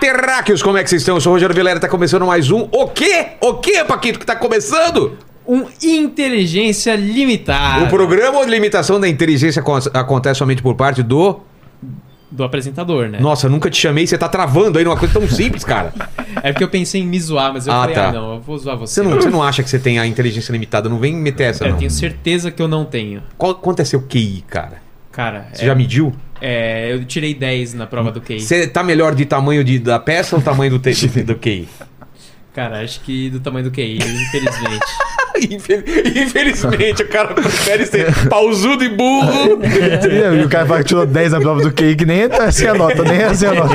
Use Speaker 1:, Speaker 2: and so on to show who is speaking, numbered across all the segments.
Speaker 1: terráqueos, como é que vocês estão? Eu sou o Rogério Vilera, tá começando mais um. O quê? O quê, Paquito, que tá começando?
Speaker 2: Um inteligência limitada.
Speaker 1: O programa de limitação da inteligência acon- acontece somente por parte do...
Speaker 2: Do apresentador, né?
Speaker 1: Nossa, nunca te chamei, você tá travando aí numa coisa tão simples, cara.
Speaker 2: É porque eu pensei em me zoar, mas eu
Speaker 1: Ah,
Speaker 2: falei,
Speaker 1: tá.
Speaker 2: ah, não, eu vou zoar você.
Speaker 1: Você não, você não acha que você tem a inteligência limitada, não vem meter essa,
Speaker 2: É, eu
Speaker 1: não.
Speaker 2: tenho certeza que eu não tenho.
Speaker 1: Qual, quanto é seu QI, cara?
Speaker 2: Cara,
Speaker 1: Você
Speaker 2: é-
Speaker 1: já mediu?
Speaker 2: é, eu tirei 10 na prova do QI.
Speaker 1: Você tá melhor de tamanho de, da peça ou tamanho do, te, do, do QI?
Speaker 2: Cara, acho que do tamanho do QI, infelizmente.
Speaker 1: Infel- Infelizmente, o cara prefere ser pausudo e burro.
Speaker 3: Entendeu? E o cara fala que tirou 10 na prova do QI, que nem é assim a nota, nem é assim a nota.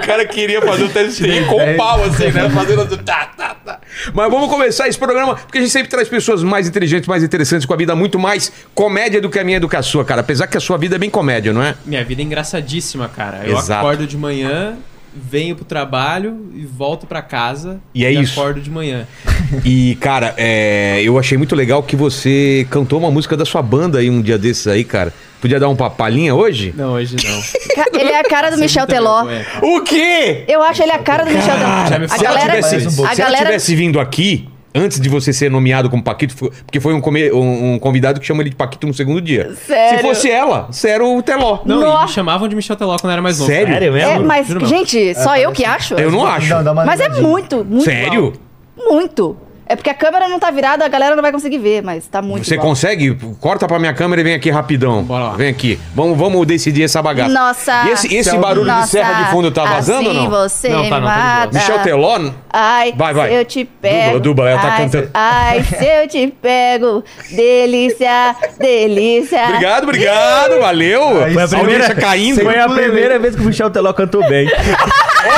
Speaker 1: O cara queria fazer o teste com
Speaker 3: É.
Speaker 1: pau, assim, né? Fazendo assim, tá, tá, tá. Mas vamos começar esse programa, porque a gente sempre traz pessoas mais inteligentes, mais interessantes, com a vida muito mais comédia do que a minha e do que a sua, cara. Apesar que a sua vida é bem comédia, não é?
Speaker 2: Minha vida é engraçadíssima, cara. Eu
Speaker 1: Exato.
Speaker 2: acordo de manhã, venho pro trabalho e volto pra casa.
Speaker 1: E é isso.
Speaker 2: acordo de manhã.
Speaker 1: E, cara, é, eu achei muito legal que você cantou uma música da sua banda aí um dia desses aí, cara. Podia dar uma palhinha hoje?
Speaker 2: Não, hoje não.
Speaker 4: Ca- Ele é a cara do Michel
Speaker 2: Muita
Speaker 4: Teló.
Speaker 2: vergonha, cara.
Speaker 1: O quê?
Speaker 4: Eu acho ele a cara do Michel Teló.
Speaker 2: já me
Speaker 4: A
Speaker 2: falaram
Speaker 4: galera, é,
Speaker 1: se ela tivesse,
Speaker 4: a
Speaker 1: se ela
Speaker 4: galera
Speaker 1: tivesse vindo aqui, antes de você ser nomeado como Paquito, fo- porque foi um, come- um- um convidado que chama ele de Paquito no segundo dia.
Speaker 4: Sério?
Speaker 1: Se fosse ela, você era o Teló.
Speaker 2: Não, e me
Speaker 4: Nossa.
Speaker 2: chamavam de Michel Teló quando eu era mais novo.
Speaker 1: Sério?
Speaker 2: cara.
Speaker 4: é, mas
Speaker 2: Juro mesmo.
Speaker 4: gente, só eu que acho.
Speaker 1: Eu não acho.
Speaker 3: Não, dá uma
Speaker 4: Mas é
Speaker 3: risadinha.
Speaker 4: muito, muito.
Speaker 1: Sério?
Speaker 4: igual. Muito. É porque a câmera não tá virada, a galera não vai conseguir ver, mas tá muito.
Speaker 1: Você
Speaker 4: igual.
Speaker 1: consegue? Corta pra minha câmera e vem aqui rapidão.
Speaker 2: Bora lá.
Speaker 1: Vem aqui. Vamos, vamos decidir essa bagaça.
Speaker 4: Nossa.
Speaker 1: E esse, esse barulho de
Speaker 4: Nossa,
Speaker 1: serra de fundo tá vazando
Speaker 4: assim
Speaker 1: ou não?
Speaker 4: Você
Speaker 2: Não,
Speaker 4: me
Speaker 2: tá não, tá de boa.
Speaker 4: mata.
Speaker 1: Michel Teló?
Speaker 4: Ai,
Speaker 1: Vai, vai.
Speaker 4: se eu te pego.
Speaker 1: Duba, Duba, ela tá
Speaker 4: ai,
Speaker 1: cantando.
Speaker 4: Ai, se eu te pego. Delícia, delícia.
Speaker 1: Obrigado, obrigado, valeu.
Speaker 3: Aí sim.
Speaker 1: audiência caindo.
Speaker 3: Foi a primeira
Speaker 5: vez que o Michel Teló cantou bem.
Speaker 1: Ô,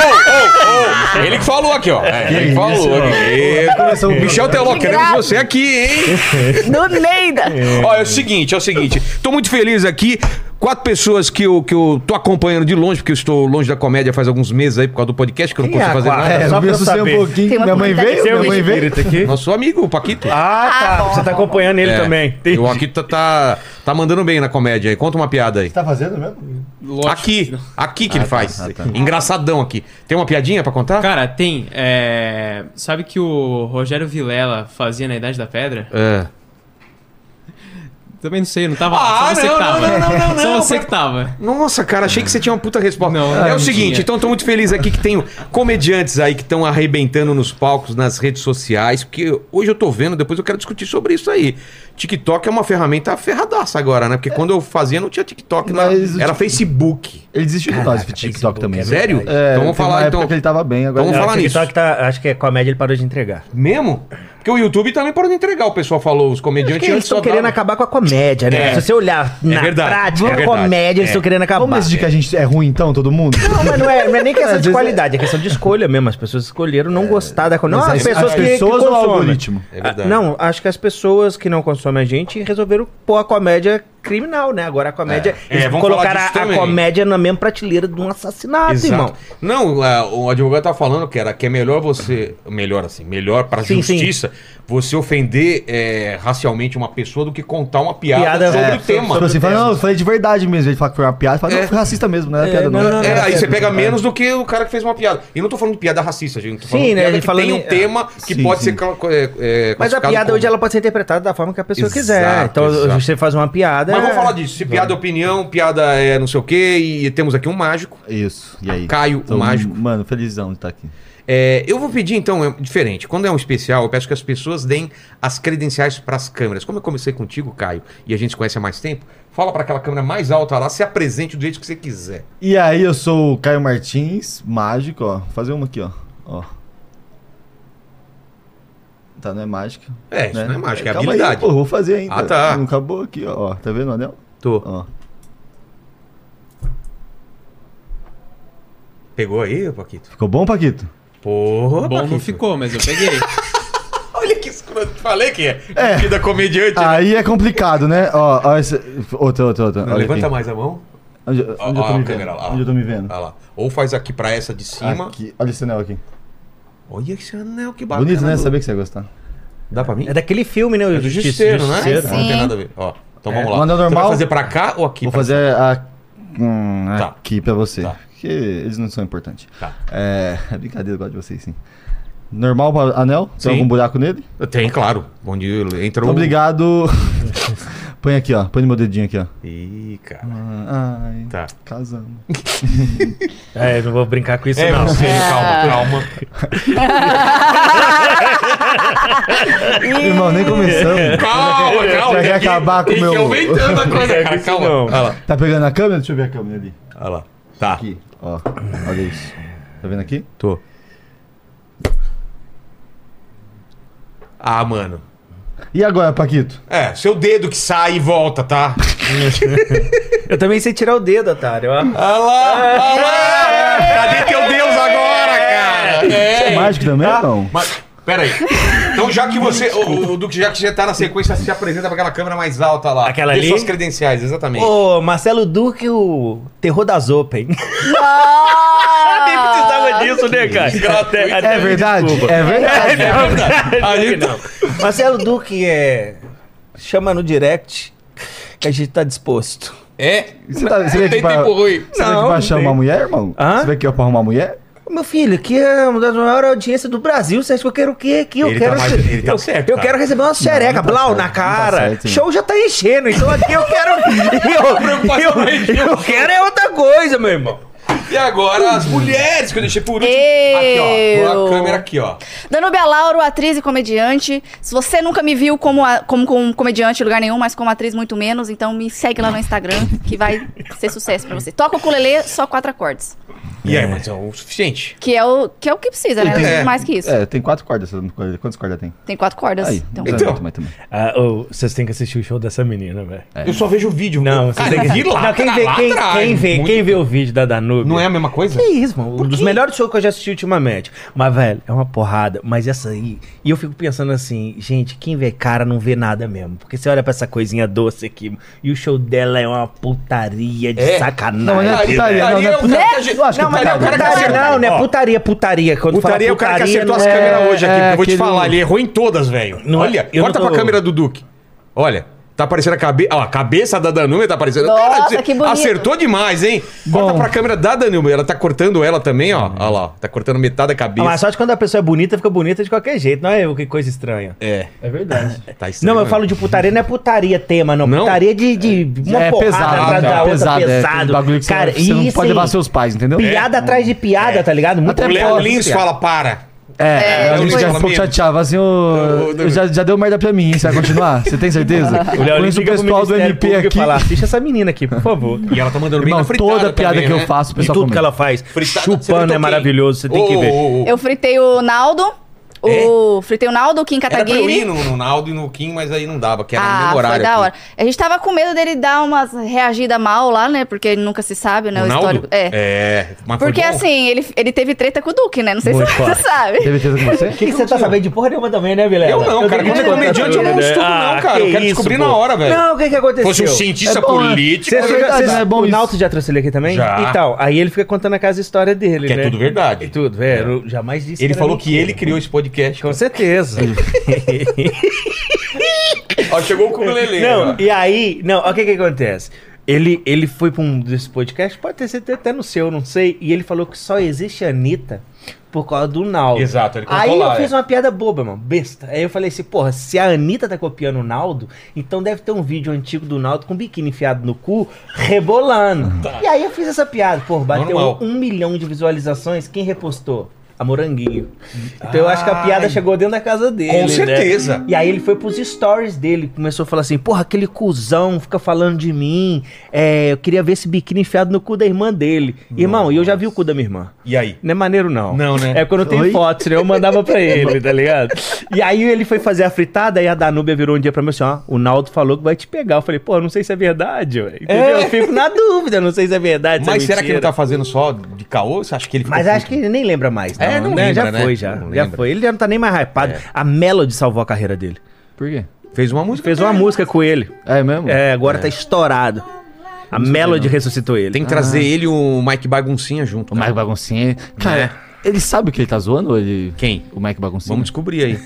Speaker 1: ô, ô. Ele que falou aqui, ó. É, ele Ah. que falou. aqui.
Speaker 3: Começou o
Speaker 1: Michel Teló,
Speaker 4: Que
Speaker 1: queremos
Speaker 4: graça.
Speaker 1: você aqui, hein?
Speaker 4: Do Neida.
Speaker 1: Ó, é o seguinte, é o seguinte. Tô muito feliz aqui. Quatro pessoas que eu, que eu tô acompanhando de longe, porque eu estou longe da comédia faz alguns meses aí por causa do podcast, que eu não
Speaker 5: Quem
Speaker 1: posso
Speaker 5: é a
Speaker 1: fazer
Speaker 5: quarta?
Speaker 1: nada.
Speaker 3: É,
Speaker 5: Só
Speaker 3: eu
Speaker 5: pra
Speaker 3: me
Speaker 5: eu
Speaker 3: assustei um
Speaker 5: saber.
Speaker 3: pouquinho.
Speaker 4: Tem uma
Speaker 3: Minha mãe
Speaker 4: comunidade
Speaker 3: veio?
Speaker 4: de
Speaker 3: Minha
Speaker 5: Seu
Speaker 3: mãe veio?
Speaker 5: espírito aqui.
Speaker 1: Nosso amigo, o Paquito.
Speaker 5: Ah, tá.
Speaker 4: bom.
Speaker 5: Você tá acompanhando ele
Speaker 1: É,
Speaker 5: também. Entendi.
Speaker 1: O Paquito tá, tá mandando bem na comédia aí. Conta uma piada aí.
Speaker 3: Tá fazendo mesmo?
Speaker 2: Lógico que
Speaker 1: Aqui,
Speaker 2: não.
Speaker 1: aqui que ele faz. Engraçadão aqui. Tem uma piadinha pra contar?
Speaker 2: Cara, tem. é, Sabe que o Rogério Vilela fazia na Idade da Pedra?
Speaker 1: É.
Speaker 2: Também não sei, eu não tava
Speaker 1: Ah,
Speaker 2: lá. Só você
Speaker 1: não,
Speaker 2: que tava.
Speaker 1: não, não, não, não,
Speaker 2: Só
Speaker 1: não,
Speaker 2: você
Speaker 1: pra-
Speaker 2: que tava.
Speaker 1: Nossa, cara, achei que você tinha uma puta resposta.
Speaker 2: Não,
Speaker 1: é
Speaker 2: não
Speaker 1: o seguinte,
Speaker 2: tinha.
Speaker 1: então tô muito feliz aqui que tenho comediantes aí que estão arrebentando nos palcos, nas redes sociais, porque hoje eu tô vendo, depois eu quero discutir sobre isso aí. TikTok é uma ferramenta ferradaça agora, né? Porque quando eu fazia não tinha TikTok, não.
Speaker 3: Mas o
Speaker 1: era
Speaker 3: Tik-
Speaker 1: Facebook.
Speaker 3: Ele desistiu de nós, TikTok também. é
Speaker 1: Sério?
Speaker 3: verdade. É,
Speaker 1: então vamos falar então.
Speaker 3: Porque
Speaker 5: tá-
Speaker 3: ele tava bem,
Speaker 1: Então
Speaker 3: agora ele-
Speaker 1: vamos falar
Speaker 5: o TikTok
Speaker 1: nisso.
Speaker 5: tá- acho que é comédia, ele parou de entregar.
Speaker 1: Mesmo? Porque o YouTube também parou de entregar, o pessoal falou, os
Speaker 5: Acho
Speaker 1: comediantes
Speaker 5: que eles
Speaker 1: antes só
Speaker 5: estão querendo
Speaker 1: davam-
Speaker 5: acabar com a comédia, né?
Speaker 1: É.
Speaker 5: Se você olhar na
Speaker 1: verdade,
Speaker 5: prática,
Speaker 1: é verdade.
Speaker 5: comédia, eles
Speaker 1: É.
Speaker 5: estão querendo acabar.
Speaker 3: Vamos decidir que a gente é ruim então, todo mundo?
Speaker 5: Não, mas não é, não é nem
Speaker 3: Às
Speaker 5: questão de
Speaker 3: vezes
Speaker 5: qualidade, é questão de escolha mesmo. As pessoas escolheram não gostar da comédia. Não, as
Speaker 3: Mas é
Speaker 5: pessoas que,
Speaker 3: pessoas
Speaker 5: que
Speaker 3: ou o
Speaker 5: consomem.
Speaker 3: algoritmo?
Speaker 1: É
Speaker 5: Ah,
Speaker 1: verdade.
Speaker 5: Não, acho que as pessoas que não consomem a gente resolveram pôr a comédia criminal, né? Agora a comédia.
Speaker 1: É.
Speaker 5: Eles
Speaker 1: É, vamos
Speaker 5: colocaram
Speaker 1: falar disso
Speaker 5: a, a
Speaker 1: também.
Speaker 5: comédia na mesma prateleira de um assassinato,
Speaker 1: Exato.
Speaker 5: irmão.
Speaker 1: Não, é, o advogado tá falando que era que é melhor você, melhor assim, melhor para
Speaker 5: Sim, sim.
Speaker 1: justiça, você ofender é, racialmente uma pessoa do que contar uma piada,
Speaker 5: Piada,
Speaker 1: sobre
Speaker 5: é,
Speaker 1: o tema.
Speaker 3: Tipo assim, fala, não, eu falei de verdade mesmo. Ele fala que foi uma piada, fala,
Speaker 1: É.
Speaker 3: não, foi racista mesmo, não era
Speaker 5: É,
Speaker 3: piada não.
Speaker 5: não, não, não.
Speaker 1: É, aí você
Speaker 5: é,
Speaker 1: pega
Speaker 5: é.
Speaker 1: menos do que o cara que fez uma piada. E não tô falando de piada racista, gente. Tô
Speaker 5: Sim,
Speaker 1: falando de
Speaker 5: né,
Speaker 1: piada
Speaker 5: ele
Speaker 1: que
Speaker 5: falando
Speaker 1: tem um
Speaker 5: em-
Speaker 1: tema que
Speaker 3: Sim,
Speaker 1: pode
Speaker 3: sim.
Speaker 1: ser cal- é, é,
Speaker 5: Mas a
Speaker 1: classificado
Speaker 5: piada
Speaker 1: como-
Speaker 5: hoje ela pode ser interpretada da forma que a pessoa
Speaker 1: Exato,
Speaker 5: quiser. Então
Speaker 1: exato.
Speaker 5: você faz uma piada.
Speaker 1: Mas vamos falar disso. Se piada é opinião, piada é não sei o quê. E temos aqui um mágico.
Speaker 3: Isso, e aí?
Speaker 1: Caio, o mágico.
Speaker 3: Mano, felizão de estar aqui.
Speaker 1: É, eu vou pedir então, é diferente. Quando é um especial, eu peço que as pessoas deem as credenciais pras câmeras. Como eu comecei contigo, Caio, e a gente se conhece há mais tempo, fala pra aquela câmera mais alta lá, se apresente do jeito que você quiser.
Speaker 3: E aí, eu sou o Caio Martins, mágico, ó. Vou fazer uma aqui, ó. ó. Tá, não é mágica.
Speaker 1: É, isso
Speaker 3: né?
Speaker 1: não é mágica, é
Speaker 3: Calma
Speaker 1: habilidade.
Speaker 3: Aí, pô, vou fazer ainda.
Speaker 1: Ah, tá.
Speaker 3: Não acabou aqui, ó. ó. Tá vendo o anel?
Speaker 1: Tô.
Speaker 3: Ó.
Speaker 1: Pegou aí, Paquito?
Speaker 3: Ficou bom, Paquito?
Speaker 1: Porra,
Speaker 2: Bom, não
Speaker 1: Paquito.
Speaker 2: ficou, mas eu peguei.
Speaker 1: Olha que escroto. Falei que é.
Speaker 3: É.
Speaker 1: Vida comediante. né?
Speaker 3: Aí é complicado, né? Ó, ó essa... Outra, outra, outra.
Speaker 1: Não,
Speaker 3: Olha
Speaker 1: levanta
Speaker 3: aqui.
Speaker 1: mais a mão.
Speaker 3: Onde, onde
Speaker 1: Ó,
Speaker 3: eu
Speaker 1: ó,
Speaker 3: tô
Speaker 1: a
Speaker 3: me
Speaker 1: câmera
Speaker 3: vendo?
Speaker 1: lá.
Speaker 3: Onde eu tô me vendo?
Speaker 1: Olha lá. Ou faz aqui pra essa de cima.
Speaker 3: Aqui. Olha esse anel aqui.
Speaker 1: Olha esse anel, que bacana.
Speaker 3: Bonito, né? Sabia que você ia gostar.
Speaker 1: Dá pra mim?
Speaker 5: É daquele filme, né?
Speaker 1: É
Speaker 5: O
Speaker 1: do
Speaker 5: Justiça-
Speaker 1: justiceiro, né?
Speaker 5: Justiceiro.
Speaker 1: Não tem
Speaker 4: Sim.
Speaker 1: nada a ver. Ó, então vamos lá.
Speaker 3: manda
Speaker 1: Você vai
Speaker 3: É, normal.
Speaker 1: fazer pra cá ou aqui?
Speaker 3: Vou
Speaker 1: Pra-
Speaker 3: fazer a hum,
Speaker 1: Tá.
Speaker 3: aqui pra você.
Speaker 1: Tá.
Speaker 3: Porque eles não são importantes.
Speaker 1: Tá.
Speaker 3: É, brincadeira, eu gosto de vocês, sim. Normal pra anel?
Speaker 1: Sim. um.
Speaker 3: Tem algum buraco nele? Então,
Speaker 1: Tem, claro. Onde entra o...
Speaker 3: Obrigado. põe aqui, ó. Põe no meu dedinho aqui, ó.
Speaker 1: Ih, cara.
Speaker 3: Ah, Ai,
Speaker 1: Tá.
Speaker 3: casamos.
Speaker 5: É, não vou brincar com isso,
Speaker 1: É,
Speaker 5: não.
Speaker 1: você,
Speaker 4: Ah.
Speaker 1: calma,
Speaker 3: Irmão, nem começamos.
Speaker 1: calma. Calma, calma.
Speaker 3: Já quer
Speaker 1: que-
Speaker 3: acabar com o
Speaker 1: que
Speaker 3: meu-
Speaker 1: Eu inventando a coisa, cara. Calma.
Speaker 5: não.
Speaker 1: Olha lá.
Speaker 3: Tá pegando a câmera? Deixa eu ver a câmera ali.
Speaker 1: Olha lá. Tá.
Speaker 3: Aqui, ó. Olha isso. Tá vendo aqui?
Speaker 1: Tô. Ah, mano.
Speaker 3: E agora, Paquito?
Speaker 1: É, seu dedo que sai e volta, tá?
Speaker 5: Eu também sei tirar o dedo, otário. ó.
Speaker 1: Olha lá, olha lá! Cadê teu Deus agora, cara?
Speaker 3: É mágico também,
Speaker 1: Ah.
Speaker 3: não?
Speaker 1: Mas, peraí. Então, já que você. O, o Duque, já que já tá na sequência, se apresenta pra aquela câmera mais alta lá.
Speaker 5: Aquela
Speaker 1: Dê
Speaker 5: ali?
Speaker 1: suas credenciais, exatamente.
Speaker 5: Ô, Marcelo Duque, o terror das Open. Nem precisava disso, né, cara? Até- até
Speaker 3: É
Speaker 5: me
Speaker 3: verdade?
Speaker 5: desculpa.
Speaker 3: É verdade.
Speaker 1: Ali tá-
Speaker 5: Marcelo Duque é. Chama no direct que a gente tá disposto.
Speaker 1: É?
Speaker 3: Você, tá, você veio aqui
Speaker 1: Tem
Speaker 3: pra,
Speaker 1: tempo ruim.
Speaker 3: você veio
Speaker 5: Não,
Speaker 3: aqui pra
Speaker 5: não
Speaker 3: chamar
Speaker 5: tem.
Speaker 3: uma mulher, irmão?
Speaker 5: Hã?
Speaker 3: Você veio aqui ó, pra arrumar uma mulher?
Speaker 5: Ô, Meu filho, aqui é uma das maiores audiências do Brasil. Você acha que eu quero o quê aqui? Eu
Speaker 1: Ele
Speaker 5: quero.
Speaker 1: tá mais- ele tá
Speaker 5: eu,
Speaker 1: certo,
Speaker 5: eu
Speaker 1: cara.
Speaker 5: quero receber uma
Speaker 3: não
Speaker 5: xereca,
Speaker 3: tá
Speaker 5: blau,
Speaker 3: certo,
Speaker 5: na
Speaker 3: não tá
Speaker 5: cara.
Speaker 3: certo, hein?
Speaker 5: Show já tá enchendo, então aqui eu quero. eu, eu, eu quero é outra coisa, meu irmão.
Speaker 1: E agora as mulheres que eu deixei por último. Aqui, ó.
Speaker 4: Eu.
Speaker 1: A câmera aqui, ó.
Speaker 4: Danúbia Lauro, atriz e comediante. Se você nunca me viu como, a- como, como comediante em lugar nenhum, mas como atriz muito menos, então me segue lá no Instagram, que vai ser sucesso pra você. Toca o ukulele, só quatro acordes.
Speaker 1: E aí, mas é o suficiente.
Speaker 4: Que é o que, é o que precisa, né? Não
Speaker 1: Entendi.
Speaker 4: precisa de mais que isso.
Speaker 3: É, tem quatro cordas. essa corda- Quantas cordas tem?
Speaker 4: Tem quatro cordas.
Speaker 3: Aí,
Speaker 4: então.
Speaker 3: não
Speaker 1: Então.
Speaker 3: então. muito mais também.
Speaker 6: Ah, ô, vocês têm que assistir o show dessa menina, velho.
Speaker 1: Eu só vejo o vídeo.
Speaker 6: Não, vocês
Speaker 1: É. cara,
Speaker 6: têm que
Speaker 1: vi lá.
Speaker 6: Não, quem vê, quem, quem vê, quem vê o vídeo da Danube.
Speaker 1: Não é a mesma coisa?
Speaker 5: Que isso, mano. Um dos melhores shows que eu já assisti ultimamente. Mas, velho, é uma porrada. Mas essa aí. E eu fico pensando assim, gente, quem vê cara não vê nada mesmo. Porque você olha pra essa coisinha doce aqui. E o show dela é uma putaria de
Speaker 1: É?
Speaker 5: sacanagem.
Speaker 3: Não, é
Speaker 1: Putaria,
Speaker 3: putaria, não, não
Speaker 1: é o
Speaker 3: é
Speaker 1: cara
Speaker 3: putaria.
Speaker 1: que a gente-
Speaker 3: Eu acho que
Speaker 1: Não, mas
Speaker 3: é
Speaker 1: é o cara que
Speaker 3: putaria.
Speaker 5: Putaria,
Speaker 1: acertou.
Speaker 5: não, não
Speaker 1: Ó.
Speaker 5: é putaria, putaria. Quando
Speaker 1: Putaria é
Speaker 5: fala
Speaker 1: o cara que
Speaker 5: putaria,
Speaker 1: acertou as
Speaker 5: não é-
Speaker 1: câmeras hoje aqui,
Speaker 5: é
Speaker 1: porque eu vou te
Speaker 5: aquele-
Speaker 1: falar, ele errou em todas, velho.
Speaker 5: Não é-
Speaker 1: Olha,
Speaker 5: eu não
Speaker 1: corta
Speaker 5: tô-
Speaker 1: pra câmera do Duque. Olha, tá aparecendo a cabeça. Ó, a cabeça da Danúbia tá aparecendo.
Speaker 4: Nossa, que bonito.
Speaker 1: Acertou demais, hein? Corta pra câmera da Danúbia. Ela tá cortando ela também, ó. Olha lá, tá cortando metade da
Speaker 5: Ah, mas
Speaker 1: cabeça.
Speaker 5: só de quando a pessoa é bonita, fica bonita de qualquer jeito. Não é eu, que coisa estranha.
Speaker 1: É,
Speaker 6: É verdade.
Speaker 1: tá estranho,
Speaker 5: Não, eu
Speaker 1: né?
Speaker 5: falo de putaria, não é putaria tema, não.
Speaker 1: Não?
Speaker 5: Putaria de, de uma
Speaker 3: é
Speaker 5: porrada
Speaker 3: pesado,
Speaker 5: atrás
Speaker 3: é
Speaker 5: da outra,
Speaker 3: pesado, é,
Speaker 5: pesado.
Speaker 3: tem bagulho que você-
Speaker 5: cara, assim,
Speaker 3: você,
Speaker 5: isso,
Speaker 3: não pode
Speaker 5: hein?
Speaker 3: levar seus pais, entendeu?
Speaker 5: Piada atrás de piada, tá ligado? Muito
Speaker 1: O
Speaker 3: Até
Speaker 1: é. Léo
Speaker 3: posso,
Speaker 1: Lins
Speaker 3: viado.
Speaker 1: fala, para.
Speaker 3: É,
Speaker 4: É,
Speaker 3: a gente
Speaker 1: eu
Speaker 3: já
Speaker 1: falo
Speaker 3: ficou
Speaker 1: mesmo.
Speaker 3: chateado, fala assim, ô, eu já, já deu merda pra mim, hein? Você vai continuar? Você tem certeza?
Speaker 5: O Léo Lins
Speaker 3: Conheço o
Speaker 5: liga pro
Speaker 3: pessoal do
Speaker 5: Ministério
Speaker 3: MP
Speaker 5: Público
Speaker 3: aqui.
Speaker 5: e fala, assiste essa menina aqui, por favor.
Speaker 1: E ela tá mandando bem
Speaker 3: Irmão,
Speaker 1: na fritada
Speaker 3: toda piada
Speaker 1: também,
Speaker 3: que
Speaker 1: né?
Speaker 3: eu faço, o
Speaker 5: E
Speaker 3: pessoal
Speaker 5: tudo que
Speaker 3: comenta.
Speaker 5: ela faz.
Speaker 1: Fritada, você
Speaker 5: Chupando
Speaker 1: fritou
Speaker 5: é
Speaker 1: quem?
Speaker 5: maravilhoso, você tem que
Speaker 1: Ô,
Speaker 5: ver.
Speaker 1: ô, ô, ô.
Speaker 4: Eu fritei o Naldo. O, Fritei o Naldo,
Speaker 1: É.
Speaker 4: Kim
Speaker 1: Era pra eu ir
Speaker 4: Kataguiri.
Speaker 1: no, no Naldo e no Kim, mas aí não dava, que era no
Speaker 4: Ah,
Speaker 1: mesmo
Speaker 4: foi
Speaker 1: horário.
Speaker 4: da
Speaker 1: aqui.
Speaker 4: hora. A gente tava com medo dele dar umas reagidas mal lá, né? Porque nunca se sabe, né?
Speaker 1: No
Speaker 4: o histórico.
Speaker 1: Naldo? É, mas foi
Speaker 4: Porque
Speaker 1: bom.
Speaker 4: assim, ele, ele teve treta com o Duque, né? Não sei se você sabe.
Speaker 3: Teve certeza com você?
Speaker 5: O que, que você tá sabendo de porra nenhuma também, né, Vilela?
Speaker 1: Eu não, cara.
Speaker 5: tenho
Speaker 1: Quando
Speaker 5: que
Speaker 1: é
Speaker 5: te contar
Speaker 1: comediante, eu
Speaker 5: tudo,
Speaker 1: não
Speaker 5: né?
Speaker 1: estudo, não,
Speaker 5: Ah,
Speaker 1: cara. Eu
Speaker 5: que
Speaker 1: quero
Speaker 5: isso,
Speaker 1: descobrir
Speaker 5: pô.
Speaker 1: na hora, velho.
Speaker 5: Não, o que que aconteceu?
Speaker 1: Fosse um cientista
Speaker 3: É bom, né?
Speaker 1: político.
Speaker 5: Você
Speaker 3: É
Speaker 5: chega-
Speaker 3: verdade,
Speaker 5: você-
Speaker 3: né? É bom
Speaker 5: o
Speaker 3: isso.
Speaker 5: Nauto já trouxe ele aqui também?
Speaker 1: Já.
Speaker 5: Então, aí ele fica contando a casa história dele,
Speaker 1: Que é
Speaker 5: né?
Speaker 1: tudo verdade.
Speaker 5: É tudo, velho. eu Jamais disse
Speaker 1: Ele
Speaker 5: era
Speaker 1: falou que
Speaker 5: mentira.
Speaker 1: ele criou esse podcast.
Speaker 5: Com certeza.
Speaker 1: Ó, chegou com o Lelê. né?
Speaker 5: não, e aí... Não, o que que acontece? Ele, ele foi pra um desses podcasts, pode ter sido até no seu, não sei, e ele falou que só existe a Anitta por causa do Naldo.
Speaker 1: Exato, ele contou
Speaker 5: Aí
Speaker 1: lá,
Speaker 5: eu fiz
Speaker 1: é.
Speaker 5: uma piada boba, mano, besta. Aí eu falei assim, porra, se a Anitta tá copiando o Naldo, então deve ter um vídeo antigo do Naldo com biquíni enfiado no cu, rebolando. E aí eu fiz essa piada, porra, bateu
Speaker 1: Tá. Normal.
Speaker 5: um, um milhão de visualizações, quem repostou? A Moranguinho. Então eu acho que a piada chegou dentro da casa dele.
Speaker 1: Com
Speaker 5: né?
Speaker 1: certeza.
Speaker 5: E aí ele foi pros stories dele, começou a falar assim, porra, aquele cuzão fica falando de mim, é, eu queria ver esse biquíni enfiado no cu da irmã dele. Irmão, e eu já vi o cu da minha irmã.
Speaker 1: E aí?
Speaker 5: Não é maneiro, não.
Speaker 1: Não, né?
Speaker 5: É quando tem
Speaker 3: Oi?
Speaker 5: fotos, né? Eu mandava pra ele, tá ligado? E aí ele foi fazer a fritada e a Danúbia virou um dia pra mim assim, ó, o Naldo falou que vai te pegar. Eu falei, pô, eu não sei se é verdade, ué. Entendeu? Eu fico na dúvida, eu não sei se é verdade, se é
Speaker 1: É. Mas será que ele
Speaker 5: mentira.
Speaker 1: tá fazendo só de caô? Você acha que ele ficou
Speaker 5: Mas
Speaker 1: puto?
Speaker 5: acho que ele nem lembra mais, não,
Speaker 1: É, não
Speaker 5: né?
Speaker 1: lembra,
Speaker 5: já
Speaker 1: né?
Speaker 5: foi, já.
Speaker 1: Não
Speaker 5: já
Speaker 1: lembra. É.
Speaker 5: foi. Ele já não tá nem mais hypado. A Melody salvou a carreira dele.
Speaker 3: Por quê?
Speaker 1: Fez uma música.
Speaker 5: Fez uma música com ele.
Speaker 3: É mesmo?
Speaker 5: É, agora tá estourado. A Melody ressuscitou ele. Ah.
Speaker 1: Tem que trazer ele e o Mike Baguncinha junto.
Speaker 3: O Marco Baguncinha. Cara,
Speaker 5: É.
Speaker 3: Ele sabe o que ele tá zoando? ou Ele...
Speaker 7: Quem?
Speaker 3: O Mike Baguncinha?
Speaker 7: Vamos descobrir aí.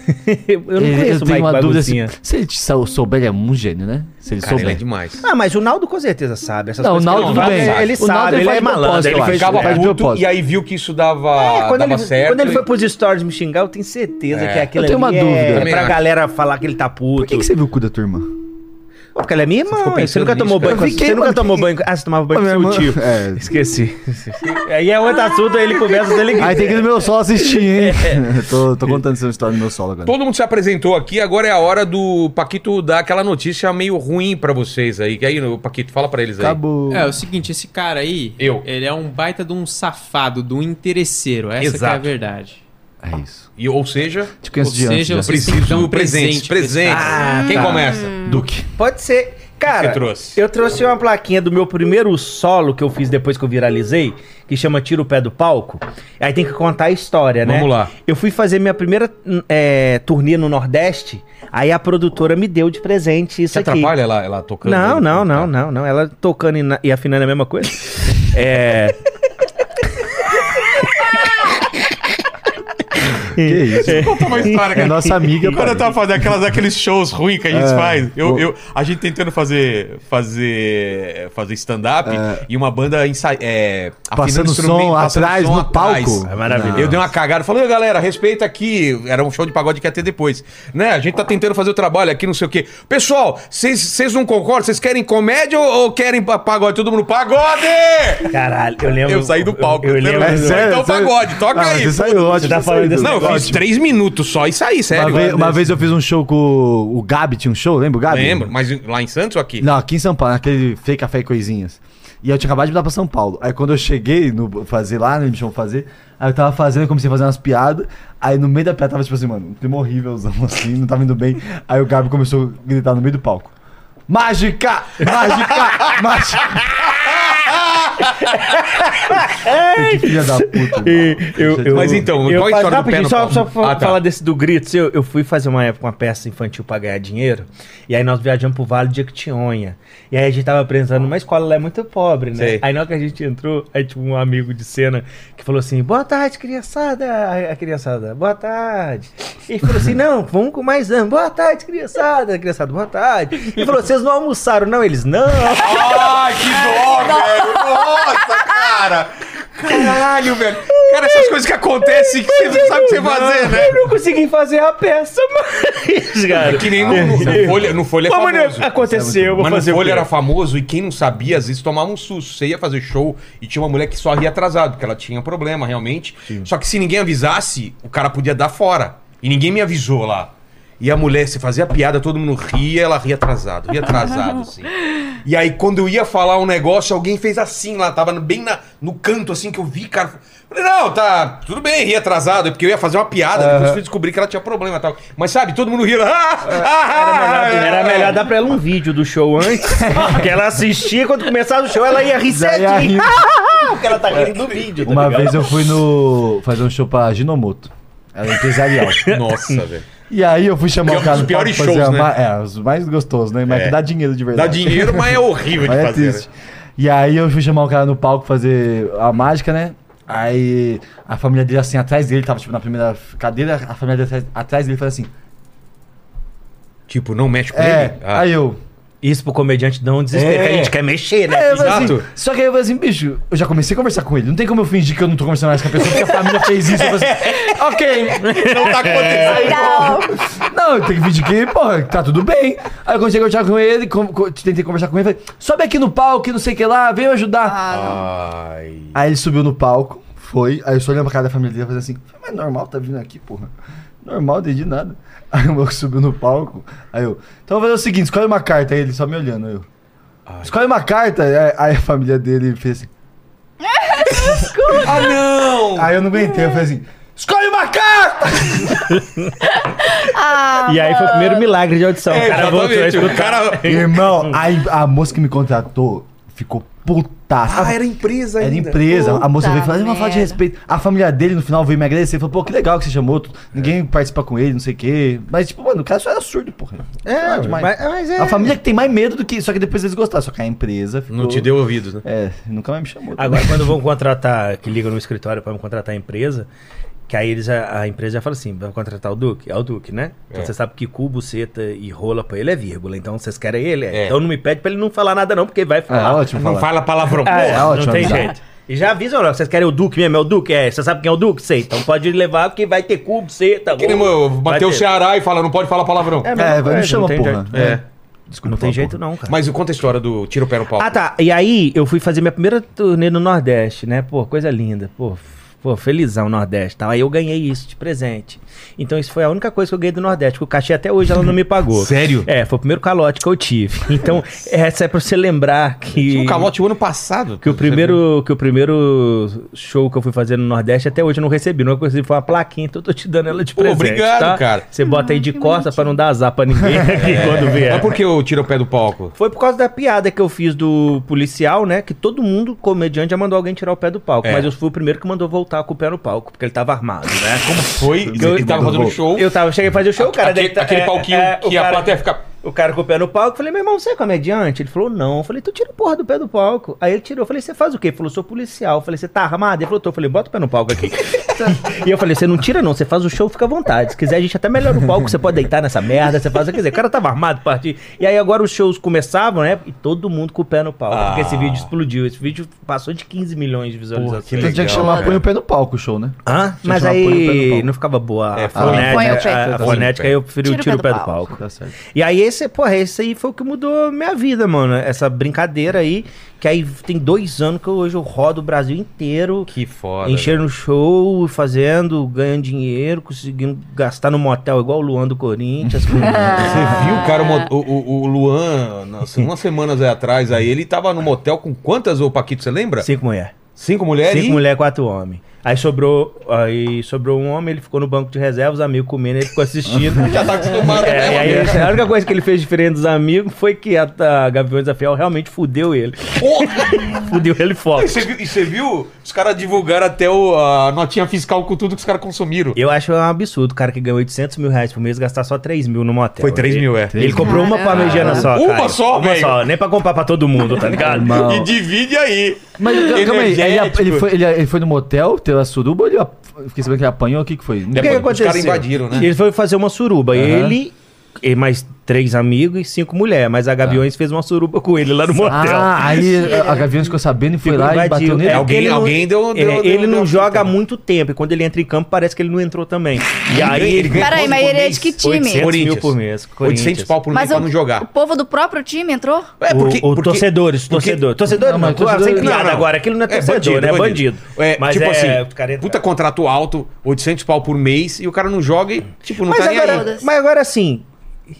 Speaker 5: Eu não
Speaker 3: Ele-
Speaker 5: conheço o Mike Baguncinha.
Speaker 3: assim, se, se ele sou- souber, ele é um gênio, né? Se ele
Speaker 7: Cara, ele é
Speaker 3: souber.
Speaker 7: demais.
Speaker 5: Ah, mas o Naldo com certeza sabe. Essas
Speaker 3: Não, o
Speaker 5: coisas que
Speaker 3: Naldo
Speaker 5: ele
Speaker 3: tudo
Speaker 5: faz,
Speaker 3: bem.
Speaker 5: Ele
Speaker 3: O
Speaker 5: sabe,
Speaker 3: Naldo ele
Speaker 5: ele
Speaker 3: faz
Speaker 5: é
Speaker 3: de propósito,
Speaker 5: malandro. Ele
Speaker 3: eu
Speaker 5: fez...
Speaker 3: acho.
Speaker 7: Ficava
Speaker 3: é de
Speaker 7: puto
Speaker 3: propósito.
Speaker 7: e aí viu que isso dava,
Speaker 5: É, quando,
Speaker 7: dava
Speaker 5: ele,
Speaker 7: certo.
Speaker 5: quando ele
Speaker 7: e-
Speaker 5: foi pros stories me xingar, eu tenho certeza
Speaker 7: É.
Speaker 5: que aquilo
Speaker 3: Eu tenho uma
Speaker 5: ali
Speaker 3: dúvida.
Speaker 5: é
Speaker 7: Também
Speaker 5: pra
Speaker 7: acho.
Speaker 5: galera falar que ele tá puto.
Speaker 3: Por que, que você viu o cu da tua irmã?
Speaker 5: Pô, Porque ela é minha irmã.
Speaker 7: ficou
Speaker 5: Você,
Speaker 7: pensando
Speaker 5: nunca tomou
Speaker 7: nisso,
Speaker 5: banho com
Speaker 3: cara?
Speaker 5: a-
Speaker 3: Eu fiquei,
Speaker 5: Você nunca
Speaker 3: mas
Speaker 5: tomou
Speaker 3: fiquei-
Speaker 5: banho com... Ah, você tomava banho
Speaker 3: Minha
Speaker 5: com seu
Speaker 3: irmã-
Speaker 5: tio.
Speaker 3: É.
Speaker 5: Esqueci. Aí é outro assunto, aí ele conversa dele.
Speaker 3: Aí tem que ir no meu solo assistir, hein? tô, tô contando essa história no meu solo agora.
Speaker 7: Todo mundo se apresentou aqui, agora é a hora do Paquito dar aquela notícia meio ruim pra vocês aí. Que aí, o Paquito, fala pra eles aí.
Speaker 3: Acabou.
Speaker 2: É, é o seguinte, esse cara aí,
Speaker 7: Eu.
Speaker 2: ele é um baita de um safado, de um interesseiro. Essa que é a
Speaker 7: Exato.
Speaker 2: verdade.
Speaker 3: É isso.
Speaker 7: E, ou seja,
Speaker 3: Te conheço
Speaker 2: Ou
Speaker 3: de antes.
Speaker 2: seja,
Speaker 3: já.
Speaker 2: você- Vocês têm que dar
Speaker 7: preciso
Speaker 2: um
Speaker 7: presente.
Speaker 2: presente pra esse
Speaker 7: Presente.
Speaker 5: cara.
Speaker 7: Quem
Speaker 5: Ah, tá.
Speaker 7: começa?
Speaker 3: Duque.
Speaker 5: Pode ser. Cara,
Speaker 7: Você trouxe?
Speaker 5: eu trouxe uma plaquinha do meu primeiro solo que eu fiz depois que eu viralizei, que chama Tira o Pé do Palco. Aí tem que contar a história, né?
Speaker 7: Vamos lá.
Speaker 5: Eu fui fazer minha primeira hum, é, turnê no Nordeste, aí a produtora me deu de presente isso
Speaker 7: Você
Speaker 5: aqui.
Speaker 7: atrapalha ela, ela tocando?
Speaker 5: Não,
Speaker 7: aí?
Speaker 5: não, não, não, não. Ela tocando e, na- e afinando a mesma coisa. é.
Speaker 3: Que isso?
Speaker 1: Conta
Speaker 5: Tá.
Speaker 1: uma história,
Speaker 3: É
Speaker 1: cara.
Speaker 3: nossa amiga.
Speaker 1: Quando eu
Speaker 3: pai.
Speaker 1: tava fazendo aquelas, aqueles shows ruins que a gente
Speaker 3: É,
Speaker 1: faz, eu,
Speaker 3: bom.
Speaker 1: eu, a gente tentando fazer fazer, fazer stand-up e uma banda ensa- é,
Speaker 3: Passando
Speaker 1: afinando
Speaker 3: som
Speaker 1: instrumento, passando
Speaker 3: atrás,
Speaker 1: som
Speaker 3: no
Speaker 1: atrás.
Speaker 3: palco.
Speaker 5: É maravilhoso.
Speaker 1: Eu dei uma cagada, falei, "Ô, galera, respeita aqui. Era um show de pagode que ia ter depois. Né? A gente tá tentando fazer o trabalho aqui, não sei o quê. Pessoal, vocês vocês não concordam? Vocês querem comédia ou, ou querem pa- pagode? Todo mundo, pagode!
Speaker 5: Caralho, eu lembro.
Speaker 1: Eu saí do palco.
Speaker 5: Eu, eu lembro.
Speaker 1: É sério? então pagode, toca
Speaker 3: Ah,
Speaker 1: aí,
Speaker 3: Você saiu ótimo.
Speaker 5: tá
Speaker 3: você
Speaker 5: falando
Speaker 3: saiu.
Speaker 5: desse
Speaker 1: Não, eu fiz
Speaker 5: Ótimo.
Speaker 1: três minutos só e saí, sério.
Speaker 3: Uma, vez, uma vez eu fiz um show com o- o Gabi, tinha um show, lembra o Gabi?
Speaker 1: Lembro, mas lá em Santos ou aqui?
Speaker 3: Não, aqui em São Paulo, naquele Fê Café e Coisinhas. E eu tinha acabado de mudar pra São Paulo. Aí quando eu cheguei no fazer lá, né, no show fazer, aí eu tava fazendo, comecei a fazer umas piadas. Aí no meio da piada tava tipo assim, mano, um clima horrívelzão assim, não tava indo bem. Aí o Gabi começou a gritar no meio do palco. Mágica! Mágica! Mágica! que filha da puta. mano.
Speaker 5: Eu, eu,
Speaker 1: Mas então,
Speaker 5: eu
Speaker 1: qual a
Speaker 5: faz-
Speaker 1: história do pé
Speaker 5: rapidinho,
Speaker 1: no
Speaker 5: só,
Speaker 1: palco?
Speaker 5: só fa-
Speaker 1: Ah, tá.
Speaker 5: falar desse do grito. Eu, eu fui fazer uma época uma peça infantil pra ganhar dinheiro. E aí nós viajamos pro Vale de Actionha. E aí a gente tava apresentando numa escola lá é muito pobre, né?
Speaker 1: Sei.
Speaker 5: Aí na hora que a gente entrou, aí tipo um amigo de cena que falou assim: boa tarde, criançada. Aí A criançada, boa tarde. E falou assim: não, vamos com mais ânimo. Boa tarde, criançada. A criançada, boa tarde. E falou: vocês não almoçaram, não? Eles, não.
Speaker 1: Ai, que dó, velho! Nossa, cara! Caralho, velho! Cara, essas coisas que acontecem que você não sabe o que você fazer, né?
Speaker 5: Eu não consegui fazer a peça mais, cara.
Speaker 1: É Que nem no, no Folha, no Folha é
Speaker 5: Pô, mano,
Speaker 1: famoso.
Speaker 5: aconteceu, eu vou
Speaker 1: Mas
Speaker 5: fazer
Speaker 1: no
Speaker 5: o
Speaker 1: Folha
Speaker 5: quê?
Speaker 1: era famoso e quem não sabia, às vezes tomava um susto. Você ia fazer show e tinha uma mulher que só ria atrasado, porque ela tinha problema, realmente. Só que se ninguém avisasse, o cara podia dar fora. E ninguém me avisou lá. E a mulher, você fazia piada, todo mundo ria, ela ria atrasado, ria atrasado, assim. E aí, quando eu ia falar um negócio, alguém fez assim lá, tava bem na- no canto, assim, que eu vi, cara. Falei, não, tá, tudo bem, ria atrasado, é porque eu ia fazer uma piada, depois fui descobrir que ela tinha problema e tal. Mas sabe, todo mundo ria. Ah, ah, ah,
Speaker 5: Era É, melhor, era melhor dar pra ela um vídeo do show antes, porque ela assistia quando começava o show, ela ia rir
Speaker 3: Já ia
Speaker 5: certinho.
Speaker 3: rindo.
Speaker 5: porque ela tá rindo do vídeo, tá
Speaker 3: é Uma
Speaker 5: ligado?
Speaker 3: vez eu fui no fazer um show pra Ginomoto. Era um empresarial.
Speaker 1: É. Nossa, velho.
Speaker 3: E aí eu fui chamar
Speaker 1: Pior-
Speaker 3: o cara
Speaker 1: os é
Speaker 3: no
Speaker 1: um piores
Speaker 3: palco pra
Speaker 1: shows,
Speaker 3: fazer a
Speaker 1: né?
Speaker 3: ma- É, os mais gostosos, né? Mas
Speaker 1: É.
Speaker 3: que dá dinheiro de
Speaker 1: Dá
Speaker 3: verdade.
Speaker 1: dinheiro, mas é horrível de
Speaker 3: Mas é
Speaker 1: fazer. né?
Speaker 3: triste. E aí eu fui chamar o cara no palco fazer a mágica, né? Aí a família dele, assim, atrás dele, tava tipo na primeira cadeira, a família dele atrás, atrás dele faz assim,
Speaker 1: né? Tipo, não mexe com
Speaker 3: é,
Speaker 1: ele. Ah.
Speaker 3: aí eu.
Speaker 5: Isso pro comediante dá um desespero,
Speaker 1: É.
Speaker 5: que a gente quer mexer, né?
Speaker 3: É, eu falei
Speaker 1: Exato.
Speaker 3: assim, só que aí eu falei assim, bicho, eu já comecei a conversar com ele. Não tem como eu fingir que eu não tô conversando mais com a pessoa, porque a família fez isso. Eu falei assim, ok,
Speaker 1: Não tá acontecendo.
Speaker 4: Legal.
Speaker 3: Não, eu tenho que pedir que, porra, tá tudo bem. Aí quando cheguei a conversar com ele, com, com- tentei conversar com ele, falei, sobe aqui no palco, que não sei o que lá, vem me ajudar.
Speaker 4: Ah,
Speaker 1: Ai.
Speaker 3: Aí ele subiu no palco, foi, aí eu só olhei pra cara da família dele e falei assim, mas normal tá vindo aqui, porra. Normal, entendi nada. Aí o maluco subiu no palco, aí eu, então eu vou fazer o seguinte, escolhe uma carta, aí ele só me olhando, aí eu. Escolhe uma carta, aí- aí a família dele fez assim.
Speaker 1: Ah, não!
Speaker 3: Aí eu não aguentei, eu falei assim, escolhe uma carta!
Speaker 4: ah,
Speaker 5: E aí foi o
Speaker 1: É,
Speaker 5: primeiro milagre de audição. o É, cara voltou a
Speaker 1: Exatamente.
Speaker 5: escutar.
Speaker 1: O cara.
Speaker 3: Irmão, aí a moça que me contratou ficou putaça.
Speaker 5: Ah,
Speaker 1: era empresa
Speaker 3: Era empresa.
Speaker 4: Puta
Speaker 3: a moça veio e falou, uma falta de
Speaker 4: merda."
Speaker 3: respeito. A família dele, no final, veio me agradecer. Falou, pô, que legal que você chamou. tu- Ninguém participa com ele, não sei o quê. Mas, tipo, mano, o cara só era surdo, porra.
Speaker 5: É, mas, mas é.
Speaker 3: A família que tem mais medo do que... Só que depois eles gostaram. Só que a empresa ficou...
Speaker 7: Não te deu ouvidos, né?
Speaker 3: É, nunca mais me chamou.
Speaker 5: Agora, quando vão contratar, que ligam no escritório pra me contratar a empresa, que aí eles, a, a empresa já fala assim: vamos contratar o Duque? É o Duque, né? Então você sabe que cu, buceta e rola pra ele é vírgula. Então vocês querem ele? É.
Speaker 1: É.
Speaker 5: Então não me pede pra ele não falar nada, não, porque ele vai
Speaker 3: É,
Speaker 5: falar.
Speaker 3: ótimo
Speaker 1: Não
Speaker 3: falar.
Speaker 1: fala palavrão.
Speaker 5: Ah, é,
Speaker 3: Porra,
Speaker 5: não
Speaker 3: ótimo
Speaker 5: tem
Speaker 3: avisar.
Speaker 5: jeito. E já avisa, ó, vocês querem o Duque mesmo? É o Duque? É, você sabe quem é o Duque? Sei. Então pode levar, porque vai ter cu, buceta.
Speaker 1: Que nem
Speaker 5: rola.
Speaker 1: eu
Speaker 5: Vai
Speaker 1: bater o
Speaker 5: ter.
Speaker 1: Ceará e fala, não pode falar palavrão.
Speaker 5: a mesma
Speaker 3: É, vai,
Speaker 5: coisa,
Speaker 3: me chama,
Speaker 5: não tem
Speaker 3: porra.
Speaker 5: jeito.
Speaker 3: É.
Speaker 5: Não
Speaker 3: Desculpa,
Speaker 5: tem
Speaker 3: porra.
Speaker 5: jeito, não, cara.
Speaker 1: Mas conta a história do tira o pé no pau.
Speaker 5: Ah, tá. E aí, eu fui fazer minha primeira turnê no Nordeste, né? Pô, coisa linda. Pô, f- pô felizão Nordeste. Tá? Aí eu ganhei isso de presente. Então, isso foi a única coisa que eu ganhei do Nordeste. Que o cachê até hoje ela não me pagou.
Speaker 1: Sério?
Speaker 5: É, foi o primeiro calote que eu tive. Então, essa é pra você lembrar que.
Speaker 1: Tinha um calote o ano passado. tá
Speaker 5: Que o,
Speaker 1: Você viu?
Speaker 5: primeiro, que o primeiro show que eu fui fazer no Nordeste, até hoje eu não recebi. Não recebi, foi uma plaquinha, então eu tô te dando ela de
Speaker 1: Pô,
Speaker 5: presente.
Speaker 1: obrigado,
Speaker 5: tá?
Speaker 1: cara.
Speaker 5: Você bota aí de costas pra não dar azar pra ninguém aqui quando vier.
Speaker 1: Mas por que eu tiro é o pé do palco?
Speaker 5: Foi por causa da piada que eu fiz do policial, né? Que todo mundo, comediante, já mandou alguém tirar o pé do palco.
Speaker 1: É.
Speaker 5: Mas eu fui o primeiro que mandou voltar com o pé no palco, porque ele tava armado, né?
Speaker 1: Como foi? Ele
Speaker 5: Eu-
Speaker 1: tava fazendo show.
Speaker 5: Eu tava, cheguei a fazer o show, o cara.
Speaker 1: aquele,
Speaker 5: deve tá-
Speaker 1: aquele
Speaker 5: é,
Speaker 1: palquinho
Speaker 5: é, o
Speaker 1: que a
Speaker 5: cara-
Speaker 1: plateia fica.
Speaker 5: O cara com o pé no palco, eu falei, meu irmão, você é comediante? Ele falou, não. Eu falei, tu tira a porra do pé do palco. Aí ele tirou, eu falei, você faz o quê? Ele falou, sou policial. Eu falei, você tá armado? Ele falou, tô. Eu falei, bota o pé no palco aqui. e eu falei, você não tira não, você faz o show, fica à vontade. Se quiser, a gente até melhora o palco, você pode deitar nessa merda, você faz o que quiser. O cara tava armado, partiu. E aí agora os shows começavam, né? E todo mundo com o pé no palco,
Speaker 1: Ah.
Speaker 5: porque esse vídeo explodiu. Esse vídeo passou de 15 milhões de visualizações.
Speaker 1: que
Speaker 3: Então tinha que chamar Põe o Pé no Palco o show, né?
Speaker 5: Hã?
Speaker 3: Tinha
Speaker 5: Mas
Speaker 3: que chamar põe o pé no
Speaker 5: aí
Speaker 3: palco.
Speaker 5: não ficava boa
Speaker 1: É,
Speaker 5: a
Speaker 1: põe o pé.
Speaker 4: Põe o
Speaker 5: fonética,
Speaker 4: pé.
Speaker 5: a- a fonética, aí eu preferi tiro o pé do palco.
Speaker 3: Tá certo.
Speaker 5: E aí, esse, porra, esse aí foi o que mudou minha vida, mano. Essa brincadeira aí, que aí tem dois anos que eu- hoje eu rodo o Brasil inteiro,
Speaker 1: Que foda. né?
Speaker 5: enchendo show, fazendo, ganhando dinheiro, conseguindo gastar no motel igual o Luan do Corinthians. com- Ah.
Speaker 1: Você viu, cara, o mo- o, o, o Luan, nossa, umas semanas aí atrás, aí ele tava no motel com quantas, ô Paquito, você lembra?
Speaker 5: Cinco mulheres.
Speaker 1: Cinco mulheres?
Speaker 5: Cinco
Speaker 1: e-
Speaker 5: mulheres, quatro homens. Aí sobrou, aí sobrou um homem, ele ficou no banco de reservas, amigo comendo, ele ficou assistindo.
Speaker 1: Já tá acostumado,
Speaker 5: É,
Speaker 1: né?
Speaker 5: e aí,
Speaker 1: mano?
Speaker 5: a única coisa que ele fez diferente dos amigos foi que a, a Gaviões da Fiel realmente fudeu ele. fudeu ele
Speaker 1: E
Speaker 5: forte.
Speaker 1: você viu, e você viu? Os caras divulgaram até o, a notinha fiscal com tudo que os caras consumiram.
Speaker 5: Eu acho um absurdo o cara que ganhou 800 mil reais por mês gastar só 3 mil no motel.
Speaker 1: Foi 3
Speaker 5: Ele-
Speaker 1: mil, é.
Speaker 5: Ele, comprou uma parmegiana só.
Speaker 1: Uma
Speaker 5: cara.
Speaker 1: só,
Speaker 5: Uma
Speaker 1: velho?
Speaker 5: só. Nem pra comprar pra todo mundo, tá ligado?
Speaker 3: Irmão.
Speaker 1: E divide aí.
Speaker 3: Mas calma aí, ele, é,
Speaker 1: Energético.
Speaker 3: ele foi, ele, ele foi no motel, teve a suruba, ele ap- fiquei sabendo que ele apanhou, o que que foi?
Speaker 5: O que, que
Speaker 1: Os
Speaker 5: aconteceu?
Speaker 1: caras invadiram, né?
Speaker 5: Ele foi fazer uma suruba. Ele e mais três amigos e cinco mulheres. Mas a Gaviões fez uma suruba com ele lá no motel.
Speaker 3: Tá. Ah, aí a Gaviões ficou sabendo e foi
Speaker 5: Ficou
Speaker 3: lá e
Speaker 5: invadido.
Speaker 3: bateu nele.
Speaker 5: É,
Speaker 1: Alguém-
Speaker 5: ele
Speaker 1: alguém deu-
Speaker 5: é,
Speaker 1: deu- deu-
Speaker 5: ele
Speaker 1: deu-
Speaker 5: não
Speaker 1: deu-
Speaker 5: joga há muito tempo. E quando ele entra em campo, parece que ele não entrou também. E aí ele ganha
Speaker 4: Peraí, mas ele é de que
Speaker 5: 800
Speaker 4: time?
Speaker 1: Corinthians.
Speaker 5: mil por mês.
Speaker 1: 800 pau por mês
Speaker 4: Mas
Speaker 1: pra
Speaker 4: o,
Speaker 1: não
Speaker 4: o
Speaker 1: jogar.
Speaker 4: povo do próprio time entrou?
Speaker 1: É,
Speaker 5: o, o torcedores, torcedor. Torcedor
Speaker 3: Não,
Speaker 5: não,
Speaker 3: mas
Speaker 5: claro,
Speaker 3: torcedor-
Speaker 5: sem piada
Speaker 1: Não, não.
Speaker 5: agora. Aquilo não é torcedor, né? É bandido.
Speaker 1: É,
Speaker 5: mas
Speaker 1: tipo
Speaker 5: é,
Speaker 1: assim,
Speaker 5: cara entra-
Speaker 1: puta contrato alto, 800 pau por mês, e o cara não joga e, tipo, não
Speaker 5: mas,
Speaker 1: tá nem aí.
Speaker 5: agora, mas agora assim,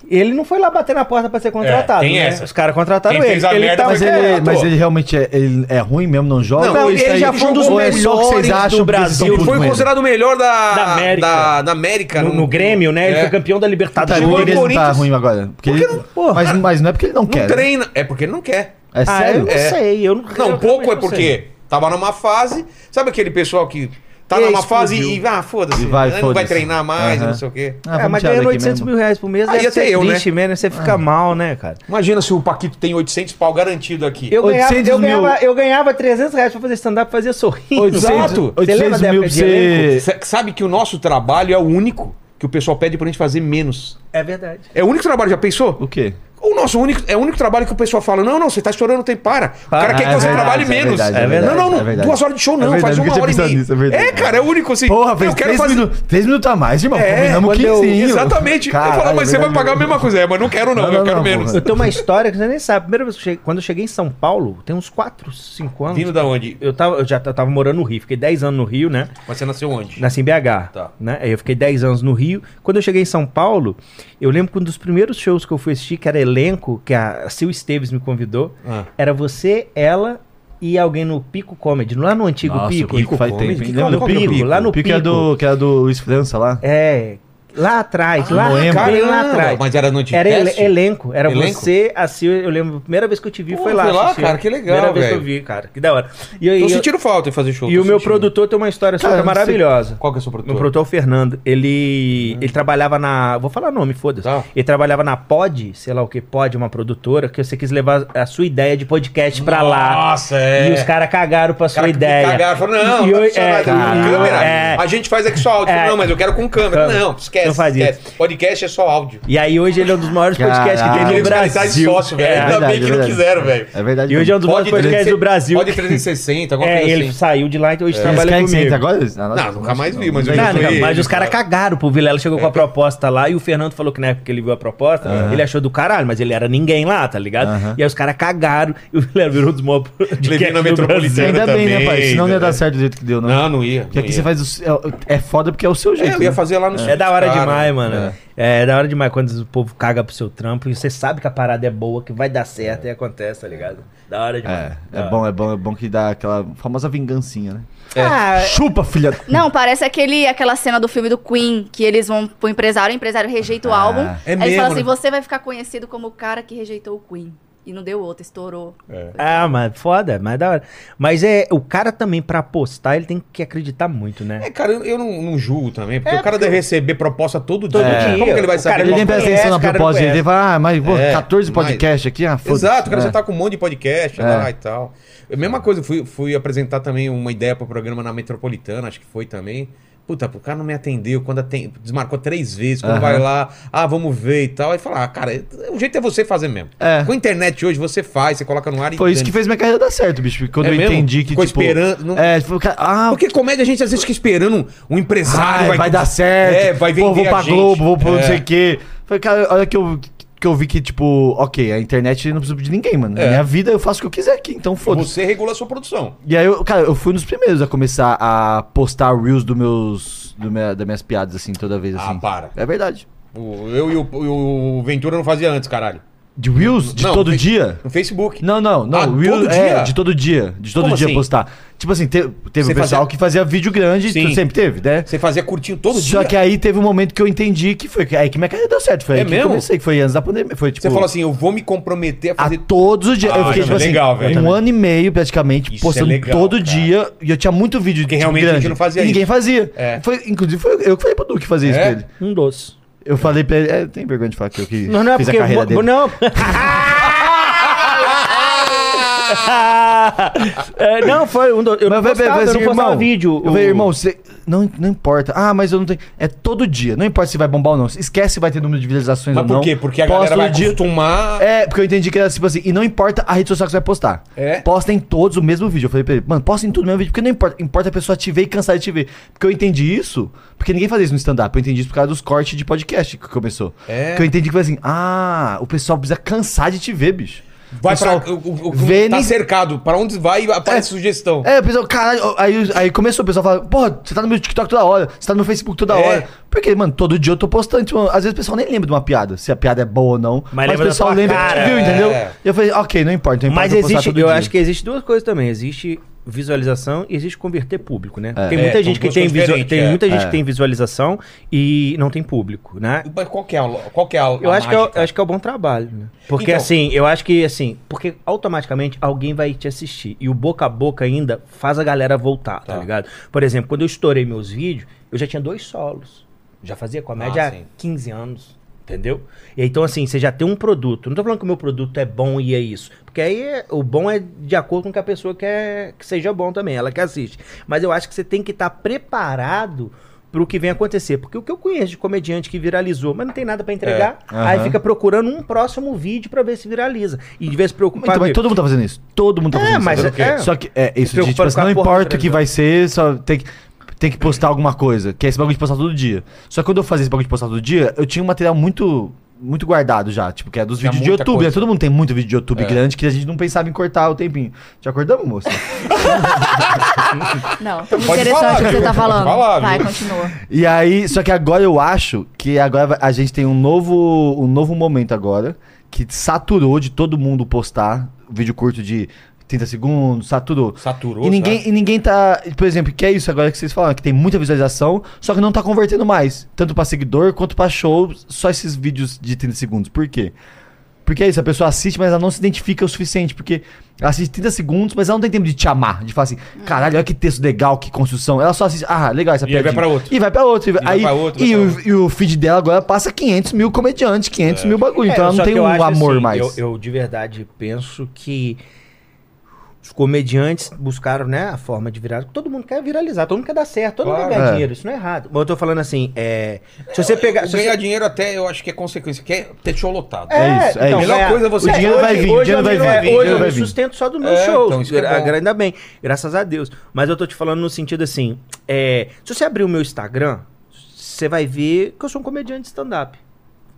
Speaker 5: ele não foi lá bater na porta pra ser contratado.
Speaker 1: tem
Speaker 5: né?
Speaker 1: essa.
Speaker 5: Os caras contrataram
Speaker 1: Quem fez
Speaker 5: ele.
Speaker 1: a
Speaker 5: Ele
Speaker 1: merda
Speaker 5: tava.
Speaker 3: Mas
Speaker 1: foi quem
Speaker 5: é,
Speaker 3: ele,
Speaker 1: contratou.
Speaker 3: mas ele realmente é, ele é ruim mesmo, não joga?
Speaker 5: Não,
Speaker 3: Ou
Speaker 5: ele
Speaker 3: tá aí-
Speaker 5: já foi um dos
Speaker 3: ou é só o que vocês
Speaker 5: melhores
Speaker 3: acham
Speaker 5: do
Speaker 3: que vocês
Speaker 5: Brasil.
Speaker 3: são
Speaker 5: Ele
Speaker 3: putos
Speaker 1: Foi
Speaker 3: com ele?
Speaker 1: considerado o melhor da,
Speaker 5: Da América.
Speaker 1: Da, da América.
Speaker 5: no, no Grêmio, né? Ele
Speaker 1: É.
Speaker 5: foi campeão da
Speaker 3: Tá, ele
Speaker 5: Libertadores.
Speaker 3: não tá
Speaker 1: Corinthians.
Speaker 3: ruim agora. Porque ele-
Speaker 5: porra.
Speaker 3: mas, mas não é porque ele não,
Speaker 1: Não
Speaker 3: quer. né?
Speaker 1: treina. É porque ele não quer.
Speaker 3: É
Speaker 5: Ah,
Speaker 3: sério?
Speaker 5: eu não
Speaker 1: É.
Speaker 5: sei. Eu não,
Speaker 1: Não,
Speaker 5: eu
Speaker 1: pouco é
Speaker 5: realmente não sei.
Speaker 1: porque tava numa fase. Sabe aquele pessoal que tá
Speaker 5: E aí
Speaker 1: numa fase
Speaker 5: explodiu.
Speaker 1: e. Ah, foda-se.
Speaker 3: E vai,
Speaker 1: não vai
Speaker 3: foda-se.
Speaker 1: treinar mais,
Speaker 3: Aham.
Speaker 1: não sei o quê.
Speaker 3: Ah,
Speaker 5: é,
Speaker 3: vamos
Speaker 5: mas
Speaker 3: tirar
Speaker 5: ganhando
Speaker 3: daqui
Speaker 5: 800
Speaker 3: mesmo.
Speaker 5: mil reais por mês
Speaker 1: Aí
Speaker 5: deve
Speaker 1: até
Speaker 5: ser
Speaker 1: eu, né?
Speaker 5: triste mesmo, você fica mal, né, cara?
Speaker 1: Imagina se o Paquito tem 800 pau garantido aqui.
Speaker 5: Eu ganhava,
Speaker 3: 800
Speaker 5: eu,
Speaker 3: mil.
Speaker 5: ganhava, eu ganhava 300 reais pra fazer stand-up, fazia sorrindo.
Speaker 3: 800,
Speaker 5: Exato.
Speaker 3: 800
Speaker 5: da
Speaker 3: mil
Speaker 5: época
Speaker 3: pra
Speaker 5: de
Speaker 3: você...
Speaker 5: elenco?
Speaker 1: Sa- Sabe que o nosso trabalho é o único que o pessoal pede pra gente fazer menos.
Speaker 5: É verdade.
Speaker 1: É o único trabalho, já pensou?
Speaker 3: O quê?
Speaker 1: O nosso único, é o único trabalho que o pessoal fala: não, não, você tá estourando o tempo, para. O cara
Speaker 3: Ah,
Speaker 1: quer que
Speaker 3: é
Speaker 1: você
Speaker 3: verdade,
Speaker 1: trabalhe
Speaker 3: é
Speaker 1: menos.
Speaker 3: verdade, é
Speaker 1: não,
Speaker 3: verdade,
Speaker 1: não,
Speaker 3: é
Speaker 1: não.
Speaker 3: verdade.
Speaker 1: duas horas de show não,
Speaker 3: É verdade,
Speaker 1: faz
Speaker 3: nunca
Speaker 1: uma
Speaker 3: tinha
Speaker 1: hora e
Speaker 3: pensado
Speaker 1: meia.
Speaker 3: nisso, é verdade.
Speaker 1: é, cara, é o único assim.
Speaker 3: Porra, fez
Speaker 1: eu quero
Speaker 3: 3
Speaker 1: fazer.
Speaker 3: minutos, três minutos a mais, irmão.
Speaker 1: É,
Speaker 3: Combinamos
Speaker 1: quando
Speaker 3: 15.
Speaker 1: eu- exatamente. eu falo, mas você vai pagar a mesma coisa. É, mas não quero não,
Speaker 3: Não,
Speaker 1: eu
Speaker 3: não,
Speaker 1: quero
Speaker 3: não,
Speaker 1: menos.
Speaker 3: porra.
Speaker 5: Eu tenho uma história que você nem sabe. A primeira vez que eu cheguei, quando eu cheguei em São Paulo, tem uns 4, 5 anos.
Speaker 1: Vindo da onde?
Speaker 5: Eu, tava, eu já t- eu tava morando no Rio, fiquei 10 anos no Rio, né?
Speaker 1: Mas você nasceu onde?
Speaker 5: Nasci em BH.
Speaker 1: Tá.
Speaker 5: Né? Aí Eu fiquei 10 anos no Rio. Quando eu cheguei em São Paulo, eu lembro que um dos primeiros shows que eu fui assistir, que era elenco, que a Sil Esteves me convidou,
Speaker 1: Ah.
Speaker 5: era você, ela e alguém no Pico Comedy, lá no antigo
Speaker 3: Nossa,
Speaker 5: Pico.
Speaker 3: Pico faz
Speaker 1: Comedy,
Speaker 3: tempo. hein?
Speaker 1: que é o
Speaker 3: Lembra?
Speaker 5: No
Speaker 1: Qual que é o
Speaker 5: Pico,
Speaker 1: Pico?
Speaker 5: lá no
Speaker 3: O Pico é do, que é do Luiz França lá.
Speaker 5: É, Lá atrás, lá,
Speaker 1: Moema.
Speaker 5: bem lá
Speaker 1: Caramba,
Speaker 5: atrás.
Speaker 1: mas é era no de
Speaker 5: Era ele-
Speaker 1: teste?
Speaker 5: elenco, era
Speaker 1: Elenco?
Speaker 5: você, a Sil, eu lembro, a primeira vez que eu te vi
Speaker 1: Pô,
Speaker 5: foi lá.
Speaker 1: foi lá,
Speaker 5: assistir.
Speaker 1: cara, que legal,
Speaker 5: Primeira vez que eu
Speaker 1: velho. Então
Speaker 5: vi, cara, que da hora. E, aí,
Speaker 1: Tô
Speaker 5: eu-
Speaker 1: sentindo falta em fazer show.
Speaker 5: e
Speaker 1: tô
Speaker 5: o meu
Speaker 1: sentindo.
Speaker 5: produtor tem uma história
Speaker 3: Cara,
Speaker 5: super
Speaker 3: não sei-
Speaker 5: maravilhosa.
Speaker 1: Qual que é o seu produtor?
Speaker 5: Meu produtor é o Fernando. Ele, ele trabalhava na. Vou falar nome, foda-se.
Speaker 1: Hum. Tá.
Speaker 5: Ele trabalhava na Pod, sei lá o que, Pod, uma produtora, que você quis levar a sua ideia de podcast pra lá.
Speaker 1: Nossa, é.
Speaker 5: E os caras cagaram pra sua
Speaker 1: Cara,
Speaker 5: ideia.
Speaker 1: Cagaram, falaram, não,
Speaker 5: E
Speaker 1: não
Speaker 5: eu-
Speaker 1: vai funcionar,
Speaker 5: é,
Speaker 1: tem
Speaker 5: cara,
Speaker 1: que ter câmera.
Speaker 5: é.
Speaker 1: A gente faz aqui só áudio.
Speaker 5: É.
Speaker 1: Não, mas eu quero com câmera.
Speaker 5: Câmera.
Speaker 1: Não, esquece.
Speaker 5: Não faz isso.
Speaker 1: esquece. Podcast é só áudio.
Speaker 5: E aí hoje ele é um dos maiores podcasts que tem
Speaker 3: Caralho.
Speaker 5: no
Speaker 1: Eles querem estar de
Speaker 5: Brasil. É.
Speaker 1: sócio, velho. É, Ainda
Speaker 3: é verdade,
Speaker 1: bem que não
Speaker 3: verdade.
Speaker 1: quiseram, velho.
Speaker 3: É verdade.
Speaker 5: E hoje é um
Speaker 3: mesmo.
Speaker 5: dos maiores podcasts do Brasil.
Speaker 1: Pode 360, alguma
Speaker 5: É,
Speaker 1: coisa
Speaker 5: ele
Speaker 1: assim.
Speaker 5: saiu de lá e hoje
Speaker 3: É, Eles
Speaker 5: trabalha
Speaker 3: querem que você entre
Speaker 5: comigo.
Speaker 3: agora?
Speaker 1: Não, nunca mais vi, mas eu
Speaker 5: Não,
Speaker 1: já
Speaker 5: não,
Speaker 1: vi.
Speaker 5: mas os caras cagaram pro Vilela, chegou
Speaker 1: É.
Speaker 5: com a proposta lá e o Fernando falou que na época que ele viu a proposta, ele achou do caralho, mas ele era ninguém lá, tá ligado?
Speaker 3: Aham.
Speaker 5: E aí os caras cagaram e o Vilela virou um dos maiores
Speaker 1: Levei na
Speaker 5: podcasts do Brasil.
Speaker 1: metropolitana
Speaker 3: Ainda bem, né,
Speaker 1: também,
Speaker 3: pai? Senão não ia dar
Speaker 1: velho.
Speaker 3: certo do jeito que deu, não.
Speaker 1: Não, não ia.
Speaker 3: Porque
Speaker 1: não
Speaker 3: aqui
Speaker 1: ia.
Speaker 3: você faz. o s- É, é foda porque é o seu
Speaker 1: É,
Speaker 3: jeito.
Speaker 1: eu ia
Speaker 3: né?
Speaker 1: fazer lá no
Speaker 5: É da hora
Speaker 1: Cara,
Speaker 5: demais, mano. É. da hora demais quando o povo caga pro seu trampo e você sabe que a parada é boa, que vai dar certo e acontece, tá ligado? Da hora demais.
Speaker 3: É,
Speaker 5: Da
Speaker 3: é
Speaker 5: hora.
Speaker 3: bom, é bom, é bom que dá aquela famosa vingancinha, né?
Speaker 1: É.
Speaker 5: Ah,
Speaker 3: Chupa, filha!
Speaker 4: Não, parece aquele, aquela cena do filme do Queen, que eles vão pro empresário, o empresário rejeita o
Speaker 3: Ah,
Speaker 4: álbum.
Speaker 1: é
Speaker 4: aí
Speaker 1: mesmo,
Speaker 4: ele fala assim:
Speaker 1: né?
Speaker 4: você vai ficar conhecido como o cara que rejeitou o Queen. E não deu outro, estourou.
Speaker 5: Ah, mas foda, mas da hora. Mas é, o cara também, pra apostar, ele tem que acreditar muito, né?
Speaker 1: É, cara, eu, eu não, não julgo também, porque
Speaker 5: É,
Speaker 1: o cara
Speaker 5: porque
Speaker 1: deve receber proposta todo dia.
Speaker 5: Todo dia.
Speaker 1: Como que ele vai
Speaker 5: O
Speaker 1: saber?
Speaker 5: cara,
Speaker 3: Ele
Speaker 1: qual
Speaker 3: nem
Speaker 1: que é?
Speaker 3: presta
Speaker 5: conhece,
Speaker 3: atenção na
Speaker 5: cara, não
Speaker 3: propósito, ele
Speaker 5: conhece.
Speaker 3: fala, ah, mas pô,
Speaker 1: É,
Speaker 3: 14
Speaker 1: mas-
Speaker 3: podcasts aqui, ah, foda-se.
Speaker 1: Exato, o cara
Speaker 3: É.
Speaker 1: já tá com um monte de podcast lá e tal. É A mesma coisa, fui, fui apresentar também uma ideia pro programa na Metropolitana, acho que foi também. Puta, o cara não me atendeu, quando aten- desmarcou três vezes, quando
Speaker 3: Aham.
Speaker 1: vai lá, ah, vamos ver e tal. Aí fala, ah, cara, o jeito é você fazer mesmo.
Speaker 3: É.
Speaker 1: Com a internet hoje, você faz, você coloca no ar e.
Speaker 3: Foi isso que
Speaker 1: dane-se.
Speaker 3: fez minha carreira dar certo, bicho. porque Quando
Speaker 1: É
Speaker 3: eu
Speaker 1: mesmo?
Speaker 3: entendi que.
Speaker 1: Ficou
Speaker 3: tipo,
Speaker 1: esperando, não-
Speaker 3: É, tipo, cara, ah,
Speaker 1: Porque comédia a gente às vezes fica esperando um- um empresário.
Speaker 3: Ai, vai, dar certo.
Speaker 1: É, vai vender
Speaker 3: Pô, vou
Speaker 1: a
Speaker 3: pra
Speaker 1: gente.
Speaker 3: Globo, vou pra não
Speaker 1: É.
Speaker 3: sei o quê. Falei, cara, olha que eu, que eu vi que, tipo, ok, a internet não precisa de ninguém, mano. Na
Speaker 1: É.
Speaker 3: minha vida eu faço o que eu quiser aqui, então foda-se.
Speaker 1: Você regula a sua produção.
Speaker 3: E aí, eu, cara, eu fui um dos primeiros a começar a postar reels do meus, do minha, das minhas piadas, assim, toda vez, assim.
Speaker 1: Ah, para.
Speaker 3: É verdade.
Speaker 1: O- Eu e o, o- o Ventura não fazia antes, caralho.
Speaker 3: De reels? De
Speaker 1: Não,
Speaker 3: todo
Speaker 1: tem-
Speaker 3: dia?
Speaker 1: No Facebook.
Speaker 3: Não, não, não.
Speaker 1: Ah,
Speaker 3: reels,
Speaker 1: todo
Speaker 3: É,
Speaker 1: dia?
Speaker 3: de todo dia. De todo
Speaker 1: Como
Speaker 3: dia
Speaker 1: assim?
Speaker 3: postar. Tipo assim, te- teve
Speaker 1: Você
Speaker 3: o pessoal
Speaker 1: fazia-
Speaker 3: que fazia vídeo grande,
Speaker 1: Sim.
Speaker 3: tu sempre teve, né?
Speaker 1: Você fazia curtinho todo
Speaker 3: Só
Speaker 1: dia.
Speaker 3: que aí teve um momento que eu entendi que foi aí que minha carreira deu certo. Foi aí
Speaker 1: É
Speaker 3: que
Speaker 1: mesmo?
Speaker 3: eu comecei, que foi antes da pandemia. Foi tipo.
Speaker 1: Você falou assim, eu vou me comprometer a
Speaker 3: A
Speaker 1: fazer
Speaker 3: todos os dias.
Speaker 1: Ah,
Speaker 3: eu fiquei,
Speaker 1: isso
Speaker 3: tipo
Speaker 1: é
Speaker 3: assim,
Speaker 1: legal, velho.
Speaker 3: um ano e meio praticamente,
Speaker 1: Isso é
Speaker 3: postando
Speaker 1: legal,
Speaker 3: todo
Speaker 1: cara.
Speaker 3: dia. E eu tinha muito vídeo tipo,
Speaker 1: Porque realmente a gente não fazia
Speaker 3: e ninguém fazia.
Speaker 1: É.
Speaker 3: Foi, inclusive, foi eu que falei pro Duque fazer isso
Speaker 1: É?
Speaker 3: pra ele.
Speaker 5: Um doce.
Speaker 3: Eu falei pra ele, é, tem vergonha de falar que eu que
Speaker 5: Não, não é
Speaker 3: fiz a
Speaker 5: porque.
Speaker 3: carreira
Speaker 5: vo-
Speaker 3: dele.
Speaker 5: Não. É, não, foi um doce. Eu não
Speaker 3: Mas vai, vai,
Speaker 5: postava,
Speaker 3: vai,
Speaker 5: eu não
Speaker 3: assim,
Speaker 5: postava
Speaker 3: irmão,
Speaker 5: vídeo.
Speaker 3: Eu
Speaker 5: o-
Speaker 3: falei, irmão, você. Não, não importa. Ah, mas eu não tenho. É todo dia. Não importa se vai bombar ou não. Esquece se vai ter número de visualizações
Speaker 1: Mas
Speaker 3: ou não.
Speaker 1: por quê? Porque a
Speaker 3: Posta
Speaker 1: galera vai
Speaker 3: todo dia.
Speaker 1: acostumar.
Speaker 3: É, porque eu entendi que era tipo assim, e não importa a rede social que você vai postar.
Speaker 1: É?
Speaker 3: Posta em todos o mesmo vídeo. Eu falei pra ele, mano, posta em tudo o mesmo vídeo, porque não importa. Importa a pessoa te ver e cansar de te ver. Porque eu entendi isso, porque ninguém fazia isso no stand-up. Eu entendi isso por causa dos cortes de podcast que começou.
Speaker 1: É.
Speaker 3: Porque eu entendi que foi assim, ah, o pessoal precisa cansar de te ver, bicho.
Speaker 1: Vai pra.
Speaker 3: pessoal,
Speaker 1: O, o, o,
Speaker 3: vê
Speaker 1: tá
Speaker 3: nem-
Speaker 1: cercado. Pra onde vai aparece sugestão.
Speaker 5: Então.
Speaker 3: É, o pessoal, caralho, aí, aí começou o pessoal a falar, porra, você tá no meu TikTok toda hora, você tá no meu Facebook toda
Speaker 1: É.
Speaker 3: hora. Porque, mano, todo dia eu tô postando. Tipo, às vezes o pessoal nem lembra de uma piada, se a piada é boa ou não. Mas,
Speaker 5: lembra
Speaker 3: o
Speaker 5: da
Speaker 3: pessoal
Speaker 5: tua
Speaker 3: lembra
Speaker 5: cara.
Speaker 3: que viu, entendeu?
Speaker 1: É.
Speaker 3: E eu falei, ok, não importa, não importa
Speaker 5: Mas
Speaker 3: eu postar
Speaker 5: existe, eu
Speaker 3: todo dia.
Speaker 5: acho que existe duas coisas também. Existe visualização e existe converter público, né? Tem
Speaker 1: É,
Speaker 5: muita
Speaker 1: são
Speaker 5: gente que
Speaker 1: duas
Speaker 5: tem,
Speaker 1: coisas
Speaker 5: visu-
Speaker 1: diferentes,
Speaker 5: tem
Speaker 1: é.
Speaker 5: muita gente que tem visualização e não tem público, né?
Speaker 1: Mas qual que é a. lo- Qual que é a
Speaker 5: Eu
Speaker 1: a
Speaker 5: acho, que é, o-
Speaker 1: mágica?
Speaker 5: eu acho que é o bom trabalho, né? Porque
Speaker 1: Então-
Speaker 5: assim, eu acho que assim, porque automaticamente alguém vai te assistir. E o boca a boca ainda faz a galera voltar, tá,
Speaker 1: Tá.
Speaker 5: ligado? Por exemplo, quando eu estourei meus vídeos, eu já tinha dois solos. Já fazia comédia
Speaker 1: Ah,
Speaker 5: há
Speaker 1: sim.
Speaker 5: 15 anos. Entendeu? E aí, então, assim, você já tem um produto. Não tô falando que o meu produto é bom e é isso. Porque aí é- o bom é de acordo com o que a pessoa quer que seja bom também, ela que assiste. Mas eu acho que você tem que estar preparado pro que vem acontecer. Porque o que eu conheço de comediante que viralizou, mas não tem nada pra entregar,
Speaker 3: É, aham.
Speaker 5: aí fica procurando um próximo vídeo pra ver se viraliza. E de vez se preocupar.
Speaker 3: Então, mas
Speaker 5: amigo,
Speaker 3: todo mundo tá fazendo isso. Todo mundo tá
Speaker 5: É,
Speaker 3: fazendo
Speaker 5: mas
Speaker 3: isso.
Speaker 5: é- é.
Speaker 3: Só que é isso,
Speaker 5: Se
Speaker 3: de, tipo,
Speaker 5: preocupando
Speaker 3: assim,
Speaker 5: com a
Speaker 3: não
Speaker 5: porra né,
Speaker 3: importa
Speaker 5: do
Speaker 3: o que vai ser, só tem que, tem que postar alguma coisa. Que é esse bagulho de postar todo dia. Só que quando eu fazia esse bagulho de postar todo dia, eu tinha um material muito. Muito guardado já, tipo, que é dos
Speaker 1: Tinha
Speaker 3: vídeos de
Speaker 1: muita
Speaker 3: YouTube.
Speaker 1: coisa.
Speaker 3: né? Todo mundo tem muito vídeo de
Speaker 5: É.
Speaker 3: YouTube grande que a gente não pensava em cortar o tempinho. Já acordamos, moça?
Speaker 4: Não, muito
Speaker 1: Então pode
Speaker 4: interessante
Speaker 1: falar,
Speaker 4: o que
Speaker 1: viu?
Speaker 4: você tá
Speaker 1: Pode
Speaker 4: falando.
Speaker 1: falar,
Speaker 4: vai,
Speaker 1: viu?
Speaker 4: continua.
Speaker 3: E aí, só que agora eu acho que agora vai- a gente tem um novo, um novo momento agora que saturou de todo mundo postar vídeo curto de 30 segundos, saturou.
Speaker 1: Saturou,
Speaker 3: E ninguém,
Speaker 1: sabe?
Speaker 3: e ninguém tá. Por exemplo, que é isso agora que vocês falaram, que tem muita visualização, só que não tá convertendo mais. Tanto pra seguidor quanto pra show, só esses vídeos de 30 segundos. Por quê? Porque é isso, a pessoa assiste, mas ela não se identifica o suficiente. Porque ela assiste 30 segundos, mas ela não tem tempo de te amar, de falar assim,
Speaker 5: Hum.
Speaker 3: caralho, olha que texto legal, que construção. Ela só assiste, ah, legal essa
Speaker 1: E aí vai
Speaker 3: piadinha.
Speaker 1: pra outro.
Speaker 3: E vai pra outro. E, vai-
Speaker 1: vai
Speaker 3: aí,
Speaker 1: pra outro,
Speaker 3: e,
Speaker 1: vai
Speaker 3: o,
Speaker 1: pra
Speaker 3: e o feed dela agora passa 500 mil comediantes, 500 mil bagulho.
Speaker 5: É,
Speaker 3: então ela
Speaker 5: só
Speaker 3: não tem
Speaker 5: que eu
Speaker 3: um
Speaker 5: acho
Speaker 3: amor
Speaker 5: assim,
Speaker 3: mais.
Speaker 5: Eu, eu de verdade penso que os comediantes buscaram, né, a forma de virar. Todo mundo quer viralizar, todo mundo quer dar certo, todo mundo
Speaker 1: Claro.
Speaker 5: quer ganhar
Speaker 3: É.
Speaker 5: dinheiro, isso não é errado. Mas eu tô falando assim, é, se você pegar, se você-
Speaker 1: Ganhar dinheiro até eu acho que é consequência, que é ter show lotado.
Speaker 3: É
Speaker 5: então,
Speaker 3: isso, é
Speaker 1: A
Speaker 3: isso.
Speaker 1: melhor coisa é você.
Speaker 3: O dinheiro
Speaker 5: hoje-
Speaker 3: vai vir, o
Speaker 5: hoje
Speaker 3: dinheiro
Speaker 5: eu
Speaker 3: vai
Speaker 5: me-
Speaker 3: vir,
Speaker 5: é,
Speaker 3: o dinheiro
Speaker 5: Hoje eu
Speaker 3: vai
Speaker 5: me
Speaker 3: vir.
Speaker 5: sustento só do meu
Speaker 1: É,
Speaker 5: show.
Speaker 1: então, isso que é bom.
Speaker 5: Ainda bem, graças a Deus. Mas eu tô te falando no sentido assim: é, se você abrir o meu Instagram, você vai ver que eu sou um comediante de stand-up.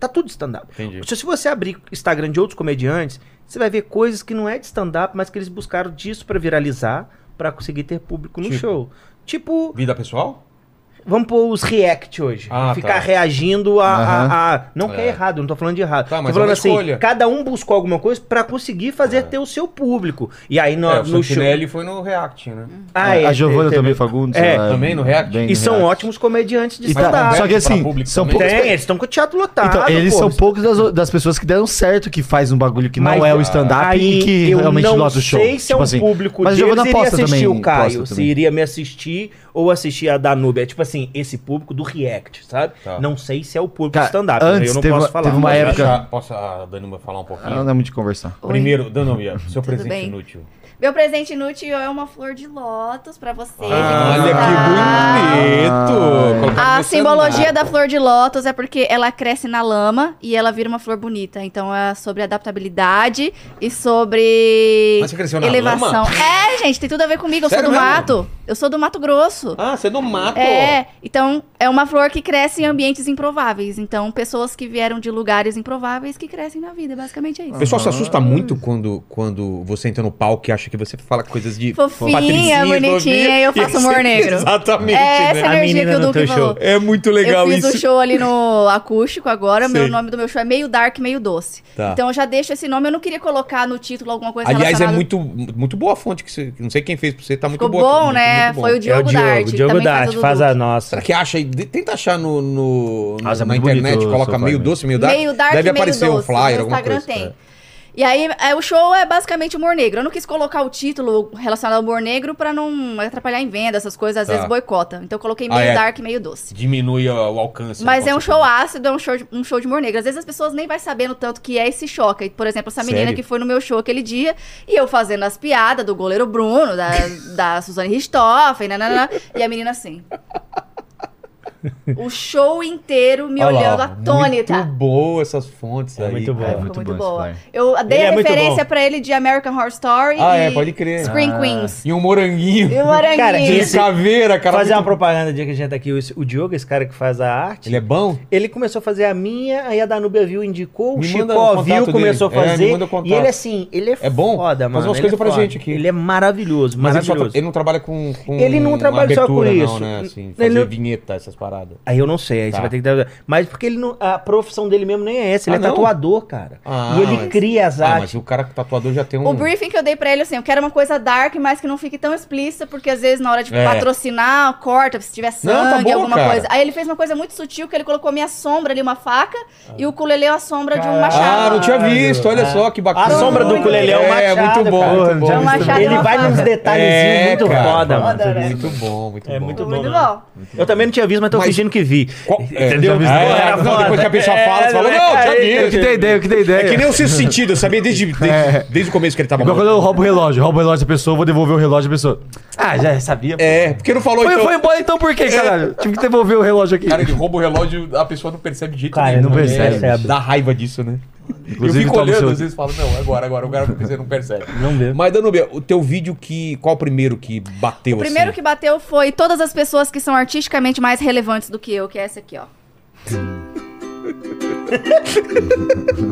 Speaker 5: Tá tudo stand-up.
Speaker 1: Entendi.
Speaker 5: Se se você abrir Instagram de outros comediantes, você vai ver coisas que não é de stand-up, mas que eles buscaram disso pra viralizar, pra conseguir ter público no
Speaker 1: Tipo?
Speaker 5: show. Tipo,
Speaker 1: Vida pessoal?
Speaker 5: vamos pôr os react hoje.
Speaker 1: Ah, tá.
Speaker 5: Ficar reagindo a, a- a- Não que é
Speaker 1: É.
Speaker 5: errado, não tô falando de errado.
Speaker 1: Tá, mas
Speaker 5: tô falando
Speaker 1: é uma
Speaker 5: assim,
Speaker 1: escolha.
Speaker 5: cada um buscou alguma coisa pra conseguir fazer ter o seu público. E aí no,
Speaker 1: é, o
Speaker 5: no show.
Speaker 1: Santinelli foi no React, né?
Speaker 5: Ah, é,
Speaker 3: a Giovana
Speaker 5: entendeu?
Speaker 3: também, Fagundes.
Speaker 5: É,
Speaker 3: ela
Speaker 1: também no React.
Speaker 3: bem
Speaker 5: E
Speaker 3: no
Speaker 5: são
Speaker 3: React.
Speaker 5: ótimos comediantes de
Speaker 3: E tá-
Speaker 5: stand-up.
Speaker 3: só que
Speaker 1: pra
Speaker 3: assim,
Speaker 1: público
Speaker 3: são
Speaker 1: também.
Speaker 3: poucos.
Speaker 5: Tem, eles estão com o teatro lotado.
Speaker 3: Então, eles
Speaker 5: pô.
Speaker 3: são poucos das, das pessoas que deram certo que faz um bagulho que
Speaker 5: Mas
Speaker 3: não é o stand-up
Speaker 5: aí
Speaker 3: e que
Speaker 5: eu
Speaker 3: realmente
Speaker 5: não
Speaker 3: lota o show. Tipo assim,
Speaker 5: sei se é um público
Speaker 3: mas a
Speaker 5: deles
Speaker 3: Giovana
Speaker 5: iria
Speaker 3: posta
Speaker 5: assistir
Speaker 3: também.
Speaker 5: o Caio,
Speaker 3: posta
Speaker 5: se
Speaker 3: também.
Speaker 5: iria me assistir ou assistir a Danube. É tipo assim, esse público do React, sabe?
Speaker 1: Tá.
Speaker 5: Não sei se é o público
Speaker 3: Cara,
Speaker 5: stand-up,
Speaker 3: antes
Speaker 5: eu não
Speaker 3: teve
Speaker 5: posso
Speaker 3: uma-
Speaker 5: falar.
Speaker 3: teve uma
Speaker 5: Mas-
Speaker 1: Posso
Speaker 3: época-
Speaker 1: achar- Posso a Danuma falar um pouquinho?
Speaker 3: É, Ela não dá muito de conversar.
Speaker 4: Oi.
Speaker 1: Primeiro, Danuma, seu presente
Speaker 4: bem?
Speaker 1: inútil.
Speaker 4: Meu presente inútil é uma flor de lótus pra vocês.
Speaker 1: Ah,
Speaker 4: então.
Speaker 1: Olha
Speaker 4: aqui no quintal.
Speaker 5: tá.
Speaker 1: que bonito! Colocar no
Speaker 4: A
Speaker 5: Ah,
Speaker 1: meu
Speaker 4: simbologia
Speaker 1: celular.
Speaker 4: da flor de lótus é porque ela cresce na lama e ela vira uma flor bonita. Então é sobre adaptabilidade e sobre
Speaker 1: Mas você cresceu na
Speaker 4: elevação.
Speaker 1: lama?
Speaker 4: É, gente, tem tudo a ver comigo. Eu
Speaker 1: Sério
Speaker 4: sou do
Speaker 1: mesmo?
Speaker 4: mato. Eu sou do Mato Grosso.
Speaker 1: Ah, você é do mato!
Speaker 4: É, então é uma flor que cresce em ambientes improváveis. Então, pessoas que vieram de lugares improváveis que crescem na vida, basicamente é
Speaker 7: O
Speaker 4: isso.
Speaker 7: pessoal se assusta muito quando, quando você entra no palco e acha que você fala coisas de
Speaker 4: Fofinha,
Speaker 7: patricinha,
Speaker 4: bonitinha,
Speaker 7: fofinha,
Speaker 4: eu
Speaker 7: e
Speaker 4: faço
Speaker 7: é
Speaker 4: humor
Speaker 7: sempre-
Speaker 4: negro.
Speaker 7: Exatamente,
Speaker 4: É essa
Speaker 7: né?
Speaker 5: A
Speaker 4: energia
Speaker 5: menina
Speaker 4: que o
Speaker 5: no
Speaker 4: Duque
Speaker 5: teu show.
Speaker 4: falou.
Speaker 7: É muito legal
Speaker 4: eu fiz
Speaker 7: isso.
Speaker 4: o show ali no acústico agora.
Speaker 7: Sei.
Speaker 4: Meu nome do meu show é meio dark, meio doce.
Speaker 7: Tá.
Speaker 4: Então eu já deixo esse nome. Eu não queria colocar no título alguma coisa
Speaker 7: Aliás, é
Speaker 4: relacionada-
Speaker 7: muito, muito boa a fonte que você. que Não sei quem fez pra você, tá muito
Speaker 4: Ficou
Speaker 7: boa.
Speaker 4: bom,
Speaker 7: muito,
Speaker 4: né?
Speaker 7: muito bom. É
Speaker 4: Foi o Diogo, Dart. que
Speaker 5: Diogo
Speaker 4: também tá
Speaker 5: Dart,
Speaker 4: o
Speaker 5: faz
Speaker 4: Dudu.
Speaker 5: a nossa.
Speaker 7: Será que acha aí? Tenta achar no, no-
Speaker 3: Ah, isso é
Speaker 7: na
Speaker 3: muito bonito,
Speaker 7: internet,
Speaker 3: o
Speaker 7: coloca
Speaker 3: seu
Speaker 7: meio
Speaker 3: flyer.
Speaker 7: doce, meio dark.
Speaker 4: Meio dark,
Speaker 7: Deve
Speaker 4: meio
Speaker 7: aparecer
Speaker 4: doce.
Speaker 7: um flyer,
Speaker 4: no
Speaker 7: alguma
Speaker 4: Instagram
Speaker 7: coisa. é.
Speaker 4: tem. E aí, é, o show é basicamente humor negro. Eu não quis colocar o título relacionado ao humor negro pra não atrapalhar em venda, essas coisas, às
Speaker 7: Tá.
Speaker 4: vezes boicota. Então eu coloquei
Speaker 7: Ah,
Speaker 4: meio
Speaker 7: é.
Speaker 4: dark, meio doce.
Speaker 1: Diminui ó, o alcance.
Speaker 4: Mas
Speaker 1: né,
Speaker 4: é um
Speaker 1: com
Speaker 4: show
Speaker 1: certeza.
Speaker 4: ácido, é um show, de, um show de humor negro. Às vezes as pessoas nem vai sabendo tanto que é esse choque. Por exemplo, essa menina
Speaker 5: Sério?
Speaker 4: que foi no meu show aquele dia, e eu fazendo as piadas do goleiro Bruno, da, da Suzane né, Ristoffen, nananã, e a menina assim. O show inteiro me
Speaker 1: Olha lá,
Speaker 4: olhando atônita.
Speaker 1: Muito boa essas fontes
Speaker 5: É
Speaker 1: aí.
Speaker 5: muito bom.
Speaker 4: É,
Speaker 3: É,
Speaker 4: ficou
Speaker 3: muito bom
Speaker 4: muito,
Speaker 3: esse
Speaker 4: boa.
Speaker 3: flyer.
Speaker 4: Eu dei
Speaker 5: Ele é
Speaker 4: a
Speaker 5: muito
Speaker 4: referência
Speaker 5: bom.
Speaker 4: pra ele de American Horror Story
Speaker 1: Ah,
Speaker 4: e
Speaker 1: é, pode crer.
Speaker 4: Scream Queens.
Speaker 1: E um moranguinho.
Speaker 4: E o Maranguinho.
Speaker 5: Cara,
Speaker 1: E
Speaker 5: esse-
Speaker 1: caveira, cara. é
Speaker 5: fazer uma
Speaker 1: muito-
Speaker 5: propaganda dia que a gente tá aqui, o, o Diogo, esse cara que faz a arte,
Speaker 1: Ele
Speaker 5: ele,
Speaker 1: é bom?
Speaker 5: começou a fazer a minha, aí a Danúbia viu, indicou, o
Speaker 1: Me manda o
Speaker 5: Chicó
Speaker 1: contato
Speaker 5: viu,
Speaker 1: dele.
Speaker 5: começou a
Speaker 1: É, me
Speaker 5: fazer.
Speaker 1: manda o contato.
Speaker 5: e ele assim, ele é,
Speaker 1: É bom?
Speaker 5: foda,
Speaker 1: Faz
Speaker 5: mano.
Speaker 1: umas
Speaker 5: ele
Speaker 1: coisas
Speaker 5: é
Speaker 1: pra
Speaker 5: foda.
Speaker 1: gente aqui.
Speaker 5: Ele é maravilhoso,
Speaker 1: Mas ele, só tá-
Speaker 5: maravilhoso.
Speaker 1: tra- ele não trabalha com, com
Speaker 5: Ele não trabalha só com
Speaker 1: abertura, Não,
Speaker 5: isso.
Speaker 1: né? assim,
Speaker 5: Ele
Speaker 1: fazer
Speaker 5: não-
Speaker 1: vinheta, essas paradas.
Speaker 5: Aí eu não sei, aí
Speaker 1: Tá.
Speaker 5: você vai ter que dar. Mas porque ele não. A profissão dele mesmo nem é essa, ele
Speaker 1: Ah,
Speaker 5: é
Speaker 1: não?
Speaker 5: tatuador, cara.
Speaker 1: Ah,
Speaker 5: e ele
Speaker 1: mas-
Speaker 5: cria as
Speaker 1: Ah, mas
Speaker 5: artes.
Speaker 1: o cara tatuador já tem um...
Speaker 4: O briefing que eu dei pra ele, assim, eu quero uma coisa dark, mas que não fique tão explícita, porque às vezes na hora de
Speaker 1: É.
Speaker 4: patrocinar, corta, se tiver
Speaker 1: Não,
Speaker 4: sangue,
Speaker 1: tá bom,
Speaker 4: alguma
Speaker 1: cara.
Speaker 4: coisa. Aí ele fez uma coisa muito sutil, que ele colocou minha sombra ali, uma faca, e o ukulele a sombra de um
Speaker 1: Ah,
Speaker 4: machado.
Speaker 1: não tinha visto, olha
Speaker 5: Ah.
Speaker 1: só que bacana.
Speaker 5: A sombra do ukulele é um
Speaker 1: É,
Speaker 5: machado,
Speaker 1: muito bom,
Speaker 5: cara.
Speaker 1: muito bom.
Speaker 3: É um
Speaker 1: muito
Speaker 4: machado,
Speaker 1: bom.
Speaker 4: é
Speaker 5: Ele vai
Speaker 4: Fala.
Speaker 5: nos detalhezinhos
Speaker 1: É,
Speaker 5: muito
Speaker 1: cara,
Speaker 5: foda, mano.
Speaker 4: Foda, né?
Speaker 1: Muito bom, muito
Speaker 5: É
Speaker 1: bom. né?
Speaker 5: muito
Speaker 4: Muito
Speaker 5: mano.
Speaker 4: bom. né?
Speaker 5: Eu também não tinha visto, mas tô
Speaker 1: Mas-
Speaker 5: fingindo que vi.
Speaker 1: Qual- é,
Speaker 5: Entendeu?
Speaker 1: já viu?
Speaker 5: Ah,
Speaker 1: É,
Speaker 5: era
Speaker 1: não,
Speaker 5: foda.
Speaker 1: depois que a pessoa fala, você fala,
Speaker 5: né,
Speaker 1: não,
Speaker 5: cara?
Speaker 1: tinha
Speaker 3: Eu que
Speaker 1: visto.
Speaker 3: dei ideia, eu que dei ideia.
Speaker 7: É que nem o sexto sentido, eu sabia desde, desde, desde o começo que ele
Speaker 5: É.
Speaker 7: tava
Speaker 3: Igual quando
Speaker 7: morto.
Speaker 3: eu roubo o relógio, roubo o relógio da pessoa, eu vou devolver o relógio da pessoa. Ah, já sabia.
Speaker 7: É, porque não falou
Speaker 3: Foi,
Speaker 7: então.
Speaker 3: foi embora então por quê, caralho? Tive que devolver o relógio aqui.
Speaker 1: Cara, que rouba o relógio, a pessoa não percebe de jeito
Speaker 5: Cara,
Speaker 1: nenhum.
Speaker 3: não
Speaker 1: né?
Speaker 3: percebe.
Speaker 1: É, Dá raiva disso, né? eu fico
Speaker 3: toma o
Speaker 1: olhando,
Speaker 3: seu-
Speaker 1: às vezes falo, não, agora, agora, o cara não percebe. Não percebe.
Speaker 5: tá Não vê.
Speaker 7: Mas, Danúbia, o teu vídeo que. Qual o primeiro que bateu
Speaker 4: O primeiro
Speaker 7: assim?
Speaker 4: que bateu foi todas as pessoas que são artisticamente mais relevantes do que eu, que é essa aqui, ó.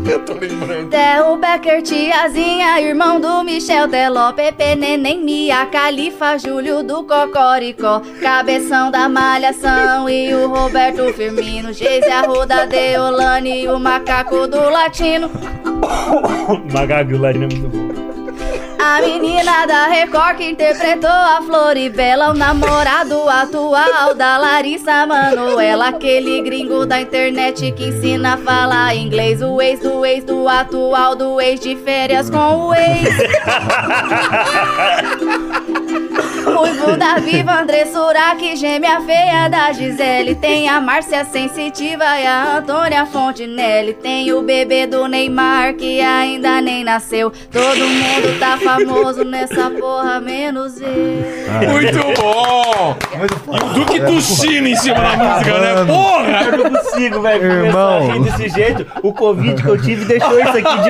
Speaker 1: Eu tô lembrando.
Speaker 4: Theo Becker, tiazinha, irmão do Michel Teló, Pepe Neném, Mia Califa, Júlio do Cocoricó, Cabeção da Malhação e o Roberto Firmino, Geise Arruda, Deolane e o Macaco do Latino.
Speaker 5: Magagular, né? Muito bom.
Speaker 4: A menina da Record que interpretou a Floribela, o namorado atual da Larissa Manoela, aquele gringo da internet que ensina a falar inglês, o ex do ex do atual do ex de férias com o ex. Ruivo da Viva, André Surak, gêmea feia da Gisele. Tem a Márcia Sensitiva e a Antônia Fontinelli. Tem o bebê do Neymar que ainda nem nasceu. Todo mundo tá famoso nessa porra, menos eu.
Speaker 5: Ah.
Speaker 1: Muito bom!
Speaker 3: Muito foda.
Speaker 1: Duque tossindo em cima da música, né? Porra!
Speaker 5: Eu não consigo, velho.
Speaker 3: Irmão.
Speaker 5: Irmão. desse jeito. O Covid que eu tive deixou isso aqui de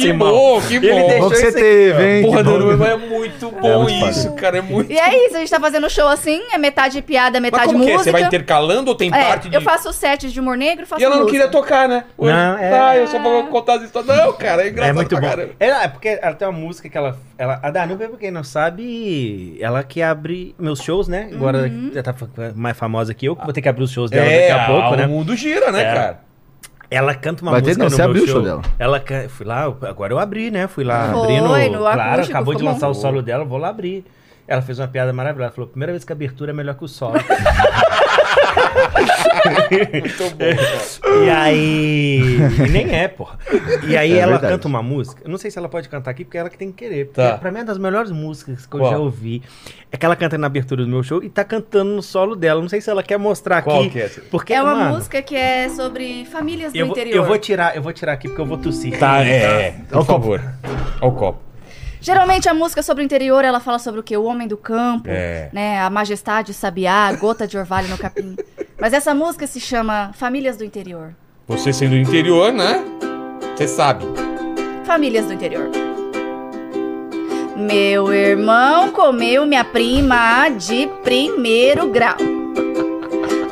Speaker 1: Que
Speaker 5: irmão.
Speaker 1: bom, que
Speaker 5: Ele
Speaker 1: bom!
Speaker 5: deixou
Speaker 3: Bom que você
Speaker 5: isso aqui,
Speaker 3: teve, hein?
Speaker 1: Porra,
Speaker 3: Que bom.
Speaker 1: Danilo, é muito bom isso, cara. É muito.
Speaker 4: E é isso, a gente tá fazendo show assim, é metade piada,
Speaker 1: Mas
Speaker 4: metade
Speaker 1: como que é?
Speaker 4: música.
Speaker 1: Você vai intercalando ou tem
Speaker 4: É,
Speaker 1: parte de.
Speaker 4: eu faço sete de humor negro, faço
Speaker 1: E ela não
Speaker 4: música.
Speaker 1: queria tocar, né? Hoje,
Speaker 5: Não, é-
Speaker 1: Ah, eu só vou contar as histórias. Não, cara, é engraçado
Speaker 5: É muito
Speaker 1: pra
Speaker 5: bom.
Speaker 1: caramba.
Speaker 5: Ela, é porque ela tem uma música que ela. ela a Danube, pra quem não sabe, ela que abre meus shows, né? Agora
Speaker 4: Uhum.
Speaker 5: já tá fa- mais famosa que eu, que vou ter que abrir os shows dela
Speaker 1: É,
Speaker 5: daqui a pouco, né?
Speaker 1: o mundo gira, né,
Speaker 5: É.
Speaker 1: cara?
Speaker 5: Ela canta uma
Speaker 3: Vai ter,
Speaker 5: música
Speaker 3: não,
Speaker 5: no
Speaker 3: você
Speaker 5: meu
Speaker 3: abriu o
Speaker 5: show.
Speaker 3: show dela.
Speaker 5: Ela can... fui lá, eu- agora eu abri, né? Fui lá
Speaker 4: Foi,
Speaker 5: abrindo.
Speaker 4: no
Speaker 5: claro,
Speaker 4: acústico,
Speaker 5: acabou de
Speaker 4: ficou
Speaker 5: lançar
Speaker 4: bom.
Speaker 5: o solo dela, eu vou lá abrir. Ela fez uma piada maravilhosa. Ela falou: primeira vez que a abertura é melhor que o solo.
Speaker 1: Muito bom. cara.
Speaker 5: e aí. E nem é, porra. E aí
Speaker 3: É
Speaker 5: ela
Speaker 3: verdade.
Speaker 5: canta uma música. Eu não sei se ela pode cantar aqui, porque é ela que tem que querer. Porque
Speaker 1: Tá.
Speaker 5: pra mim é uma das melhores músicas que eu
Speaker 1: Qual?
Speaker 5: já ouvi. É que ela canta na abertura do meu show e tá cantando no solo dela. Não sei se ela quer mostrar
Speaker 1: Qual
Speaker 5: aqui.
Speaker 1: que é
Speaker 3: Tá,
Speaker 1: essa?
Speaker 5: Porque,
Speaker 4: É uma
Speaker 5: mano,
Speaker 4: música que é sobre famílias
Speaker 5: Eu
Speaker 4: do
Speaker 5: vou,
Speaker 4: interior.
Speaker 5: eu vou tirar, eu vou tirar aqui porque eu vou tossir.
Speaker 1: Tá, é.
Speaker 3: Olha
Speaker 1: Por
Speaker 3: o copo.
Speaker 1: favor. Olha o copo.
Speaker 4: Geralmente a música sobre o interior, ela fala sobre o quê? O homem do campo,
Speaker 1: É.
Speaker 4: né? A majestade, o sabiá, a gota de orvalho no capim. Mas essa música se chama Famílias do Interior.
Speaker 1: Você sendo do interior, né? Você sabe.
Speaker 4: Famílias do Interior. Meu irmão comeu minha prima de primeiro grau.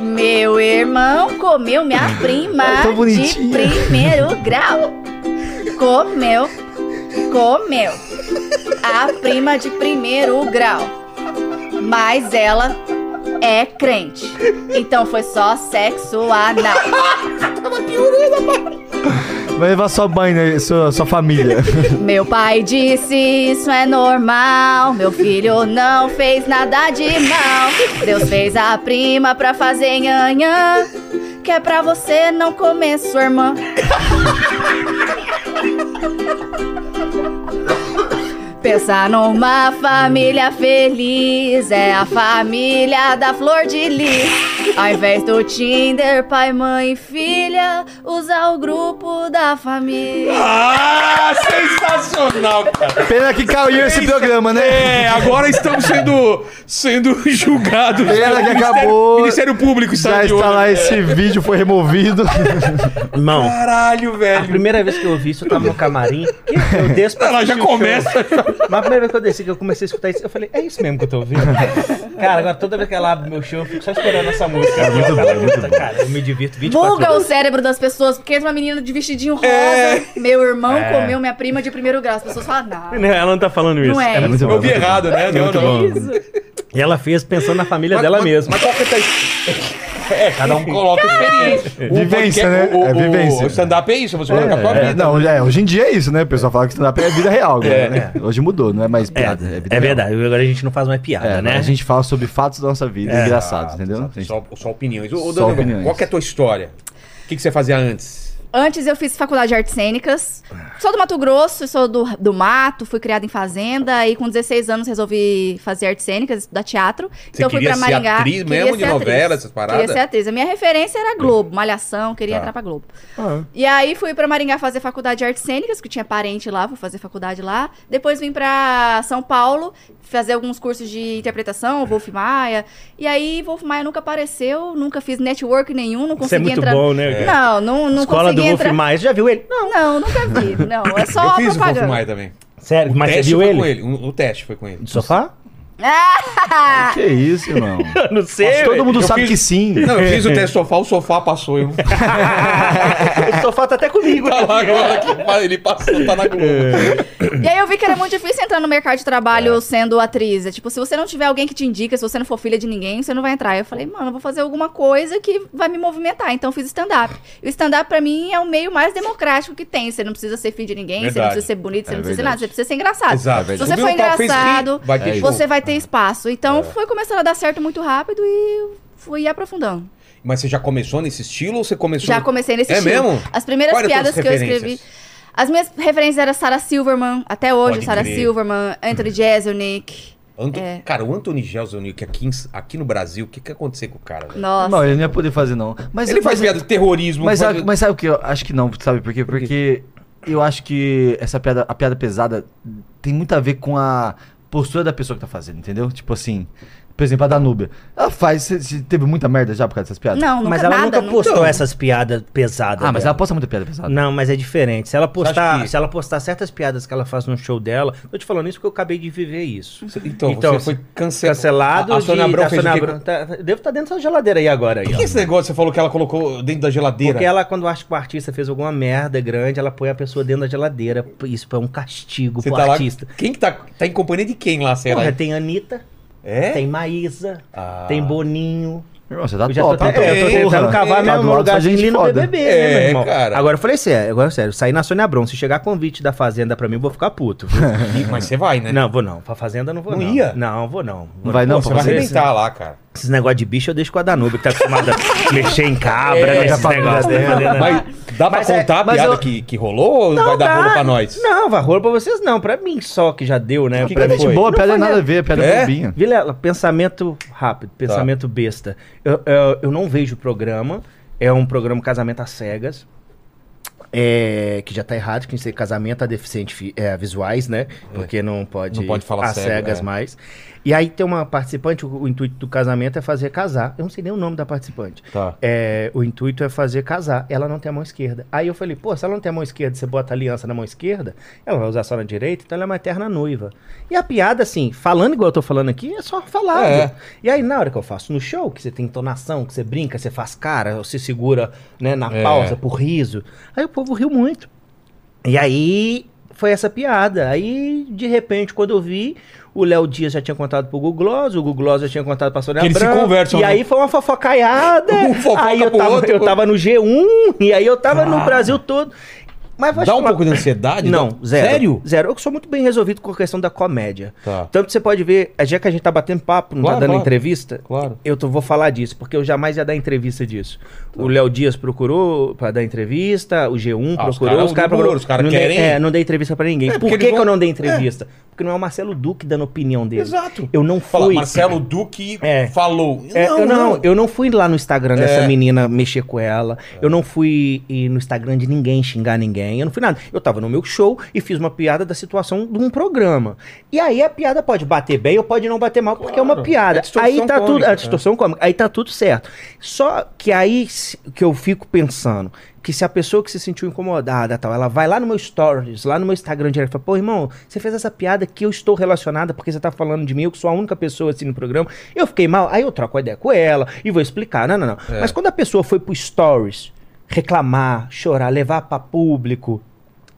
Speaker 4: Meu irmão comeu minha prima
Speaker 3: tão
Speaker 4: de
Speaker 3: bonitinha.
Speaker 4: primeiro grau. Comeu, comeu a prima de primeiro grau. Mas ela é crente. Então foi só sexo anal.
Speaker 3: Vai levar sua mãe, né? Sua, sua família.
Speaker 4: Meu pai disse isso é normal. Meu filho não fez nada de mal. Deus fez a prima pra fazer nhanhã. Que é pra você não comer sua irmã. Pensar numa família feliz é a família da flor de lis. Ao invés do Tinder, pai, mãe e filha, usar o grupo da família.
Speaker 1: Ah, sensacional, cara.
Speaker 3: Pena que caiu esse programa, né?
Speaker 1: É, agora estamos sendo, sendo julgados.
Speaker 3: Pena que
Speaker 1: Ministério-
Speaker 3: acabou.
Speaker 1: Ministério Público está
Speaker 3: Já
Speaker 1: de
Speaker 3: está
Speaker 1: olho. né?
Speaker 3: lá, esse vídeo foi removido.
Speaker 5: Irmão,
Speaker 1: Caralho,
Speaker 5: A
Speaker 1: velho.
Speaker 5: primeira vez que eu ouvi isso, eu tava no camarim. que Eu desço pra
Speaker 1: Ela já
Speaker 5: assistir o
Speaker 1: começa.
Speaker 5: show. Mas a primeira vez que eu desci, que eu comecei a escutar isso, eu falei, é isso mesmo que eu tô ouvindo. Cara, agora toda vez que ela abre meu show, eu fico só esperando essa música. É muito bom, Cara, eu me divirto
Speaker 1: tipo,
Speaker 5: 24
Speaker 1: é
Speaker 4: Vulga o
Speaker 5: horas.
Speaker 4: cérebro das pessoas, porque entra uma menina de vestidinho rosa. Meu irmão
Speaker 1: É.
Speaker 4: comeu minha prima de primeiro grau. As pessoas falam, não.
Speaker 5: Né, Ela não tá falando isso.
Speaker 4: Não é.
Speaker 5: Ela-
Speaker 4: muito
Speaker 1: Eu vi errado, né? Não,
Speaker 5: muito
Speaker 1: não.
Speaker 5: bom. E ela fez pensando na família
Speaker 1: Mas-
Speaker 5: dela
Speaker 1: mas-
Speaker 5: mesma.
Speaker 1: Mas qual que tá. É, cada um coloca experiência. O
Speaker 3: Vivência,
Speaker 1: podcast-
Speaker 3: né?
Speaker 1: O, o,
Speaker 3: É vivência.
Speaker 1: O stand-up é isso, você coloca a tua
Speaker 3: É,
Speaker 1: vida.
Speaker 3: não, é, hoje em dia é isso, né? O pessoal fala que stand-up é a vida real. agora, né? Hoje mudou, não é mais
Speaker 5: É,
Speaker 3: piada. vida
Speaker 5: é
Speaker 3: real.
Speaker 5: verdade. Agora a gente não faz mais piada,
Speaker 3: É,
Speaker 5: né?
Speaker 3: A gente fala sobre fatos da nossa vida, engraçados, entendeu? A gente-
Speaker 1: Ah, Só, só opiniões. Ô, ô,
Speaker 3: Só
Speaker 1: Danilo,
Speaker 3: opiniões.
Speaker 1: qual que é a tua história? O que, que você fazia antes?
Speaker 4: Antes eu fiz faculdade de artes cênicas. Sou do Mato Grosso, sou do, do mato, fui criada em fazenda. E com 16 anos resolvi fazer artes cênicas, estudar teatro. Então
Speaker 1: Você queria ser atriz mesmo, de novela, essas paradas?
Speaker 4: Queria ser atriz. A minha referência era Globo, Malhação, queria
Speaker 1: Tá.
Speaker 4: entrar pra Globo. E aí fui pra Maringá fazer faculdade de artes cênicas, que tinha parente lá, fui fazer faculdade lá. Depois vim pra São Paulo fazer alguns cursos de interpretação, Wolf Maia. E aí Wolf Maia nunca apareceu, nunca fiz network nenhum, não
Speaker 5: Isso é
Speaker 4: consegui
Speaker 5: muito
Speaker 4: entrar.
Speaker 5: bom, né?
Speaker 4: Não, não,
Speaker 5: cara?
Speaker 4: não
Speaker 5: Escola do
Speaker 4: consegui
Speaker 5: Wolf
Speaker 4: entrar.
Speaker 5: Maia. Já viu ele? Não.
Speaker 4: Não, nunca vi. Não, é só
Speaker 1: eu fiz o Wolf
Speaker 4: propaganda.
Speaker 1: Maia também.
Speaker 5: Sério,
Speaker 1: o
Speaker 5: mas você
Speaker 1: teste
Speaker 5: viu
Speaker 1: foi com
Speaker 5: ele?
Speaker 1: ele. O, o teste foi com ele.
Speaker 5: Do sofá?
Speaker 3: Ah, Que isso, irmão?
Speaker 5: Eu não sei,
Speaker 3: Mas todo
Speaker 5: velho.
Speaker 3: mundo
Speaker 1: Eu
Speaker 3: sabe
Speaker 1: fiz-
Speaker 3: que sim.
Speaker 1: Não, eu fiz o teste sofá, o sofá passou. Eu...
Speaker 5: O sofá tá até comigo.
Speaker 1: Tá lá agora que ele passou, tá na Globo.
Speaker 3: É.
Speaker 4: E aí eu vi que era muito difícil entrar no mercado de trabalho sendo atriz. É tipo, se você não tiver alguém que te indica, se você não for filha de ninguém, você não vai entrar. Eu falei, mano, eu vou fazer alguma coisa que vai me movimentar. Então eu fiz stand-up. E o stand-up pra mim é o meio mais democrático que tem. Você não precisa ser filho de ninguém, você não
Speaker 1: Verdade.
Speaker 4: precisa ser bonito, você
Speaker 3: É
Speaker 4: não precisa ser
Speaker 3: verdade.
Speaker 4: nada, você precisa ser engraçado.
Speaker 1: Exato. É
Speaker 4: Se você
Speaker 1: Subiu
Speaker 4: for
Speaker 1: no palco, fez rir,
Speaker 4: engraçado,
Speaker 1: vai
Speaker 3: É.
Speaker 1: ter show.
Speaker 4: você vai ter espaço.
Speaker 1: É.
Speaker 4: Então foi começando a dar certo muito rápido e eu fui aprofundando.
Speaker 1: Mas você já começou nesse estilo ou você começou...
Speaker 4: Já comecei nesse
Speaker 1: É
Speaker 4: estilo.
Speaker 1: mesmo?
Speaker 4: As primeiras
Speaker 1: Quais eram
Speaker 4: piadas
Speaker 1: suas
Speaker 4: que eu
Speaker 1: referências?
Speaker 4: escrevi. As minhas referências eram Sarah Silverman, até hoje,
Speaker 1: Pode
Speaker 4: Sarah
Speaker 1: crer. Hum.
Speaker 4: Silverman, Anthony Jeselnik.
Speaker 1: Anto-
Speaker 4: É.
Speaker 1: Cara, o Anthony Gelsonic aqui, em- aqui no Brasil, o que que aconteceu com o cara? velho?
Speaker 4: Nossa.
Speaker 3: Não, ele não ia poder fazer, não. Mas
Speaker 1: Ele faz
Speaker 3: mas-
Speaker 1: piada de terrorismo.
Speaker 3: Mas,
Speaker 1: faz-
Speaker 3: sabe- mas sabe o que eu acho que não, sabe por quê? Porque eu acho que essa piada, a piada pesada tem muito a ver com a postura da pessoa que tá fazendo, entendeu? Tipo assim, por exemplo, a Danúbia. Ela faz, cê- cê teve muita merda já por causa dessas piadas?
Speaker 4: Não, nunca
Speaker 5: é mas ela
Speaker 4: nada.
Speaker 5: nunca
Speaker 4: nunca-
Speaker 5: postou essas piadas pesadas.
Speaker 3: Ah, mas
Speaker 5: dela.
Speaker 3: ela posta muita piada pesada.
Speaker 5: Não, mas é diferente. Se ela
Speaker 1: acha
Speaker 5: postar,
Speaker 1: que-
Speaker 5: se ela postar certas piadas que ela faz no show dela, tô te falando isso porque eu acabei de viver isso.
Speaker 1: Então, você foi cancelado.
Speaker 5: cancelado.
Speaker 1: A- a Sônia
Speaker 5: de-
Speaker 1: Abrão
Speaker 5: da
Speaker 1: fez o
Speaker 5: Sônia
Speaker 1: quê?
Speaker 5: Abrão. Tá- Devo estar dentro da geladeira aí agora. Aí,
Speaker 1: Por
Speaker 5: ó.
Speaker 1: que esse negócio que você falou que ela colocou dentro da geladeira?
Speaker 5: Porque ela, quando acha que o artista fez alguma merda grande, ela põe a pessoa dentro da geladeira. Isso é um castigo
Speaker 1: Você
Speaker 5: pro
Speaker 1: tá lá-
Speaker 5: artista.
Speaker 1: Quem que tá, tá em companhia de quem lá, será?
Speaker 5: Porra, tá tem Anitta,
Speaker 1: É?
Speaker 5: tem Maísa,
Speaker 1: Ah.
Speaker 5: tem Boninho.
Speaker 3: Irmão, você tá
Speaker 5: Eu já tô,
Speaker 3: top.
Speaker 5: tentando-
Speaker 3: hein?
Speaker 5: eu tô
Speaker 1: Ei,
Speaker 5: tentando
Speaker 3: Porra.
Speaker 5: cavar
Speaker 3: Tá
Speaker 5: mesmo
Speaker 3: do lado só
Speaker 5: meu
Speaker 3: né,
Speaker 5: lugar
Speaker 3: gente
Speaker 5: ali no
Speaker 3: foda.
Speaker 5: BBB,
Speaker 1: É,
Speaker 5: meu irmão.
Speaker 1: cara.
Speaker 5: Agora eu falei sério, agora é sério, sair na Sônia Abrão, se chegar convite da Fazenda pra mim, eu vou ficar puto. viu?
Speaker 1: Ih, Mas você vai, né?
Speaker 5: Não, vou não. Pra Fazenda eu não vou
Speaker 1: Não
Speaker 5: não.
Speaker 1: ia?
Speaker 5: Não, vou não.
Speaker 3: Não vai não,
Speaker 1: Pô, você vai
Speaker 3: pra fazer?
Speaker 1: arrebentar lá, cara.
Speaker 5: Esses negócios de bicho eu deixo com a Danube, que tá acostumada a mexer em cabra,
Speaker 3: É,
Speaker 5: nesses
Speaker 3: já falou
Speaker 5: negócios.
Speaker 3: dela.
Speaker 5: né?
Speaker 1: Mas dá pra
Speaker 5: Mas é-
Speaker 1: contar a
Speaker 5: mas
Speaker 1: piada
Speaker 5: eu-
Speaker 1: que, que rolou ou vai dar
Speaker 5: dá.
Speaker 1: rolo pra nós?
Speaker 5: Não, vai rolo pra vocês não. Pra mim só que já deu, né?
Speaker 1: que
Speaker 5: pra
Speaker 1: que
Speaker 5: mim.
Speaker 1: foi?
Speaker 3: Gente boa,
Speaker 5: Não
Speaker 3: piada
Speaker 5: foi
Speaker 3: é nada
Speaker 5: nada.
Speaker 3: a ver, piada
Speaker 1: É?
Speaker 3: é bobinha.
Speaker 5: Vilela, pensamento
Speaker 1: Tá.
Speaker 5: rápido, pensamento besta. Eu, eu, eu não vejo o programa. É um programa Casamento às Cegas. é, que já tá errado, que isso é casamento a deficiente fi- é, visuais, né? Porque não pode,
Speaker 1: Não pode falar
Speaker 5: às
Speaker 1: cego,
Speaker 5: cegas
Speaker 1: é.
Speaker 5: mais. E aí tem uma participante, o, o intuito do casamento é fazer casar. Eu não sei nem o nome da participante.
Speaker 1: Tá.
Speaker 5: É, o intuito é fazer casar. Ela não tem a mão esquerda. Aí eu falei, pô, se ela não tem a mão esquerda, você bota a aliança na mão esquerda, ela vai usar só na direita, então ela é uma eterna noiva. E a piada, assim, falando igual eu tô falando aqui, é só falar.
Speaker 1: É.
Speaker 5: E aí, na hora que eu faço no show, que você tem entonação, que você brinca, você faz cara, você segura né, na
Speaker 1: É.
Speaker 5: pausa por riso. Aí o povo riu muito. E aí foi essa piada. Aí, de repente, quando eu vi, o Léo Dias já tinha contado pro Google Gloss, o Google Gloss já tinha contado pra Sônia
Speaker 1: Que eles se
Speaker 5: Abrão,
Speaker 1: conversam,
Speaker 5: E
Speaker 1: né?
Speaker 5: aí foi uma fofocaiada.
Speaker 1: Um fofoca
Speaker 5: aí eu
Speaker 1: pro
Speaker 5: tava,
Speaker 1: outro.
Speaker 5: eu tava no G1, e aí eu tava no Brasil todo. Mas vou te
Speaker 1: Dá um
Speaker 5: falar-
Speaker 1: pouco de ansiedade?
Speaker 5: Não,
Speaker 1: Dá-
Speaker 5: zero.
Speaker 1: Sério?
Speaker 5: Zero. Eu sou muito bem resolvido com a questão da comédia.
Speaker 1: Tá.
Speaker 5: Tanto que você pode ver, já que a gente tá batendo papo, não
Speaker 1: Claro,
Speaker 5: tá dando
Speaker 1: claro.
Speaker 5: entrevista,
Speaker 1: Claro.
Speaker 5: eu tô- vou falar disso, porque eu jamais ia dar entrevista disso. O Léo Dias procurou pra dar entrevista, o G1
Speaker 1: Ah, os
Speaker 5: procurou,
Speaker 1: caras
Speaker 5: os caras
Speaker 1: duram,
Speaker 5: procurou.
Speaker 1: os caras
Speaker 5: não dei-
Speaker 1: querem.
Speaker 5: é, não dei entrevista pra ninguém. Por
Speaker 1: porque
Speaker 5: que,
Speaker 1: eles
Speaker 5: que
Speaker 1: vão-
Speaker 5: eu não dei entrevista? Porque não é o Marcelo Duque dando opinião dele.
Speaker 1: Exato.
Speaker 5: Eu não fui.
Speaker 1: Fala, Marcelo Duque
Speaker 5: É.
Speaker 1: falou.
Speaker 5: É, eu não, Ah. eu não fui lá no Instagram dessa
Speaker 1: É.
Speaker 5: menina mexer com ela. Eu não fui ir no Instagram de ninguém xingar ninguém. Eu não fui nada. Eu tava no meu show e fiz uma piada da situação de um programa. E aí a piada pode bater bem ou pode não bater mal, porque é uma piada.
Speaker 1: É distorção
Speaker 5: aí tá tudo.
Speaker 1: cômica, né?
Speaker 5: A distorção cômica. Aí tá tudo certo. Só que aí se- que eu fico pensando. Que se a pessoa que se sentiu incomodada tal, ela vai lá no meu stories, lá no meu Instagram direto e fala, pô, irmão, você fez essa piada que eu estou relacionada porque você tá falando de mim, eu que sou a única pessoa assim no programa, eu fiquei mal, aí eu troco a ideia com ela e vou explicar. Não, não, não. Mas quando a pessoa foi pro stories reclamar, chorar, levar pra público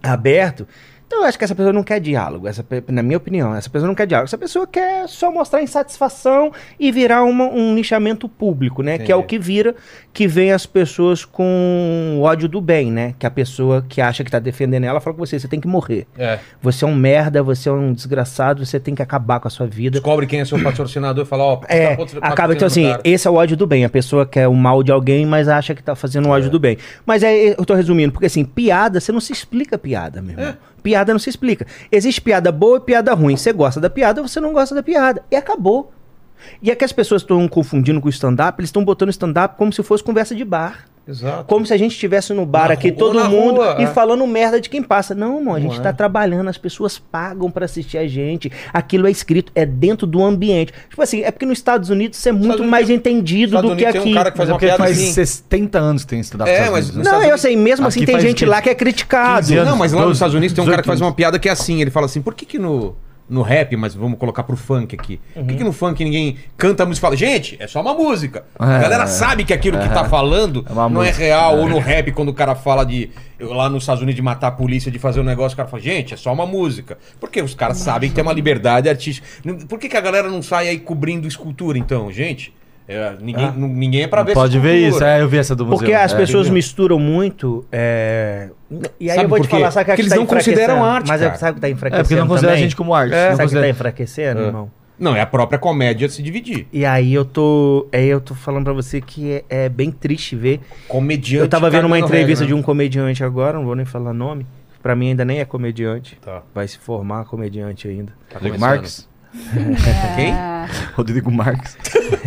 Speaker 5: aberto, então eu acho que essa pessoa não quer diálogo, essa, pe- na minha opinião, essa pessoa não quer diálogo, essa pessoa quer só mostrar insatisfação e virar uma- um lixamento público, né? Que é o que vira, que vem as pessoas com ódio do bem, né? Que a pessoa que acha que tá defendendo ela fala com você, você tem que morrer.
Speaker 1: É.
Speaker 5: Você é um merda, você é um desgraçado, você tem que acabar com a sua vida.
Speaker 1: Descobre quem é seu patrocinador e fala, ó,
Speaker 5: É,
Speaker 1: tá
Speaker 5: acaba então assim, esse é o ódio do bem. A pessoa quer o mal de alguém, mas acha que tá fazendo o ódio do bem. Mas é, eu tô resumindo, porque assim, piada, você não se explica piada, meu irmão. Piada não se explica. Existe piada boa e piada ruim. Você gosta da piada ou você não gosta da piada. E acabou. E é que as pessoas estão confundindo com o stand-up, eles estão botando o stand-up como se fosse conversa de bar.
Speaker 1: Exato.
Speaker 5: Como se a gente estivesse no bar
Speaker 1: Na
Speaker 5: aqui,
Speaker 1: rua,
Speaker 5: todo
Speaker 1: na
Speaker 5: mundo,
Speaker 1: rua,
Speaker 5: e
Speaker 1: é.
Speaker 5: falando merda de quem passa. Não, amor, a
Speaker 1: Não
Speaker 5: gente
Speaker 1: é.
Speaker 5: tá trabalhando, as pessoas pagam pra assistir a gente. Aquilo é escrito, é dentro do ambiente. Tipo assim, é porque nos Estados Unidos isso é muito
Speaker 1: Unidos
Speaker 5: mais
Speaker 1: tem- um
Speaker 5: entendido
Speaker 1: Estados
Speaker 5: do que
Speaker 1: Unidos tem um
Speaker 5: aqui.
Speaker 1: cara que faz
Speaker 3: Mas é
Speaker 1: uma
Speaker 3: porque
Speaker 1: piada
Speaker 3: faz
Speaker 1: assim.
Speaker 3: 60 anos que tem estudado
Speaker 1: É,
Speaker 3: Estados
Speaker 1: mas
Speaker 3: Unidos,
Speaker 1: nos
Speaker 3: né?
Speaker 5: Não, eu sei, mesmo
Speaker 3: Aqui
Speaker 5: assim tem
Speaker 3: faz
Speaker 5: gente
Speaker 3: o quê?
Speaker 5: lá que é criticado.
Speaker 3: 15 anos.
Speaker 1: Não, mas lá nos
Speaker 3: 12,
Speaker 1: Estados Unidos tem um cara que
Speaker 3: 18
Speaker 1: faz uma piada que é assim. Ele fala assim, por que que no... no rap, mas vamos colocar pro funk aqui. Por que, que no funk ninguém canta a música e fala, gente, é só uma música? a
Speaker 3: É.
Speaker 1: galera sabe que aquilo que tá falando
Speaker 3: É uma
Speaker 1: não
Speaker 3: música.
Speaker 1: é real. Ou no rap, quando o cara fala de. eu Lá nos Estados Unidos de matar a polícia, de fazer um negócio, o cara fala, gente, é só uma música. Porque os caras sabem que tem uma liberdade artística. Não- Por que, que a galera não sai aí cobrindo escultura, então, gente? é, ninguém, não- ninguém é pra ver
Speaker 3: Pode ver isso,
Speaker 1: escultura.
Speaker 3: é, eu vi essa do museu.
Speaker 5: Porque as
Speaker 3: é.
Speaker 5: pessoas misturam muito. é, E aí
Speaker 1: Sabe
Speaker 5: eu vou
Speaker 1: por
Speaker 5: te
Speaker 1: quê?
Speaker 5: falar, sabe que
Speaker 1: Porque
Speaker 5: acho
Speaker 1: eles
Speaker 5: que
Speaker 1: não consideram
Speaker 5: enfraquecendo?
Speaker 1: arte,
Speaker 5: Mas é,
Speaker 1: cara.
Speaker 5: sabe que tá enfraquecendo.
Speaker 3: É, porque não considera a
Speaker 5: também?
Speaker 3: gente como arte.
Speaker 5: É,
Speaker 3: não
Speaker 5: sabe que
Speaker 3: considera-
Speaker 5: tá enfraquecendo, irmão?
Speaker 1: Não, é a própria comédia se dividir.
Speaker 5: E aí eu tô. Aí eu tô falando pra você que é, é bem triste ver.
Speaker 1: Comediante.
Speaker 5: Eu tava vendo uma
Speaker 1: cagando
Speaker 5: entrevista de
Speaker 1: regra, né?
Speaker 5: um comediante agora, não vou nem falar nome. Pra mim ainda nem é comediante.
Speaker 1: Tá.
Speaker 5: Vai se formar comediante ainda.
Speaker 1: Tá
Speaker 3: Rodrigo
Speaker 1: começando.
Speaker 3: Marques?
Speaker 1: Quem?
Speaker 4: Ah,
Speaker 3: Rodrigo Marques.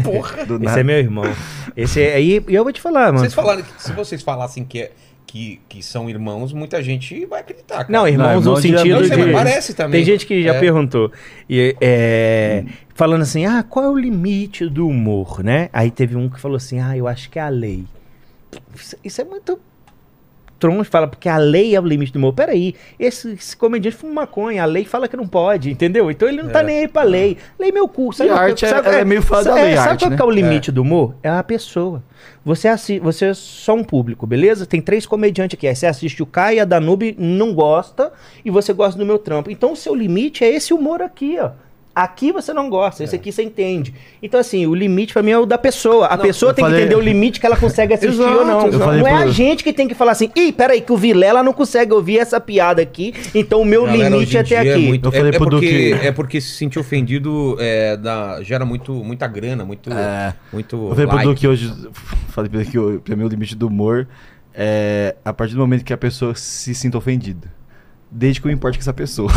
Speaker 3: Porra. Do
Speaker 5: Esse
Speaker 3: nada.
Speaker 5: é meu irmão. Esse é. E e eu vou te falar, mano.
Speaker 1: Vocês falaram que se vocês falassem que, é, que, que são irmãos, muita gente vai acreditar. cara.
Speaker 5: Não,
Speaker 3: Não,
Speaker 5: irmãos
Speaker 3: irmão
Speaker 5: no
Speaker 3: de-
Speaker 5: sentido
Speaker 1: Não
Speaker 5: de...
Speaker 1: sei, mas parece também.
Speaker 5: Tem gente que já
Speaker 1: É.
Speaker 5: perguntou. E, é, Falando assim, ah, qual é o limite do humor, né? Aí teve um que falou assim, ah, eu acho que é a lei. Isso, isso é muito... Tronco fala, porque a lei é o limite do humor. Peraí, esse, esse comediante fuma maconha, a lei fala que não pode, entendeu? Então ele não tá nem aí pra lei. Lei meu curso.
Speaker 3: É. E a arte é- ela é meio fora da lei, a
Speaker 5: Sabe
Speaker 3: arte,
Speaker 5: qual
Speaker 3: né?
Speaker 5: que é o limite do humor? É a pessoa. Você, assi- você é só um público, beleza? Tem três comediantes aqui. Aí você assiste o Caio, a Danube não gosta e você gosta do meu trampo. Então o seu limite é esse humor aqui, ó. Aqui você não
Speaker 1: É.
Speaker 5: gosta, esse aqui você entende. Então, assim, o limite pra mim é o da pessoa. A pessoa
Speaker 3: eu
Speaker 5: tem que
Speaker 3: falei-
Speaker 5: entender o limite que ela consegue assistir ou não.
Speaker 3: exato. Eu falei
Speaker 5: Não é a
Speaker 3: pro-
Speaker 5: gente que tem que falar assim, ih, peraí, que o Vilela não consegue ouvir essa piada aqui, então o meu
Speaker 1: Galera,
Speaker 5: limite
Speaker 1: hoje
Speaker 5: é
Speaker 1: em
Speaker 5: até
Speaker 1: dia
Speaker 5: aqui.
Speaker 1: É, muito,
Speaker 3: Eu
Speaker 1: é-
Speaker 3: falei
Speaker 1: é
Speaker 3: pro
Speaker 1: porque,
Speaker 3: Duque-
Speaker 1: é porque se sentir ofendido é, dá- gera muito, muita grana, muito.
Speaker 3: É.
Speaker 1: muito
Speaker 3: Eu falei pro
Speaker 1: like.
Speaker 3: Duque hoje, falei pra ele que o- pra mim o limite do humor é a partir do momento que a pessoa se sinta ofendida. Desde que eu importe com essa pessoa.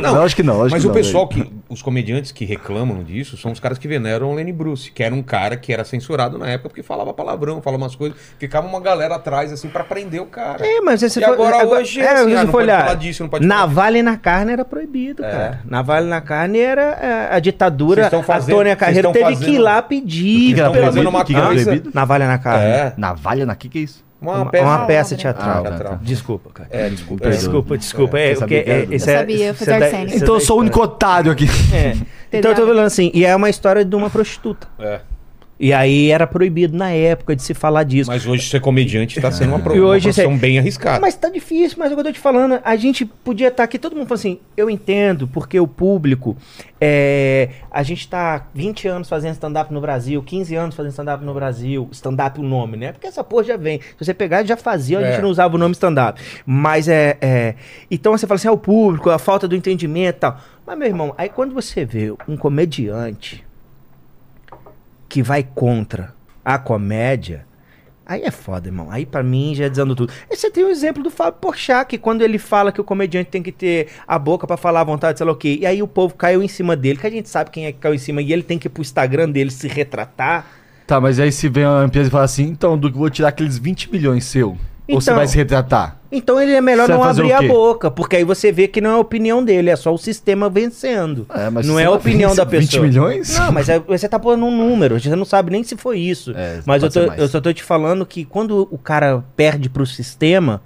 Speaker 1: Não,
Speaker 3: lógico que não, lógico
Speaker 1: Mas
Speaker 3: que
Speaker 1: o
Speaker 3: não,
Speaker 1: pessoal
Speaker 3: velho.
Speaker 1: que. Os comediantes que reclamam disso são os caras que veneram o Lenny Bruce, que era um cara que era censurado na época porque falava palavrão, falava umas coisas. Ficava uma galera atrás, assim, pra prender o cara.
Speaker 5: É, mas se
Speaker 1: E
Speaker 5: você for,
Speaker 1: agora hoje,
Speaker 5: é,
Speaker 1: assim,
Speaker 5: se
Speaker 1: ah,
Speaker 5: você
Speaker 1: não
Speaker 5: for
Speaker 1: pode
Speaker 5: olhar,
Speaker 1: falar disso, não pode falar É.
Speaker 5: navalha na carne era proibido, cara. Navalha na carne era é, a ditadura,
Speaker 1: Vocês estão fazendo-
Speaker 5: a Tônia
Speaker 1: vocês
Speaker 5: Carreiro
Speaker 1: estão
Speaker 5: teve
Speaker 1: fazendo-
Speaker 5: que ir lá
Speaker 3: que
Speaker 5: pedir.
Speaker 3: que era
Speaker 5: pelo-
Speaker 3: proibido?
Speaker 1: uma
Speaker 3: O que que era
Speaker 1: coisa-
Speaker 3: proibido?
Speaker 5: Navalha na carne.
Speaker 1: É.
Speaker 3: Navalha na que que é isso?
Speaker 5: Uma, uma peça, teatral.
Speaker 3: Ah, tá, tá.
Speaker 5: Desculpa, cara.
Speaker 1: É, desculpa.
Speaker 3: É,
Speaker 1: É,
Speaker 5: Desculpa, desculpa. É,
Speaker 3: Você
Speaker 5: porque
Speaker 3: sabia
Speaker 5: é,
Speaker 3: dela?
Speaker 5: isso
Speaker 4: Eu
Speaker 5: é-
Speaker 4: sabia, eu
Speaker 5: isso
Speaker 4: fiz
Speaker 5: é da-
Speaker 4: Arsênio.
Speaker 5: isso é
Speaker 3: Então eu
Speaker 5: da
Speaker 3: sou o
Speaker 5: história.
Speaker 3: único otário aqui.
Speaker 5: É. Então eu tô falando assim, e é uma história de uma prostituta.
Speaker 1: É.
Speaker 5: E aí era proibido na época de se falar disso.
Speaker 1: Mas hoje ser comediante tá sendo uma, pro...
Speaker 5: E
Speaker 1: uma
Speaker 5: hoje
Speaker 1: profissão
Speaker 5: você-
Speaker 1: bem arriscada.
Speaker 5: Mas tá difícil, mas é o que eu tô te falando. A gente podia estar aqui, todo mundo falando assim, eu entendo, porque o público. é, a gente tá 20 anos fazendo stand-up no Brasil, 15 anos fazendo stand-up no Brasil, stand-up o nome, né? Porque essa porra já vem. Se você pegar, já fazia, a
Speaker 1: É.
Speaker 5: gente não usava o nome stand-up. Mas é, é. Então você fala assim, é o público, a falta do entendimento e tal. Mas, meu irmão, aí quando você vê um comediante que vai contra a comédia, aí é foda, irmão. Aí pra mim já é dizendo tudo. E você tem o exemplo do Fábio Porchat, que quando ele fala que o comediante tem que ter a boca pra falar à vontade, sei lá o quê, e aí o povo caiu em cima dele, que a gente sabe quem é que caiu em cima, e ele tem que ir pro Instagram dele se retratar.
Speaker 3: Tá, mas aí se vem uma empresa e fala assim, então, Duque, vou tirar aqueles 20 milhões seu. ou você
Speaker 5: Então.
Speaker 3: vai se retratar?
Speaker 5: Então ele é melhor
Speaker 3: Você vai
Speaker 5: não
Speaker 3: fazer
Speaker 5: abrir
Speaker 3: o
Speaker 5: a
Speaker 3: quê?
Speaker 5: boca, porque aí você vê que não é a opinião dele, é só o sistema vencendo.
Speaker 3: É, mas
Speaker 5: não
Speaker 3: você
Speaker 5: é a
Speaker 3: tá
Speaker 5: opinião da
Speaker 3: vendo
Speaker 5: pessoa.
Speaker 3: 20 milhões?
Speaker 5: Não, mas é- você tá pondo um número, você não sabe nem se foi isso.
Speaker 3: É,
Speaker 5: mas
Speaker 3: pode
Speaker 5: eu, tô-
Speaker 3: ser mais.
Speaker 5: eu só tô te falando que quando o cara perde pro sistema,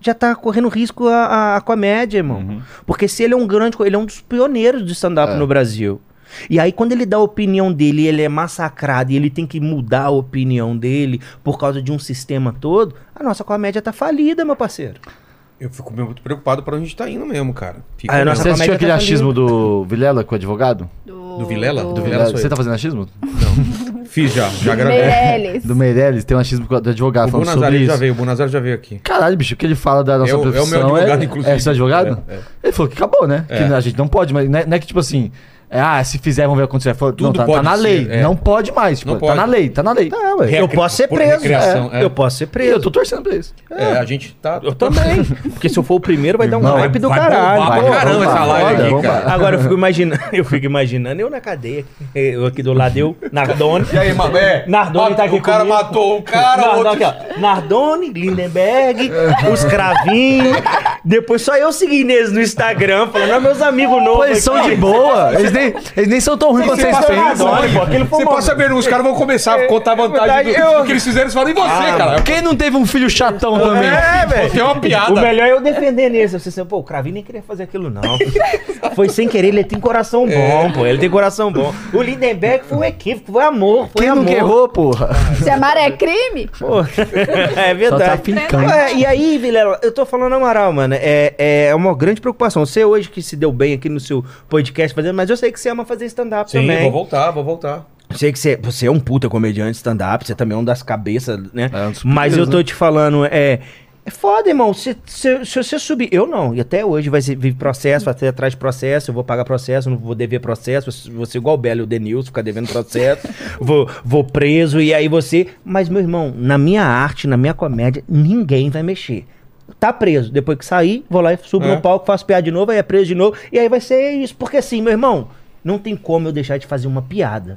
Speaker 5: já tá correndo risco a, a- a comédia, irmão.
Speaker 3: Uhum.
Speaker 5: Porque se ele é um grande, co- ele é um dos pioneiros do
Speaker 3: É.
Speaker 5: stand-up no Brasil. E aí, quando ele dá a opinião dele, ele é massacrado e ele tem que mudar a opinião dele por causa de um sistema todo, a nossa comédia tá falida, meu parceiro.
Speaker 1: Eu fico muito preocupado pra onde a gente tá indo mesmo, cara. Fico
Speaker 5: Ah, eu não
Speaker 1: mesmo.
Speaker 3: Você assistiu
Speaker 5: comédia
Speaker 3: aquele
Speaker 5: tá
Speaker 3: achismo do Vilela com o advogado?
Speaker 4: do,
Speaker 1: Do Vilela?
Speaker 3: Do
Speaker 1: Do Vilela
Speaker 3: Vilela,
Speaker 1: sou
Speaker 3: você
Speaker 1: eu.
Speaker 3: tá fazendo achismo?
Speaker 5: tá-
Speaker 1: Fiz já, já gravei.
Speaker 4: Meirelles.
Speaker 3: Do Meirelles, tem um achismo com a- do
Speaker 5: Tá
Speaker 3: advogado
Speaker 1: O
Speaker 3: falando
Speaker 1: Bonazar
Speaker 3: sobre
Speaker 1: já
Speaker 3: isso.
Speaker 1: veio, o Bonazar já veio aqui.
Speaker 3: Caralho, bicho, o que ele fala da nossa
Speaker 1: É o- é o meu
Speaker 3: profissão...
Speaker 1: advogado, inclusive.
Speaker 3: É seu advogado?
Speaker 1: É, é.
Speaker 3: Ele falou que acabou, né?
Speaker 1: É.
Speaker 3: Que a gente não pode, mas não é, não é que tipo assim... é, ah, se fizer, vamos ver o que acontecer. Ele Falou, não,
Speaker 1: Tudo
Speaker 3: tá, tá
Speaker 1: pode
Speaker 3: na
Speaker 1: ser,
Speaker 3: lei.
Speaker 1: é.
Speaker 3: Não pode mais. Tipo,
Speaker 1: Não
Speaker 3: Tá
Speaker 1: pode.
Speaker 3: na lei, tá na lei. Tá, ué.
Speaker 5: eu posso ser
Speaker 1: por
Speaker 5: preso.
Speaker 1: recreação,
Speaker 5: é.
Speaker 1: é.
Speaker 5: Eu posso ser
Speaker 3: Eu
Speaker 5: preso.
Speaker 3: tô torcendo pra isso.
Speaker 1: É, a gente tá.
Speaker 5: Eu também. Porque se eu for o primeiro, vai dar um
Speaker 3: Irmão,
Speaker 5: hype do
Speaker 1: vai
Speaker 5: caralho.
Speaker 1: bombar
Speaker 3: pra caramba
Speaker 5: bombar,
Speaker 3: essa live né?
Speaker 5: foda.
Speaker 3: aqui,
Speaker 5: Bombar.
Speaker 3: cara.
Speaker 5: Agora eu fico imaginando, eu fico imaginando, eu na cadeia, eu aqui do lado, eu, Nardone.
Speaker 1: E aí, Mabé?
Speaker 5: Nardone tá aqui
Speaker 1: O cara
Speaker 5: comigo.
Speaker 1: matou o cara, o
Speaker 5: Nardone,
Speaker 1: outro.
Speaker 5: aqui, ó. Nardone, Lindenberg, os cravinhos. Depois só eu segui neles no Instagram, falando, ah, meus amigos
Speaker 3: Pô,
Speaker 5: novos.
Speaker 3: eles são
Speaker 5: aqui."
Speaker 3: de boa. Eles nem, eles nem são tão ruins quanto vocês pensam.
Speaker 5: Dói, é pô, aquele foi
Speaker 1: Você
Speaker 5: uma-
Speaker 1: pode saber, os caras vão começar a contar a vantagem do,
Speaker 5: Eu- Ah,
Speaker 1: do que eles fizeram. Eles falam, e você, cara?
Speaker 3: Quem não teve um filho chatão também?
Speaker 5: É, velho.
Speaker 1: Você é uma
Speaker 5: O
Speaker 1: piada.
Speaker 5: melhor é eu defender nesse. Você assim, pô, o Cravinho nem queria fazer aquilo, não. foi sem querer, ele tem coração
Speaker 3: É.
Speaker 5: bom, pô. Ele tem coração bom. O Lindenberg foi um equívoco, foi amor. Foi
Speaker 3: Quem
Speaker 5: amor.
Speaker 3: nunca errou, porra?
Speaker 4: Se amar é crime?
Speaker 5: Pô, é
Speaker 3: Só tá
Speaker 5: verdade.
Speaker 3: fincando.
Speaker 5: Ué, e aí, Vilela, eu tô falando Amaral, mano, é, é uma grande preocupação. Você hoje que se deu bem aqui no seu podcast fazendo, mas eu sei que você ama fazer stand-up
Speaker 1: Sim,
Speaker 5: também.
Speaker 1: vou voltar, vou voltar.
Speaker 5: Sei que você, você é um puta comediante stand-up, você também é um das cabeças, né?
Speaker 3: É, um dos
Speaker 5: Mas
Speaker 3: primeiros,
Speaker 5: eu tô
Speaker 3: né?
Speaker 5: te falando, é. É foda, irmão. Se, se, se você subir. Eu não. E até hoje vai ser, vive processo, vai ter atrás de processo. Eu vou pagar processo, não vou dever processo. Vou, vou ser igual o Belo e o Denilson, ficar devendo processo. vou, vou preso. E aí você. Mas, meu irmão, na minha arte, na minha comédia, ninguém vai mexer. Tá preso. Depois que sair, vou lá e subo
Speaker 1: É.
Speaker 5: no palco, faço piada de novo, aí é preso de novo. E aí vai ser isso. Porque assim, meu irmão, não tem como eu deixar de fazer uma piada.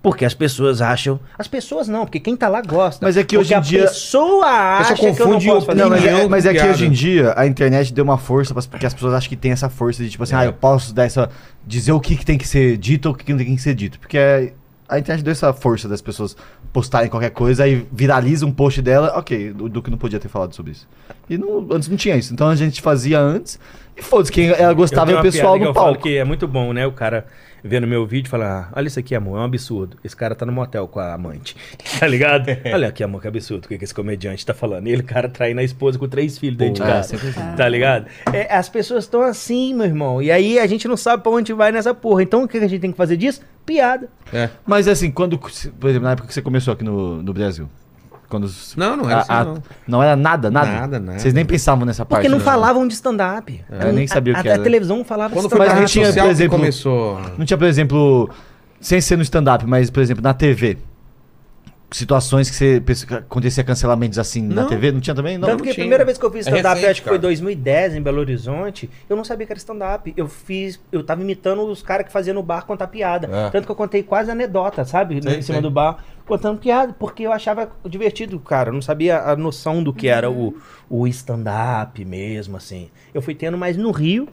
Speaker 5: Porque as pessoas acham. As pessoas não, porque quem tá lá gosta.
Speaker 3: Mas é que
Speaker 5: Porque
Speaker 3: hoje em
Speaker 5: a
Speaker 3: dia-
Speaker 5: pessoa acha
Speaker 1: pessoa
Speaker 5: que eu não
Speaker 1: confunde
Speaker 5: posso fazer
Speaker 3: Não, mas, é,
Speaker 1: Opinião
Speaker 3: mas é que
Speaker 1: piada.
Speaker 3: hoje em dia a internet deu uma força pras- porque as pessoas acham que tem essa força de tipo
Speaker 8: É.
Speaker 3: assim, ah, eu posso dar essa. dizer o que, que tem que ser dito ou o que que não tem que ser dito. Porque é- a internet deu essa força das pessoas postarem qualquer coisa, aí viraliza um post dela, ok, o Duque não podia ter falado sobre isso. E não- antes não tinha isso. Então a gente fazia antes e foda-se, quem ela gostava
Speaker 8: Eu tenho
Speaker 3: era o
Speaker 8: uma piada
Speaker 3: pessoal
Speaker 8: que
Speaker 3: no
Speaker 8: eu falo
Speaker 3: palco.
Speaker 8: Que é muito bom, né? O cara vendo meu vídeo e fala: ah, Olha isso aqui, amor, é um absurdo. Esse cara tá no motel com a amante. Tá ligado? Olha aqui, amor, que absurdo. O que, que esse comediante tá falando? E ele, cara, traindo a esposa com três filhos dentro de casa.
Speaker 3: é
Speaker 8: Tá ligado?
Speaker 5: É, as pessoas estão assim, meu irmão. E aí a gente não sabe pra onde vai nessa porra. Então o que que a gente tem que fazer disso? Piada.
Speaker 3: Mas assim, quando. Por exemplo, na época que você começou aqui no, no Brasil. Quando. os-
Speaker 7: Não,
Speaker 1: é
Speaker 7: não era
Speaker 3: a-
Speaker 7: assim,
Speaker 3: a-
Speaker 7: não.
Speaker 3: não era nada, nada?
Speaker 7: Nada, nada.
Speaker 3: Vocês nem pensavam nessa parte.
Speaker 5: Porque não
Speaker 3: né?
Speaker 5: falavam de stand-up.
Speaker 3: É, eu nem sabia o
Speaker 5: a,
Speaker 3: que
Speaker 5: a,
Speaker 3: era.
Speaker 5: A televisão falava
Speaker 1: Quando
Speaker 5: de
Speaker 1: foi
Speaker 3: Mas
Speaker 1: pra
Speaker 3: não
Speaker 1: rede
Speaker 3: tinha,
Speaker 1: social
Speaker 3: por
Speaker 1: que
Speaker 3: exemplo-
Speaker 1: começou...
Speaker 3: Não tinha, por exemplo, sem ser no stand-up, mas, por exemplo, na TV. Situações que você pensa que acontecia cancelamentos assim na
Speaker 7: Não.
Speaker 3: TV, não tinha também? Não.
Speaker 5: Tanto que a
Speaker 7: tinha.
Speaker 5: primeira vez que eu fiz
Speaker 1: É
Speaker 5: stand-up,
Speaker 1: recente,
Speaker 5: acho que foi
Speaker 1: cara.
Speaker 5: 2010, em Belo Horizonte, eu não sabia que era stand-up. Eu fiz, eu tava imitando os caras que faziam no bar contar piada.
Speaker 1: É.
Speaker 5: Tanto que eu contei quase anedota, sabe?
Speaker 1: Sei,
Speaker 5: em cima
Speaker 1: sei.
Speaker 5: do bar, contando piada, porque eu achava divertido, cara. Eu não sabia a noção do que era o, o stand-up mesmo, assim. Eu fui tendo mais no Rio.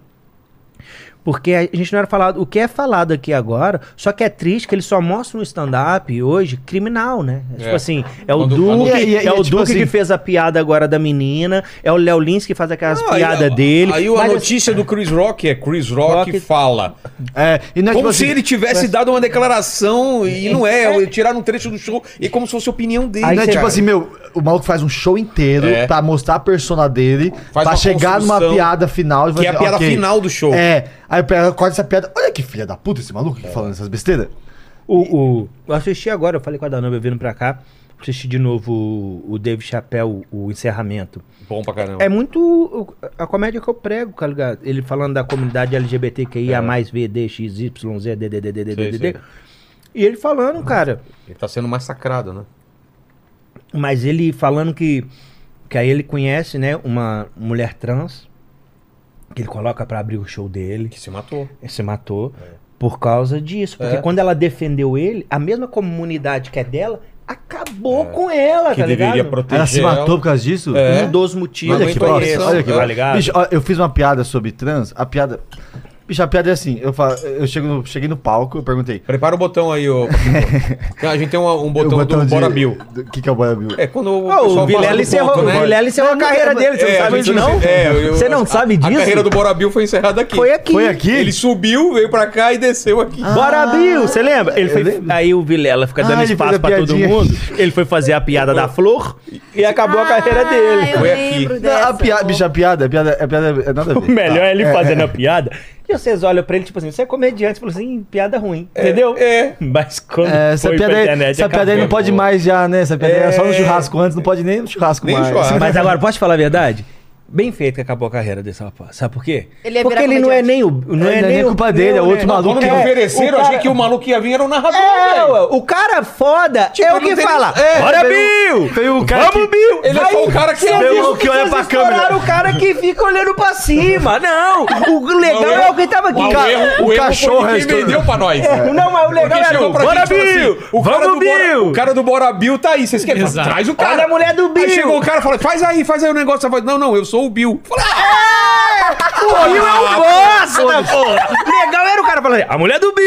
Speaker 5: Porque a gente não era falado. O que é falado aqui agora, só que é triste que ele só mostra no stand-up hoje criminal, né? Tipo assim, é o
Speaker 1: Quando- quando-
Speaker 5: Duque,
Speaker 3: E- e-
Speaker 5: é,
Speaker 3: e-
Speaker 5: o
Speaker 3: tipo
Speaker 5: Duque que
Speaker 3: assim,
Speaker 5: fez a piada agora da menina, é o Léo Lins que faz aquelas
Speaker 1: Não, aí
Speaker 5: piadas
Speaker 1: a-
Speaker 5: dele.
Speaker 1: Aí a
Speaker 5: mas assim,
Speaker 1: notícia do Chris Rock é Chris Rock,
Speaker 5: Rock-
Speaker 1: fala.
Speaker 3: É, e não é
Speaker 1: Como
Speaker 3: tipo
Speaker 1: se
Speaker 3: assim,
Speaker 1: ele tivesse dado uma declaração e não é, tiraram um trecho do show e como se fosse a opinião dele.
Speaker 3: não é
Speaker 1: cara.
Speaker 3: tipo assim, meu, o maluco faz um show inteiro
Speaker 1: né, É.
Speaker 3: pra mostrar a persona dele,
Speaker 1: Faz
Speaker 3: pra
Speaker 1: uma
Speaker 3: chegar numa
Speaker 1: construção,
Speaker 3: piada final. e
Speaker 1: que é a
Speaker 3: fazer,
Speaker 1: piada
Speaker 3: ok.
Speaker 1: final do show. É.
Speaker 3: É, aí o cara corta essa piada. Olha que filha da puta esse maluco que falando essas besteiras.
Speaker 5: O, o- eu assisti agora, eu falei com a Danube vindo pra cá, assisti de novo o, o Dave Chappelle, o, o encerramento.
Speaker 1: Bom pra caramba.
Speaker 5: É muito o- a comédia que eu prego, tá ligado? Ele falando da comunidade LGBTQIA+, VD, XY, Z, D, D, D, D, D, D,
Speaker 1: É. Sei,
Speaker 5: D,
Speaker 1: sei.
Speaker 5: D. E ele falando, cara...
Speaker 1: Ele tá sendo massacrado, né?
Speaker 5: Mas ele falando que. Que aí ele conhece, né, uma mulher trans. Que ele coloca pra abrir o show dele.
Speaker 1: Que se matou.
Speaker 5: Que se matou por causa disso. Porque
Speaker 1: É.
Speaker 5: quando ela defendeu ele, a mesma comunidade que é dela acabou com ela,
Speaker 1: É. que
Speaker 5: tá
Speaker 1: deveria
Speaker 5: ligado?
Speaker 1: proteger.
Speaker 3: Ela se matou por causa disso?
Speaker 1: É.
Speaker 5: Um dos motivos.
Speaker 3: Olha que
Speaker 1: Aguentou
Speaker 3: próximo,
Speaker 1: isso.
Speaker 3: olha que
Speaker 1: Tá
Speaker 3: próximo.
Speaker 5: ligado?
Speaker 3: Bicho, ó, eu fiz uma piada sobre trans, a piada. Bicho, a piada é assim, eu, falo, eu chego no- cheguei no palco, eu perguntei.
Speaker 1: Prepara o botão aí, ô. Paquito. a gente tem um, um botão,
Speaker 3: o botão
Speaker 1: do
Speaker 3: de-
Speaker 1: Bora Bill.
Speaker 3: do- O que, que é o Bora Bill?
Speaker 1: É, quando o,
Speaker 5: Ah, o
Speaker 1: pessoal passa
Speaker 5: Vilela
Speaker 1: do
Speaker 5: encerrou,
Speaker 1: ponto, né?
Speaker 5: o Vilela encerrou a carreira dele, você
Speaker 1: É,
Speaker 5: não
Speaker 1: a
Speaker 5: sabe
Speaker 1: gente
Speaker 5: disso, não?
Speaker 1: é, eu-
Speaker 5: você não
Speaker 1: a-
Speaker 5: sabe
Speaker 1: A
Speaker 5: disso?
Speaker 1: carreira do Bora Bill foi encerrada aqui.
Speaker 5: Foi aqui. Ah,
Speaker 3: Foi aqui?
Speaker 1: Ele subiu, veio pra cá e desceu aqui.
Speaker 5: Bora, Bill! Você lembra? Ele foi- Aí o Vilela fica dando
Speaker 3: Ah, ele fez
Speaker 5: espaço
Speaker 3: a
Speaker 5: pra todo
Speaker 3: piadinha.
Speaker 5: mundo. Ele foi fazer a piada da flor e acabou a carreira dele.
Speaker 4: Ah, Eu
Speaker 1: Foi
Speaker 4: lembro
Speaker 1: aqui.
Speaker 3: Não,
Speaker 4: dessa. é
Speaker 3: a piada, bicho, a piada, a piada, a piada é nada a ver.
Speaker 5: O melhor
Speaker 3: Tá.
Speaker 5: é ele fazendo a piada. E vocês olham pra ele, tipo assim, você é comediante, falou assim, "Ih, piada ruim, entendeu?
Speaker 1: É.
Speaker 5: Mas quando
Speaker 3: É, essa
Speaker 5: foi
Speaker 3: piada,
Speaker 5: pra
Speaker 3: aí,
Speaker 5: internet,
Speaker 3: essa
Speaker 5: acabou.
Speaker 3: piada aí não pode mais já, né? Essa piada aí é só no
Speaker 1: É.
Speaker 3: churrasco antes, não pode nem no churrasco
Speaker 1: Nem
Speaker 3: mais.
Speaker 1: churrasco.
Speaker 5: Mas agora, posso te falar a verdade? Bem feito que acabou a carreira desse rapaz. Sabe por quê?
Speaker 4: Ele ia
Speaker 5: Porque
Speaker 4: virar
Speaker 5: ele não é
Speaker 4: comediante.
Speaker 5: nem o. Não
Speaker 3: Não
Speaker 5: é,
Speaker 3: é
Speaker 5: nem
Speaker 3: nem
Speaker 5: o
Speaker 3: culpa dele, é
Speaker 5: não,
Speaker 3: outro
Speaker 5: né?
Speaker 3: maluco
Speaker 1: Quando me
Speaker 3: que-
Speaker 5: É,
Speaker 1: ofereceram,
Speaker 5: o
Speaker 1: eu achei
Speaker 5: cara-
Speaker 1: que o maluco que ia vir era o narrador.
Speaker 5: É,
Speaker 1: velho.
Speaker 5: ué, o cara foda é o
Speaker 1: ele
Speaker 5: que
Speaker 1: não tem-
Speaker 5: fala.
Speaker 1: é,
Speaker 5: Bora,
Speaker 3: veio-
Speaker 5: Bill!
Speaker 3: veio o cara
Speaker 5: Vamos,
Speaker 3: que-
Speaker 5: Bill!
Speaker 1: Ele é
Speaker 5: Vai!
Speaker 1: só o cara que-
Speaker 5: Você
Speaker 1: Veio
Speaker 5: viu
Speaker 3: o que olha
Speaker 5: vocês
Speaker 3: pra câmera.
Speaker 5: estouraram o cara que fica olhando pra cima. Não! O legal é o que tava aqui.
Speaker 1: O,
Speaker 5: Cara,
Speaker 1: erro, o,
Speaker 3: o cachorro
Speaker 1: cachorro
Speaker 3: restou-
Speaker 1: vendeu pra nós.
Speaker 5: É, Não, mas o legal
Speaker 1: Porque
Speaker 5: era
Speaker 1: chegou
Speaker 5: do
Speaker 1: pra
Speaker 5: Bora
Speaker 1: gente
Speaker 7: tipo
Speaker 1: e falou
Speaker 5: Bill!
Speaker 1: assim, o cara do
Speaker 5: Vamos,
Speaker 1: Bora,
Speaker 5: Bill!
Speaker 1: o cara do Bora Bill tá aí, vocês querem?
Speaker 2: Exato.
Speaker 1: Traz o cara.
Speaker 5: Olha a mulher do Bill!
Speaker 1: Aí chegou o cara e falou, faz aí, faz aí o negócio. Eu falei, não, não, eu
Speaker 7: sou o Bill. Eu Falei, ah,
Speaker 5: O Bill é um
Speaker 3: Ah,
Speaker 5: bosta, pô! Legal era o cara falando, a mulher do Bill!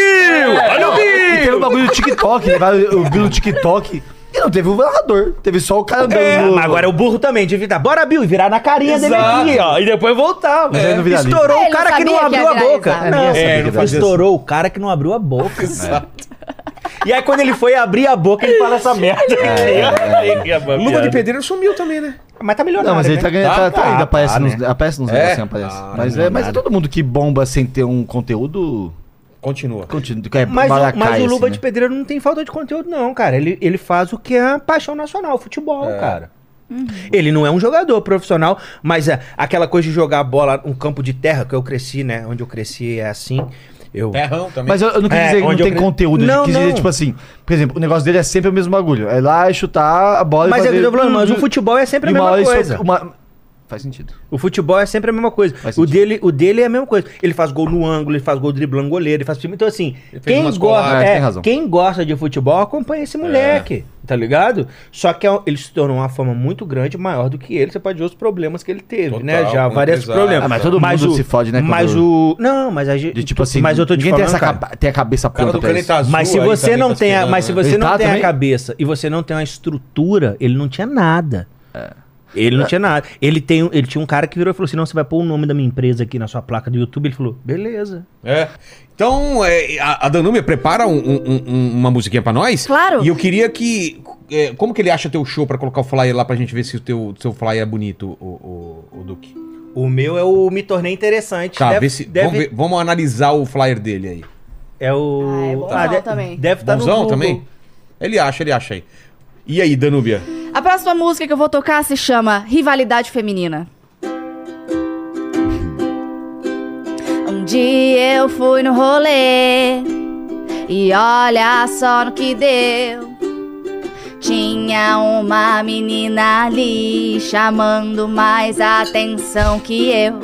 Speaker 3: É.
Speaker 5: Olha o Bill!
Speaker 3: E teve um bagulho do TikTok, levaram o Bill no TikTok. E não teve o narrador, teve só o cara andando.
Speaker 5: É,
Speaker 3: no-
Speaker 5: mas agora é o burro também, de virar, bora Bill, e virar na carinha dele aqui, ó, e depois voltar.
Speaker 3: aí não viraliza.
Speaker 5: Estourou
Speaker 4: É,
Speaker 5: o
Speaker 4: ele
Speaker 5: cara que não
Speaker 4: sabia que
Speaker 5: abriu
Speaker 4: ia
Speaker 5: a boca.
Speaker 4: viralizar. né?
Speaker 5: Não,
Speaker 3: É,
Speaker 5: é,
Speaker 3: não
Speaker 1: fazia
Speaker 5: estourou o cara que não abriu a boca. E aí quando ele foi abrir a boca, ele fala essa merda.
Speaker 3: É,
Speaker 7: Luva de pedreiro sumiu também, né?
Speaker 5: Mas tá melhorando.
Speaker 3: Não, mas ele tá ganhando. Tá, tá, ainda aparece
Speaker 5: né?
Speaker 3: nos, aparece nos
Speaker 7: É?
Speaker 3: negocinhos, aparece.
Speaker 7: Ah,
Speaker 3: mas, é, mas é todo mundo que bomba sem ter um conteúdo.
Speaker 7: Continua.
Speaker 3: Continua, que é
Speaker 5: Mas, o-
Speaker 3: maracai,
Speaker 5: mas o
Speaker 3: assim,
Speaker 5: Luva
Speaker 3: né?
Speaker 5: de Pedreiro não tem falta de conteúdo, não, cara. Ele, ele faz o que é a paixão nacional, o futebol, cara.
Speaker 3: Uhum.
Speaker 5: Ele não é um jogador profissional, mas é aquela coisa de jogar bola um campo de terra, que eu cresci, né? Onde eu cresci é assim. Eu...
Speaker 1: Terrão também.
Speaker 3: Mas eu, eu não quis
Speaker 5: É,
Speaker 3: dizer que não
Speaker 5: onde eu
Speaker 3: tem
Speaker 5: cre-
Speaker 3: conteúdo, eu
Speaker 5: Não,
Speaker 3: quis
Speaker 5: não.
Speaker 3: dizer, tipo assim, por exemplo, o negócio dele é sempre o mesmo bagulho. É lá chutar a bola
Speaker 5: Mas é
Speaker 3: fazer-
Speaker 5: que eu tô falando, mas o futebol é sempre a
Speaker 3: Uhum. E uma hora
Speaker 5: mesma
Speaker 3: isso-
Speaker 5: coisa.
Speaker 3: uma- Faz sentido.
Speaker 5: O futebol é sempre a mesma coisa.
Speaker 3: Faz
Speaker 5: O
Speaker 3: sentido.
Speaker 5: dele, o dele é a mesma coisa. Ele faz gol no ângulo, ele faz gol driblando goleiro, ele faz Então, assim,
Speaker 1: Ele fez
Speaker 5: quem
Speaker 1: umas É.
Speaker 5: gosta,
Speaker 3: colagens,
Speaker 5: é,
Speaker 3: Ah, tem razão.
Speaker 5: quem gosta de futebol acompanha esse moleque, tá ligado? Só que é- ele se tornou uma fama muito grande, maior do que ele. Você pode ver os problemas que ele teve,
Speaker 1: Total,
Speaker 5: né? Já
Speaker 1: muito
Speaker 5: vários
Speaker 1: exato.
Speaker 5: problemas.
Speaker 3: Ah, mas todo mundo se fode, né,
Speaker 5: Mas
Speaker 3: quando-
Speaker 5: o. Não, mas a gente.
Speaker 3: De tipo assim,
Speaker 5: mas eu tô te
Speaker 3: ninguém tem,
Speaker 5: falando,
Speaker 3: essa
Speaker 5: cara.
Speaker 3: capa- tem a cabeça
Speaker 1: o cara
Speaker 3: pronta
Speaker 1: do
Speaker 3: pra
Speaker 1: caneta
Speaker 3: isso.
Speaker 1: azul.
Speaker 5: Mas se
Speaker 1: aí
Speaker 5: você
Speaker 1: também
Speaker 5: não
Speaker 1: tá
Speaker 5: tem a,
Speaker 1: esperando,
Speaker 5: mas se
Speaker 1: né?
Speaker 5: você
Speaker 3: Ele
Speaker 5: não
Speaker 3: tá
Speaker 5: tem a
Speaker 3: também?
Speaker 5: cabeça e você não tem uma estrutura, ele não tinha nada. Ele não tinha nada. Ele, tem, um- ele tinha um cara que virou e falou assim: não, você vai pôr o nome da minha empresa aqui na sua placa do YouTube. Ele falou, beleza.
Speaker 7: É. Então, é, a, a Danúbia prepara um- um- um- uma musiquinha pra nós.
Speaker 4: Claro.
Speaker 7: E eu queria que. é, como que ele acha teu show pra colocar o flyer lá pra gente ver se o teu seu flyer é bonito, o, o, o Duque?
Speaker 5: O meu é o Me Tornei Interessante.
Speaker 7: Tá,
Speaker 5: deve,
Speaker 7: vê se,
Speaker 5: deve-
Speaker 7: Vamos, ver- vamos analisar o flyer dele aí.
Speaker 5: É o.
Speaker 4: Ah, é bonzão
Speaker 5: de-
Speaker 4: também.
Speaker 5: Deve estar Tá no
Speaker 7: Bonzão
Speaker 5: Google.
Speaker 7: também? Ele acha, ele acha aí. E aí, Danúbia?
Speaker 4: A próxima música que eu vou tocar se chama Rivalidade Feminina. Um dia eu fui no rolê e olha só no que deu. Tinha uma menina ali chamando mais atenção que eu.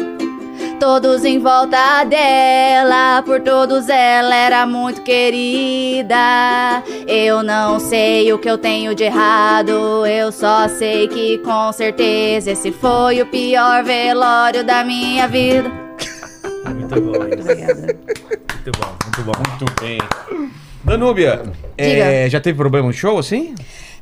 Speaker 4: Todos em volta dela, por todos ela era muito querida. Eu não sei o que eu tenho de errado, eu só sei que com certeza esse foi o pior velório da minha vida.
Speaker 1: Muito bem. Danúbia,
Speaker 7: É, já teve problema no show assim?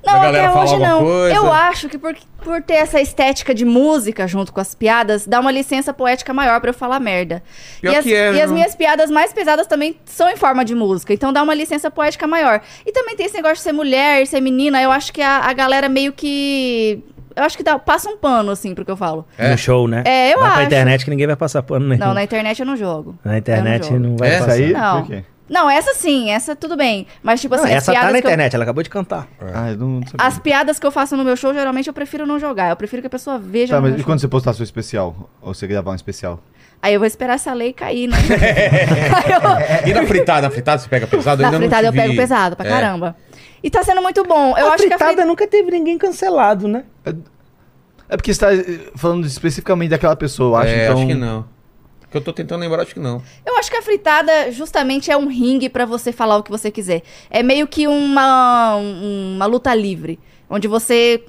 Speaker 4: Não,
Speaker 1: A galera
Speaker 4: até
Speaker 1: fala
Speaker 4: hoje
Speaker 1: alguma
Speaker 4: não.
Speaker 1: coisa?
Speaker 4: Eu acho que por, por ter essa estética de música junto com as piadas, dá uma licença poética maior pra eu falar merda.
Speaker 7: Pior
Speaker 4: e as,
Speaker 7: que é,
Speaker 4: e as
Speaker 7: não.
Speaker 4: minhas piadas mais pesadas também são em forma de música, então dá uma licença poética maior. E também tem esse negócio de ser mulher, ser menina, eu acho que a, a galera meio que. Eu acho que dá, passa um pano, assim, pro que eu falo.
Speaker 5: No show, né?
Speaker 4: É, eu
Speaker 5: Vai pra
Speaker 4: acho.
Speaker 5: internet que ninguém vai passar pano nenhum.
Speaker 4: Não, na internet eu não jogo.
Speaker 5: Na internet
Speaker 4: eu
Speaker 5: não,
Speaker 4: não jogo.
Speaker 5: vai
Speaker 7: Essa
Speaker 5: passar.
Speaker 3: aí?
Speaker 4: Não.
Speaker 3: Por quê?
Speaker 4: Não, essa sim, essa tudo bem. Mas, tipo
Speaker 5: Não,
Speaker 4: assim, as
Speaker 5: essa tá
Speaker 4: piadas
Speaker 5: na
Speaker 4: que eu-
Speaker 5: internet, ela acabou de cantar.
Speaker 3: Ah, eu não sabia.
Speaker 4: As piadas que eu faço no meu show, geralmente eu prefiro não jogar. Eu prefiro que a pessoa veja.
Speaker 3: Tá,
Speaker 4: no
Speaker 3: mas
Speaker 4: meu
Speaker 3: e
Speaker 4: show.
Speaker 3: quando você postar seu especial? Ou você gravar um especial?
Speaker 4: Aí eu vou esperar essa lei cair, né? Aí eu-
Speaker 7: E na fritada? Na fritada você pega pesado? É.
Speaker 4: Na
Speaker 7: ainda não
Speaker 4: fritada eu
Speaker 7: te vi.
Speaker 4: pego pesado pra
Speaker 7: É.
Speaker 4: caramba. E tá sendo muito bom. Eu
Speaker 5: a
Speaker 4: acho que a
Speaker 5: fritada
Speaker 4: fritada...
Speaker 5: nunca teve ninguém cancelado, né?
Speaker 3: É porque você tá eh, falando especificamente daquela pessoa, eu acho.
Speaker 7: É,
Speaker 3: então...
Speaker 7: acho que não. Que eu tô tentando lembrar, acho que não.
Speaker 4: eu acho que a fritada justamente é um ringue pra você falar o que você quiser. É meio que uma, um- uma luta livre, onde você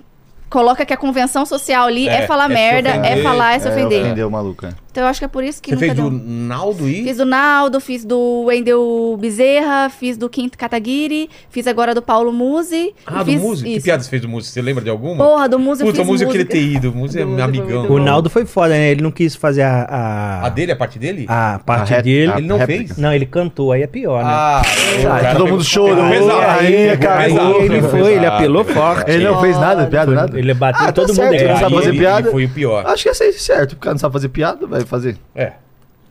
Speaker 4: coloca que a convenção social ali é,
Speaker 1: É,
Speaker 4: falar
Speaker 1: é se
Speaker 4: merda, é
Speaker 1: ofender,
Speaker 4: falar, é se ofender.
Speaker 3: Ofendeu o maluco, é.
Speaker 4: Então eu acho que é por isso que
Speaker 7: Você fez
Speaker 4: nunca deu
Speaker 7: do
Speaker 4: um-
Speaker 7: Naldo e.
Speaker 4: Fiz do Naldo, fiz do Wendel Bezerra, fiz do Quinto Kataguiri, fiz agora do Paulo Musi.
Speaker 7: Ah,
Speaker 4: fiz
Speaker 7: do Muzi? Que
Speaker 4: isso.
Speaker 7: piada você fez do Muzi? Você lembra de alguma?
Speaker 4: Porra, do Musi eu
Speaker 7: Puta,
Speaker 4: fiz
Speaker 7: o Muzi eu queria
Speaker 4: música.
Speaker 7: ter ido. O Muzi é
Speaker 4: Do
Speaker 7: meu
Speaker 4: Muzi foi
Speaker 7: amigão.
Speaker 3: Então,
Speaker 4: muito
Speaker 5: O
Speaker 4: bom.
Speaker 5: Naldo foi foda, né? Ele não quis fazer a. A,
Speaker 7: A dele, a parte dele?
Speaker 5: a parte
Speaker 3: A ré-
Speaker 5: dele.
Speaker 3: a
Speaker 7: Ele não
Speaker 3: réplica.
Speaker 7: fez?
Speaker 5: Não, ele cantou, aí é pior, né?
Speaker 7: Ah, o
Speaker 3: Ah,
Speaker 7: cara
Speaker 3: todo
Speaker 7: pegou-
Speaker 3: mundo chorou. né?
Speaker 7: Pesado.
Speaker 3: aí, cara.
Speaker 7: Pesado.
Speaker 5: ele foi, ele apelou forte.
Speaker 3: Ele não fez nada, piada, nada?
Speaker 5: Ele bateu
Speaker 3: Ah, tá
Speaker 5: todo mundo
Speaker 3: certo,
Speaker 5: aí.
Speaker 3: ele não sabe
Speaker 5: Aí
Speaker 3: fazer
Speaker 5: ele-
Speaker 3: piada.
Speaker 7: Ele foi o pior.
Speaker 3: Acho que essa é certo, porque não sabe fazer piada, vai fazer.
Speaker 7: É.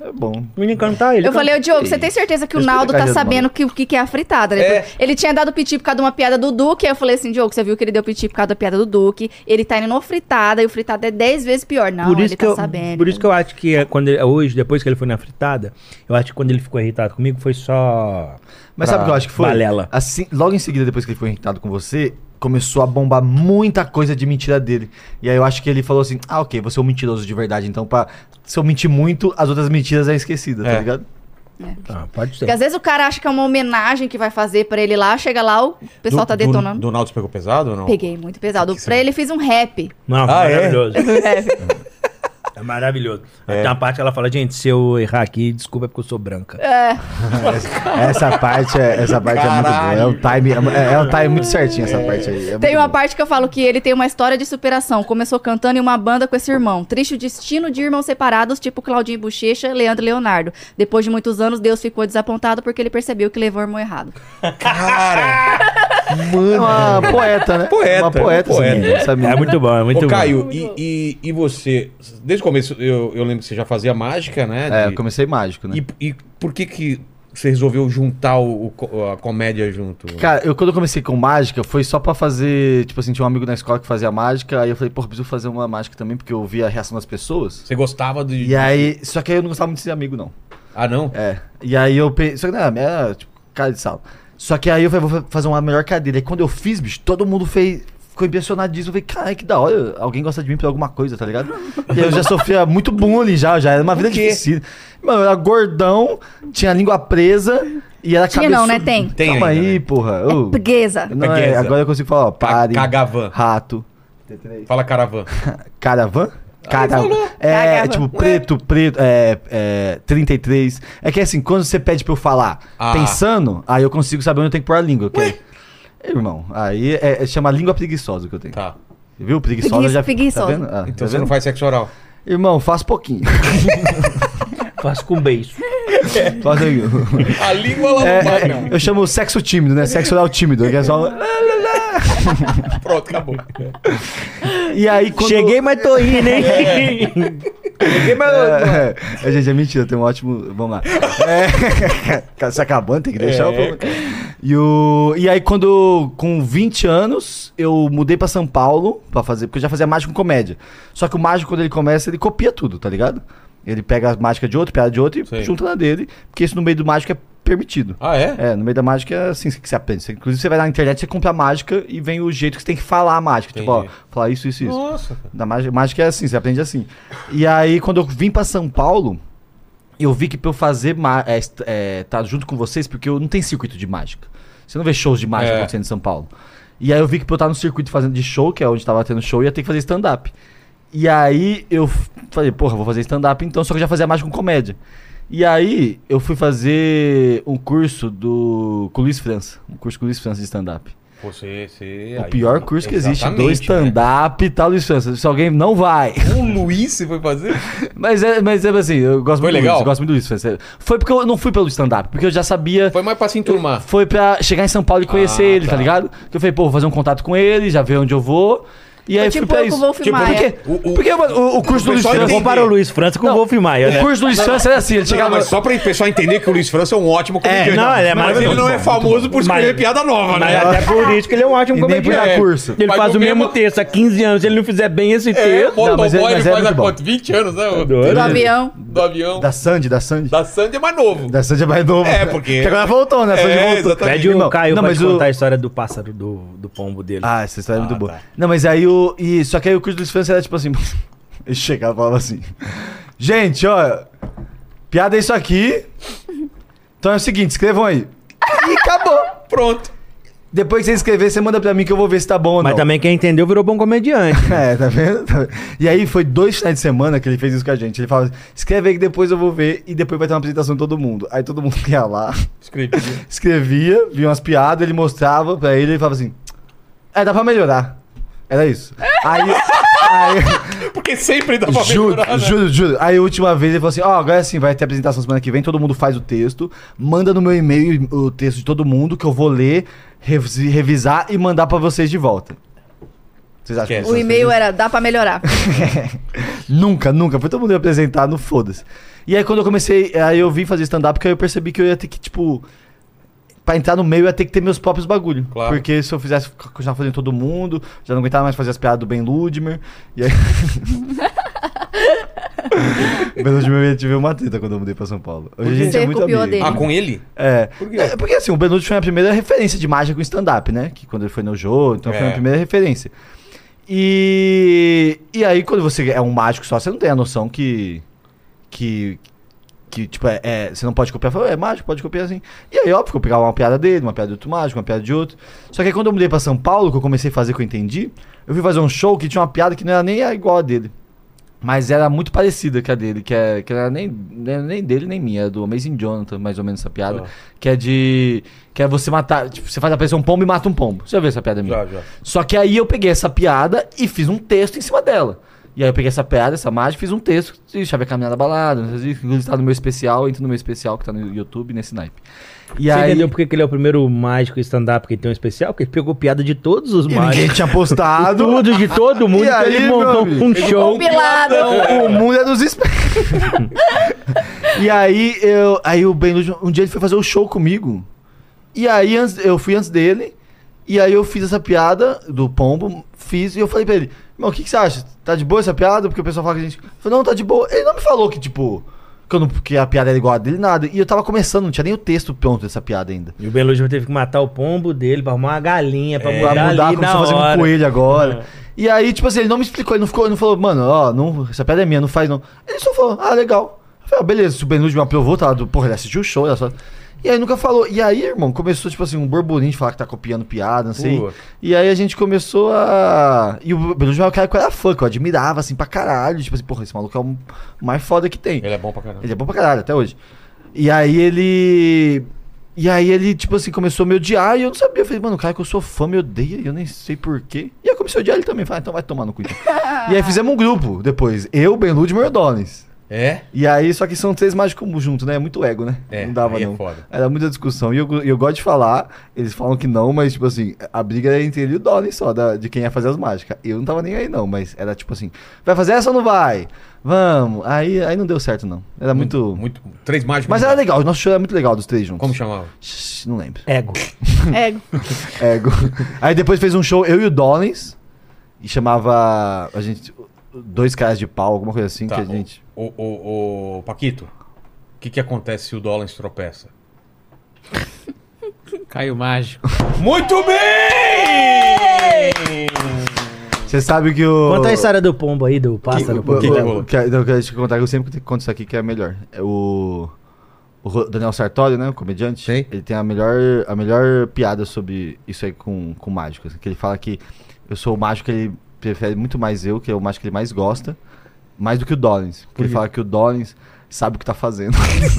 Speaker 3: É bom.
Speaker 5: O menino cantar, ele tá-
Speaker 4: Eu
Speaker 5: canta.
Speaker 4: falei, ô Diogo, você tem certeza que o
Speaker 3: Respeita
Speaker 4: Naldo
Speaker 3: a
Speaker 4: tá
Speaker 3: carreira do
Speaker 4: sabendo que, o que, que é a fritada, né?
Speaker 7: É.
Speaker 4: Porque Ele tinha dado piti por causa de uma piada do Duque, aí eu falei assim, Diogo, você viu que ele deu piti por causa da piada do Duque, ele tá indo numa fritada, e o fritada é 10 vezes pior. Não,
Speaker 5: por
Speaker 4: ele
Speaker 5: isso
Speaker 4: tá
Speaker 5: que eu,
Speaker 4: sabendo.
Speaker 5: Por isso que eu acho que é quando ele- hoje, depois que ele foi na fritada, eu acho que quando ele ficou irritado comigo foi só.
Speaker 3: Mas
Speaker 5: pra
Speaker 3: sabe o que eu acho que foi?
Speaker 5: Balela.
Speaker 3: Assim, logo em seguida, depois que ele foi irritado com você, começou a bombar muita coisa de mentira dele. E aí eu acho que ele falou assim: ah, ok, você é um mentiroso de verdade, então pra, se eu mentir muito, as outras mentiras é esquecida, tá ligado?
Speaker 5: Ah, pode ser.
Speaker 4: Porque às vezes o cara acha que é uma homenagem que vai fazer pra ele lá, chega lá, o pessoal
Speaker 7: Do-
Speaker 4: tá
Speaker 7: do-
Speaker 4: detonando.
Speaker 7: Do Naldo você pegou pesado ou não?
Speaker 4: Peguei muito pesado. Pra ele fiz um rap.
Speaker 5: Não,
Speaker 7: Ah, é?
Speaker 5: maravilhoso. É maravilhoso. Tem uma parte que ela fala, gente, se eu errar aqui, desculpa é porque eu sou branca.
Speaker 9: Essa parte, é, essa parte é muito boa. É o time, é, é o time muito certinho essa parte aí. é
Speaker 4: Tem
Speaker 9: muito boa.
Speaker 4: uma parte que eu falo que ele tem uma história de superação. Começou cantando em uma banda com esse irmão. Triste o destino de irmãos separados, tipo Claudinho Bochecha, Leandro e Leonardo. Depois de muitos anos, Deus ficou desapontado porque ele percebeu que levou o irmão errado.
Speaker 9: É uma poeta, né?
Speaker 1: Poeta,
Speaker 9: Uma poeta, essa
Speaker 1: poeta.
Speaker 9: menina, essa menina.
Speaker 5: É muito bom, é muito
Speaker 1: Ô,
Speaker 5: bom.
Speaker 1: Caio, e, e, e você? Desde o começo, eu, eu lembro que você já fazia mágica, né?
Speaker 3: É,
Speaker 1: de-
Speaker 3: eu comecei mágico, né?
Speaker 1: e, e por que que você resolveu juntar o, o co- a comédia junto?
Speaker 3: Cara, eu quando eu comecei com mágica, foi só pra fazer. Tipo assim, tinha um amigo na escola que fazia mágica, aí eu falei, pô, preciso fazer uma mágica também, porque eu via a reação das pessoas.
Speaker 1: Você gostava de...
Speaker 3: E aí. Só que aí eu não gostava muito de ser amigo, não.
Speaker 1: Ah, não?
Speaker 3: É. E aí eu pensei. Só que não, era tipo, cara de sala. Só que aí eu falei, vou fa- fazer uma melhor cadeira. E quando eu fiz, bicho, todo mundo fez. Ficou impressionado disso. Eu falei, caralho, que da hora. Alguém gosta de mim por alguma coisa, tá ligado? E aí eu já sofria muito bullying já, já. Era uma vida difícil. Mano, eu era gordão, tinha a língua presa e era
Speaker 4: Tinha não, né? Tem.
Speaker 1: Tem
Speaker 3: Calma
Speaker 1: ainda,
Speaker 3: aí,
Speaker 1: né?
Speaker 3: porra.
Speaker 4: É
Speaker 3: Ô.
Speaker 4: preguiça.
Speaker 3: Não, é,
Speaker 1: Pegueza.
Speaker 3: agora eu consigo falar, ó,
Speaker 1: Ca-
Speaker 3: pare,
Speaker 1: cagavan.
Speaker 3: rato,
Speaker 1: Fala caravan.
Speaker 3: caravan, caravan, é,
Speaker 4: Cagavan.
Speaker 3: tipo, preto, preto, é, é, 33, é que assim, quando você pede pra eu falar
Speaker 1: Ah.
Speaker 3: pensando, aí eu consigo saber onde eu tenho que pôr a língua, que é- irmão, aí é, é- chama língua preguiçosa que eu tenho,
Speaker 1: Tá.
Speaker 3: viu, preguiçosa,
Speaker 4: Preguiça-
Speaker 3: já,
Speaker 4: preguiçosa.
Speaker 3: tá vendo? Ah, tá
Speaker 1: Então você
Speaker 3: vendo?
Speaker 1: não faz sexo oral.
Speaker 3: irmão, faz pouquinho,
Speaker 5: Faz com beijo.
Speaker 3: faz aí.
Speaker 1: A língua ela não
Speaker 3: É,
Speaker 1: vai,
Speaker 3: é, eu chamo sexo tímido, né, sexo oral tímido, que é só,
Speaker 1: não. Pronto, acabou.
Speaker 3: É. e aí quando...
Speaker 5: Cheguei, mas tô indo, hein? Cheguei, mas...
Speaker 3: É, é, gente, é mentira, tem um ótimo. Vamos lá. É, cara, se acabando, tem que deixar
Speaker 1: É.
Speaker 3: o povo. E, o, e aí, quando com 20 anos, eu mudei pra São Paulo pra fazer, porque eu já fazia mágico com comédia. Só que o mágico, quando ele começa, ele copia tudo, tá ligado? Ele pega a mágica de outro, piada de outro e
Speaker 1: Sim.
Speaker 3: junta na dele, porque isso no meio do mágico é permitido.
Speaker 1: Ah, é?
Speaker 3: É, no meio da mágica é assim que você aprende. Você- inclusive, você vai na internet, você compra a mágica e vem o jeito que você tem que falar a mágica. Tipo, ó,
Speaker 1: Entendi.
Speaker 3: falar isso, isso, isso.
Speaker 1: Nossa.
Speaker 3: Da mágica, mágica é assim, você aprende assim. E aí, quando eu vim pra São Paulo, eu vi que pra eu fazer ma- é, est- é, tá junto com vocês, porque eu não tem circuito de mágica. Você não vê shows de mágica
Speaker 1: É.
Speaker 3: acontecendo em São Paulo. E aí eu vi que pra eu estar no circuito fazendo de show, que é onde tava tendo show, eu ia ter que fazer stand-up. E aí eu f- falei, porra, vou fazer stand-up então, só que eu já fazia mágica com comédia. E aí eu fui fazer um curso do com o Luiz França, um curso com o Luiz França de stand-up.
Speaker 1: Você, você...
Speaker 3: O
Speaker 1: aí-
Speaker 3: pior curso que existe, do
Speaker 1: Exatamente, né? Um-
Speaker 3: stand-up e tal, Luiz França. Se alguém não vai.
Speaker 1: O Luiz você foi fazer?
Speaker 3: Mas é, mas é assim, eu gosto
Speaker 1: Foi
Speaker 3: muito
Speaker 1: legal?
Speaker 3: do Luiz, eu gosto muito do Luiz. França. Foi porque eu não fui pelo stand-up, porque eu já sabia. Foi,
Speaker 1: Foi mais pra se enturmar.
Speaker 3: pra chegar em São Paulo e conhecer
Speaker 1: Ah,
Speaker 3: ele,
Speaker 1: tá.
Speaker 3: tá ligado? Que eu falei, pô, vou fazer um contato com ele, já ver onde eu vou. E aí
Speaker 4: Foi tipo
Speaker 3: fui pra
Speaker 4: eu com
Speaker 3: isso.
Speaker 4: o Wolf Maia.
Speaker 3: porque,
Speaker 1: O- o-
Speaker 3: porque o, o curso do Luiz
Speaker 1: pessoal
Speaker 3: França.
Speaker 1: entende.
Speaker 5: Compara o Luiz França com o Wolf Maia,
Speaker 3: O
Speaker 5: né?
Speaker 3: curso do Luiz França era assim, ele
Speaker 1: Não,
Speaker 3: chegava.
Speaker 1: mas só pra o pessoal entender que o Luiz França é um ótimo comediante.
Speaker 5: não, ele é
Speaker 1: mas ele
Speaker 5: maravilhoso,
Speaker 1: não é
Speaker 5: bom,
Speaker 1: famoso por escrever
Speaker 5: Mas-
Speaker 1: piada nova,
Speaker 5: Mas
Speaker 1: né?
Speaker 5: até por isso que ele é um ótimo
Speaker 3: E nem por dar
Speaker 5: comediante.
Speaker 3: curso.
Speaker 5: Ele
Speaker 1: Mas
Speaker 5: faz
Speaker 1: no
Speaker 5: o mesmo
Speaker 1: mesmo-
Speaker 5: texto há 15 anos, se ele não fizer bem esse
Speaker 1: É,
Speaker 5: texto.
Speaker 3: Não, mas
Speaker 1: motoboy
Speaker 3: é-
Speaker 1: ele
Speaker 3: mas é
Speaker 1: faz há
Speaker 3: muito bom.
Speaker 1: quanto? 20 anos, né? o-
Speaker 5: doido.
Speaker 4: Do avião.
Speaker 1: Do avião.
Speaker 3: É Da
Speaker 1: Da,
Speaker 3: Sandy, da Sandy.
Speaker 1: Sandy é mais novo.
Speaker 3: Da Sandy é mais novo.
Speaker 1: É, porque-
Speaker 3: Que agora voltou, né? A Sandy
Speaker 1: É,
Speaker 3: voltou.
Speaker 1: exatamente.
Speaker 5: Pede o
Speaker 3: Irmão,
Speaker 5: Caio
Speaker 3: não,
Speaker 5: pra
Speaker 3: mas
Speaker 5: te
Speaker 3: o-
Speaker 5: contar a história do pássaro, do, do pombo dele.
Speaker 3: Ah, essa história é muito
Speaker 5: tá.
Speaker 3: boa. Não, mas aí o. E, só que aí o curso do Luiz França era tipo assim. ele chegava e falava assim. Gente, ó. Piada é isso aqui. Então é o seguinte, escrevam aí. E acabou.
Speaker 1: Pronto.
Speaker 3: Depois que você escrever, você manda pra mim que eu vou ver se tá bom ou não.
Speaker 5: mas também quem entendeu virou bom comediante.
Speaker 3: É, tá vendo? Tá vendo? E aí foi dois finais de semana que ele fez isso com a gente. Ele falava assim, escreve aí que depois eu vou ver e depois vai ter uma apresentação de todo mundo. Aí todo mundo ia lá,
Speaker 1: Escrevi.
Speaker 3: escrevia, via umas piadas, ele mostrava pra ele e falava assim, é, dá pra melhorar. Era isso. Aí... aí
Speaker 1: Porque sempre dá pra
Speaker 3: Juro,
Speaker 1: melhorar, né?
Speaker 3: juro, juro. Aí a última vez ele falou assim: ó, agora assim, vai ter apresentação semana que vem, todo mundo faz o texto, manda no meu e-mail o texto de todo mundo que eu vou ler, revi- revisar e mandar pra vocês de volta. Vocês acham
Speaker 1: Esquece.
Speaker 3: que
Speaker 4: é. O e-mail era dá pra melhorar.
Speaker 3: Nunca, nunca. Foi todo mundo apresentar no foda-se. E aí quando eu comecei, aí eu vim fazer stand-up, que aí eu percebi que eu ia ter que, tipo. Pra entrar no meio, eu ia ter que ter meus próprios bagulho.
Speaker 1: Claro.
Speaker 3: Porque se eu fizesse, continuar fazendo todo mundo, já não aguentava mais fazer as piadas do Ben Ludmer. E aí. o Ben Ludmer eu tive uma treta quando eu mudei pra São Paulo. Hoje a gente
Speaker 4: Você
Speaker 3: é muito
Speaker 4: copiou
Speaker 3: amigo.
Speaker 4: dele.
Speaker 1: Ah, com ele?
Speaker 3: É.
Speaker 1: Por quê?
Speaker 3: É, porque assim, o Benucci foi a primeira referência de mágica com stand-up, né? Que quando ele foi no jogo, então foi
Speaker 1: É.
Speaker 3: a primeira referência. E, e aí, quando você é um mágico só, você não tem a noção que. que. que, tipo, é, é, você não pode copiar. Fala, é mágico, pode copiar assim. E aí, óbvio, que eu pegava uma piada dele, uma piada de outro mágico, uma piada de outro. Só que aí, quando eu mudei pra São Paulo, que eu comecei a fazer, que eu entendi, eu fui fazer um show que tinha uma piada que não era nem a igual a dele. Mas era muito parecida que a dele, que, é, que era nem, nem, nem dele nem minha, era do Amazing Jonathan, mais ou menos essa piada.
Speaker 8: Tá.
Speaker 3: Que é de. Que é você matar. Tipo, você faz aparecer um pombo e mata um pombo. Você já viu essa piada minha?
Speaker 8: Já, já.
Speaker 3: Só que aí eu peguei essa piada e fiz um texto em cima dela. E aí eu peguei essa piada, essa mágica, fiz um texto de Chave Caminhada Balada, não sei se- inclusive tá no meu especial, entra no meu especial que tá no YouTube, nesse naipe. E
Speaker 8: Você
Speaker 3: aí.
Speaker 8: entendeu por que que ele é o primeiro mágico stand-up que tem um especial? Porque ele pegou piada de todos os
Speaker 9: E ninguém
Speaker 8: mágicos.
Speaker 9: tinha postado.
Speaker 8: Tudo, de todo mundo.
Speaker 3: E
Speaker 8: então
Speaker 3: aí,
Speaker 8: ele
Speaker 3: meu
Speaker 8: montou
Speaker 3: amigo?
Speaker 8: um
Speaker 5: Então,
Speaker 8: show.
Speaker 4: Compilado.
Speaker 3: O mundo é dos espelhos. e aí eu, aí o Ben Lúcio, um dia ele foi fazer o show comigo. E aí antes- eu fui antes dele. E aí eu fiz essa piada do pombo, fiz e eu falei pra ele: "Irmão, o que, que você acha? Tá de boa essa piada?" Porque o pessoal fala que a gente, eu falei, "Não, tá de boa". Ele não me falou que tipo que, eu não, que a piada era igual a dele, nada. E eu tava começando, não tinha nem o texto pronto dessa piada ainda.
Speaker 8: E o Ben Lúcio teve que matar o pombo dele pra arrumar uma galinha, pra
Speaker 3: É. Pra
Speaker 8: mudar,
Speaker 3: mudar,
Speaker 8: É, ali
Speaker 3: começou
Speaker 8: na
Speaker 3: a fazer
Speaker 8: hora. É.
Speaker 3: um coelho agora. E aí, tipo assim, ele não me explicou, ele não ficou, ele não falou, mano, ó, não, essa pedra é minha, não faz não. Ele só falou, ah, legal. Eu falei, ah, beleza, se o Benude me aprovou, tá? do- Porra, ele assistiu o show, olha só. E aí nunca falou. E aí, irmão, começou, tipo assim, um burburinho de falar que tá copiando piada, não sei. E aí a gente começou a. E o Benude era o cara que eu era fã, que eu admirava, assim, pra caralho. Tipo assim, porra, esse maluco é o mais foda que tem.
Speaker 1: Ele é bom pra caramba.
Speaker 3: Ele é bom pra caralho, até hoje. E aí ele. E aí ele, tipo assim, começou a me odiar e eu não sabia. Eu falei, mano, o cara que eu sou fã me odeia e eu nem sei porquê. E aí eu comecei a odiar ele também. Falei, ah, então vai tomar no cu. então. e aí fizemos um grupo depois. Eu, Ben Lud e meu Adonis.
Speaker 1: É?
Speaker 3: E aí, só que são três mágicos juntos, né? É muito ego, né?
Speaker 1: É,
Speaker 3: não dava,
Speaker 1: aí é
Speaker 3: não.
Speaker 1: foda.
Speaker 3: Era muita discussão. E eu, eu gosto de falar, eles falam que não, mas, tipo assim, a briga era entre ele e o Donnie só, da- de quem ia fazer as mágicas. Eu não tava nem aí, não, mas era tipo assim: vai fazer essa ou não vai? Vamos. Aí, aí não deu certo, não. Era muito.
Speaker 1: Muito. Três mágicos.
Speaker 3: Mas era legal, o nosso show era muito legal dos três juntos.
Speaker 1: Como chamava?
Speaker 3: Shhh, Não lembro.
Speaker 8: Ego.
Speaker 4: É,
Speaker 3: Ego. Aí depois fez um show, eu e o Donens, e chamava a gente. Dois caras de pau, alguma coisa assim
Speaker 1: Tá,
Speaker 3: que a
Speaker 1: o-
Speaker 3: gente.
Speaker 1: O, o, o Paquito, o que, que acontece se o dólar tropeça?
Speaker 2: Caiu mágico.
Speaker 1: Muito bem!
Speaker 3: Você sabe que o.
Speaker 8: Conta a história do pombo aí, do pássaro.
Speaker 3: O
Speaker 8: pombo.
Speaker 3: que,
Speaker 1: que
Speaker 3: que
Speaker 1: rolou?
Speaker 3: que- não, que eu te contar, que eu sempre conto isso aqui que é a melhor. É o, o Ro- Daniel Sartori, né? O comediante.
Speaker 1: Sim.
Speaker 3: Ele tem a melhor, a melhor piada sobre isso aí com, com mágico. assim, que ele fala que eu sou o mágico que ele prefere muito mais eu, que é o mágico que ele mais gosta, mais do que o Dollins. Porque ele fala que o Dollins sabe o que tá fazendo.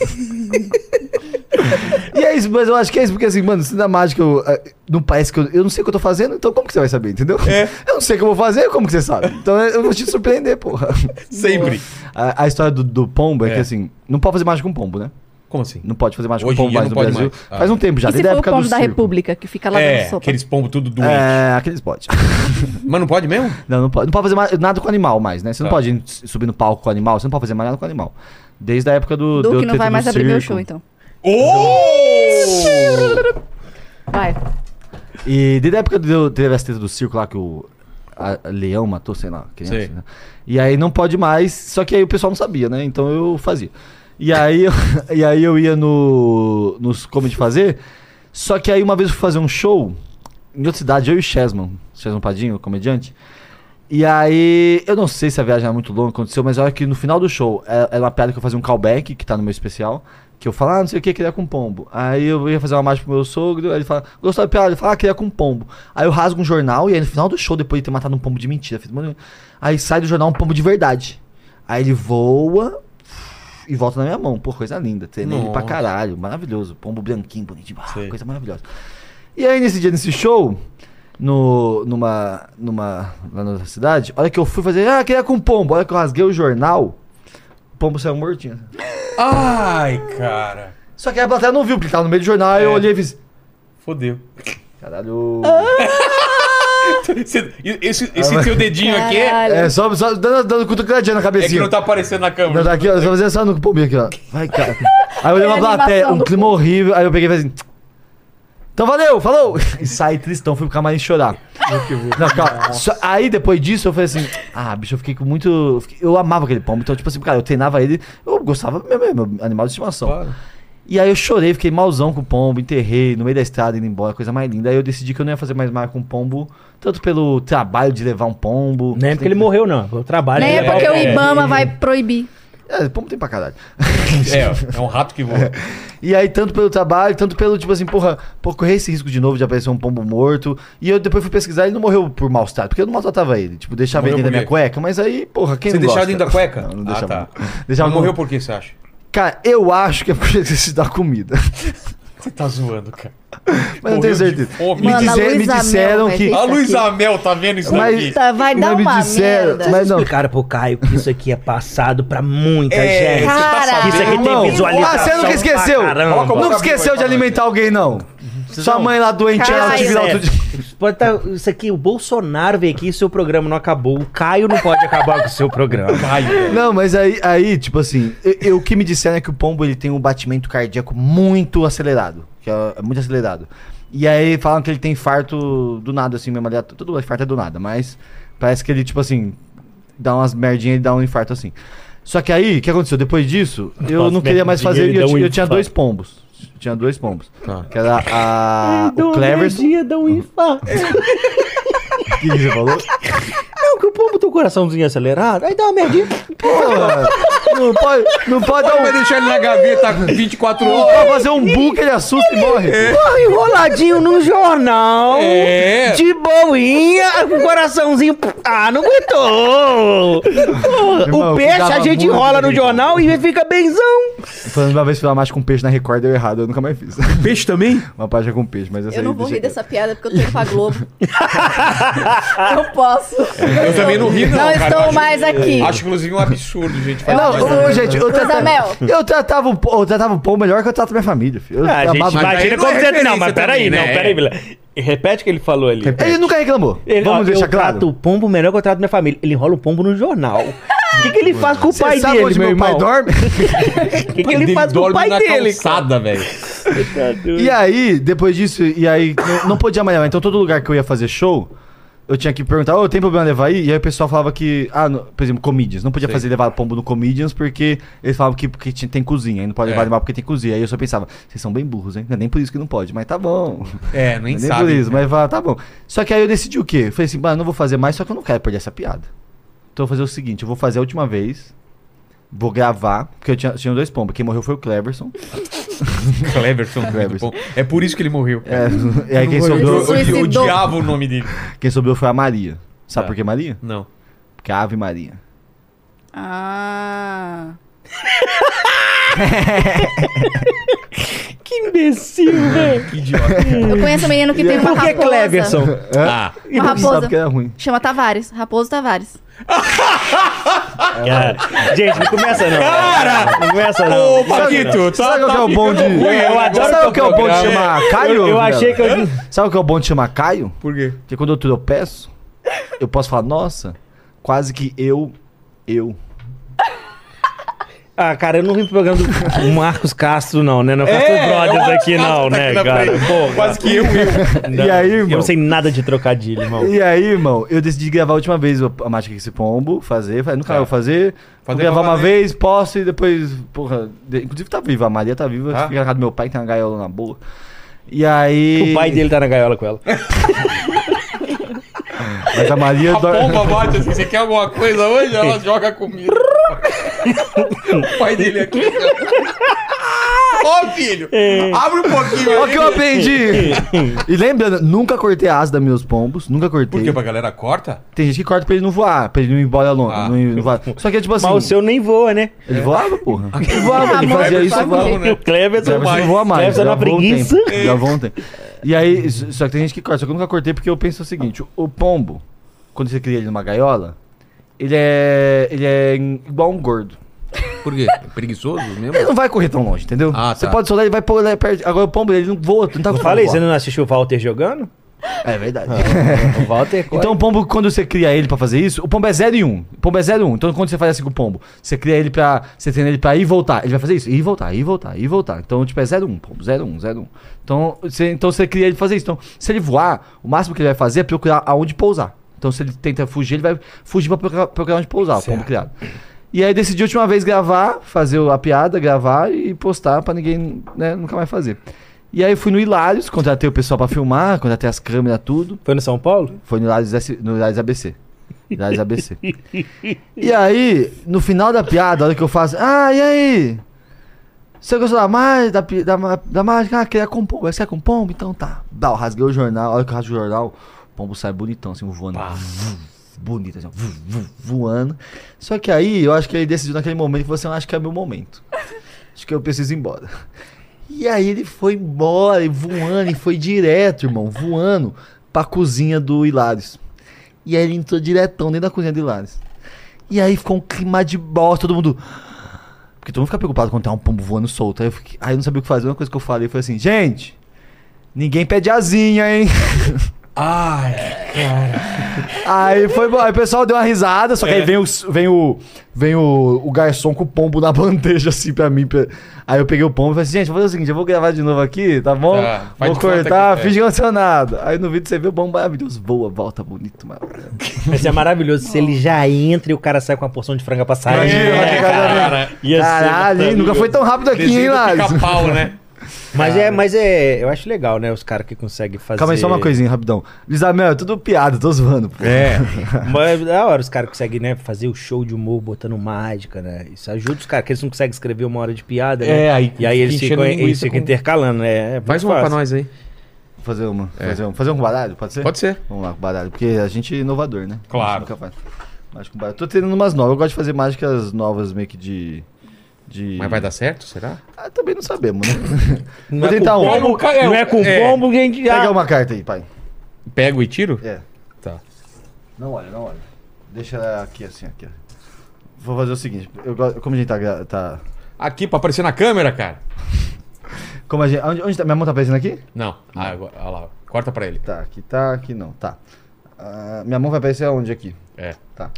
Speaker 3: E é isso, mas eu acho que é isso, porque assim, mano, se na mágica eu, eh, não parece que eu, eu não sei o que eu tô fazendo, então como que você vai saber, entendeu?
Speaker 1: É.
Speaker 3: Eu não sei o que eu vou fazer, como que você sabe? Então eu vou te surpreender, porra.
Speaker 1: Sempre.
Speaker 3: A, a história do, do pombo é,
Speaker 1: É.
Speaker 3: que assim, não pode fazer mágica com pombo, né?
Speaker 1: Como assim?
Speaker 3: Não pode fazer mágica
Speaker 1: Hoje
Speaker 3: com
Speaker 1: em
Speaker 3: pombo
Speaker 1: dia
Speaker 3: mais no
Speaker 1: não pode
Speaker 3: Brasil.
Speaker 1: mais. Ah.
Speaker 3: Faz um tempo já,
Speaker 4: E se
Speaker 3: desde a
Speaker 4: for o
Speaker 3: época do
Speaker 4: pombo da
Speaker 3: circo.
Speaker 4: República, que fica lá dando
Speaker 1: É,
Speaker 4: sopa?
Speaker 1: aqueles pombos tudo doente.
Speaker 3: É, aqueles pode.
Speaker 1: Mas não pode mesmo?
Speaker 3: Não, não pode, não pode fazer mais- nada com animal mais, né? Você não
Speaker 1: Tá.
Speaker 3: pode subir no palco com animal, você não pode fazer mais nada com animal. Desde a época do... do
Speaker 4: Duque não
Speaker 3: treta
Speaker 4: vai
Speaker 3: do
Speaker 4: mais abrir meu
Speaker 3: circo.
Speaker 4: show, então.
Speaker 1: Oh!
Speaker 4: Vai.
Speaker 3: E desde a época que deu- teve essa treta do circo lá que o a- a leão matou, sei lá, criança,
Speaker 1: Sei.
Speaker 3: né? E aí não pode mais, só que aí o pessoal não sabia, né? Então eu fazia. E aí, eu- e aí eu ia no, nos como de fazer, só que aí uma vez eu fui fazer um show em outra cidade, eu e o Chesman, Chesman Padinho, comediante. E aí, eu não sei se a viagem era muito longa, aconteceu, mas olha que no final do show, é- era uma piada que eu fazia um callback, que tá no meu especial, que eu falo, ah, não sei o que, queria com pombo. Aí eu ia fazer uma mágica pro meu sogro, aí ele fala, gostou da piada? Ele fala, ah, queria com pombo. Aí eu rasgo um jornal, e aí no final do show, depois de ter matado um pombo de mentira, fiz um monte de- aí sai do jornal um pombo de verdade. Aí ele voa e volta na minha mão, pô, coisa linda, treinei ele pra
Speaker 1: Nossa.
Speaker 3: caralho, maravilhoso, pombo branquinho, bonitinho, ah,
Speaker 1: Sei.
Speaker 3: coisa maravilhosa. E aí, nesse dia, nesse show, no, numa, numa, lá na outra cidade, olha que eu fui fazer, ah, queria com pombo. Olha que eu rasguei o jornal, o pombo saiu mortinho.
Speaker 1: Ai, cara.
Speaker 3: Só que a plateia não viu, porque tava no meio do jornal, aí eu
Speaker 1: É.
Speaker 3: olhei e fiz,
Speaker 1: Fodeu.
Speaker 3: caralho.
Speaker 1: Esse, esse, esse teu dedinho aqui é,
Speaker 4: Caralho.
Speaker 3: É, só, só dando, dando cutucadinha na
Speaker 1: é que
Speaker 3: cabecinha.
Speaker 1: não tá aparecendo na câmera.
Speaker 3: Não, tá aqui, ó, só fazendo só no pombinho aqui, ó. Vai, cara. Aí eu olhei
Speaker 4: É a
Speaker 3: uma plateia,
Speaker 4: animação
Speaker 3: um
Speaker 4: do
Speaker 3: clima horrível, aí eu peguei e falei assim, então valeu, falou! E saí tristão, fui pro camarim chorar. Não, calma. Só- aí depois disso eu falei assim: Ah, bicho, eu fiquei com muito. eu fiquei- Eu amava aquele pombo. Então, tipo assim, cara, eu treinava ele. Eu gostava mesmo, é meu animal de estimação. E aí eu chorei, fiquei malzão com o pombo, enterrei no meio da estrada, indo embora, coisa mais linda. Aí eu decidi que eu não ia fazer mais mal com o pombo, tanto pelo trabalho de levar um pombo.
Speaker 5: é
Speaker 8: Nem porque ele morreu, não. Foi o trabalho.
Speaker 4: Nem é
Speaker 8: dele.
Speaker 4: porque o Ibama vai proibir.
Speaker 3: É, pombo tem pra caralho.
Speaker 1: É, é um rato que voa.
Speaker 3: E aí, tanto pelo trabalho, tanto pelo, tipo assim, porra, pô, correr esse risco de novo de aparecer um pombo morto. E eu depois fui pesquisar, ele não morreu por maus tratos, porque eu não maltratava ele. Tipo, deixava
Speaker 1: Morreu
Speaker 3: ele dentro da
Speaker 1: por
Speaker 3: minha cueca, mas aí, porra, quem
Speaker 1: Você
Speaker 3: não
Speaker 1: deixava
Speaker 3: gosta?
Speaker 1: dentro da cueca?
Speaker 3: Não, não
Speaker 1: Ah,
Speaker 3: deixava.
Speaker 1: tá.
Speaker 3: Deixava
Speaker 1: Mas
Speaker 3: no-
Speaker 1: morreu por que você acha?
Speaker 3: Cara, eu acho que é porque você se dá comida.
Speaker 1: Você tá zoando, cara.
Speaker 3: Mas não
Speaker 1: Morreu
Speaker 3: tenho
Speaker 1: de
Speaker 3: certeza.
Speaker 1: fome.
Speaker 3: Me,
Speaker 4: Mano, a
Speaker 3: dizer- me
Speaker 4: Luísa
Speaker 3: disseram
Speaker 4: Mel,
Speaker 3: que.
Speaker 4: velho,
Speaker 1: A
Speaker 4: Isso
Speaker 1: Luísa Mel, tá vendo isso
Speaker 3: Mas-
Speaker 1: daqui?
Speaker 4: Puta, vai dar
Speaker 3: Mas me
Speaker 4: uma
Speaker 3: disseram-
Speaker 4: merda.
Speaker 3: mas não.
Speaker 5: Explicaram pro Caio que isso aqui é passado pra muita
Speaker 1: É, você
Speaker 5: gente.
Speaker 1: tá
Speaker 4: Cara,
Speaker 1: sabendo.
Speaker 5: Isso aqui tem
Speaker 3: Não.
Speaker 5: visualização.
Speaker 1: tá
Speaker 3: Ah, você nunca
Speaker 5: pra
Speaker 3: esqueceu?
Speaker 5: caramba.
Speaker 1: Coloca o
Speaker 3: Nunca
Speaker 1: Boca
Speaker 3: esqueceu
Speaker 1: Viva
Speaker 3: de
Speaker 1: aí,
Speaker 3: alimentar alguém, não. Sua
Speaker 5: não-
Speaker 3: mãe lá doente, ela te
Speaker 4: Caralho.
Speaker 3: vira outro dia.
Speaker 5: Pode tá- isso aqui, o Bolsonaro veio aqui e seu programa não acabou. O Caio não pode acabar com o seu programa.
Speaker 3: Não, mas aí, aí tipo assim, eu, eu- o que me disseram é que o pombo ele tem um batimento cardíaco muito acelerado. Que é, é muito acelerado. E aí falam que ele tem infarto do nada, assim mesmo. aleatório. Todo infarto é do nada, mas parece que ele, tipo assim, dá umas merdinhas e dá um infarto assim. Só que aí, o que aconteceu? Depois disso, eu não queria mais fazer. e Eu, ti- eu tinha dois pombos. Tinha dois pombos. Que era a. o Cleverson.
Speaker 5: dá um infarto.
Speaker 3: O que você falou?
Speaker 5: Não, que o pombo tem o coraçãozinho acelerado. Aí dá uma merdinha.
Speaker 3: Porra! Não pode, não pode dar um.
Speaker 1: Vai deixar ele na gaveta 24
Speaker 3: Não
Speaker 1: horas.
Speaker 3: pode fazer um buco, ele É. assusta e morre.
Speaker 5: Porra, enroladinho num jornal.
Speaker 1: É.
Speaker 5: De boinha, com o coraçãozinho. Ah, não aguentou. Porra,
Speaker 3: Irmão,
Speaker 5: o
Speaker 3: eu
Speaker 5: peixe a
Speaker 3: cuidava
Speaker 5: gente
Speaker 3: muito
Speaker 5: enrola no
Speaker 3: dele.
Speaker 5: jornal e fica benzão.
Speaker 3: Falando uma vez que eu com peixe na Record, deu errado, eu nunca mais fiz.
Speaker 7: Peixe também?
Speaker 3: Uma página com peixe, mas essa
Speaker 4: Eu
Speaker 3: aí
Speaker 4: não vou
Speaker 3: deixa
Speaker 4: rir
Speaker 3: quieto.
Speaker 4: dessa piada porque eu tô indo pra Globo. eu posso. Eu,
Speaker 1: também não ri, não,
Speaker 4: Não
Speaker 1: cara.
Speaker 4: estou mais aqui.
Speaker 1: Acho, inclusive, um absurdo, gente. Faz mais-
Speaker 3: Não, ô, gente, eu
Speaker 4: Luísa
Speaker 3: tratava,
Speaker 4: Mel.
Speaker 3: eu, tratava o, po- eu tratava o pão melhor que eu trato minha família, filho. Eu
Speaker 5: Ah, gente,
Speaker 3: amava-
Speaker 5: imagina
Speaker 1: aí não
Speaker 5: como
Speaker 1: é
Speaker 5: você. Não,
Speaker 1: referência
Speaker 5: mas peraí,
Speaker 1: também,
Speaker 5: não,
Speaker 1: né?
Speaker 5: peraí, Vila. Repete o que ele falou ali.
Speaker 3: Ele nunca reclamou.
Speaker 5: Ele,
Speaker 3: Vamos
Speaker 5: ó,
Speaker 3: deixar
Speaker 5: eu
Speaker 3: claro.
Speaker 5: trato o pombo melhor que eu trato minha família. Ele enrola o pombo no jornal. O que, que ele faz com o
Speaker 3: Você
Speaker 5: pai
Speaker 3: sabe
Speaker 5: dele,
Speaker 3: onde meu, pai
Speaker 5: irmão?
Speaker 3: dorme?
Speaker 5: O que, que ele faz com o
Speaker 1: dorme
Speaker 5: pai
Speaker 1: na
Speaker 5: dele?
Speaker 1: calçada, velho.
Speaker 3: e aí, depois disso, e aí, não, não podia mais levar. Então, todo lugar que eu ia fazer show, eu tinha que perguntar, ô, tem problema levar aí? E aí o pessoal falava que, ah, não- por exemplo, comedians. Não podia fazer levar pombo no comedians porque eles falavam que porque tinha- tem cozinha. Aí não pode levar
Speaker 1: É.
Speaker 3: animal porque tem cozinha. Aí eu só pensava, vocês são bem burros, hein? Não é nem por isso que não pode, mas tá bom.
Speaker 1: É, nem,
Speaker 3: Nem por
Speaker 1: sabe.
Speaker 3: isso, mas fala, tá bom. Só que aí eu decidi o quê? Eu falei assim, mano, não vou fazer mais, só que eu não quero perder essa piada. Então eu vou fazer o seguinte, eu vou fazer a última vez, vou gravar, porque eu tinha, tinha dois pombos. Quem morreu foi o Cleverson.
Speaker 1: Cleverson, muito
Speaker 3: Cleverson.
Speaker 1: bom. É por isso que ele morreu. cara.
Speaker 3: É, e aí quem
Speaker 1: Eu,
Speaker 3: sobrou,
Speaker 1: eu, eu
Speaker 4: Suicidou.
Speaker 1: odiava o nome dele.
Speaker 3: quem sobrou foi a Maria.
Speaker 5: É.
Speaker 3: Sabe por que Maria?
Speaker 1: Não.
Speaker 3: Porque é a Ave Maria.
Speaker 4: Ah.
Speaker 5: Que imbecil, velho.
Speaker 1: Que idiota.
Speaker 4: Eu conheço um menino que tem uma
Speaker 5: Por que
Speaker 4: raposa.
Speaker 5: Cleverson?
Speaker 1: Ah,
Speaker 4: Uma
Speaker 3: Sabe
Speaker 4: raposa.
Speaker 3: que era ruim.
Speaker 4: Chama Tavares. Raposo Tavares.
Speaker 5: Cara, gente, não começa não. Cara! Não começa não.
Speaker 1: Ô, Paquito, tá,
Speaker 3: Sabe o que é o bom de...
Speaker 5: eu adoro
Speaker 3: Sabe o
Speaker 5: teu
Speaker 3: que é o bom de
Speaker 5: programa.
Speaker 3: chamar Caio?
Speaker 5: Eu, eu
Speaker 3: Vilela?
Speaker 5: achei que eu...
Speaker 3: Sabe o que é o bom de chamar Caio?
Speaker 1: por quê?
Speaker 3: Porque quando eu tropeço, eu posso falar, nossa, quase que eu, eu.
Speaker 5: Ah, cara, eu não vim pro programa do Marcos Castro não, né? Não faço
Speaker 3: É,
Speaker 5: brothers aqui
Speaker 3: tá
Speaker 5: não, né, cara? Pô,
Speaker 1: Quase que eu, eu.
Speaker 3: E aí,
Speaker 5: Eu
Speaker 3: irmão?
Speaker 5: não sei nada de trocadilho, irmão.
Speaker 3: E aí, irmão, eu decidi gravar a última vez a a mágica que esse pombo, fazer, falei,
Speaker 5: É.
Speaker 3: nunca
Speaker 1: Tá.
Speaker 3: vou fazer. vou
Speaker 1: Fazer
Speaker 3: gravar uma
Speaker 1: novamente.
Speaker 3: vez, posso e depois, porra. de- inclusive tá viva, a Maria tá viva,
Speaker 1: Tá.
Speaker 3: fica na casa do meu pai, que tem uma gaiola na boa. E aí.
Speaker 5: O pai dele tá na gaiola com ela.
Speaker 3: É Mas a Maria.
Speaker 1: A
Speaker 3: dor-
Speaker 1: pomba bate assim, você quer alguma coisa hoje? Ela joga comida. o pai dele aqui. Ó, filho, abre um pouquinho.
Speaker 3: Olha o que eu aprendi! e lembrando, nunca cortei a asa dos meus pombos, nunca cortei.
Speaker 1: Porque pra galera corta?
Speaker 3: Tem gente que corta pra ele não voar, pra ele não ir embora longe.
Speaker 1: Ah.
Speaker 3: Não ir- não voar. Só que é tipo assim.
Speaker 5: Mas o seu é nem voa, né?
Speaker 3: Ele voava, porra. Ele voava, ele
Speaker 4: Ah,
Speaker 3: fazia
Speaker 4: mano,
Speaker 3: isso,
Speaker 4: tá
Speaker 3: ele voava.
Speaker 4: bom.
Speaker 1: né?
Speaker 5: O Cleverson
Speaker 3: Cleverson não voa mais.
Speaker 5: Cleverson é
Speaker 3: Já
Speaker 5: uma
Speaker 3: voa um
Speaker 5: preguiça.
Speaker 3: tempo, Já voa um tempo. E aí, s- só que tem gente que corta. Só que eu nunca cortei porque eu penso o seguinte: o- o pombo, quando você cria ele numa gaiola, ele é, ele é em- igual um gordo.
Speaker 7: Por quê? Preguiçoso
Speaker 3: Ele
Speaker 7: mesmo?
Speaker 3: não vai correr tão longe, entendeu?
Speaker 7: Ah,
Speaker 3: Você
Speaker 7: tá.
Speaker 3: pode soltar, ele vai pôr lá perto. Agora o pombo, ele não voa, não tá
Speaker 5: Eu
Speaker 3: acostumado
Speaker 5: falei,
Speaker 3: a
Speaker 5: você Ah.
Speaker 3: voar.
Speaker 5: não assistiu o Walter jogando?
Speaker 3: É verdade.
Speaker 5: O Walter
Speaker 3: Então o pombo, quando você cria ele pra fazer isso, o pombo é 0 e 1. Um. O pombo é 0 e 1. Um. Então quando você faz assim com o pombo, você cria ele pra. Você treina ele pra ir e voltar. Ele vai fazer isso, ir e voltar, ir e voltar, ir e voltar. Então, tipo, é 0 e 1, um, pombo, 0 e 1, 0 e 1. Então você, então você cria ele pra fazer isso. Então, se ele voar, o máximo que ele vai fazer é procurar aonde pousar. Então, se ele tenta fugir, ele vai fugir pra procurar, procurar onde pousar, o pombo criado. E aí decidi a última vez gravar, fazer a piada, gravar e postar pra ninguém, né, nunca mais fazer. E aí fui no Hilários, contratei o pessoal pra filmar, contratei as câmeras, tudo.
Speaker 5: Foi no São Paulo?
Speaker 3: Foi no Hilários, S- no Hilários ABC. Jazz ABC. e aí, no final da piada, a hora que eu faço, ah, e aí? Você gostou da mágica? Da, pi- da, ma- da mágica? Ah, queria com pombo. Você quer com pombo? Então tá. Dá, eu rasguei o jornal. A hora que eu rasgo o jornal, o pombo sai bonitão, assim, voando. Vum, Bonito, assim, ó, vum, vum, voando. Só que aí, eu acho que ele decidiu naquele momento que você assim, eu acho que é meu momento. Acho que eu preciso ir embora. E aí ele foi embora, e voando, e foi direto, irmão, voando pra cozinha do Hilários. E aí ele entrou diretão dentro da cozinha do Hilários. E aí ficou um clima de bosta, todo mundo. Porque todo mundo fica preocupado quando tem um pombo voando solto. Aí eu, fiquei- aí eu não sabia o que fazer. Uma coisa que eu falei foi assim: gente, ninguém pede asinha, hein? Aí foi bom. Aí o pessoal deu uma risada, só que
Speaker 1: É.
Speaker 3: aí vem, o, vem, o, vem o, o garçom com o pombo na bandeja, assim, pra mim. pra- Aí eu peguei o pombo e falei assim, gente, vou fazer o seguinte, eu vou gravar de novo aqui, tá bom?
Speaker 1: Tá, faz
Speaker 3: vou
Speaker 1: de conta
Speaker 3: cortar,
Speaker 1: que- é.
Speaker 3: finge que não aconteceu nada. Aí no vídeo você vê o pombo maravilhoso, voa, volta, bonito, maravilhoso.
Speaker 5: Mas é maravilhoso se ele já entra e o cara sai com uma porção de franga passada. né, Ia
Speaker 1: assim,
Speaker 5: ser
Speaker 3: Caralho, hein? nunca foi tão rápido aqui, hein, Lázaro?
Speaker 1: Pica-pau, né?
Speaker 5: Mas é, mas é, eu acho legal, né? Os caras que conseguem fazer.
Speaker 3: Calma aí, só uma coisinha, rapidão. Lisamel, é tudo piada, tô zoando, pô.
Speaker 5: É, mas é da hora os caras conseguem, né, fazer o show de humor botando mágica, né? Isso ajuda os caras, que eles não conseguem escrever uma hora de piada, né?
Speaker 7: É, aí
Speaker 5: E
Speaker 7: fica
Speaker 5: aí eles
Speaker 7: enchendo
Speaker 5: ficam,
Speaker 7: linguiça
Speaker 5: eles ficam
Speaker 7: com-
Speaker 5: intercalando, né? É muito
Speaker 7: Faz uma pra
Speaker 5: fácil.
Speaker 7: nós aí.
Speaker 3: Fazer uma,
Speaker 1: É.
Speaker 3: fazer um, fazer um com baralho, pode ser?
Speaker 7: Pode ser.
Speaker 3: Vamos lá, com baralho, porque a gente é inovador, né?
Speaker 1: Claro.
Speaker 3: A gente nunca faz mágica com baralho. Tô treinando umas novas, eu gosto de fazer mágicas novas meio que de... de...
Speaker 7: Mas vai dar certo, será?
Speaker 3: Ah, também não sabemos, né?
Speaker 5: Não
Speaker 3: Vou
Speaker 5: é
Speaker 3: tentar
Speaker 5: com
Speaker 3: um.
Speaker 5: pombo,
Speaker 1: é,
Speaker 5: não é com
Speaker 1: é.
Speaker 5: pombo, gente.
Speaker 3: Pega
Speaker 5: Já...
Speaker 3: uma carta aí, pai.
Speaker 7: Pego e tiro?
Speaker 3: É.
Speaker 7: Tá.
Speaker 3: Não olha, não olha. Deixa ela aqui, assim, aqui. ó. Vou fazer o seguinte, eu go- como a gente tá... gra- tá-
Speaker 1: Aqui, pra aparecer na câmera, cara.
Speaker 3: como a gente... Onde, onde tá? Minha mão tá aparecendo aqui?
Speaker 1: Não. Ah, agora, olha lá. Corta pra ele.
Speaker 3: Tá, aqui tá, aqui não, tá. Ah, minha mão vai aparecer aonde aqui?
Speaker 1: É.
Speaker 3: Tá.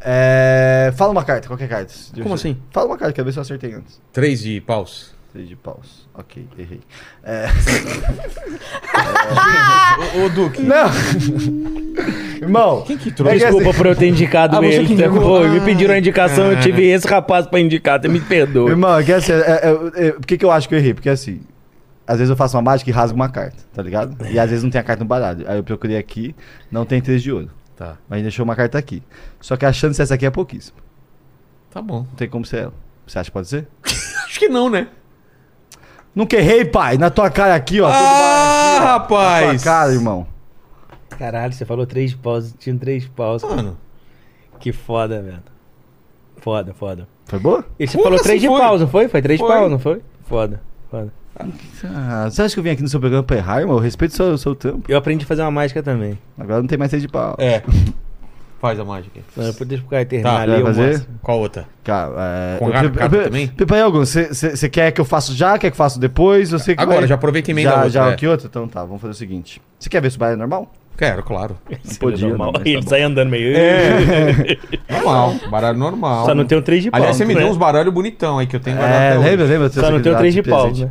Speaker 3: É, fala uma carta, qualquer carta. Deixa
Speaker 7: Como
Speaker 3: eu-
Speaker 7: assim?
Speaker 3: Fala uma carta, quero ver se eu acertei antes.
Speaker 1: Três de paus.
Speaker 3: Três de paus. Ok, errei. É...
Speaker 1: Ô, ô, Duque.
Speaker 3: Não! Irmão,
Speaker 1: Quem que trouxe?
Speaker 3: É
Speaker 5: Desculpa por eu ter indicado
Speaker 3: Ah, você
Speaker 5: ele.
Speaker 3: que
Speaker 5: tá?
Speaker 3: indicou. Ah.
Speaker 5: Pô, me pediram a indicação, eu tive esse rapaz pra indicar, você me perdoa.
Speaker 3: Irmão, é que assim, é- é- é- por que, que eu acho que eu errei? Porque assim, às vezes eu faço uma mágica e rasgo uma carta, tá ligado? E às vezes não tem a carta no baralho. Aí eu procurei aqui, não tem três de ouro.
Speaker 7: Tá.
Speaker 3: Mas deixou uma carta aqui. Só que a chance dessa aqui é pouquíssima.
Speaker 7: Tá bom.
Speaker 3: Não tem como ser ela. Você acha que pode ser? é-
Speaker 7: Acho que não, né?
Speaker 3: Nunca errei, pai! Na tua cara aqui, ó.
Speaker 7: Ah,
Speaker 3: tudo na tua
Speaker 7: rapaz!
Speaker 3: cara, né? Tá irmão.
Speaker 5: Caralho, você falou três paus, tinha três paus.
Speaker 1: Ah.
Speaker 5: cara.
Speaker 7: Mano.
Speaker 5: Que foda, velho. Foda, foda.
Speaker 3: Foi boa?
Speaker 5: E você
Speaker 7: Puta,
Speaker 5: falou três
Speaker 7: se
Speaker 5: de
Speaker 7: foi.
Speaker 5: paus, não foi? Foi três de
Speaker 7: Foi.
Speaker 5: paus, não foi? Foda, foda.
Speaker 3: Ah, você acha que eu vim aqui no seu programa pra errar, irmão? Eu respeito o seu, o seu tempo.
Speaker 5: Eu aprendi a fazer uma mágica também.
Speaker 3: Agora não tem mais três de pau.
Speaker 1: É. Faz a mágica.
Speaker 5: Não, eu- Deixa pro cara terminar
Speaker 1: Tá,
Speaker 5: ali.
Speaker 3: vai
Speaker 5: eu
Speaker 3: fazer?
Speaker 5: mostro.
Speaker 1: Qual outra?
Speaker 3: Cara, é...
Speaker 1: Com
Speaker 3: eu-
Speaker 1: garra-
Speaker 3: Pe-
Speaker 1: carta
Speaker 3: Pe-
Speaker 1: também?
Speaker 3: Pe- Paialgon, você quer que eu faça já? Quer que eu faça depois? Eu sei que
Speaker 7: Agora,
Speaker 3: vai-
Speaker 7: já aproveita e emenda a
Speaker 3: Já,
Speaker 7: outra.
Speaker 3: já,
Speaker 7: é.
Speaker 3: que outro? Então tá, vamos fazer o seguinte. Você quer ver se o baile é normal?
Speaker 7: Quero, claro.
Speaker 5: Isso é
Speaker 3: podia,
Speaker 5: normal.
Speaker 3: não, mas tá
Speaker 5: Ele
Speaker 3: bom.
Speaker 5: sai andando meio.
Speaker 1: Normal. Baralho normal.
Speaker 5: Só não tem um três de paus.
Speaker 1: Aliás, você me
Speaker 5: né?
Speaker 1: deu uns baralhos bonitão aí que eu tenho guardado
Speaker 3: É,
Speaker 1: até hoje.
Speaker 3: lembra, lembra?
Speaker 5: Só não tem o três de paus, né?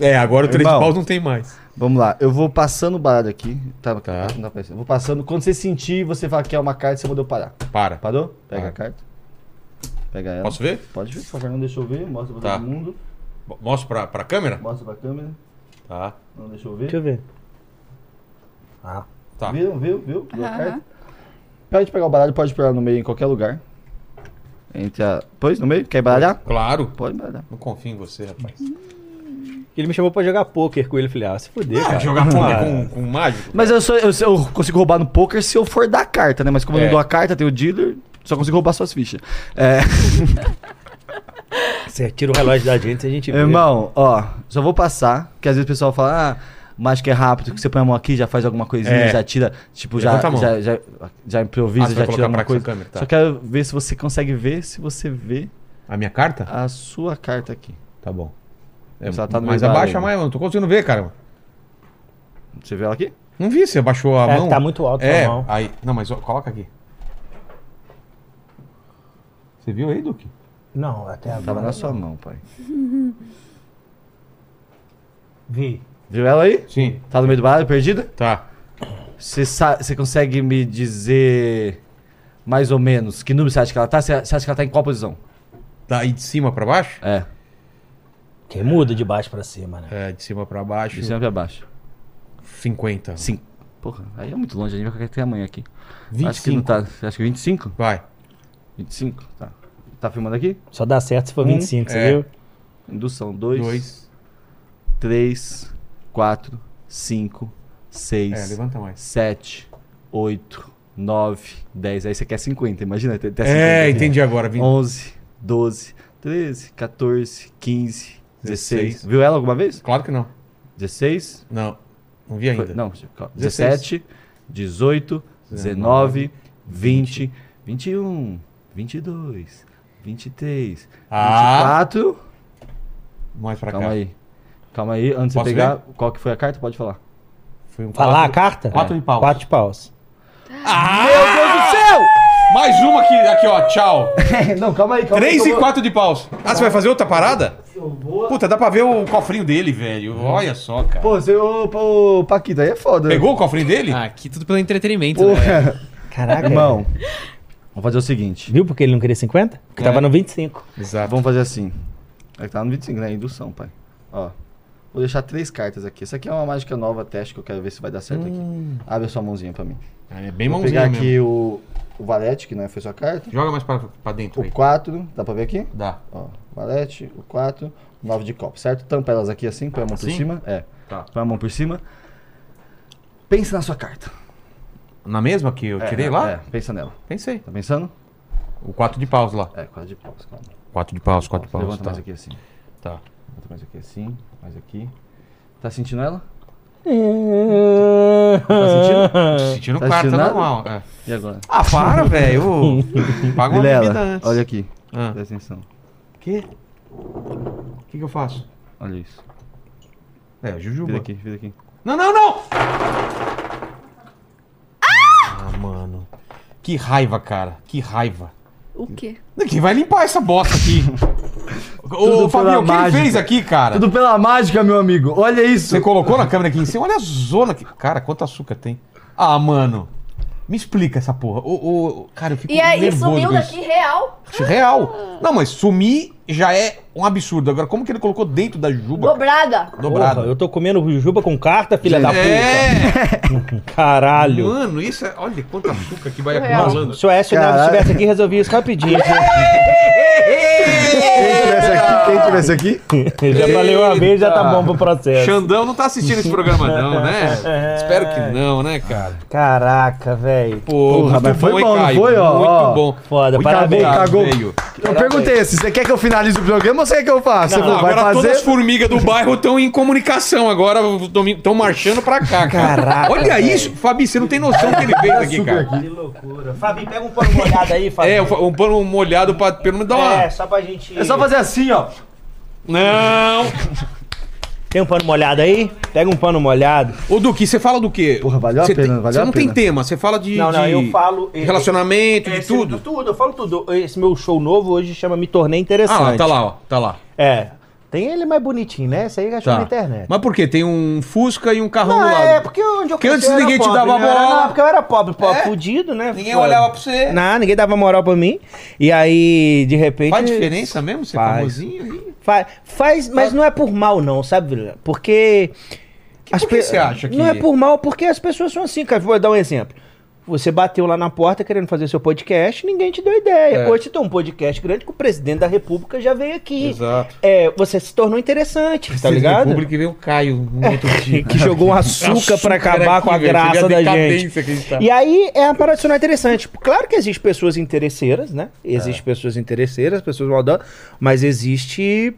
Speaker 1: É, agora o três de
Speaker 3: Irmão.
Speaker 1: paus não tem mais.
Speaker 3: Vamos lá, eu vou passando o baralho aqui. Tá,
Speaker 1: Tá.
Speaker 3: não tá aparecendo. Vou passando. Quando você sentir, você fala que é uma carta, você mandou parar.
Speaker 1: Para.
Speaker 3: Parou? Pega
Speaker 1: Tá.
Speaker 3: a carta. Pega ela.
Speaker 1: Posso ver?
Speaker 3: Pode ver, por favor, não deixa eu ver. Mostra pra
Speaker 1: Tá.
Speaker 3: todo mundo.
Speaker 1: Bo- Mostra pra, pra câmera?
Speaker 3: Mostra pra câmera.
Speaker 1: Tá.
Speaker 3: Não deixa eu ver.
Speaker 5: Deixa eu ver.
Speaker 1: Tá.
Speaker 3: Viram, viu, viu? Viu a
Speaker 4: Aham,
Speaker 3: carta?
Speaker 4: aham.
Speaker 3: Pode pegar o baralho, pode pegar no meio em qualquer lugar. Entre a. Pois, no meio? Quer baralhar?
Speaker 1: Claro.
Speaker 3: Pode baralhar.
Speaker 1: Não confio em você, rapaz.
Speaker 5: Ele me chamou pra jogar pôquer com ele. Eu falei, ah, se fuder, cara.
Speaker 1: jogar
Speaker 5: Ah.
Speaker 1: poker com, com mágico?
Speaker 3: Mas eu, sou, eu, sou- eu consigo roubar no poker se eu for dar carta, né? Mas como eu
Speaker 1: É.
Speaker 3: não dou a carta, tem o dealer, só consigo roubar suas fichas. É,
Speaker 5: Você tira o relógio da gente e a gente vê.
Speaker 3: irmão, ó, só vou passar, que às vezes o pessoal fala, ah, mágica é rápido, que você põe a mão aqui, já faz alguma coisinha,
Speaker 1: É.
Speaker 3: já tira, tipo, já,
Speaker 1: Levanta a mão.
Speaker 3: já, já, já improvisa,
Speaker 1: Ah, você vai
Speaker 3: já
Speaker 1: colocar
Speaker 3: tira alguma
Speaker 1: pra
Speaker 3: coisa.
Speaker 1: câmera, tá.
Speaker 3: Só quero ver se você consegue ver, se você vê
Speaker 1: A minha carta?
Speaker 3: a sua carta aqui.
Speaker 1: Tá bom. É,
Speaker 3: Só tá no
Speaker 1: mas
Speaker 3: meio da
Speaker 1: abaixa
Speaker 3: água.
Speaker 1: mais, eu não tô conseguindo ver, cara.
Speaker 3: Você vê ela aqui?
Speaker 1: Não vi, você abaixou a
Speaker 5: É,
Speaker 1: mão.
Speaker 5: tá muito alto
Speaker 1: é,
Speaker 5: a mão.
Speaker 1: Aí, não, mas ó, coloca aqui. Você viu aí, Duque?
Speaker 5: Não, até
Speaker 3: Tava
Speaker 5: agora.
Speaker 3: na sua mão, pai.
Speaker 5: Vi.
Speaker 3: Viu ela aí?
Speaker 1: Sim.
Speaker 3: Tá no meio do baralho, perdida?
Speaker 1: Tá.
Speaker 3: Você sa- você consegue me dizer mais ou menos que número você acha que ela tá? Você você acha que ela tá em qual posição?
Speaker 1: Daí Tá de cima pra baixo?
Speaker 3: É,
Speaker 5: Que muda de baixo pra cima, né?
Speaker 1: É, de cima pra baixo.
Speaker 3: de cima pra baixo.
Speaker 1: 50.
Speaker 3: Sim.
Speaker 10: Porra, aí é muito longe, a gente vai até amanhã aqui. Acho que não tá. Acho que 25?
Speaker 1: Vai.
Speaker 10: 25, tá. Tá filmando aqui?
Speaker 5: Só dá certo se for 25, você
Speaker 1: é.
Speaker 5: viu?
Speaker 10: Indução 2,
Speaker 1: Dois.
Speaker 10: 3, 4, 5,
Speaker 1: É,
Speaker 10: 6,
Speaker 1: levanta mais.
Speaker 10: 7, 8, 9, 10. Aí você quer 50, imagina até até 50.
Speaker 1: É,
Speaker 10: aqui.
Speaker 5: né?
Speaker 1: entendi agora. Vim...
Speaker 10: 11, 12, 13, 14, 15, 16.
Speaker 1: Dezesseis.
Speaker 10: Viu ela alguma vez?
Speaker 1: Claro que não.
Speaker 10: 16,
Speaker 1: Não. Não vi
Speaker 10: Foi-
Speaker 1: ainda.
Speaker 10: Não, calma, 17, 18, 19, 20, 21, 22, 23,
Speaker 1: Ah,
Speaker 10: 24.
Speaker 1: mais pra
Speaker 10: Calma
Speaker 1: cá.
Speaker 10: aí. Calma aí, antes de você
Speaker 1: Posso
Speaker 10: pegar, qual que foi a carta? Pode falar.
Speaker 1: Foi um
Speaker 5: Falar a
Speaker 1: quatro-
Speaker 5: carta?
Speaker 1: Quatro
Speaker 5: É.
Speaker 1: de paus.
Speaker 5: Quatro de paus.
Speaker 1: Ah! Mais uma aqui, aqui, ó. Tchau.
Speaker 3: Não, calma aí, calma aí.
Speaker 1: 3
Speaker 3: que eu
Speaker 1: e
Speaker 3: vou-
Speaker 1: 4 de paus. Ah, você vai fazer outra parada? Eu vou. Puta, dá pra ver o cofrinho dele, velho. Olha só, cara.
Speaker 3: Pô, você, ô, pô, ô, Paquito, aí é foda.
Speaker 1: Pegou É. o cofrinho dele?
Speaker 2: Ah, aqui tudo pelo entretenimento, né?
Speaker 3: Porra.
Speaker 5: Caraca.
Speaker 10: Irmão, vamos fazer o seguinte.
Speaker 5: Viu porque ele não queria 50? Porque
Speaker 1: É.
Speaker 5: tava no 25.
Speaker 1: Exato.
Speaker 10: Vamos fazer assim. É que tá no 25, né? Indução, pai. Ó. Vou deixar três cartas aqui. Essa aqui é uma mágica nova, teste, que eu quero ver se vai dar certo aqui. Abre a sua mãozinha pra mim.
Speaker 1: É bem
Speaker 10: Vou
Speaker 1: mãozinha
Speaker 10: pegar
Speaker 1: mesmo.
Speaker 10: aqui o, o valete, que não é, foi sua carta.
Speaker 1: Joga mais pra, pra dentro
Speaker 10: O
Speaker 1: aí.
Speaker 10: 4, dá pra ver aqui?
Speaker 1: Dá.
Speaker 10: Ó, valete, o 4, 9 de copo, certo? Tampa elas aqui assim, põe a mão por
Speaker 1: Assim?
Speaker 10: cima. É.
Speaker 1: Tá.
Speaker 10: Põe a mão por cima. Pensa na sua carta.
Speaker 1: Na mesma que eu tirei
Speaker 10: É,
Speaker 1: lá?
Speaker 10: É, pensa nela.
Speaker 1: Pensei.
Speaker 10: Tá pensando?
Speaker 1: O 4 de paus lá.
Speaker 10: É, quase de paus, calma.
Speaker 1: 4 de paus, 4 de paus.
Speaker 10: Levanta
Speaker 1: tá.
Speaker 10: mais aqui assim.
Speaker 1: Tá.
Speaker 10: Levanta mais aqui assim, mais aqui. Tá sentindo ela?
Speaker 5: Tá
Speaker 1: Tô Sentindo
Speaker 10: Tá
Speaker 1: quarta
Speaker 10: sentindo nada?
Speaker 1: normal. é.
Speaker 10: E agora?
Speaker 1: Ah, para, velho. Ô, Paga uma bebida
Speaker 10: Vilela,
Speaker 1: antes.
Speaker 10: olha aqui.
Speaker 1: Ah.
Speaker 10: Presta atenção.
Speaker 1: Quê? O que, que eu faço?
Speaker 10: Olha isso.
Speaker 1: É,
Speaker 10: Vira
Speaker 1: Jujuba.
Speaker 10: aqui, vira aqui.
Speaker 1: Não, não, não! Ah, mano. Que raiva, cara. Que raiva.
Speaker 4: O quê?
Speaker 1: Quem vai limpar essa bosta aqui? Ô,
Speaker 3: Tudo
Speaker 1: Fabinho,
Speaker 3: pela
Speaker 1: o que ele
Speaker 3: mágica.
Speaker 1: fez aqui, cara?
Speaker 3: Tá. Tudo pela mágica, meu amigo. Olha isso.
Speaker 1: Você colocou na câmera aqui em cima, olha a zona que. Cara, quanto açúcar tem. Ah, mano. Me explica essa porra. Ô, ô, ô, cara, eu fico
Speaker 4: E é aí,
Speaker 1: nervoso
Speaker 4: sumiu
Speaker 1: com isso.
Speaker 4: daqui Ah! real.
Speaker 1: Acho real. Não, mas sumir já é um absurdo. Agora, como que ele colocou dentro da juba? cara?
Speaker 4: Dobrada.
Speaker 1: Dobrado.
Speaker 5: Porra, eu tô comendo juba com carta, filha da puta.
Speaker 1: é,
Speaker 5: Caralho.
Speaker 1: mano, isso é. Olha quanto açúcar que vai
Speaker 4: Surreal.
Speaker 1: acumulando.
Speaker 5: Se o Aécio Neves
Speaker 3: Caralho.
Speaker 5: estivesse aqui, resolvia isso rapidinho.
Speaker 3: Quem tivesse aqui, quem tivesse aqui,
Speaker 5: já falei uma vez, já tá bom pro
Speaker 3: É.
Speaker 5: processo.
Speaker 1: Xandão não tá assistindo esse programa, não, né? Espero que não, né, cara?
Speaker 5: Caraca, velho.
Speaker 1: Pô,
Speaker 3: Porra,
Speaker 1: muito
Speaker 3: mas foi
Speaker 1: hein,
Speaker 3: bom, não
Speaker 1: Caio?
Speaker 3: foi, ó,
Speaker 1: Muito
Speaker 3: ó.
Speaker 1: bom.
Speaker 5: Foda,
Speaker 1: Muito
Speaker 5: parabéns.
Speaker 1: bom,
Speaker 3: Cagou.
Speaker 1: velho.
Speaker 3: eu perguntei se você quer que eu finalize o programa ou você quer que eu faça? Você
Speaker 1: Não,
Speaker 3: falou, vai
Speaker 1: Ah, agora todas as
Speaker 3: fazer.
Speaker 1: formigas do bairro estão em comunicação. Agora estão marchando pra cá, cara.
Speaker 5: Caraca,
Speaker 3: É.
Speaker 1: Olha isso, Fabi, você não tem noção do que ele
Speaker 3: Tá
Speaker 1: fez aqui, cara.
Speaker 5: Que loucura. Fabi, pega um pano molhado aí, Fabi.
Speaker 1: É, um pano molhado pra pelo menos dar uma.
Speaker 5: É, só pra gente.
Speaker 3: É só fazer assim, ó.
Speaker 1: Não!
Speaker 5: Tem um pano molhado aí? Pega um pano molhado.
Speaker 1: Ô, Duque, você fala do quê?
Speaker 3: Porra, valeu a
Speaker 1: Você
Speaker 3: pena,
Speaker 1: tem-
Speaker 3: valeu
Speaker 1: Você
Speaker 3: a
Speaker 1: não
Speaker 3: pena.
Speaker 1: tem tema, você fala de.
Speaker 5: Não, não,
Speaker 1: de
Speaker 5: eu falo-
Speaker 3: eh,
Speaker 5: é,
Speaker 1: Relacionamento, de
Speaker 5: Esse-
Speaker 1: tudo.
Speaker 5: Tudo, eu falo tudo. Esse meu show novo hoje chama Me Tornei Interessante.
Speaker 1: Ah, lá, tá lá, ó. Tá lá.
Speaker 5: É. Tem ele mais bonitinho, né? Esse aí eu achou
Speaker 1: Tá.
Speaker 5: na internet.
Speaker 1: Mas por quê? Tem um Fusca e um carrão
Speaker 5: Não,
Speaker 1: do lado.
Speaker 5: é porque onde eu
Speaker 1: Porque
Speaker 5: cresci
Speaker 1: antes
Speaker 5: eu era
Speaker 1: ninguém te
Speaker 5: pobre,
Speaker 1: dava
Speaker 5: né? Eu era-
Speaker 1: bola.
Speaker 5: Não, porque eu era pobre, pobre,
Speaker 1: É?
Speaker 5: fudido, né?
Speaker 1: Ninguém
Speaker 5: Foda.
Speaker 1: olhava pra você.
Speaker 5: Não, ninguém dava moral pra mim. E aí, de repente.
Speaker 1: Faz diferença mesmo ser
Speaker 5: Faz.
Speaker 1: famosinho aí?
Speaker 5: Faz, faz mas não é por mal, não, sabe, Vilela? Porque.
Speaker 1: por que você acha que-
Speaker 5: Não é por mal, porque as pessoas são assim, cara. Vou dar um exemplo. Você bateu lá na porta querendo fazer seu podcast, ninguém te deu ideia.
Speaker 1: É.
Speaker 5: Hoje você tem um podcast grande que o presidente da República já veio aqui.
Speaker 1: Exato.
Speaker 5: É, você se tornou interessante, tá ligado?
Speaker 1: República e veio o Caio no outro dia. É
Speaker 5: que jogou um açúcar pra acabar com a graça da gente.
Speaker 1: tá.
Speaker 5: E aí é uma parada sonora interessante. Claro que existem pessoas interesseiras, né? Existem pessoas interesseiras, pessoas maldosas, mas existe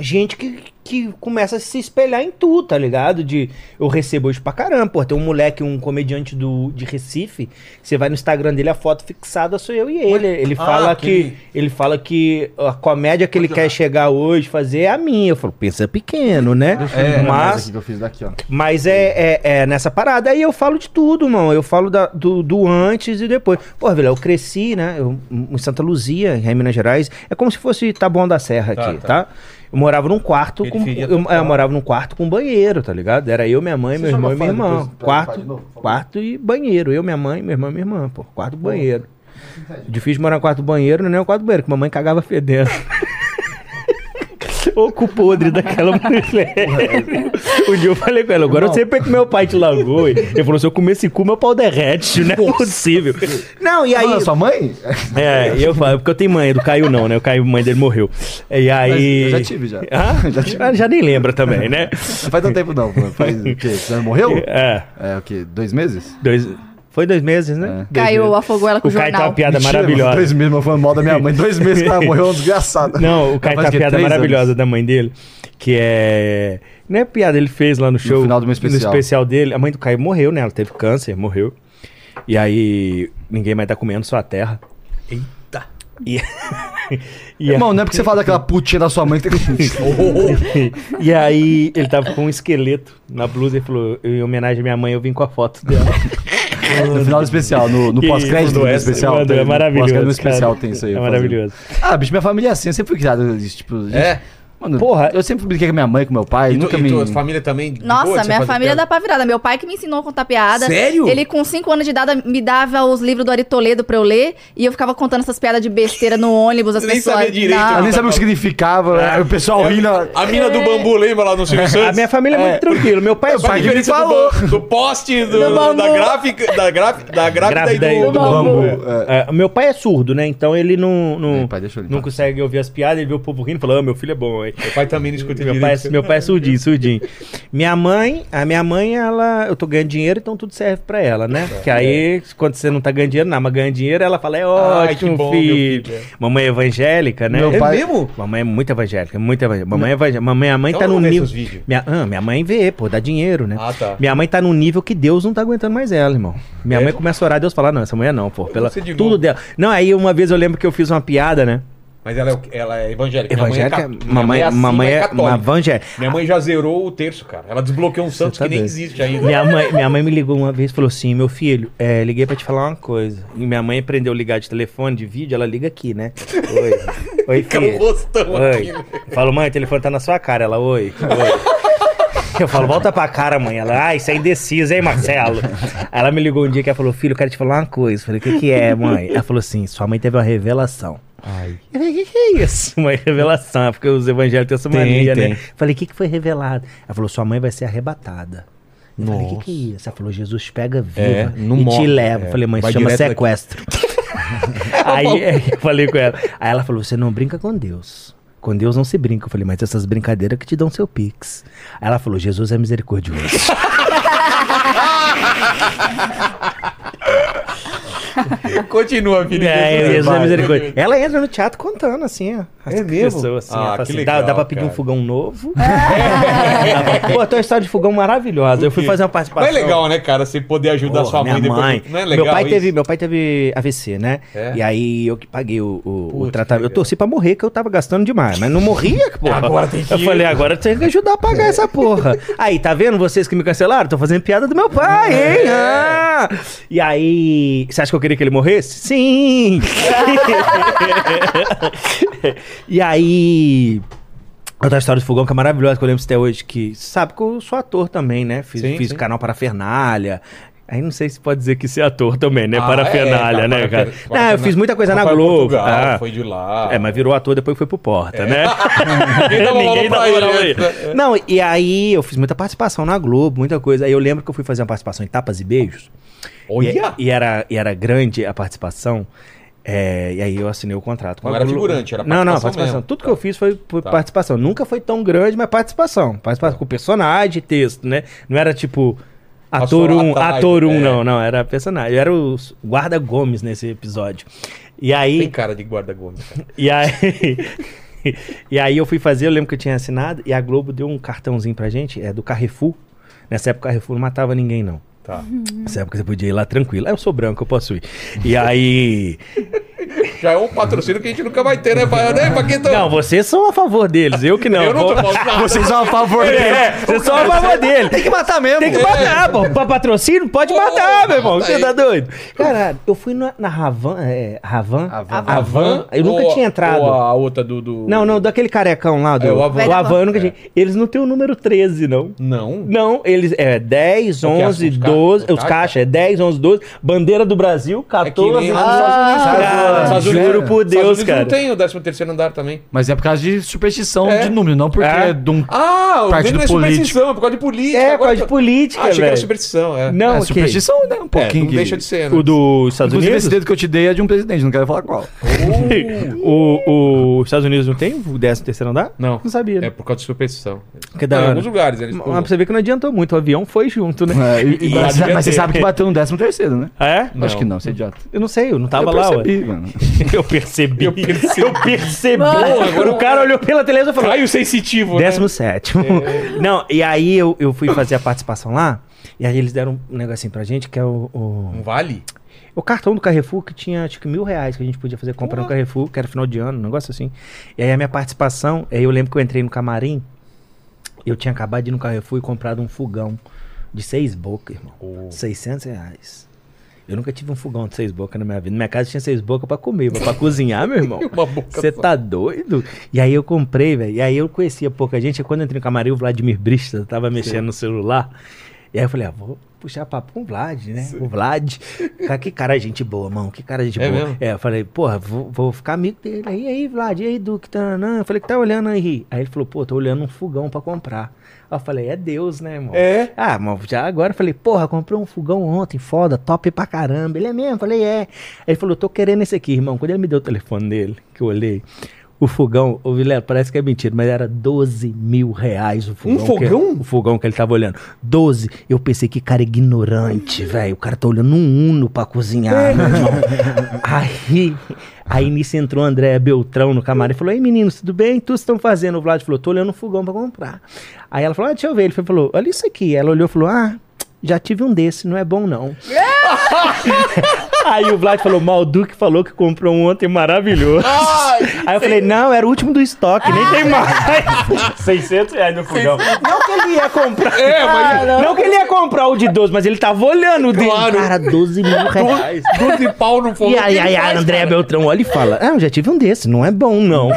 Speaker 5: gente que, que começa a se espelhar em tudo, tá ligado? De eu recebo hoje pra caramba, pô. Tem um moleque, um comediante do, de Recife, você vai no Instagram dele, a foto fixada sou eu e ele. Ele fala
Speaker 1: aquele-
Speaker 5: que ele fala que a comédia que ele quer chegar hoje fazer é a minha. Eu falo, pensa pequeno, né?
Speaker 10: Essa
Speaker 3: é
Speaker 5: mas
Speaker 10: aqui que eu fiz daqui, ó.
Speaker 5: mas é, é, é nessa parada. Aí eu falo de tudo, irmão. Eu falo da- do, do antes e depois. Pô, Vila, eu cresci, né? Eu, em Santa Luzia, em Minas Gerais. É como se fosse Taboão da Serra aqui, tá? Eu morava num quarto com.
Speaker 1: Periferia
Speaker 5: Eu, eu morava num quarto com banheiro, tá ligado? Era eu, minha mãe, meu irmão e minha irmã. Quarto, quarto e banheiro. Eu, minha mãe, meu irmão e minha irmã, pô. Quarto e banheiro. um Difícil morar no quarto do banheiro, não é nem o quarto do banheiro, que mamãe cagava fedendo. Ô, cu podre daquela mulher. um dia eu falei com ela, agora eu sei porque meu pai te largou. Ele falou: se eu comer esse cu, meu pau derrete. Não é possível. Não, e aí.
Speaker 3: Mano, sua mãe?
Speaker 5: É, e eu falo, porque eu tenho mãe, do Caio não, né? O Caio, mãe dele morreu. E aí.
Speaker 3: Eu já tive, já.
Speaker 5: Hã? Ah,
Speaker 3: Já tive.
Speaker 5: já, nem lembra também, né?
Speaker 3: Não faz tanto tempo não. mano. Faz o quê? Você morreu?
Speaker 5: É,
Speaker 3: É o quê? Dois meses?
Speaker 5: dois. Foi dois meses, né? Dois
Speaker 4: Caiu,
Speaker 5: meses.
Speaker 4: afogou ela com
Speaker 5: O
Speaker 4: o
Speaker 5: Caio tem uma
Speaker 4: jornal.
Speaker 5: piada
Speaker 3: É. Mentira,
Speaker 5: maravilhosa.
Speaker 3: mano, Dois meses, mas foi mal da minha mãe. Dois meses que ela morreu, é uma desgraçada.
Speaker 5: Não, o Caio tem
Speaker 3: Capaz
Speaker 5: uma
Speaker 3: que é
Speaker 5: piada
Speaker 3: três
Speaker 5: maravilhosa
Speaker 3: anos.
Speaker 5: da mãe dele, que é. Não é piada, ele fez lá no show.
Speaker 3: final do meu especial.
Speaker 5: No especial dele. A mãe do Caio morreu, né? Ela teve câncer, morreu. E aí, ninguém mais tá comendo sua terra. Eita! E, e,
Speaker 3: Irmão, não é porque você fala daquela putinha da sua mãe que Oh, tem que...
Speaker 5: e aí, ele tava com um esqueleto na blusa e falou: em homenagem à minha mãe, eu vim com a foto dela.
Speaker 3: No final do especial, no, no
Speaker 5: E
Speaker 3: pós-crédito
Speaker 5: mandou
Speaker 3: do meu
Speaker 5: essa,
Speaker 3: especial.
Speaker 5: mandou,
Speaker 3: tem-
Speaker 5: é
Speaker 3: no
Speaker 5: maravilhoso.
Speaker 3: Pós-crédito do
Speaker 5: cara.
Speaker 3: especial tem isso aí.
Speaker 5: É
Speaker 3: eu fazendo.
Speaker 5: maravilhoso.
Speaker 3: Ah, bicho, minha família é assim. Eu sempre fui criado, tipo... gente-
Speaker 1: É.
Speaker 3: Mano,
Speaker 5: Porra.
Speaker 3: eu sempre brinquei com minha mãe, com meu pai.
Speaker 1: E, tu,
Speaker 3: nunca
Speaker 1: e
Speaker 3: me...
Speaker 1: tua família também? de boa
Speaker 4: Nossa,
Speaker 1: de você
Speaker 4: minha
Speaker 1: fazer
Speaker 4: família
Speaker 1: piada?
Speaker 4: dá pra virada. Meu pai que me ensinou a contar piada.
Speaker 1: Sério?
Speaker 4: Ele, com 5 anos de idade, me dava os livros do Ari Toledo pra eu ler. E eu ficava contando essas piadas de besteira no ônibus. As
Speaker 1: Nem
Speaker 4: pessoas.
Speaker 1: sabia direito, né?
Speaker 4: Não.
Speaker 3: Ela Ah, nem sabia o que significava.
Speaker 1: É.
Speaker 3: né? O pessoal rindo... ela-
Speaker 1: A mina do bambu, lembra lá no Silvio Santos?
Speaker 5: A minha família é muito tranquila. Meu pai é
Speaker 1: A
Speaker 3: pai
Speaker 5: baile-
Speaker 3: dele
Speaker 1: diferença
Speaker 3: falou.
Speaker 1: do, do poste, do- da gráfica, da, graf, da grávida,
Speaker 5: Grávida
Speaker 1: e
Speaker 5: aí
Speaker 1: do, do bambu.
Speaker 5: É, meu pai é surdo, né? Então ele não, não,
Speaker 3: Pai, é tá. deixa eu limpar.
Speaker 5: não consegue ouvir as piadas, ele vê o povo rindo e fala: ah, meu filho é bom, hein?
Speaker 1: Meu pai também não escuta
Speaker 5: Meu pai, é- meu pai é surdinho, surdinho. Minha mãe, a minha mãe, ela. Eu tô ganhando dinheiro, então tudo serve pra ela, né?
Speaker 1: É.
Speaker 5: Porque aí, quando você não tá ganhando dinheiro, nada, mas ganha dinheiro, ela fala: é
Speaker 1: Ai, que
Speaker 5: ótimo,
Speaker 1: bom, meu
Speaker 5: filho.
Speaker 1: filho, é.
Speaker 5: Mamãe é evangélica, né?
Speaker 3: Meu
Speaker 5: É
Speaker 3: pai-
Speaker 5: mesmo? Mamãe é muito evangélica, muito evangélica. Mamãe é evangélica. Mamãe, a mãe
Speaker 1: Então
Speaker 5: tá
Speaker 1: eu
Speaker 5: no
Speaker 1: não vejo
Speaker 5: nível.
Speaker 1: os vídeos.
Speaker 5: Minha, ah, minha mãe vê, pô, dá dinheiro, né?
Speaker 1: Ah, tá.
Speaker 5: Minha mãe tá num nível que Deus não tá aguentando mais ela, irmão. Minha
Speaker 1: É?
Speaker 5: mãe começa a orar, Deus fala, "Ah, não, essa mulher não, pô. Pela,
Speaker 1: ser de
Speaker 5: tudo
Speaker 1: novo.
Speaker 5: dela. Não, aí uma vez eu lembro que eu fiz uma piada, né?
Speaker 1: Mas ela é, o- ela é evangélica. Minha mãe é
Speaker 5: Evangélica,
Speaker 1: ca-
Speaker 5: mamãe,
Speaker 1: minha
Speaker 5: mamãe
Speaker 1: mãe
Speaker 5: é,
Speaker 1: assim, mas
Speaker 5: uma
Speaker 1: católica.
Speaker 5: evangélica.
Speaker 1: Minha mãe já zerou o terço, cara. Ela desbloqueou um Santos
Speaker 5: tá
Speaker 1: que nem
Speaker 5: doido.
Speaker 1: existe ainda.
Speaker 5: Minha mãe, minha mãe me ligou uma vez e falou assim: Meu filho, é, liguei pra te falar uma coisa. E minha mãe aprendeu a ligar de telefone, de vídeo, ela liga aqui, né? Oi. Oi,
Speaker 1: Fica um
Speaker 5: filho.
Speaker 1: rostão aqui.
Speaker 5: Oi. Eu falo, mãe, o telefone tá na sua cara. Ela, oi. Oi. Eu falo, volta pra cara, mãe. Ela, ai, isso é indeciso, hein, Marcelo? Ela me ligou um dia que ela falou, filho, eu quero te falar uma coisa. Eu falei, o que, que é, mãe? Ela falou assim: sua mãe teve uma revelação. Eu falei, o que, que é isso? Uma revelação, é porque os evangélicos têm essa mania, né? Falei, o que, que foi revelado? Ela falou, sua mãe vai ser arrebatada. Eu falei, o que, que é isso? Ela falou, Jesus pega viva
Speaker 7: É, não
Speaker 5: e
Speaker 7: morre,
Speaker 5: te leva. Eu falei, mãe,
Speaker 7: Vai
Speaker 5: isso chama
Speaker 7: direto daqui." Tá
Speaker 5: sequestro. aí é, eu falei com ela. Aí ela falou, você não brinca com Deus. Com Deus não se brinca. Eu falei, mas essas brincadeiras que te dão seu pix. Aí ela falou, Jesus é misericordioso.
Speaker 1: Continua, filho.
Speaker 5: é,
Speaker 1: Continua.
Speaker 5: Jesus é
Speaker 1: Vai.
Speaker 5: misericordioso. Ela entra no teatro contando, assim, ó. É mesmo? Pessoas, assim,
Speaker 1: Ah,
Speaker 5: ela fala
Speaker 1: que
Speaker 5: assim,
Speaker 1: legal,
Speaker 5: dá, dá pra pedir um
Speaker 1: cara.
Speaker 5: fogão novo? Dá pra- Pô, tem uma história de fogão maravilhosa. Eu fui fazer uma
Speaker 1: Não é
Speaker 5: participação.
Speaker 1: legal, né, cara? Você poder ajudar
Speaker 5: Porra,
Speaker 1: sua mãe
Speaker 5: minha
Speaker 1: depois.
Speaker 5: mãe.
Speaker 1: Não é legal
Speaker 5: meu pai
Speaker 1: isso?
Speaker 5: teve, meu pai teve AVC, né?
Speaker 1: É?
Speaker 5: E aí eu que paguei o, o- o
Speaker 1: Putz,
Speaker 5: tratamento. Eu
Speaker 1: legal.
Speaker 5: torci pra morrer que eu tava gastando demais, mas não morria, porra.
Speaker 1: Agora tem que
Speaker 5: Eu
Speaker 1: ir.
Speaker 5: falei, agora tem que ajudar a pagar essa porra. Aí, tá vendo vocês que me cancelaram? Tô fazendo piada do meu pai,
Speaker 1: É.
Speaker 5: hein? Ah! E aí, você acha que eu queria que ele morresse? Sim. e aí, Outra história do fogão que é maravilhosa, que eu lembro até hoje, que sabe que eu sou ator também, né? Fiz,
Speaker 1: Sim,
Speaker 5: fiz
Speaker 1: sim.
Speaker 5: canal para Fernália. Aí não sei se pode dizer que ser ator também, né?
Speaker 1: Ah,
Speaker 5: para Fernália,
Speaker 1: é, tá,
Speaker 5: né,
Speaker 1: para-
Speaker 5: cara?
Speaker 1: para-
Speaker 5: não, eu fiz muita coisa na
Speaker 1: Rafael
Speaker 5: Globo.
Speaker 1: Portugal,
Speaker 5: Ah,
Speaker 1: Foi de lá.
Speaker 5: É, mas virou ator depois foi pro Porta, né?
Speaker 1: Ninguém dá moral
Speaker 5: Ninguém dá
Speaker 1: pra ele,
Speaker 5: moral pra
Speaker 1: né?
Speaker 5: ele. Não, e aí eu fiz muita participação na Globo, muita coisa. Aí eu lembro que eu fui fazer uma participação em Tapas e Beijos.
Speaker 1: Olha!
Speaker 5: E, e era, e era grande a participação. é, e aí eu assinei o contrato. com
Speaker 1: Não
Speaker 5: a
Speaker 1: era
Speaker 5: Globo.
Speaker 1: figurante, era
Speaker 5: Não, não,
Speaker 1: participação
Speaker 5: participação.
Speaker 1: mesmo.
Speaker 5: Tudo que eu fiz foi, foi
Speaker 1: Tá.
Speaker 5: participação. Nunca foi tão grande, mas participação. Participação com personagem, texto, né? Não era tipo.
Speaker 1: Passou
Speaker 5: Ator
Speaker 1: lá
Speaker 5: 1,
Speaker 1: atrás,
Speaker 5: ator 1,
Speaker 1: é.
Speaker 5: não, não, era personagem. Eu era o Guarda Gomes nesse episódio. E aí.
Speaker 1: Tem cara de guarda gomes cara.
Speaker 5: E aí. e aí eu fui fazer, eu lembro que eu tinha assinado, e a Globo deu um cartãozinho pra gente, é do Carrefour. Nessa época o Carrefour não matava ninguém, não.
Speaker 1: Tá.
Speaker 5: Nessa época você podia ir lá tranquilo. Ah, Eu sou branco, eu posso ir. E aí.
Speaker 1: Já é um patrocínio que a gente nunca vai ter, né, pai? Né, Paquetão?
Speaker 5: Não, vocês são a favor deles, eu que não.
Speaker 1: eu não tô
Speaker 5: Vou-
Speaker 1: falando nada.
Speaker 3: Vocês são a favor dele.
Speaker 5: É, vocês são a favor dele.
Speaker 3: Tem que matar mesmo.
Speaker 5: Tem que matar, pô. Pra patrocínio, pode matar, meu irmão.
Speaker 1: É. mata
Speaker 5: Você
Speaker 1: aí.
Speaker 5: tá doido? Cara, eu fui na, na Ravan. É, Ravan?
Speaker 3: Havan.
Speaker 5: Havan. Eu nunca
Speaker 1: Ou-
Speaker 5: tinha entrado.
Speaker 1: Ou a outra do. do...
Speaker 5: Não, não, daquele carecão lá do.
Speaker 1: É, o
Speaker 5: o
Speaker 1: Havan.
Speaker 5: Havan. eu nunca tinha. Eles não têm o número 13, não.
Speaker 1: Não.
Speaker 5: Não, eles é 10,
Speaker 1: O que é,
Speaker 5: 11,
Speaker 1: os ca-
Speaker 5: 12.
Speaker 1: os
Speaker 5: Os
Speaker 1: caixa?
Speaker 5: caixas, é 10, 11, 12. Bandeira do Brasil,
Speaker 1: É que
Speaker 5: 14.
Speaker 1: nem
Speaker 5: Ah,
Speaker 1: lá nos Estados Unidos. Nos Estados
Speaker 5: Juro por Deus,
Speaker 1: Unidos
Speaker 5: cara.
Speaker 1: não tem o 13 terceiro andar também.
Speaker 3: Mas é por causa de superstição
Speaker 1: É.
Speaker 3: de número, não porque é,
Speaker 1: É.
Speaker 3: de um.
Speaker 1: Ah, o
Speaker 3: Partido
Speaker 1: negro é
Speaker 3: político.
Speaker 1: superstição, é por causa de política.
Speaker 5: É, por
Speaker 1: Agora
Speaker 5: causa de
Speaker 1: eu-
Speaker 5: política,
Speaker 1: Ah, Achei que era
Speaker 5: velho.
Speaker 1: superstição, é.
Speaker 5: Não,
Speaker 3: é,
Speaker 5: ok.
Speaker 3: superstição, né? Um
Speaker 1: É,
Speaker 3: pouquinho.
Speaker 1: não
Speaker 3: que-
Speaker 1: deixa de ser, né?
Speaker 5: O dos Estados
Speaker 3: Inclusive,
Speaker 5: Unidos?
Speaker 3: esse dedo que eu te dei é de um presidente, não quero falar qual.
Speaker 5: o, o- os Estados Unidos não tem o 13 terceiro andar?
Speaker 1: Não,
Speaker 5: Não sabia.
Speaker 1: é
Speaker 5: né?
Speaker 1: por causa de superstição.
Speaker 5: Que da
Speaker 1: Não, em
Speaker 5: hora.
Speaker 1: alguns lugares eles
Speaker 5: Mas pra você ver que não adiantou muito, o avião foi junto, né?
Speaker 3: É, e- e-
Speaker 1: E
Speaker 3: mas,
Speaker 1: devia
Speaker 3: mas você
Speaker 1: ter.
Speaker 3: sabe que bateu no 13 terceiro, né?
Speaker 5: É?
Speaker 1: Não.
Speaker 3: Acho que não, você é idiota.
Speaker 5: Eu não sei, eu não tava
Speaker 3: eu
Speaker 5: lá, ué.
Speaker 3: percebi, mano.
Speaker 5: Eu percebi. Eu percebi.
Speaker 1: agora
Speaker 5: o cara olhou pela televisão e falou:
Speaker 1: Raio sensitivo, "Ah, né?
Speaker 5: Décimo sétimo. Não, e aí eu, eu fui fazer a participação lá, e aí eles deram um negocinho pra gente, que é o, o,
Speaker 1: Não vale?
Speaker 5: o cartão do Carrefour, que tinha acho que mil reais que a gente podia fazer compra no Carrefour, que era final de ano, um negócio assim. E aí a minha participação, aí eu lembro que eu entrei no camarim, eu tinha acabado de ir no Carrefour e comprado um fogão de seis bocas, irmão. 600 reais. Eu nunca tive um fogão de seis bocas na minha vida. Na minha casa tinha seis bocas pra comer, mas pra cozinhar, meu irmão.
Speaker 1: Uma boca
Speaker 5: Você
Speaker 1: só.
Speaker 5: tá doido? E aí eu comprei, velho. E aí eu conhecia pouca gente. E quando eu entrei no camarim, o Vladimir Brista tava mexendo no celular. E aí eu falei, ah, vou puxar papo com o Vlad, né? O Vlad. Cara, que cara gente boa, mão. Que cara gente
Speaker 1: É
Speaker 5: boa.
Speaker 1: mesmo?
Speaker 5: É, eu falei, porra, vou, vou ficar amigo dele. Aí, aí, Vlad, e aí, Duque, tananã. Eu falei, que tá olhando aí? Aí ele falou, pô, tô olhando um fogão pra comprar. Aí eu falei, é Deus, né, irmão?
Speaker 1: É.
Speaker 5: Ah, mas já agora eu falei, porra, comprei um fogão ontem, foda, top pra caramba. Ele é mesmo? Eu Falei, é. Aí ele falou, tô querendo esse aqui, irmão. Quando ele me deu o telefone dele, que eu olhei, o fogão, ô Vilela, parece que é mentira, mas era 12 mil reais o fogão. que-
Speaker 1: fogão?
Speaker 5: o um fogão que ele tava olhando. 12. Eu pensei, que cara ignorante, velho. O cara tá olhando um Uno pra cozinhar, meu irmão. Aí, aí nisso entrou o André Beltrão no camarim e falou: Ei, meninos, tudo bem? Tudo estão fazendo? O Vlad falou: Tô olhando um fogão pra comprar. Aí ela falou: ah, Deixa eu ver. Ele falou: Olha isso aqui. Ela olhou e falou: Ah, já tive um desse, não é bom não. Aí o Vlad falou, mal, o Duque falou que comprou um ontem maravilhoso. Aí eu falei, não, era o último do estoque, nem tem mais. 600 reais no fogão. Não que ele ia comprar.
Speaker 1: É, mas-
Speaker 5: Ah, não. Não que ele ia comprar o de 12, mas ele tava olhando o dele.
Speaker 1: Claro.
Speaker 5: Cara, 12 mil reais.
Speaker 1: 12 pau no fogo.
Speaker 5: E aí, aí, aí,
Speaker 1: Faz,
Speaker 5: André
Speaker 1: cara.
Speaker 5: Beltrão olha e fala, ah, eu já tive um desse, não é bom não.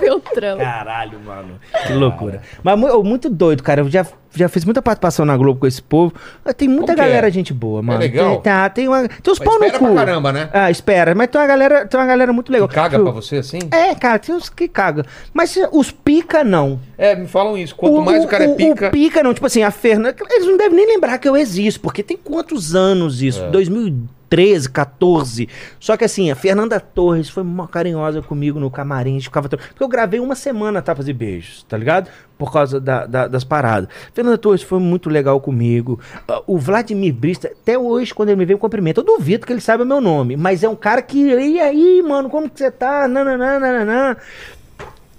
Speaker 4: Beltrão.
Speaker 5: Caralho, mano. Que loucura. Mas mu- eu, muito doido, cara. Eu já, já fiz muita participação na Globo com esse povo. Ah, Tem muita
Speaker 1: Como que é?
Speaker 5: galera gente boa, mano.
Speaker 1: legal?
Speaker 5: Tem, tá, tem, uma, tem uns
Speaker 1: Mas
Speaker 5: pau no
Speaker 1: espera
Speaker 5: cu.
Speaker 1: pra caramba, né?
Speaker 5: Ah, espera. Mas tem uma galera, tem uma galera muito legal.
Speaker 1: Que caga
Speaker 5: Tipo,
Speaker 1: pra você assim?
Speaker 5: É, cara, tem uns que cagam. Mas os pica, não.
Speaker 1: É, me falam isso. Quanto mais o cara é pica.
Speaker 5: O pica, não. Tipo assim, a Fernanda... Eles não devem nem lembrar que eu existo, porque tem quantos anos isso?
Speaker 1: É.
Speaker 5: 2013, 14. Só que assim, a Fernanda Torres foi mó carinhosa comigo no camarim. A gente ficava... tro- Porque eu gravei uma semana Tapas e Beijos, tá ligado? Por causa da- da- das paradas. Fernanda Torres foi muito legal comigo. Ah, O Vladimir Brista, até hoje, quando ele me vê, eu cumprimento. Eu duvido que ele saiba meu nome. Mas é um cara que... E aí, mano, como que você tá? Nananã, nananã.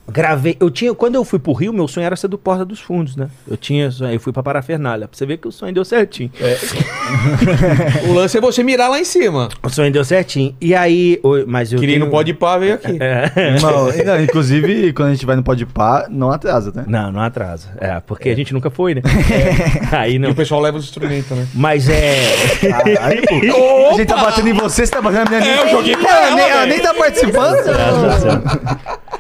Speaker 5: Gravei, eu tinha, quando eu fui pro Rio, meu sonho era ser do Porta dos Fundos, né? Eu tinha, sonho- eu fui pra Parafernália, pra você ver que o sonho deu certinho.
Speaker 1: O lance é você mirar lá em cima.
Speaker 5: O sonho deu certinho. E aí, oi, mas eu
Speaker 1: Queria ir
Speaker 5: tenho...
Speaker 1: no pode pá, veio aqui.
Speaker 3: Irmão, e não, inclusive, quando a gente vai no pode pá, não atrasa, né?
Speaker 5: Não, não atrasa. É, porque a gente nunca foi, né? Aí
Speaker 1: E
Speaker 5: não.
Speaker 1: o pessoal leva os instrumentos, né?
Speaker 5: Mas é.
Speaker 3: Aí, pô, a gente tá batendo em você, você tá batendo na minha
Speaker 1: É, eu joguei pra
Speaker 3: Ela
Speaker 1: ela,
Speaker 3: nem, ela
Speaker 1: velho. é
Speaker 3: nem tá participando.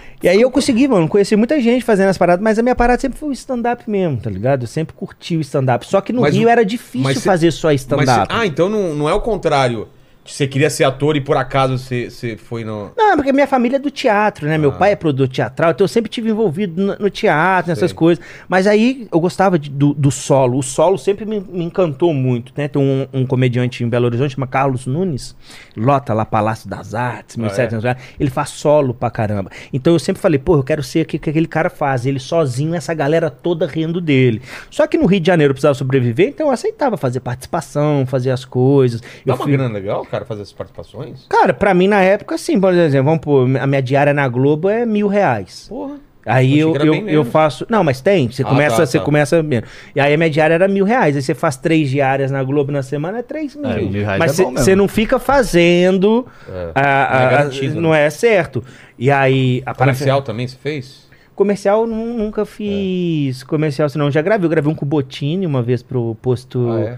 Speaker 5: E aí eu consegui, mano. Conheci muita gente fazendo as paradas, mas a minha parada sempre foi o stand-up mesmo, tá ligado? Eu sempre curti o stand-up. Só que no
Speaker 1: Mas
Speaker 5: Rio
Speaker 1: o-
Speaker 5: era difícil
Speaker 1: mas cê-
Speaker 5: fazer só
Speaker 1: Mas,
Speaker 5: stand-up.
Speaker 1: ah, então não, não é o contrário. Que Você queria ser ator e por acaso você, você foi no.
Speaker 5: Não, porque minha família é do teatro,
Speaker 1: Ah.
Speaker 5: né? Meu pai é produtor teatral, então eu sempre tive envolvido no, no teatro, nessas
Speaker 1: Sei.
Speaker 5: coisas. Mas aí eu gostava de- do, do solo. O solo sempre me, me encantou muito, né? Tem um, um comediante em Belo Horizonte, chama Carlos Nunes, lota lá Palácio das
Speaker 1: Ah, é?
Speaker 5: Artes, 1700, ele faz solo pra caramba. Então eu sempre falei, pô, eu quero ser o que, que aquele cara faz, ele sozinho, essa galera toda rindo dele. Só que no Rio de Janeiro eu precisava sobreviver, então eu aceitava fazer participação, fazer as coisas.
Speaker 1: Dá
Speaker 5: eu
Speaker 1: uma
Speaker 5: fui-
Speaker 1: grana legal, cara, fazer essas participações?
Speaker 5: Cara, pra mim na época, sim, por exemplo, vamos pôr, a minha diária na Globo é mil reais.
Speaker 1: Porra.
Speaker 5: Aí
Speaker 1: Achei
Speaker 5: eu,
Speaker 1: que era
Speaker 5: eu,
Speaker 1: bem menos.
Speaker 5: eu faço. Não, mas tem. Você
Speaker 1: Ah,
Speaker 5: começa,
Speaker 1: tá,
Speaker 5: você
Speaker 1: tá.
Speaker 5: começa menos. E aí a minha diária era mil reais. Aí você faz três diárias na Globo na semana, é três mil.
Speaker 3: É, mil reais é
Speaker 5: mas você-
Speaker 3: bom mesmo.
Speaker 5: você não fica fazendo.
Speaker 1: É.
Speaker 5: a- a-
Speaker 1: Não é
Speaker 5: a-
Speaker 1: garantido, né?
Speaker 5: não é certo. E aí. A é,
Speaker 1: Comercial também você fez?
Speaker 5: Comercial eu nu- nunca fiz comercial, senão eu já gravei. Eu gravei um com o Botini uma vez pro posto
Speaker 1: Ah, é?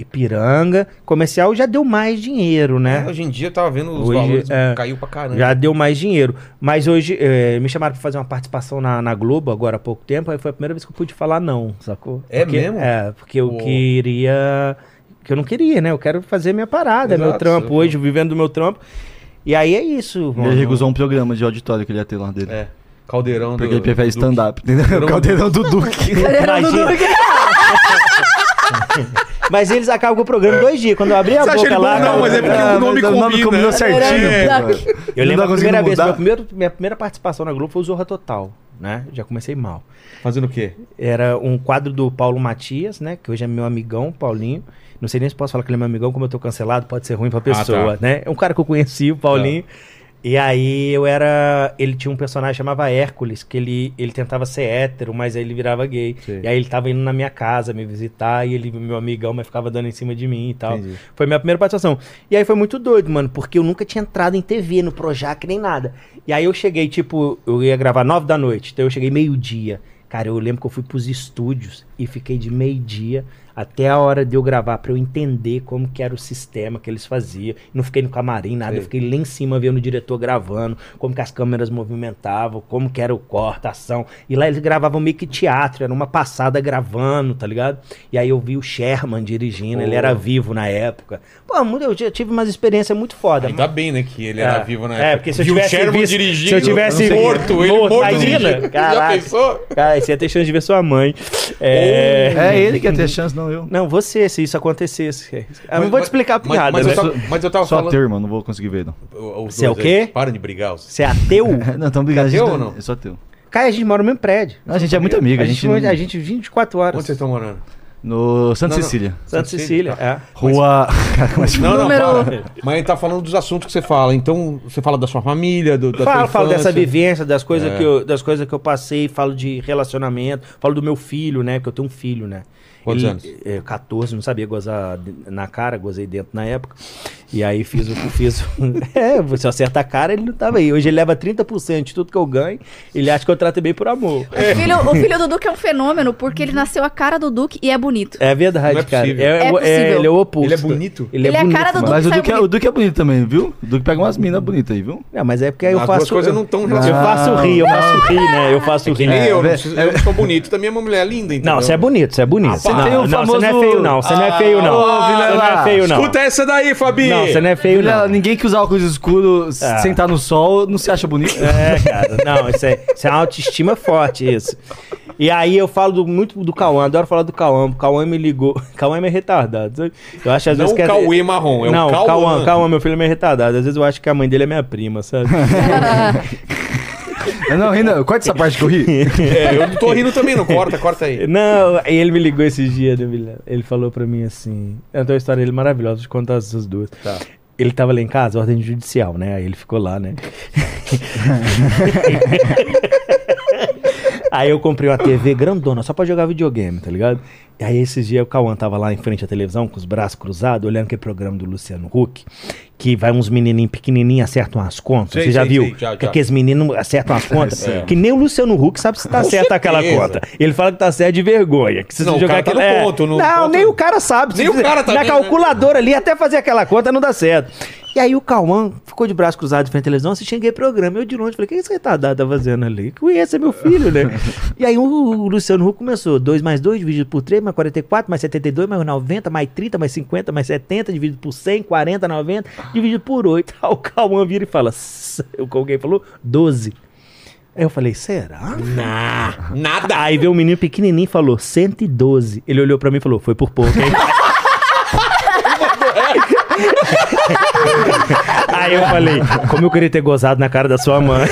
Speaker 5: Ipiranga. Comercial já deu mais dinheiro, né?
Speaker 1: É, Hoje em dia eu tava vendo os
Speaker 5: Hoje,
Speaker 1: valores,
Speaker 5: é.
Speaker 1: caiu pra caramba.
Speaker 5: Já deu mais dinheiro. Mas hoje eh, me chamaram pra fazer uma participação na, na Globo agora há pouco tempo. Aí foi a primeira vez que eu pude falar não, sacou?
Speaker 1: É
Speaker 5: Porque-
Speaker 1: mesmo?
Speaker 5: É, porque eu
Speaker 1: Pô.
Speaker 5: queria. Que eu não queria, né? Eu quero fazer minha parada, meu
Speaker 1: Exato,
Speaker 5: trampo
Speaker 1: seu
Speaker 5: hoje, vivendo do meu trampo. E aí é isso, mano.
Speaker 3: Ele recusou um programa de auditório que ele ia ter lá dele.
Speaker 1: É. Caldeirão
Speaker 3: Porque ele prefere stand-up, entendeu? O caldeirão do Duque.
Speaker 5: Imagina.
Speaker 1: é?
Speaker 5: Mas eles acabam com o programa em dois dias. Quando eu abri a
Speaker 1: Você acha
Speaker 5: boca
Speaker 1: ele
Speaker 5: lá.
Speaker 1: bom? Não, mas é porque o nome
Speaker 3: o nome
Speaker 1: combina. né?
Speaker 3: combinou certinho.
Speaker 4: É.
Speaker 3: pô. Não
Speaker 5: Eu lembro
Speaker 3: tá
Speaker 5: a primeira
Speaker 3: conseguindo
Speaker 5: vez,
Speaker 3: mudar?
Speaker 5: meu primeiro- minha primeira participação na Globo foi o Zorra Total, né? Já comecei mal.
Speaker 1: Fazendo o quê?
Speaker 5: Era um quadro do Paulo Matias, né? Que hoje é meu amigão, Paulinho. Não sei nem se posso falar que ele é meu amigão, como eu tô cancelado, pode ser
Speaker 1: Ah,
Speaker 5: ruim pra
Speaker 1: tá.
Speaker 5: pessoa, né? É um cara que eu conheci, o Paulinho. E aí eu era. Ele tinha um personagem que chamava Hércules, que ele, ele tentava ser hétero, mas aí ele virava gay.
Speaker 1: Sim.
Speaker 5: E aí ele tava indo na minha casa me visitar, e ele, meu amigão, mas ficava dando em cima de mim e tal.
Speaker 1: Entendi.
Speaker 5: Foi minha primeira participação. E aí foi muito doido, mano, porque eu nunca tinha entrado em TV, no Projac, nem nada. E aí eu cheguei, tipo, eu ia gravar nove da noite, então eu cheguei meio-dia. Cara, eu lembro que eu fui pros estúdios e fiquei de meio-dia até a hora de eu gravar pra eu entender como que era o sistema que eles faziam. Não fiquei no camarim, nada, eu fiquei lá em cima vendo o diretor gravando, como que as câmeras movimentavam, como que era o corte, a ação. E lá eles gravavam meio que teatro, era uma passada gravando, tá ligado? E aí eu vi o Sherman dirigindo, ele era vivo na época. Pô, muito- eu já tive umas experiências muito foda.
Speaker 1: Ainda bem, né, que ele era vivo na
Speaker 5: É, porque se eu
Speaker 1: E o
Speaker 5: tivesse
Speaker 1: Sherman
Speaker 5: visto-
Speaker 1: dirigindo,
Speaker 5: se eu tivesse
Speaker 1: morto, ele
Speaker 5: morto,
Speaker 1: morto,
Speaker 5: imagina,
Speaker 1: dirigindo. Já
Speaker 5: caraca.
Speaker 1: pensou?
Speaker 5: Cara, você Ah, ia ter chance de ver sua mãe. É...
Speaker 3: É ele que ia ter chance, não eu.
Speaker 5: Não, você, se isso acontecesse. Eu não
Speaker 1: Mas-
Speaker 5: vou te explicar a
Speaker 1: mas-
Speaker 5: piada,
Speaker 1: mas,
Speaker 5: né?
Speaker 1: eu tava, mas eu tava
Speaker 3: Só
Speaker 1: falando...
Speaker 3: teu, irmão, não vou conseguir ver, não.
Speaker 1: Os
Speaker 5: Você é o
Speaker 1: dois aí,
Speaker 5: quê?
Speaker 1: Para de brigar. Os...
Speaker 5: Você é ateu?
Speaker 3: É, Não, então obrigado. a gente
Speaker 1: teu
Speaker 3: tá-
Speaker 1: ou não?
Speaker 3: É só teu.
Speaker 5: Cara, a gente mora no mesmo prédio.
Speaker 3: Não, a gente é muito amigo.
Speaker 5: A gente,
Speaker 3: não-
Speaker 5: a gente 24 horas.
Speaker 1: Onde vocês estão morando?
Speaker 3: No Santa
Speaker 1: Não, não.
Speaker 3: Cecília.
Speaker 5: Santa Cecília, é.
Speaker 3: Rua. Cara, mas-
Speaker 1: Não, não,
Speaker 5: um.
Speaker 4: Número-
Speaker 1: para. Mas ele tá falando dos assuntos que você fala. Então, você fala da sua família, do, da
Speaker 5: Falo,
Speaker 1: sua
Speaker 5: falo dessa
Speaker 1: infância. É.
Speaker 5: vivência, das coisas, que eu, das coisas que eu passei, falo de relacionamento, falo do meu filho, né? Que eu tenho um filho, né?
Speaker 1: Quantos
Speaker 5: Ele-
Speaker 1: anos?
Speaker 5: é, 14, não sabia gozar de- na cara, gozei dentro na época. E aí fiz o que fiz. o- é, você acerta a cara, ele não tava aí. Hoje ele leva 30% de tudo que eu ganho, ele acha que eu trato bem por amor.
Speaker 1: É.
Speaker 4: O filho, o filho do Duque é um fenômeno porque ele nasceu a cara do Duque e é bonito.
Speaker 5: É verdade,
Speaker 1: Não é
Speaker 5: cara.
Speaker 1: possível.
Speaker 5: É,
Speaker 4: É
Speaker 5: o-
Speaker 4: possível.
Speaker 5: ele é o oposto.
Speaker 1: Ele é bonito?
Speaker 4: Ele é a cara do
Speaker 5: mano.
Speaker 4: Dudu.
Speaker 3: Mas o
Speaker 4: Sai
Speaker 3: Duque, é,
Speaker 4: bonito.
Speaker 3: o Duque é bonito também, viu? O Duque pega umas minas bonitas aí, viu?
Speaker 5: Não, mas é porque aí eu
Speaker 1: As
Speaker 5: faço.
Speaker 1: duas coisas não tão Ah. É
Speaker 5: Eu faço rir, eu faço rir, né? Eu faço rir.
Speaker 1: Nem
Speaker 5: né?
Speaker 1: eu, não preciso- eu não sou bonito, também é uma mulher linda, entendeu?
Speaker 5: Não, você é bonito, você é bonito. Você
Speaker 3: tem
Speaker 5: não,
Speaker 3: o
Speaker 5: não, você não é
Speaker 3: famoso-
Speaker 5: feio, não. Você não é feio, não.
Speaker 3: ô,
Speaker 5: Você não é
Speaker 3: Vilela,
Speaker 5: feio, não.
Speaker 1: Ah, Escuta essa daí, Fabi!
Speaker 5: Não, você não é feio,
Speaker 3: Vilela,
Speaker 5: não.
Speaker 3: ninguém que usa óculos escuros
Speaker 5: Ah.
Speaker 3: sentar no sol não se acha bonito.
Speaker 5: É, cara. Não, isso é, isso é uma autoestima forte, isso. E aí eu falo do- muito do Cauã, adoro falar do Cauã. O Cauã me ligou. Cauã é meio retardado. sabe? Eu acho às
Speaker 1: Não
Speaker 5: vezes
Speaker 1: o
Speaker 5: que. é-
Speaker 1: Cauê marrom, é o
Speaker 5: não,
Speaker 1: Cauã.
Speaker 5: Cauã, Cauã, meu filho é meio retardado. Às vezes eu acho que a mãe dele é minha prima, sabe?
Speaker 3: não, Renan, corta essa parte que eu ri.
Speaker 1: É, eu não tô rindo também, não. Corta, corta aí.
Speaker 5: Não, aí ele me ligou esses dias, né, Vilela? ele falou pra mim assim. Eu tenho uma história dele maravilhosa, vou te contar essas duas.
Speaker 1: Tá.
Speaker 5: Ele tava lá em casa, ordem judicial, né? Aí ele ficou lá, né? aí eu comprei uma TV grandona, só pra jogar videogame, tá ligado? E aí esses dias o Cauã tava lá em frente à televisão, com os braços cruzados, olhando aquele programa do Luciano Huck, que vai uns menininhos pequenininhos, acertam as contas.
Speaker 1: Sei,
Speaker 5: Você já
Speaker 1: sei,
Speaker 5: viu?
Speaker 1: sei, já,
Speaker 5: que
Speaker 1: já.
Speaker 5: aqueles meninos acertam as contas, que nem o Luciano Huck sabe se tá certo aquela
Speaker 1: É, certeza.
Speaker 5: conta. Ele fala que tá certo de vergonha. Que se
Speaker 1: Não,
Speaker 5: você
Speaker 1: o cara
Speaker 5: jogar
Speaker 1: tá
Speaker 5: aquilo-
Speaker 1: no
Speaker 5: é.
Speaker 1: ponto, no
Speaker 5: não,
Speaker 1: ponto.
Speaker 5: nem o cara sabe. Se
Speaker 1: Nem o
Speaker 5: fizer-
Speaker 1: cara tá
Speaker 5: Na
Speaker 1: vendo, né?
Speaker 5: calculadora ali, até fazer aquela conta, não dá certo. E aí o Cauã ficou de braço cruzado de frente à televisão, assistindo aquele programa. Eu de longe falei, o que esse retardado tá fazendo ali? Que esse é meu filho, né? e aí o, o Luciano Huck começou. 2 mais 2 dividido por 3, mais 44, mais 72, mais 90, mais 30, mais 50, mais 70, dividido por 100, 40, 90, dividido por 8. Aí o Cauã vira e fala, o alguém falou, 12. Aí eu falei, será?
Speaker 1: Nah, nada.
Speaker 5: Aí veio um menino pequenininho e falou, 112. Ele olhou pra mim e falou, foi por pouco, hein? Aí eu falei, como eu queria ter gozado na cara da sua mãe.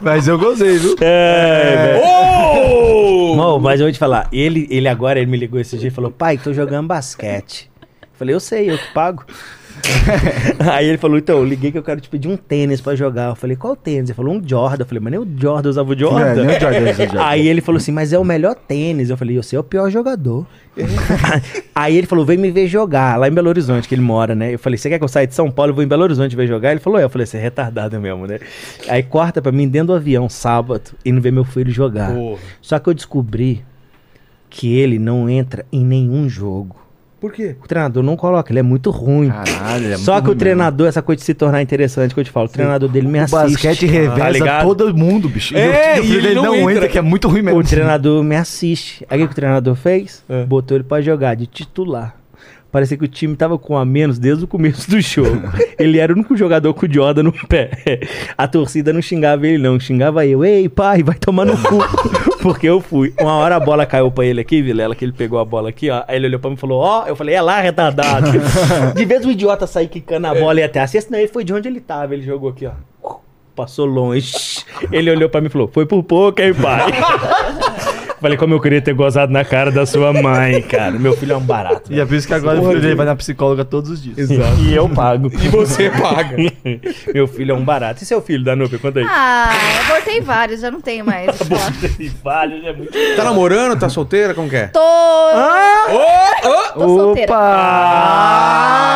Speaker 3: Mas eu gozei, viu? É, né?
Speaker 1: Oh!
Speaker 5: É. Mô, mas eu vou te falar, ele, ele agora, ele me ligou esse dia e falou, pai, tô jogando basquete. Eu falei, eu sei, eu que pago. Aí ele falou, então, eu liguei que eu quero te pedir um tênis pra jogar. Eu falei, qual tênis? Ele falou, um Jordan. Eu falei, mas nem o Jordan, eu usava o Jordan.
Speaker 3: É, nem o Jordan usa o Jordan.
Speaker 5: Aí ele falou assim, mas é o melhor tênis. Eu falei, você é o pior jogador. Aí ele falou, vem me ver jogar, lá em Belo Horizonte, que ele mora, né? Eu falei, você quer que eu saia de São Paulo e vou em Belo Horizonte ver jogar? Ele falou, é. Eu falei, você é retardado mesmo, né? Aí corta pra mim dentro do avião, sábado, indo ver meu filho jogar.
Speaker 1: Porra.
Speaker 5: Só que eu descobri que ele não entra em nenhum jogo.
Speaker 1: Por quê?
Speaker 5: O treinador não coloca, ele é muito ruim.
Speaker 3: Caralho, é
Speaker 5: Só
Speaker 3: muito
Speaker 5: que o
Speaker 3: ruim
Speaker 5: treinador, essa coisa de se tornar interessante que eu te falo, o treinador dele me
Speaker 3: mesmo. O
Speaker 5: assiste.
Speaker 3: basquete
Speaker 5: tá
Speaker 3: reveza
Speaker 5: ligado?
Speaker 3: todo mundo, bicho.
Speaker 1: É,
Speaker 3: o filho
Speaker 1: e ele
Speaker 3: dele
Speaker 1: não entra.
Speaker 3: que é muito ruim mesmo. É.
Speaker 5: O treinador me assiste. Aí o que o treinador fez? Botou ele pra jogar de titular. Parecia que o time tava com um a menos desde o começo do jogo. ele era o único jogador com o Dioda no pé. A torcida não xingava ele, não. Xingava eu. Ei, pai, vai tomar no cu. Porque eu fui. Uma hora a bola caiu pra ele aqui, Vilela, que ele pegou a bola aqui, ó. Aí ele olhou pra mim e falou, ó, eu falei, é lá, retardado. de vez o idiota sair quicando
Speaker 3: É.
Speaker 5: a bola e até a cesta, não, ele foi de onde ele tava, ele jogou aqui, ó. Passou longe. Ele olhou pra mim e falou, foi por pouco, hein, pai? Falei, como eu queria ter gozado na cara da sua mãe, cara. Meu filho é um barato.
Speaker 3: E é por isso que agora o filho dele vai na psicóloga todos os dias.
Speaker 5: Exato. E eu pago.
Speaker 1: E você paga.
Speaker 5: Meu filho é um barato. E seu filho, Danube? Conta aí.
Speaker 4: Ah, abortei vários, já não tenho mais.
Speaker 5: Ele vale, ele é muito...
Speaker 7: Tá namorando? Tá solteira? Como que é?
Speaker 4: Tô. Tô solteira.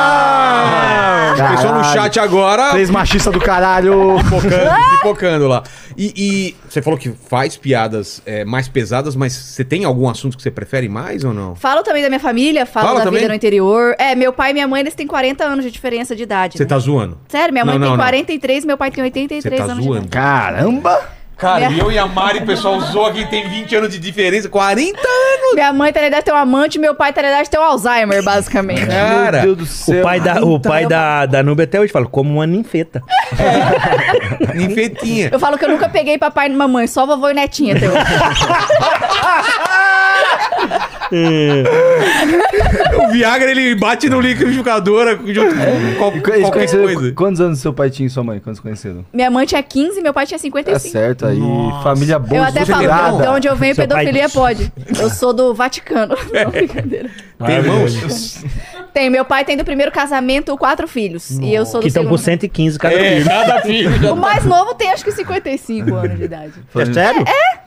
Speaker 7: Ah!
Speaker 3: Caralho.
Speaker 7: Pessoal no chat agora
Speaker 3: Três machistas do caralho.
Speaker 7: pipocando,
Speaker 4: Ah!
Speaker 7: pipocando lá. E, e você falou que faz piadas é, mais pesadas, mas você tem algum assunto que você prefere mais ou não?
Speaker 4: Falo também da minha família, falo
Speaker 7: Fala
Speaker 4: da
Speaker 7: também?
Speaker 4: vida no interior. É, meu pai e minha mãe, eles têm 40 anos de diferença de idade.
Speaker 7: Você
Speaker 4: né?
Speaker 7: tá zoando.
Speaker 4: Sério, minha mãe
Speaker 7: Não, não,
Speaker 4: tem
Speaker 7: não.
Speaker 4: 43, meu pai tem
Speaker 7: Você
Speaker 4: 83
Speaker 7: tá
Speaker 4: anos de
Speaker 7: zoando.
Speaker 4: idade. É.
Speaker 3: Caramba!
Speaker 1: Cara,
Speaker 4: Minha-
Speaker 1: eu e a Mari, o pessoal zoa que tem 20 anos de diferença, 40
Speaker 4: Minha mãe tá na idade de ter um amante, meu pai tá na idade de ter um Alzheimer, basicamente.
Speaker 7: Cara,
Speaker 3: Meu Deus do
Speaker 5: O
Speaker 3: céu.
Speaker 5: pai é um da, o pai da, da Nube até hoje fala, como uma ninfeta.
Speaker 7: ninfetinha.
Speaker 4: Eu falo que eu nunca peguei papai e mamãe, só vovô e netinha. tá até hoje.
Speaker 7: O Viagra, ele bate no liquidificador
Speaker 4: É.
Speaker 7: junto com qual-
Speaker 3: E co- eles
Speaker 7: qualquer
Speaker 3: conheceram-
Speaker 7: coisa.
Speaker 3: Quantos anos seu pai tinha e sua mãe? Quando se conheceram?
Speaker 4: minha mãe tinha 15, meu pai tinha
Speaker 3: Tá
Speaker 4: 55.
Speaker 3: certo aí. Família boa,
Speaker 4: eu até falo,
Speaker 3: estruturada.
Speaker 4: de onde eu venho,
Speaker 5: Seu pai-
Speaker 4: pedofilia pode. Eu sou do Vaticano. Não, brincadeira.
Speaker 7: Tem irmãos?
Speaker 4: Tem, meu pai tem do primeiro casamento quatro filhos. E eu sou do
Speaker 5: Que estão
Speaker 4: segundo.
Speaker 5: com 115 cada
Speaker 1: É,
Speaker 5: filho.
Speaker 1: nada filho.
Speaker 4: O mais novo tem acho que 55 anos de idade.
Speaker 5: É sério?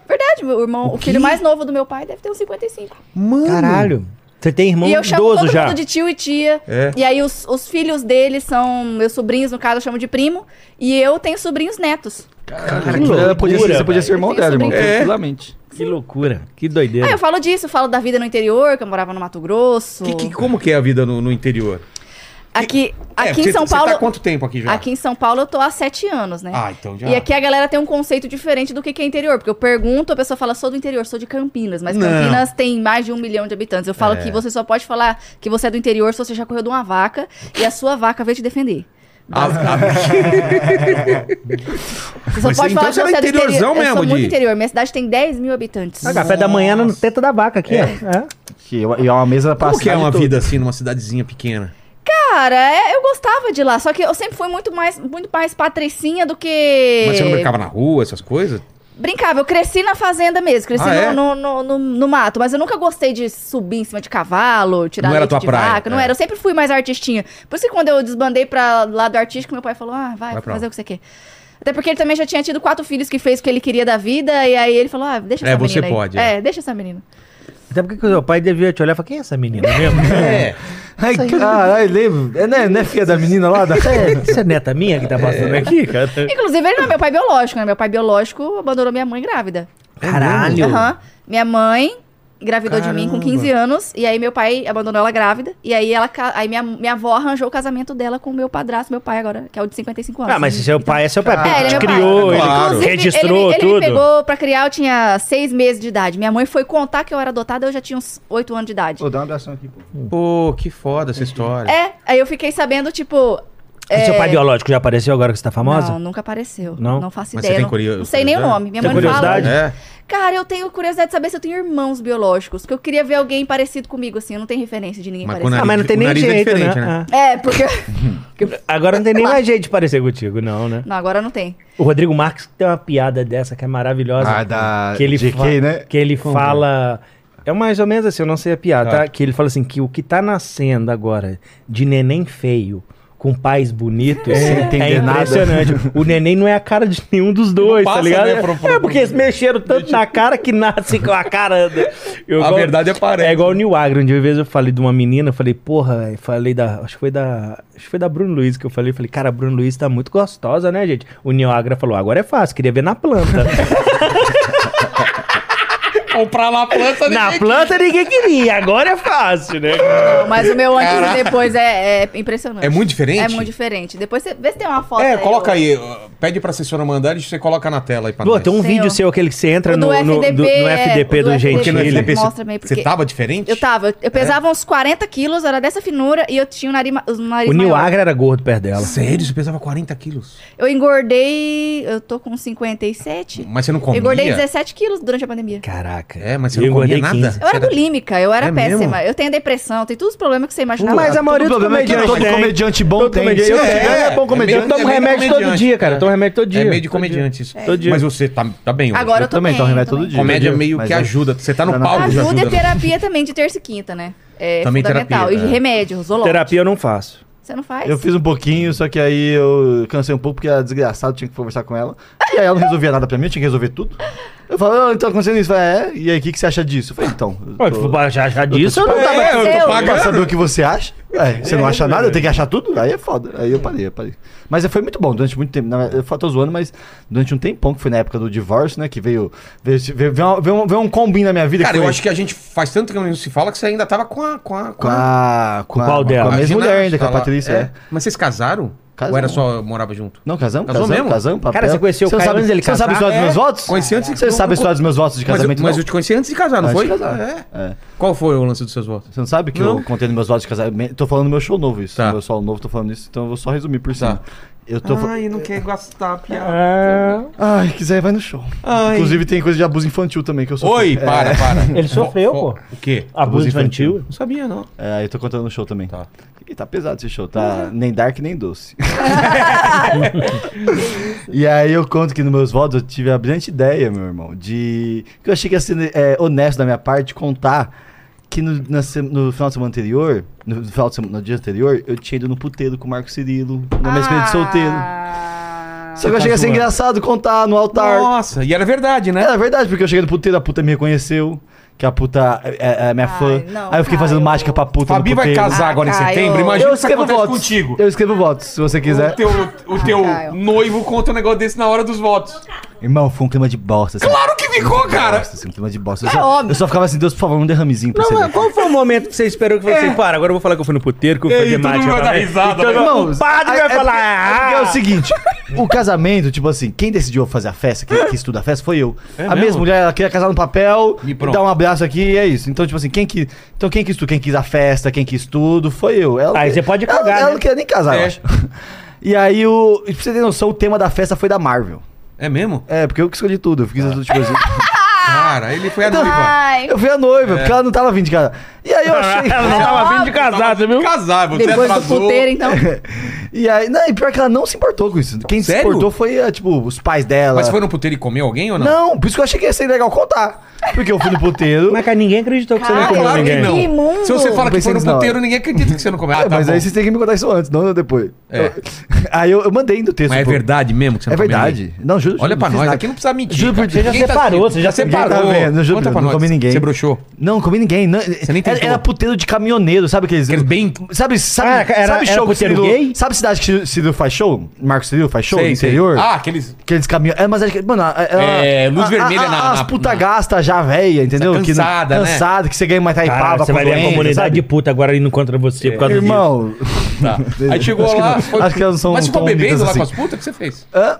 Speaker 4: Verdade, meu irmão, o, filho mais novo do meu pai deve ter uns 55.
Speaker 5: Hum. Caralho. Você tem irmão
Speaker 4: e eu chamo
Speaker 5: idoso
Speaker 4: todo
Speaker 5: já.
Speaker 4: mundo de tio e tia.
Speaker 7: É.
Speaker 4: E aí os, os filhos dele são meus sobrinhos, no caso eu chamo de primo. E eu tenho sobrinhos netos.
Speaker 3: Cara,
Speaker 5: Que
Speaker 3: que ela podia ser-
Speaker 5: loucura,
Speaker 3: você podia ser irmão
Speaker 4: velho.
Speaker 3: dela, irmão,
Speaker 7: É.
Speaker 3: tranquilamente.
Speaker 5: Que loucura. Que doideira.
Speaker 4: Ah, eu falo disso, falo da vida no interior, que eu morava no Mato Grosso.
Speaker 7: Que- que- como que é a vida no, no interior?
Speaker 4: Aqui,
Speaker 7: É,
Speaker 4: aqui
Speaker 7: você-
Speaker 4: em São
Speaker 7: você
Speaker 4: Paulo.
Speaker 7: tá há quanto tempo aqui já?
Speaker 4: Aqui em São Paulo eu tô há sete anos, né?
Speaker 7: Ah, então já.
Speaker 4: E aqui a galera tem um conceito diferente do que que é interior. Porque eu pergunto, a pessoa fala, sou do interior, sou de Campinas. Mas
Speaker 7: Não. É.
Speaker 4: Campinas tem mais de um milhão de habitantes. Eu falo que você só pode falar que você é do interior se você já correu de uma vaca e a sua vaca veio te defender.
Speaker 7: Ah, ah,
Speaker 4: Você só
Speaker 7: Mas
Speaker 4: pode
Speaker 7: então
Speaker 4: falar
Speaker 7: você
Speaker 4: que você
Speaker 7: era
Speaker 4: é do interior.
Speaker 7: interiorzão
Speaker 4: Eu sou
Speaker 7: mesmo,
Speaker 4: muito
Speaker 7: de-
Speaker 4: interior. Minha cidade tem 10 mil habitantes.
Speaker 5: Ah, café da manhã no teta da vaca aqui, ó. É.
Speaker 3: Que é e é uma mesa pra
Speaker 7: como que é
Speaker 3: cidade
Speaker 7: uma
Speaker 3: toda.
Speaker 7: vida assim numa cidadezinha pequena?
Speaker 4: Cara, é- eu gostava de lá. Só que eu sempre fui muito mais, muito mais patricinha do que...
Speaker 7: Mas você não brincava na rua, essas coisas?
Speaker 4: Brincava, eu cresci na fazenda mesmo, cresci
Speaker 7: Ah,
Speaker 4: no,
Speaker 7: é?
Speaker 4: no, no, no- no mato, mas eu nunca gostei de subir em cima de cavalo, tirar
Speaker 7: Não era
Speaker 4: leite
Speaker 7: tua
Speaker 4: de
Speaker 7: praia,
Speaker 4: vaca, não
Speaker 7: é.
Speaker 4: era, eu sempre fui mais artistinha. Por isso que quando eu desbandei pra lado artístico, meu pai falou, ah, vai,
Speaker 7: Vai pra
Speaker 4: fazer o que você quer. Até porque ele também já tinha tido quatro filhos que fez o que ele queria da vida, e aí ele falou, ah, deixa
Speaker 7: É,
Speaker 4: essa
Speaker 7: você
Speaker 4: menina aí.
Speaker 7: pode, é.
Speaker 4: É. deixa essa menina.
Speaker 5: Até porque o seu pai devia te olhar e falar, quem é essa menina mesmo?
Speaker 7: É.
Speaker 3: Ai, caralho, lembro. É, né, não é filha da menina lá? Da...
Speaker 5: Você é neta minha que tá passando aqui, cara?
Speaker 4: Inclusive, ele não é meu pai biológico, né? Meu pai biológico abandonou minha mãe grávida.
Speaker 5: Caralho.
Speaker 4: Aham. Minha mãe engravidou de mim com 15 anos. E aí meu pai abandonou ela grávida. E aí ela ca- aí minha, minha avó arranjou o casamento dela com o meu padrasto, meu pai agora, que é o de 55 anos.
Speaker 5: Ah, mas seu pai é seu
Speaker 4: É,
Speaker 5: pai. porque
Speaker 4: ele é
Speaker 5: te
Speaker 4: meu pai.
Speaker 5: criou, ele
Speaker 7: Claro.
Speaker 4: Inclusive,
Speaker 5: registrou
Speaker 4: ele, me- ele
Speaker 5: tudo.
Speaker 4: me pegou pra criar, eu tinha seis meses de idade. Minha mãe foi contar que eu era adotada, eu já tinha uns oito anos de idade.
Speaker 10: Ô, dá um abração aqui, pô.
Speaker 7: Pô, que foda essa história.
Speaker 4: É, aí eu fiquei sabendo, tipo.
Speaker 5: E seu
Speaker 4: é,
Speaker 5: pai biológico já apareceu agora que você tá famosa?
Speaker 4: Não, nunca apareceu.
Speaker 5: Não?
Speaker 4: Não faço
Speaker 7: Mas
Speaker 4: ideia.
Speaker 7: você tem
Speaker 4: não-
Speaker 7: curio-
Speaker 4: não sei nem o
Speaker 1: né?
Speaker 7: curiosidade?
Speaker 4: nome. Minha
Speaker 5: Tem
Speaker 4: mãe fala.
Speaker 5: curiosidade?
Speaker 7: É.
Speaker 4: Cara, eu tenho curiosidade de saber se eu tenho irmãos biológicos, porque eu queria ver alguém parecido comigo, assim, eu não tenho referência de ninguém
Speaker 7: Mas
Speaker 4: parecido.
Speaker 5: Ah, mas não tem
Speaker 7: O
Speaker 5: nem
Speaker 7: nariz é
Speaker 5: jeito,
Speaker 7: diferente,
Speaker 5: né?
Speaker 7: né?
Speaker 5: Ah.
Speaker 4: É, porque.
Speaker 5: Agora não tem nem mais jeito de parecer contigo, não, né?
Speaker 4: Não, agora não tem.
Speaker 5: O Rodrigo Marques tem uma piada dessa que é maravilhosa.
Speaker 3: Ah, da
Speaker 5: que ele
Speaker 3: JK,
Speaker 5: fa-
Speaker 3: né?
Speaker 5: Que ele fala. É mais ou menos assim, eu não sei a piada, tá? Que ele fala assim: que o que tá nascendo agora de neném feio com pais bonitos
Speaker 3: Sem
Speaker 5: é,
Speaker 3: entender nada.
Speaker 5: impressionante. O neném não é a cara de nenhum dos dois,
Speaker 1: passa,
Speaker 5: tá ligado?
Speaker 1: né, pro- pro-
Speaker 5: É porque eles mexeram tanto na cara que nasce com a cara. do- Eu
Speaker 1: A
Speaker 5: gosto-
Speaker 1: verdade é parece.
Speaker 5: É igual o New Agro. Um dia, uma vez eu falei de uma menina, eu falei, porra, velho, falei da. Acho que foi da. Acho que foi da Bruno Luiz que eu falei. Falei, cara, a Bruno Luiz tá muito gostosa, né, gente? O New Agro falou, agora é fácil, queria ver na planta. É.
Speaker 1: Comprar lá a planta
Speaker 5: na planta ninguém queria, agora é fácil, né?
Speaker 4: Não, Mas o meu antes e depois é, é impressionante.
Speaker 7: É muito diferente?
Speaker 4: É muito diferente. Depois você vê se tem uma foto.
Speaker 1: É,
Speaker 4: aí,
Speaker 1: coloca
Speaker 4: ó.
Speaker 1: aí. ó, Pede pra assessora mandar e você coloca na tela aí pra
Speaker 5: Pô,
Speaker 1: nós.
Speaker 5: tem um
Speaker 4: Tem,
Speaker 5: vídeo
Speaker 4: ó.
Speaker 5: seu, aquele que você entra
Speaker 4: O
Speaker 5: no,
Speaker 4: do
Speaker 5: no, do, no
Speaker 4: FDP, é,
Speaker 5: FDP
Speaker 4: o
Speaker 5: do
Speaker 4: do FDP.
Speaker 1: Porque no
Speaker 5: Gentili.
Speaker 1: FDP
Speaker 4: Mostra meio,
Speaker 1: você
Speaker 4: porque-
Speaker 1: tava diferente?
Speaker 4: Eu tava, eu pesava uns 40 quilos, era dessa finura e eu tinha o nariz, ma- o nariz
Speaker 5: O Nil
Speaker 4: maior.
Speaker 5: Agra era gordo perto dela.
Speaker 1: Sério? Você pesava 40 quilos?
Speaker 4: Eu engordei, eu tô com 57.
Speaker 1: Mas você não comia?
Speaker 4: Eu engordei 17 quilos durante a pandemia.
Speaker 5: Caraca.
Speaker 1: É, mas você
Speaker 5: Eu
Speaker 1: não comia
Speaker 5: engordei
Speaker 1: nada?
Speaker 5: 15.
Speaker 4: Eu era bulímica, eu era
Speaker 1: É mesmo?
Speaker 4: péssima. Eu tenho depressão, tem todos os problemas que você imaginar.
Speaker 5: Mas a maioria
Speaker 3: O
Speaker 5: dos
Speaker 3: problema é que
Speaker 5: comediantes
Speaker 3: todo
Speaker 5: tem.
Speaker 3: comediante bom
Speaker 5: Todo
Speaker 3: tem.
Speaker 5: comediante-
Speaker 3: Se não
Speaker 5: É,
Speaker 3: tiver, é bom
Speaker 5: Eu
Speaker 3: comediante.
Speaker 5: tomo
Speaker 1: meio
Speaker 5: remédio todo
Speaker 1: comediante.
Speaker 5: dia, cara. Eu tomo remédio todo dia.
Speaker 1: É meio de
Speaker 5: Todo dia.
Speaker 1: comediante isso.
Speaker 5: Todo dia.
Speaker 1: Mas você tá, tá bem hoje.
Speaker 4: Agora eu tô
Speaker 3: também então tomo
Speaker 4: bem,
Speaker 3: remédio
Speaker 4: tô
Speaker 3: todo
Speaker 4: bem.
Speaker 3: dia.
Speaker 1: Comédia meio
Speaker 3: Mas
Speaker 1: que
Speaker 3: é-
Speaker 1: ajuda. Você tá no
Speaker 3: Não, não.
Speaker 5: é
Speaker 1: palco, já
Speaker 4: Ajuda
Speaker 1: ajuda.
Speaker 4: e terapia também, de terça e quinta, né? É
Speaker 1: Também
Speaker 4: fundamental.
Speaker 1: terapia,
Speaker 4: e
Speaker 1: é.
Speaker 4: remédio, zoológico.
Speaker 5: Terapia eu não faço.
Speaker 4: Você não faz?
Speaker 3: Eu fiz um pouquinho, só que aí eu cansei um pouco porque era desgraçado, tinha que conversar com ela. E aí ela não resolvia nada pra mim, eu tinha que resolver tudo. Eu falei, ah, então acontecendo isso. Ela, é, e aí o que, que você acha disso? Eu falei, então. eu
Speaker 5: Ué,
Speaker 3: tô-
Speaker 5: Já, já disse, eu não tava...
Speaker 4: É, eu tô
Speaker 3: Eu
Speaker 4: pagando.
Speaker 3: pra saber o que você acha. É, você não acha nada, eu tenho que achar tudo? Aí é foda. Aí eu parei, eu parei. Mas foi muito bom, durante muito tempo. Na verdade, eu tô zoando, mas durante um tempão, que foi na época do divórcio, né? Que veio. Veio, veio, veio, veio um, veio um combi na minha vida.
Speaker 1: Cara,
Speaker 3: que
Speaker 1: eu
Speaker 3: foi
Speaker 1: acho que a gente faz tanto que não se fala que você ainda tava com a. Com a,
Speaker 3: Com a. Com, a,
Speaker 5: qual
Speaker 3: com a
Speaker 5: dela?
Speaker 3: mesma mulher ainda, com a
Speaker 1: ela-
Speaker 3: Patrícia. É.
Speaker 1: Mas vocês casaram?
Speaker 3: Casamos.
Speaker 1: Ou era só morava junto?
Speaker 3: Não, casamos,
Speaker 1: Casou
Speaker 3: casamos,
Speaker 1: mesmo?
Speaker 3: casamos, papel.
Speaker 5: Cara, você conheceu o
Speaker 3: não
Speaker 5: Caio
Speaker 3: sabe,
Speaker 5: antes dele
Speaker 3: Você não sabe a
Speaker 5: casar? É.
Speaker 3: história dos meus votos?
Speaker 1: Conheci antes de-
Speaker 3: Você sabe a história dos meus votos de
Speaker 1: Mas, eu,
Speaker 3: casamento?
Speaker 1: mas
Speaker 3: não?
Speaker 1: eu te conheci antes de casar, não
Speaker 3: Antes
Speaker 1: foi?
Speaker 3: de casar.
Speaker 1: É.
Speaker 3: É.
Speaker 1: Qual foi o lance dos seus votos?
Speaker 3: Você não sabe que
Speaker 1: Não.
Speaker 3: eu contei nos meus votos de casamento? Tô falando do meu show novo, isso.
Speaker 1: Tá.
Speaker 3: Meu show novo, tô falando isso, então eu vou só resumir por cima.
Speaker 1: Tá.
Speaker 3: Eu tô. fa-
Speaker 1: não quer gastar, piada.
Speaker 5: Ah,
Speaker 3: Ai, quiser, vai no show. Inclusive, tem coisa de abuso infantil também que eu sou.
Speaker 1: É.
Speaker 3: É.
Speaker 1: Oi, para, para.
Speaker 5: Ele sofreu,
Speaker 1: Fo-
Speaker 5: pô.
Speaker 1: O quê?
Speaker 5: Abuso infantil.
Speaker 1: Não sabia, não.
Speaker 3: É, aí eu tô contando no show também.
Speaker 1: Tá.
Speaker 3: E tá pesado esse show, tá nem dark nem doce. e aí eu conto que nos meus votos eu tive a brilhante ideia, meu irmão, de. que eu achei que ia ser é, honesto da minha parte contar que no, na se- no final de semana anterior, no, final de semana, no dia anterior, eu tinha ido no puteiro com o Marco Cirilo, na minha experiência de solteiro.
Speaker 4: Ah.
Speaker 3: Só que eu achei que ia
Speaker 1: Tá
Speaker 3: ser engraçado contar no altar.
Speaker 1: Nossa, e era verdade, né?
Speaker 3: É, é verdade, porque eu cheguei no puteiro, a puta me reconheceu. Que a puta é, é- é minha
Speaker 4: Ai,
Speaker 3: fã.
Speaker 4: não,
Speaker 3: aí eu fiquei fazendo
Speaker 4: Caio.
Speaker 3: mágica pra puta. no
Speaker 1: Fabi vai
Speaker 3: puteiro.
Speaker 1: casar agora em
Speaker 4: Ah, Caio.
Speaker 1: setembro. Imagina o
Speaker 3: Eu
Speaker 1: que
Speaker 3: escrevo
Speaker 1: acontece
Speaker 3: votos. é.
Speaker 1: contigo.
Speaker 3: Eu escrevo votos, se você quiser.
Speaker 1: O teu, o teu
Speaker 4: Caio.
Speaker 1: noivo conta um negócio desse na hora dos votos.
Speaker 3: Irmão, foi um clima de bosta. Assim.
Speaker 1: Claro que ficou, cara.
Speaker 3: Bosta, assim, um clima de bosta. Eu
Speaker 4: É
Speaker 3: só,
Speaker 4: óbvio.
Speaker 3: eu só ficava assim, Deus, por favor, um derramezinho pra você.
Speaker 5: Não,
Speaker 3: ver.
Speaker 5: mas qual foi o momento que você esperou que
Speaker 3: É.
Speaker 5: você... assim, Para, agora eu vou falar que eu fui no puteiro, que eu fui
Speaker 1: Ei,
Speaker 5: fazer
Speaker 1: todo mundo
Speaker 5: mágica.
Speaker 1: vai dar
Speaker 5: pra-
Speaker 1: risada,
Speaker 5: Então,
Speaker 1: né?
Speaker 5: o padre vai falar...
Speaker 3: É, porque é
Speaker 5: "Ah,
Speaker 3: o seguinte, o casamento, tipo assim, quem decidiu fazer a festa, quem quis estudar a festa, foi eu.
Speaker 5: É
Speaker 3: a mesma mulher, ela queria casar no papel,
Speaker 1: E pronto.
Speaker 3: dar um abraço aqui e é isso. Então, tipo assim, quem que. Então, quem quis tudo, quem quis a festa, quem quis tudo, foi eu. Ela,
Speaker 5: Aí você pode
Speaker 3: ela-
Speaker 5: cagar,
Speaker 3: Ela
Speaker 5: né?
Speaker 3: não queria nem casar,
Speaker 1: É.
Speaker 3: eu acho. E aí, o, e pra você ter noção, o tema da festa foi da Marvel.
Speaker 1: É mesmo?
Speaker 3: É, porque eu que escolhi tudo, eu fiz tudo, tipo assim.
Speaker 1: Cara, ele foi a
Speaker 3: Então,
Speaker 1: noiva.
Speaker 4: Ai,
Speaker 3: Eu fui a
Speaker 1: É.
Speaker 3: noiva, porque ela não tava vindo de casa. E aí eu achei.
Speaker 5: Ela não tava afim de casar, você viu?
Speaker 1: Casar, você
Speaker 4: depois do
Speaker 1: atrasou.
Speaker 4: puteiro, então.
Speaker 3: E aí, não, e pior que ela não se importou com isso. Quem se
Speaker 1: Sério?
Speaker 3: importou foi, eh, tipo, os pais dela.
Speaker 1: Mas foi no puteiro e comeu alguém ou não?
Speaker 3: Não, por isso que eu achei que ia ser legal contar. Porque eu fui no puteiro.
Speaker 5: Mas cara, ninguém acreditou que você
Speaker 3: Ah,
Speaker 5: não
Speaker 4: Cara,
Speaker 5: comeu
Speaker 1: Ah, Claro que
Speaker 5: ninguém.
Speaker 1: não.
Speaker 4: Que imundo.
Speaker 1: Se você fala
Speaker 3: Eu
Speaker 1: que
Speaker 3: pensei
Speaker 1: foi no
Speaker 3: nisso na hora.
Speaker 1: puteiro, ninguém acredita que você não comeu. Ah,
Speaker 3: É,
Speaker 1: tá
Speaker 3: mas
Speaker 1: bom.
Speaker 3: aí vocês têm que me contar isso antes, não depois.
Speaker 1: É.
Speaker 3: Eu- aí eu, eu mandei no texto.
Speaker 1: Mas é
Speaker 3: pô.
Speaker 1: verdade mesmo que você
Speaker 3: É
Speaker 1: não comeu
Speaker 3: verdade. Não, juro.
Speaker 1: Olha
Speaker 3: não
Speaker 1: pra
Speaker 3: fiz
Speaker 1: nós,
Speaker 3: nada.
Speaker 1: aqui não precisa mentir.
Speaker 3: Juro por
Speaker 1: cara.
Speaker 3: Deus.
Speaker 5: Você
Speaker 1: Ninguém
Speaker 5: já
Speaker 1: tá
Speaker 5: separou,
Speaker 1: assistindo.
Speaker 5: você já
Speaker 3: tá
Speaker 1: separou.
Speaker 3: vendo, eu
Speaker 1: Conta
Speaker 3: juro por Deus,
Speaker 1: pra
Speaker 3: não
Speaker 1: nós.
Speaker 3: comi ninguém.
Speaker 1: Você broxou.
Speaker 3: Não, comi ninguém. Não,
Speaker 1: nem
Speaker 3: era,
Speaker 1: tentou.
Speaker 3: era puteiro de caminhoneiro, sabe aqueles.
Speaker 1: Aqueles bem-
Speaker 3: Sabe, sabe,
Speaker 5: Ah, era-
Speaker 3: sabe
Speaker 5: era
Speaker 3: show que
Speaker 5: puteiro
Speaker 3: Cirilo-
Speaker 5: gay?
Speaker 3: Sabe cidade que Cirilo faz show? Marcos Cirilo faz show? no
Speaker 1: Sei, sei.
Speaker 3: interior?
Speaker 1: Ah, aqueles.
Speaker 3: Aqueles caminhos. É, mas acho que. Mano,
Speaker 1: É, luz vermelha na-
Speaker 3: As
Speaker 1: na-
Speaker 3: puta
Speaker 1: na-
Speaker 3: gasta já velha, entendeu?
Speaker 1: Tá
Speaker 3: Que não-
Speaker 1: cansada, né?
Speaker 3: Cansada, que você ganha uma taipaba
Speaker 5: Caralho, você
Speaker 3: com
Speaker 5: vai ver a
Speaker 3: doença,
Speaker 5: comunidade
Speaker 3: sabe?
Speaker 5: de puta agora indo contra você por causa disso.
Speaker 3: Irmão.
Speaker 1: Tá. Aí chegou
Speaker 3: Acho que
Speaker 1: lá.
Speaker 3: não.
Speaker 1: foi-
Speaker 3: Acho que elas não são
Speaker 1: Mas ficou
Speaker 3: tão
Speaker 1: bebendo
Speaker 3: unidas
Speaker 1: lá com as
Speaker 3: assim.
Speaker 1: putas? O que você fez?
Speaker 3: Hã?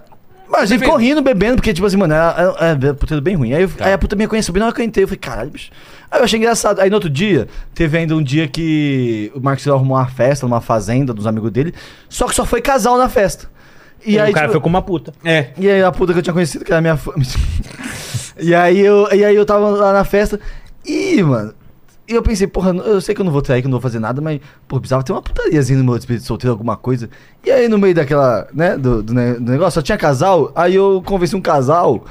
Speaker 3: Mas a gente ficou rindo, bebendo, porque, tipo assim, mano, era, era, era puteiro bem ruim. Aí, eu-
Speaker 1: Tá.
Speaker 3: aí a puta me reconheceu bem na hora que eu entrei. Eu falei, caralho, bicho. Aí eu achei engraçado. Aí no outro dia, teve ainda um dia que o Marcos arrumou uma festa numa fazenda dos amigos dele. Só que só foi casal na festa. E,
Speaker 5: E
Speaker 3: aí,
Speaker 5: o cara
Speaker 3: tipo,
Speaker 5: foi com uma puta.
Speaker 1: É.
Speaker 3: E aí a puta que eu tinha conhecido, que era minha fã. e, aí eu, e aí eu tava lá na festa. Ih, mano. E eu pensei, porra, eu sei que eu não vou trair, que eu não vou fazer nada, mas, pô, precisava ter uma putariazinha no meu espírito solteiro, alguma coisa. E aí, no meio daquela, né, do, do ne- do negócio, só tinha casal, aí eu convenci um casal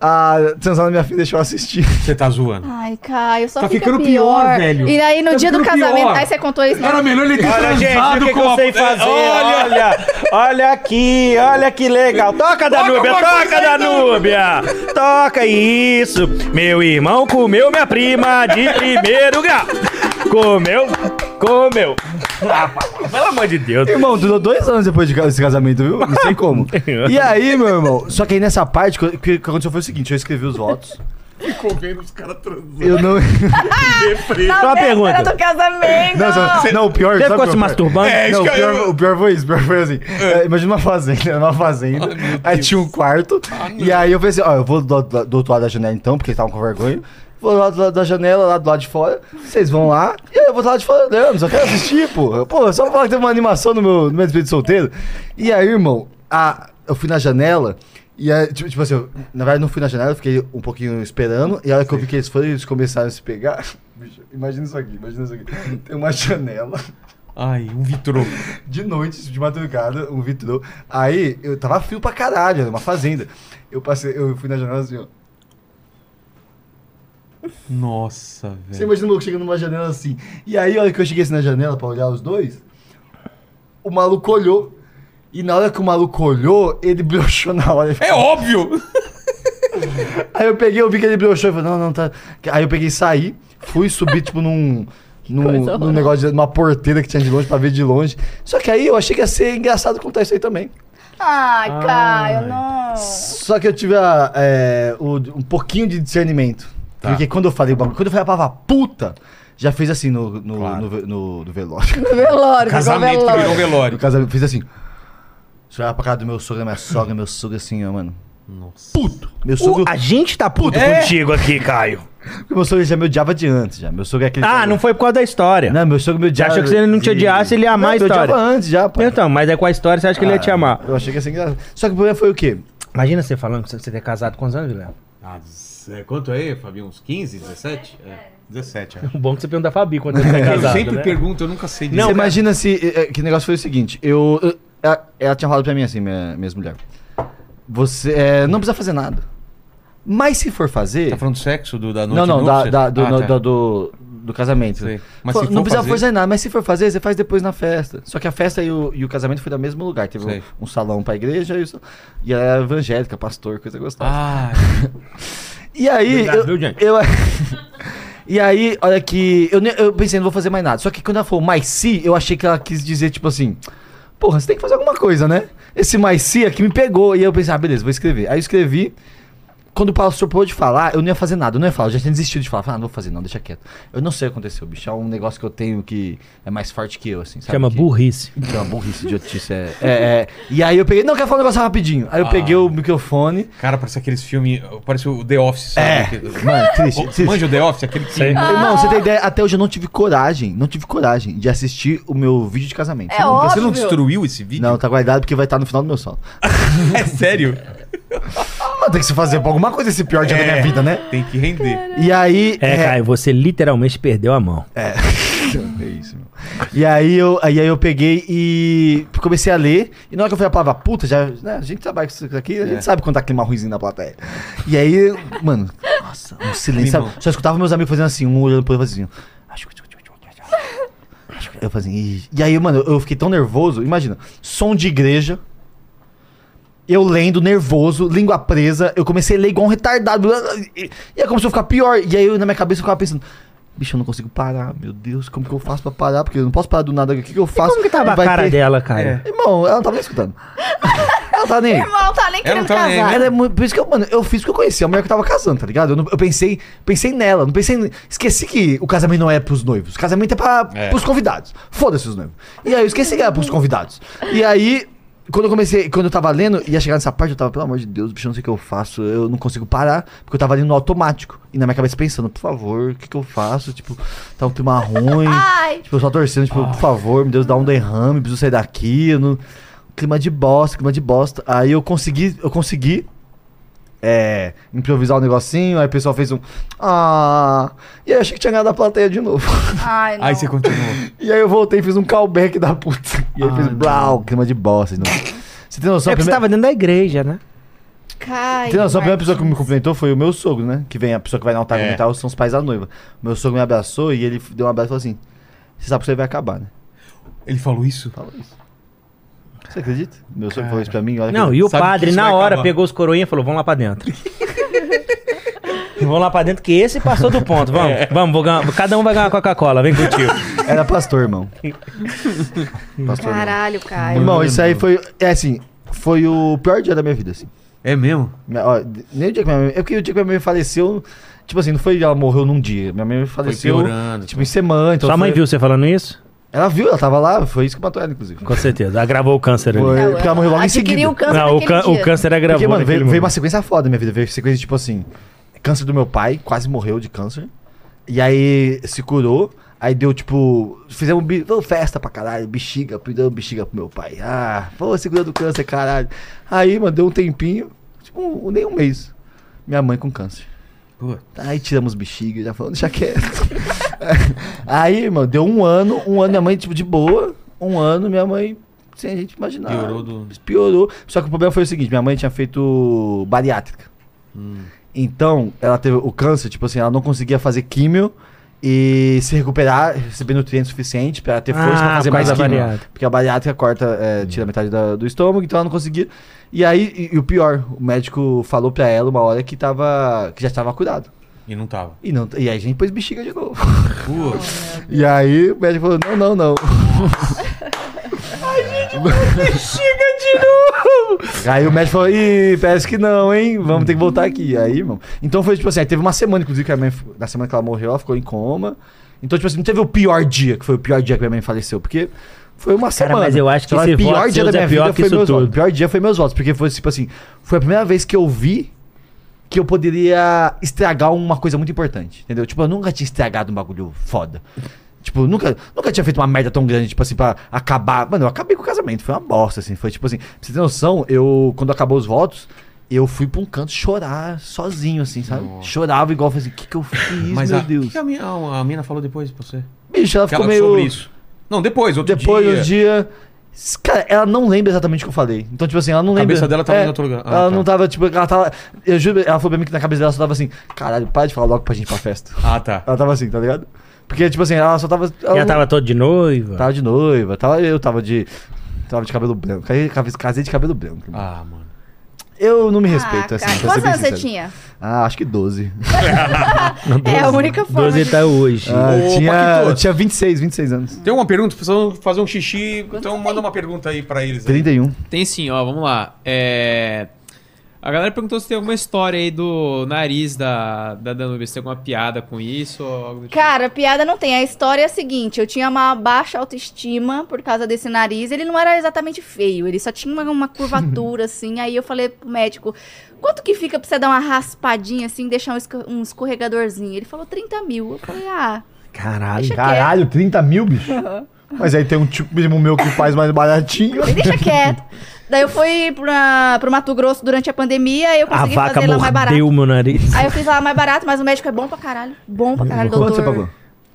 Speaker 3: a transar na minha filha e deixar eu assistir.
Speaker 1: Você tá zoando.
Speaker 4: Ai, Caio, só
Speaker 1: Tá
Speaker 4: fica
Speaker 1: ficando
Speaker 4: pior.
Speaker 1: pior, velho.
Speaker 4: E aí, no
Speaker 1: Tá
Speaker 4: dia do
Speaker 1: ficando
Speaker 4: casamento,
Speaker 1: pior.
Speaker 4: aí você contou isso. não?
Speaker 1: Era melhor ele ter
Speaker 5: Olha, gente,
Speaker 1: transado
Speaker 5: o que, que
Speaker 1: com
Speaker 5: eu
Speaker 1: uma-
Speaker 5: sei fazer?
Speaker 1: Olha,
Speaker 5: Olha, olha aqui, olha que legal. Toca, então. Danúbia,
Speaker 1: uma
Speaker 5: toca,
Speaker 1: coisa,
Speaker 5: Danúbia. Toca isso. Meu irmão comeu minha prima de primeiro grau. Comeu, comeu. Ah, pelo amor de Deus.
Speaker 3: Irmão, durou dois anos depois de ca- desse casamento, viu? Não sei como. E aí, meu irmão, só que aí nessa parte, o que, que aconteceu foi o seguinte: eu escrevi os votos.
Speaker 1: Ficou vendo os caras transando.
Speaker 3: Eu não.
Speaker 4: Não,
Speaker 5: uma pergunta.
Speaker 4: do casamento.
Speaker 3: Não, só- não, o pior.
Speaker 5: Você
Speaker 3: sabe
Speaker 5: ficou
Speaker 3: qual
Speaker 5: se
Speaker 3: foi?
Speaker 5: masturbando?
Speaker 1: É, isso
Speaker 3: Não, o
Speaker 1: que
Speaker 3: pior,
Speaker 1: eu...
Speaker 3: o pior foi isso, o pior foi assim. É, imagina uma fazenda, uma fazenda. aí tinha um quarto.
Speaker 1: Ah,
Speaker 3: e aí eu falei assim, ó, eu vou do, do outro lado da janela então, porque eles estavam com vergonha. Vou lá do lado da janela, lá do lado de fora. Vocês vão lá. E aí eu vou do lado de fora, não, só quero assistir, pô. Pô, é só pra falar que teve uma animação no meu, no meu despeito de solteiro. E aí, irmão, a, eu fui na janela. E aí, tipo, tipo assim, eu- na verdade não fui na janela, eu fiquei um pouquinho esperando. E a hora que eu vi que eles foram, eles começaram a se pegar. Bicho, imagina isso aqui, imagina isso aqui. Tem uma janela.
Speaker 1: Ai, um vitrô.
Speaker 3: De noite, de madrugada, um vitrô. Aí eu tava frio pra caralho, era uma fazenda. Eu passei, eu fui na janela assim, ó.
Speaker 1: Nossa,
Speaker 3: Você
Speaker 1: velho.
Speaker 3: imagina o maluco chegando numa janela assim. E aí, a hora que eu cheguei assim na janela pra olhar os dois, o maluco olhou. E na hora que o maluco olhou, ele broxou na hora.
Speaker 1: É óbvio!
Speaker 3: Aí eu peguei, eu vi que ele broxou e falei, não, não, tá. Aí eu peguei e saí, fui subir, tipo, num. Num,
Speaker 4: coisa
Speaker 3: num negócio de uma porteira que tinha de longe pra ver de longe. Só que aí eu achei que ia ser engraçado contar isso aí também.
Speaker 4: Ai,
Speaker 1: Ah.
Speaker 4: Caio, não.
Speaker 3: Só que eu tive a, é, o- um pouquinho de discernimento. Porque quando eu falei o bagulho, quando eu falei a palavra puta, já fez assim no, no, no, ve- no- no velório.
Speaker 4: Velório,
Speaker 1: Casamento que virou um
Speaker 3: No
Speaker 1: velório.
Speaker 3: casamento, fiz assim. Você olhava pra casa do meu sogro, da minha sogra, meu sogro assim, ó, mano.
Speaker 1: Nossa.
Speaker 3: Puto! Meu
Speaker 5: O-
Speaker 3: sogro,
Speaker 5: a gente tá puto contigo aqui, Caio.
Speaker 3: meu sogro já me odiava de antes, já. Meu sogro é aquele.
Speaker 5: Ah, não foi por causa da história.
Speaker 3: Não, meu sogro me
Speaker 5: Você
Speaker 3: odiava.
Speaker 5: achou que se ele não te odiasse, ele ia amar a
Speaker 3: Não, me
Speaker 5: história.
Speaker 3: odiava antes já, pô. Ah,
Speaker 5: Então, mas é com a história, você acha que ele ia te amar.
Speaker 3: Eu achei que ia ser engraçado. Só que o problema foi o quê?
Speaker 5: Imagina você falando que você é casado com quantos anos, Vilela?
Speaker 1: Ah, z- quanto aí, Fabinho? Uns 15, 17? É, 17, acho.
Speaker 5: O bom é que você pergunta a Fabi quando você é
Speaker 1: Eu
Speaker 5: casado,
Speaker 1: sempre
Speaker 5: né?
Speaker 1: pergunto, eu nunca sei disso.
Speaker 5: Não,
Speaker 3: Você
Speaker 5: cara.
Speaker 3: imagina se. é, é, Que negócio foi o seguinte: eu. eu- ela, ela tinha falado pra mim assim, minha, minha mulher. Você. é, não precisa fazer nada. Mas se for fazer.
Speaker 1: Tá falando do sexo do, da noite
Speaker 3: não, não, da,
Speaker 1: núpcia?
Speaker 3: da- do,
Speaker 1: Ah,
Speaker 3: no-
Speaker 1: tá.
Speaker 3: do, do- do casamento.
Speaker 1: Sei. Mas
Speaker 3: Mas
Speaker 1: se for
Speaker 3: não precisa
Speaker 1: fazer-
Speaker 3: fazer nada, mas se for fazer, você faz depois na festa. Só que a festa e o, e o casamento foi do mesmo lugar. Teve
Speaker 1: Sei.
Speaker 3: um, um salão pra igreja e, o sal- e ela era evangélica, pastor, coisa gostosa.
Speaker 1: Ah,
Speaker 3: E aí.
Speaker 5: Obrigado,
Speaker 3: eu-
Speaker 5: viu, gente?
Speaker 3: eu- e aí, olha que. Eu, ne- eu pensei, não vou fazer mais nada. Só que quando ela falou mais se, eu achei que ela quis dizer, tipo assim. Porra, você tem que fazer alguma coisa, né? Esse mais se aqui me pegou. E aí eu pensei, ah, beleza, vou escrever. Aí eu escrevi. Quando o pastor pôde falar, eu não ia fazer nada, eu não ia falar, eu já tinha desistido de falar. Falei, ah, não vou fazer, não, deixa quieto. Eu não sei o que aconteceu, bicho. É um negócio que eu tenho que é mais forte que eu, assim, sabe?
Speaker 5: Chama
Speaker 3: que...
Speaker 5: burrice.
Speaker 3: Chama burrice, idiotice. É, é, é. E aí eu peguei, não, quero falar um negócio rapidinho. Aí eu peguei o microfone.
Speaker 1: cara, parece aqueles filmes. Parece o The Office, sabe?
Speaker 3: É.
Speaker 1: Aquele-
Speaker 3: Mano, triste,
Speaker 1: O-
Speaker 3: triste.
Speaker 1: Manja o The Office, aquele que.
Speaker 3: Irmão, você tem ideia? Até hoje eu não tive coragem, não tive coragem de assistir o meu vídeo de casamento.
Speaker 4: É
Speaker 1: Você
Speaker 4: óbvio.
Speaker 1: não destruiu esse vídeo?
Speaker 3: Não, tá guardado porque vai estar no final do meu saldo.
Speaker 1: É sério?
Speaker 3: Mas tem que se fazer pra alguma coisa esse pior dia da minha vida, né?
Speaker 1: Tem que render.
Speaker 3: E aí.
Speaker 5: É, Caio, você literalmente perdeu a mão.
Speaker 3: É isso, meu. E aí eu, aí aí eu peguei e comecei a ler. E na hora que eu falei a palavra puta, já, né, a gente trabalha com isso aqui, a gente sabe quando tá clima ruimzinho na plateia. E aí, mano, nossa, um silêncio. sabe? Só escutava meus amigos fazendo assim, um olhando pro outro fazendo assim. Acho que. acho que- Eu fazia. "Ih". E aí, mano, eu fiquei tão nervoso. Imagina, som de igreja. Eu lendo, nervoso, língua presa, eu comecei a ler igual um retardado. blá, blá, E, e aí começou a ficar pior. E aí eu, na minha cabeça eu ficava pensando, bicho, eu não consigo parar, meu Deus, como que eu faço pra parar? Porque eu não posso parar do nada, o que, que eu faço?
Speaker 5: Como que tava a
Speaker 3: Vai
Speaker 5: cara É.
Speaker 3: ter-
Speaker 5: dela, Caio?
Speaker 3: Irmão, ela não tava nem escutando. ela não tava nem. aí.
Speaker 4: Irmão, tá nem querendo
Speaker 1: não tá nem-
Speaker 4: casar.
Speaker 3: Ela é muito, por isso que eu, mano, eu fiz o que eu conhecia, a mulher que tava casando, tá ligado? Eu, não- eu pensei, pensei nela, não pensei. em- Esqueci que o casamento não é pros noivos, o casamento é, pra, pros convidados. Foda-se os noivos. E aí eu esqueci que era pros convidados. E aí, quando eu comecei, quando eu tava lendo, ia chegar nessa parte, eu tava, pelo amor de Deus, bicho, eu não sei o que eu faço, eu não consigo parar, porque eu tava lendo no automático. E na minha cabeça pensando, por favor, o que, que eu faço? Tipo, tá um clima ruim.
Speaker 4: Ai,
Speaker 3: Tipo, eu só torcendo, tipo, por favor, meu Deus, dá um derrame, preciso sair daqui. eu não- Clima de bosta, clima de bosta. Aí eu consegui, eu consegui é, improvisar o negocinho, aí o pessoal fez um. Ah! E aí eu achei que tinha ganhado a plateia de novo.
Speaker 4: ai, não.
Speaker 1: Aí você continuou.
Speaker 3: E aí eu voltei e fiz um callback da puta. E aí fez um brau, clima de bosta de novo. Você tem noção?
Speaker 5: É
Speaker 3: a
Speaker 5: porque
Speaker 3: primeira-
Speaker 5: você tava dentro da igreja, né?
Speaker 4: Caio.
Speaker 3: Tem noção, a primeira pessoa que me
Speaker 4: Martins.
Speaker 3: cumprimentou foi o meu sogro, né? Que vem, a pessoa que vai na altar comentar são os pais da noiva. Meu sogro me abraçou e ele deu um abraço e falou assim: Você sabe que você vai acabar, né?
Speaker 1: Ele falou isso?
Speaker 3: Falou isso. Você acredita? Meu sogro falou isso pra mim. Olha
Speaker 5: Não,
Speaker 3: que...
Speaker 5: e o
Speaker 1: Sabe que
Speaker 5: padre,
Speaker 1: isso
Speaker 5: na
Speaker 1: vai
Speaker 5: hora,
Speaker 1: acabar.
Speaker 5: pegou os coroinhas e falou: vamos lá pra dentro. vamos lá pra dentro, que esse passou do ponto. Vamos,
Speaker 1: É.
Speaker 5: vamos, vou ganhar- cada um vai ganhar uma Coca-Cola, vem contigo.
Speaker 3: Era pastor, irmão. pastor, irmão.
Speaker 4: Caralho, Caio.
Speaker 3: Irmão, isso aí foi. É assim, Foi o pior dia da minha vida, assim.
Speaker 1: É mesmo?
Speaker 3: Minha- ó, d- nem o dia que minha mãe. É porque o dia que minha mãe faleceu. Tipo assim, não foi ela morreu num dia. Minha mãe faleceu.
Speaker 1: piorando,
Speaker 3: tipo, em semana. Então
Speaker 5: Sua mãe
Speaker 3: foi-
Speaker 5: viu você falando isso?
Speaker 3: Ela viu, ela tava lá, foi isso que matou ela, inclusive.
Speaker 5: Com certeza. Agravou o câncer ali.
Speaker 3: Foi, porque ela morreu logo em
Speaker 4: Adquiriu
Speaker 3: seguida.
Speaker 4: o câncer
Speaker 5: Não, o,
Speaker 4: naquele
Speaker 5: cân-
Speaker 4: dia.
Speaker 5: o câncer agravou.
Speaker 3: Porque, mano,
Speaker 5: naquele
Speaker 3: veio, veio uma
Speaker 5: momento.
Speaker 3: sequência foda na minha vida. Veio sequência, tipo assim, câncer do meu pai, quase morreu de câncer. E aí se curou. Aí deu, tipo, fizemos bi- oh, festa pra caralho, bexiga, deu bexiga pro meu pai. Ah, pô, segurando o câncer, caralho. Aí, mano, deu um tempinho, tipo, um- nem um mês. Minha mãe com câncer. Aí tiramos bexiga, já falando, deixa quieto. aí, mano, deu um ano, um ano minha mãe, tipo, de boa. Um ano, minha mãe, sem a gente imaginar.
Speaker 1: Piorou do-
Speaker 3: Piorou. Só que o problema foi o seguinte, minha mãe tinha feito bariátrica. Então, ela teve o câncer, tipo assim, ela não conseguia fazer químio e se recuperar, receber nutrientes suficientes pra ter força pra
Speaker 5: Ah,
Speaker 3: fazer
Speaker 5: por
Speaker 3: mais
Speaker 5: causa da
Speaker 3: químio.
Speaker 5: bariátrica.
Speaker 3: Porque a bariátrica corta, é, tira metade da- do estômago, então ela não conseguia. E aí, e, e o pior, o médico falou pra ela uma hora que tava, que já estava curado.
Speaker 1: ah. E não tava.
Speaker 3: E, não, e aí a gente pôs bexiga de novo. e aí o médico falou, não, não, não. Aí o médico falou, ih, parece que não, hein? Vamos ter que voltar aqui. Aí, irmão. Então foi tipo assim, aí teve uma semana, inclusive, que a minha mãe. Na semana que ela morreu, ela ficou em coma. Então, tipo assim, não teve o pior dia, que foi o pior dia que minha mãe faleceu, porque foi uma
Speaker 5: Cara,
Speaker 3: semana.
Speaker 5: mas eu acho que
Speaker 3: Então,
Speaker 5: esse
Speaker 3: o pior
Speaker 5: voto
Speaker 3: dia
Speaker 5: seu
Speaker 3: da minha
Speaker 5: é pior
Speaker 3: vida
Speaker 5: que
Speaker 3: foi
Speaker 5: isso
Speaker 3: meus votos.
Speaker 5: tudo.
Speaker 3: O pior dia foi meus votos, porque foi tipo assim, foi a primeira vez que eu vi que eu poderia estragar uma coisa muito importante, entendeu? Tipo, eu nunca tinha estragado um bagulho foda. Tipo, nunca, nunca tinha feito uma merda tão grande, tipo assim, pra acabar. Mano, eu acabei com o casamento, foi uma bosta, assim. Foi tipo assim, pra você ter noção, eu, quando acabou os votos, eu fui pra um canto chorar sozinho, assim, sabe? Chorava igual, falei assim, o que que eu fiz,
Speaker 1: Mas
Speaker 3: meu
Speaker 1: a,
Speaker 3: Deus?
Speaker 1: O que a, minha, a mina falou depois pra você?
Speaker 3: Bicho, ela ficou
Speaker 1: Ela-
Speaker 3: meio...
Speaker 1: Sobre isso. Não, depois, outro
Speaker 3: Depois
Speaker 1: dia.
Speaker 3: um dia. S- Cara, ela não lembra exatamente o que eu falei. Então, tipo assim, ela não
Speaker 1: A
Speaker 3: lembra.
Speaker 1: cabeça dela tava em outro lugar. Ah,
Speaker 3: ela
Speaker 1: tá.
Speaker 3: não tava, tipo, ela tava. Eu juro, ela falou pra mim que na cabeça dela só tava assim, caralho, para de falar logo pra gente ir pra festa.
Speaker 1: Ah, tá.
Speaker 3: Ela tava assim, tá ligado? Porque, tipo assim, ela só tava. Ela,
Speaker 5: E ela
Speaker 3: não-
Speaker 5: tava toda de noiva.
Speaker 3: tava de noiva, tava, eu tava de. Tava de cabelo branco. Aí, ca- Casei de cabelo branco. irmão.
Speaker 1: Ah, mano.
Speaker 3: Eu não me respeito,
Speaker 4: Ah,
Speaker 3: assim. pra
Speaker 4: cara.
Speaker 3: ser
Speaker 4: Quantos
Speaker 3: bem
Speaker 4: anos você
Speaker 3: sincero.
Speaker 4: tinha?
Speaker 3: Ah, acho que 12.
Speaker 4: É a única forma.
Speaker 5: 12
Speaker 4: de-
Speaker 5: tá hoje.
Speaker 3: Ah,
Speaker 1: Ô,
Speaker 3: tinha,
Speaker 1: Paquito.
Speaker 3: eu tinha 26, 26 anos.
Speaker 1: Tem uma pergunta? Precisam fazer um xixi. então manda uma pergunta aí pra eles. Aí.
Speaker 3: 31.
Speaker 2: Tem sim, ó, vamos lá. É... A galera perguntou se tem alguma história aí do nariz da, da Danube, se tem alguma piada com isso ou algo do tipo.
Speaker 4: Cara, piada não tem. A história é a seguinte: eu tinha uma baixa autoestima por causa desse nariz. Ele não era exatamente feio, ele só tinha uma, uma curvatura, assim. Aí eu falei pro médico: quanto que fica pra você dar uma raspadinha, assim, deixar um, esco- um escorregadorzinho? Ele falou: 30 mil. Eu falei: ah,
Speaker 5: Caralho.
Speaker 4: deixa quieto.
Speaker 11: Caralho, 30 mil, bicho?
Speaker 3: Mas aí tem um tipo mesmo meu que faz mais baratinho.
Speaker 4: Falei, deixa quieto. Daí eu fui pra, pro Mato Grosso durante a pandemia e eu
Speaker 5: A
Speaker 4: consegui
Speaker 5: vaca
Speaker 4: fazer lá mais barato.
Speaker 5: mordeu meu nariz.
Speaker 4: Aí eu fiz lá mais barato, mas o médico é bom pra caralho. Bom pra caralho, doutor.
Speaker 3: Quanto você pagou?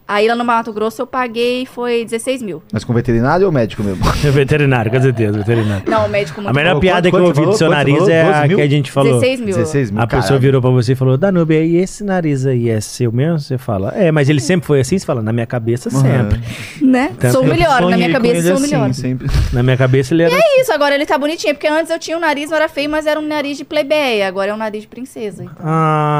Speaker 4: Aí lá no Mato Grosso eu paguei, foi 16 mil.
Speaker 3: Mas com veterinário ou médico mesmo?
Speaker 5: É veterinário, com certeza, veterinário.
Speaker 4: Não, o médico muito
Speaker 5: A melhor
Speaker 3: bom.
Speaker 5: piada que eu
Speaker 3: Quanto
Speaker 5: ouvi do
Speaker 3: falou?
Speaker 5: seu
Speaker 3: Quanto
Speaker 5: nariz
Speaker 3: falou?
Speaker 5: é
Speaker 3: 12
Speaker 5: a
Speaker 3: mil?
Speaker 5: que a gente
Speaker 4: bom.
Speaker 5: falou.
Speaker 4: 16 mil.
Speaker 3: 16 mil.
Speaker 5: A pessoa virou pra você e falou, Danube, aí esse nariz aí é seu mesmo? Você fala, é, mas ele sempre foi assim? Você fala, na minha cabeça
Speaker 3: Uhum.
Speaker 5: sempre.
Speaker 4: Né?
Speaker 5: Tanto
Speaker 4: sou
Speaker 5: que eu
Speaker 4: melhor, na minha
Speaker 5: sonhei com ele
Speaker 4: cabeça sou
Speaker 5: assim,
Speaker 4: melhor.
Speaker 3: sempre.
Speaker 5: Na minha cabeça ele era...
Speaker 4: É isso, agora ele tá bonitinho, porque antes eu tinha um nariz, não era feio, mas era um nariz de plebeia, agora é um nariz de princesa. então.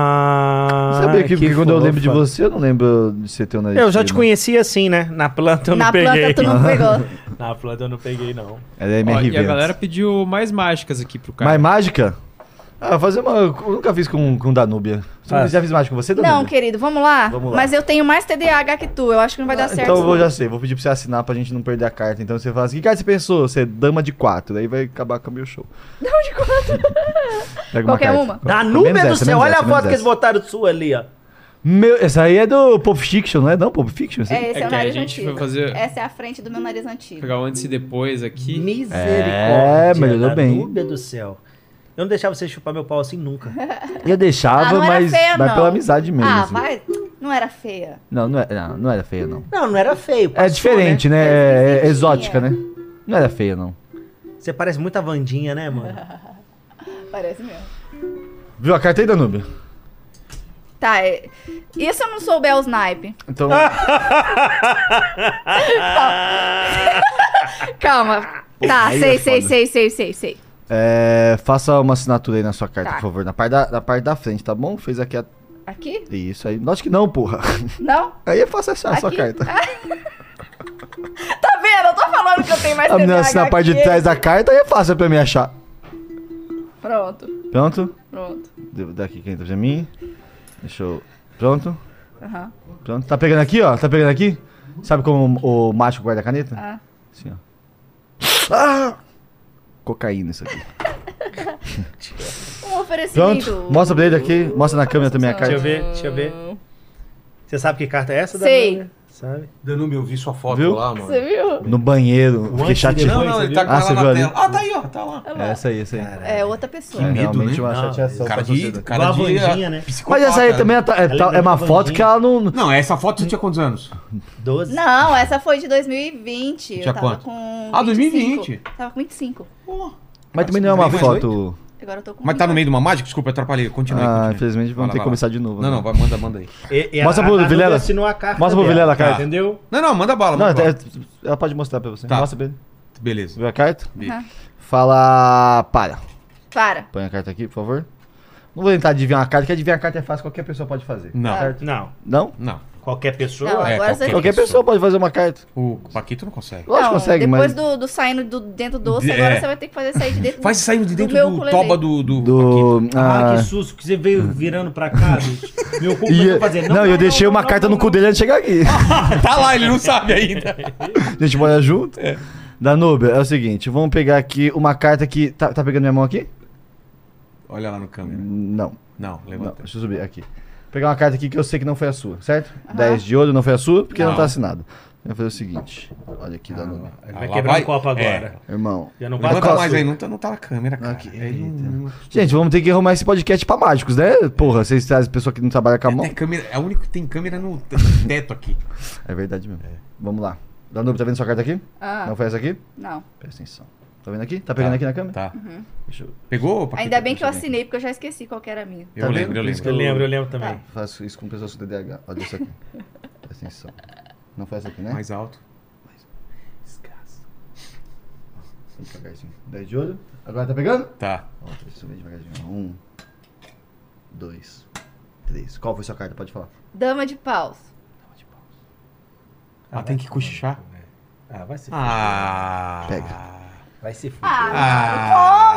Speaker 5: Ah,
Speaker 3: Sabia que, porque quando eu lembro de
Speaker 5: fofa.
Speaker 3: você, eu não lembro de você ter um nariz.
Speaker 5: Eu já te
Speaker 3: feio,
Speaker 5: conheci assim, né? Na planta eu não
Speaker 4: Na
Speaker 5: peguei.
Speaker 4: planta tu não pegou.
Speaker 5: Na planta eu não peguei, não.
Speaker 3: não. Ela é
Speaker 2: Ó,
Speaker 3: MRV.
Speaker 2: e a galera
Speaker 3: antes.
Speaker 2: pediu mais mágicas aqui pro cara.
Speaker 3: Mas mágica? Ah, fazer uma. Eu nunca fiz com, com Danúbia. Você
Speaker 5: Faz.
Speaker 3: já fiz mágica com você, Danúbia?
Speaker 4: Não, querido, vamos lá?
Speaker 3: Vamos lá.
Speaker 4: Mas eu tenho mais TDAH que tu, eu acho que não vai dar certo. né?
Speaker 3: Então eu vou,
Speaker 4: não.
Speaker 3: já sei, vou pedir pra você assinar pra gente não perder a carta. Então você fala assim: que carta você pensou? Você é dama de quatro, daí vai acabar com o meu show. Dama de quatro?
Speaker 4: Qualquer uma.
Speaker 5: Da
Speaker 3: Menos
Speaker 5: nuvem do
Speaker 3: Tá essa,
Speaker 5: céu,
Speaker 3: menos
Speaker 5: olha
Speaker 3: essa,
Speaker 5: a foto
Speaker 3: menos
Speaker 5: que eles botaram sua ali, ó.
Speaker 3: Meu, essa aí é do Pop Fiction, não é? Não, Pop Fiction? essa aí?
Speaker 4: É, esse é,
Speaker 2: É
Speaker 4: o
Speaker 2: que a
Speaker 4: nariz
Speaker 2: gente
Speaker 4: antigo.
Speaker 2: foi fazer-
Speaker 4: Essa é a frente do meu nariz antigo.
Speaker 2: Pegar o antes e depois aqui.
Speaker 5: Misericórdia.
Speaker 3: É, melhorou
Speaker 5: da
Speaker 3: bem.
Speaker 5: Núbia do céu. Eu não deixava você chupar meu pau assim nunca.
Speaker 4: É.
Speaker 3: Eu deixava,
Speaker 4: Ah, não era
Speaker 3: mas,
Speaker 4: feia,
Speaker 3: mas
Speaker 4: não.
Speaker 3: pela amizade mesmo.
Speaker 4: Ah,
Speaker 3: assim.
Speaker 4: vai. Não era feia.
Speaker 3: Não, não, é, não, não era feia, não.
Speaker 5: Não, não era feio.
Speaker 3: É
Speaker 5: passou,
Speaker 3: diferente, né?
Speaker 4: É
Speaker 3: É, é
Speaker 4: esquisitinha.
Speaker 3: exótica, né? Não era feia, não.
Speaker 5: né? Você parece muito a Vandinha, né, mano?
Speaker 4: Parece mesmo.
Speaker 3: Viu a carta aí, Danúbio?
Speaker 4: Tá, é... e se eu não souber o snipe?
Speaker 3: Então,
Speaker 4: Ah! Calma. Tá,
Speaker 3: aí
Speaker 4: sei,
Speaker 3: é
Speaker 4: sei,
Speaker 3: foda.
Speaker 4: sei, sei, sei, sei.
Speaker 3: é, faça uma assinatura aí na sua carta,
Speaker 4: Tá.
Speaker 3: por favor. Na parte, da, na parte da frente, tá bom? Fez aqui a...
Speaker 4: Aqui?
Speaker 3: Isso aí. Note que não, porra.
Speaker 4: Não?
Speaker 3: Aí é fácil achar a sua
Speaker 4: Aqui?
Speaker 3: carta.
Speaker 4: Tá vendo? Eu tô falando que eu tenho mais
Speaker 3: A menina
Speaker 4: TDAH
Speaker 3: assina a assim, parte
Speaker 4: que
Speaker 3: de trás da carta, aí é fácil pra mim achar.
Speaker 4: Pronto,
Speaker 3: Pronto?
Speaker 4: pronto.
Speaker 3: Devo dar aqui quem tá pra mim. Deixa eu. Pronto?
Speaker 4: Aham.
Speaker 3: Pronto. Tá pegando aqui, ó. Tá pegando aqui? Sabe como o o macho guarda a caneta?
Speaker 4: Ah.
Speaker 3: Assim, ó. Ah! Cocaína isso aqui.
Speaker 4: Um oferecimento.
Speaker 3: Pronto. Mostra pra ele aqui. Mostra na câmera também a
Speaker 4: Deixa
Speaker 3: carta.
Speaker 4: eu ver,
Speaker 5: deixa eu ver. Você sabe que carta é essa,
Speaker 4: Sei.
Speaker 5: Danone? Sabe?
Speaker 1: Danube, eu vi sua foto
Speaker 3: Viu?
Speaker 1: lá, mano.
Speaker 4: Você viu?
Speaker 3: No banheiro. Fiquei
Speaker 1: Não,
Speaker 3: chateado.
Speaker 1: não, ele tá com
Speaker 3: Ah,
Speaker 1: ela
Speaker 3: você
Speaker 1: na
Speaker 3: viu ali?
Speaker 1: tela. Ah, tá aí, ó, tá Um lá.
Speaker 4: Olha lá.
Speaker 3: Essa aí, essa aí.
Speaker 4: É outra pessoa.
Speaker 3: É
Speaker 1: medo, né?
Speaker 3: realmente uma
Speaker 5: Não,
Speaker 3: chateação
Speaker 1: Cara
Speaker 3: pra
Speaker 1: de,
Speaker 3: sociedade.
Speaker 1: cara de ah,
Speaker 5: Bandinha, né?
Speaker 1: psicopata,
Speaker 3: Mas essa aí
Speaker 1: né?
Speaker 3: também é, ta- é tal- é uma
Speaker 5: muito
Speaker 3: foto que ela não.
Speaker 1: Não, essa foto você tinha quantos anos?
Speaker 5: 12.
Speaker 4: Não, essa foi de 2020.
Speaker 1: Tinha
Speaker 4: eu tava
Speaker 1: quanto?
Speaker 4: com.
Speaker 1: Ah, 2020.
Speaker 4: Tava com 25.
Speaker 3: Mas também não é uma foto.
Speaker 4: Agora eu tô com.
Speaker 1: Mas tá no meio de uma mágica? Desculpa, eu atrapalhei. Continua aí.
Speaker 3: Ah,
Speaker 1: continua.
Speaker 3: infelizmente
Speaker 1: Vai
Speaker 3: vamos
Speaker 1: lá,
Speaker 3: ter
Speaker 1: vai
Speaker 3: que
Speaker 1: lá.
Speaker 3: começar de novo. né?
Speaker 1: Não, não, vai, manda, manda aí.
Speaker 5: E- e
Speaker 3: Mostra
Speaker 5: a-
Speaker 3: pro
Speaker 5: a Danone
Speaker 3: Vilela.
Speaker 5: assinou a carta
Speaker 3: Mostra pro
Speaker 5: dela,
Speaker 3: Vilela a carta.
Speaker 5: Entendeu?
Speaker 1: Não, não, manda bala.
Speaker 3: Não,
Speaker 1: manda bala.
Speaker 3: é- ela pode mostrar pra você.
Speaker 1: Tá.
Speaker 3: Mostra pra ele.
Speaker 1: Beleza.
Speaker 3: Viu a carta?
Speaker 4: Aham.
Speaker 3: Fala. Para.
Speaker 4: Para.
Speaker 3: Põe a carta aqui, por favor. Não vou tentar adivinhar a carta, porque adivinhar a carta é fácil, qualquer pessoa pode fazer.
Speaker 1: Não,
Speaker 4: Tá.
Speaker 5: Ah. Não.
Speaker 3: Não?
Speaker 1: não.
Speaker 5: Qualquer pessoa.
Speaker 4: Não,
Speaker 1: É,
Speaker 4: agora você.
Speaker 1: qualquer-
Speaker 3: Qualquer pessoa pode fazer uma carta.
Speaker 1: O Paquito não consegue.
Speaker 3: Lógico que
Speaker 4: Não,
Speaker 3: consegue,
Speaker 4: depois
Speaker 3: mas.
Speaker 4: do, do saindo do dentro doce,
Speaker 1: É.
Speaker 4: agora você vai ter que fazer sair de dentro
Speaker 1: Faz
Speaker 4: do-
Speaker 1: saindo de dentro
Speaker 4: meu
Speaker 1: do,
Speaker 4: ukulele.
Speaker 1: toba do, do, Paquito.
Speaker 3: Do.
Speaker 5: Ah,
Speaker 3: ah,
Speaker 5: que susto que você veio virando pra cá, bicho. Meu cu
Speaker 3: e-
Speaker 5: começou a fazer.
Speaker 3: não, Ah. eu deixei uma carta no cu dele antes de chegar aqui.
Speaker 1: Tá lá, ele não sabe ainda.
Speaker 3: A gente mora junto. Danúbia, é o seguinte, vamos pegar aqui uma carta que. Tá, tá pegando minha mão aqui?
Speaker 1: Olha lá no câmera.
Speaker 3: Não,
Speaker 1: Não,
Speaker 3: não.
Speaker 1: levanta.
Speaker 3: Deixa eu subir aqui. Vou pegar uma carta aqui que eu sei que não foi a sua, certo? 10 de ouro não foi a sua, porque não,
Speaker 1: Não.
Speaker 3: tá assinado. Eu vou fazer o seguinte. Olha aqui, Danúbia.
Speaker 5: Ele
Speaker 1: Ah,
Speaker 5: vai
Speaker 1: lá
Speaker 4: um
Speaker 5: quebrar
Speaker 1: vai.
Speaker 5: o copo
Speaker 1: É.
Speaker 5: agora.
Speaker 3: Irmão.
Speaker 5: Já não passa
Speaker 1: Levanta
Speaker 3: qual a
Speaker 1: mais
Speaker 3: sua?
Speaker 1: aí, não tá, não tá na câmera, cara.
Speaker 3: Aqui, Tá
Speaker 1: Ele não-
Speaker 3: Gente, vamos ter que arrumar esse podcast pra mágicos, né? Porra, vocês trazem pessoa que não trabalha com a mão.
Speaker 1: É, câmera, é o único que tem câmera no t- teto aqui.
Speaker 3: É verdade mesmo. Vamos lá. Danúbio, tá vendo sua carta aqui?
Speaker 4: Ah,
Speaker 3: Não foi essa aqui?
Speaker 4: não.
Speaker 3: Presta atenção. Tá vendo aqui? Tá pegando aqui na câmera?
Speaker 1: Tá.
Speaker 3: Deixa eu...
Speaker 1: Pegou, Paquito?
Speaker 4: Uhum. Ainda bem que eu assinei, porque eu já esqueci qual que era a minha. Tá.
Speaker 1: Eu
Speaker 3: Tá
Speaker 1: lembro,
Speaker 3: vendo?
Speaker 1: eu
Speaker 3: Por isso
Speaker 1: lembro.
Speaker 3: que
Speaker 5: Eu lembro, eu lembro também.
Speaker 3: Faço isso com pessoas com TDAH. Olha isso aqui. Presta atenção. Não foi essa aqui, né?
Speaker 1: Mais alto.
Speaker 3: Vamos devagarzinho. 10 de ouro. Agora tá pegando?
Speaker 1: Tá.
Speaker 3: Ó, deixa eu ver devagarzinho. Um, dois, três. Qual foi sua carta? Pode falar.
Speaker 4: Dama de paus.
Speaker 1: Ela tem que cochichar.
Speaker 5: Ah, vai se fuder.
Speaker 1: Ah.
Speaker 3: Pega.
Speaker 5: Vai se fuder.
Speaker 1: Ah.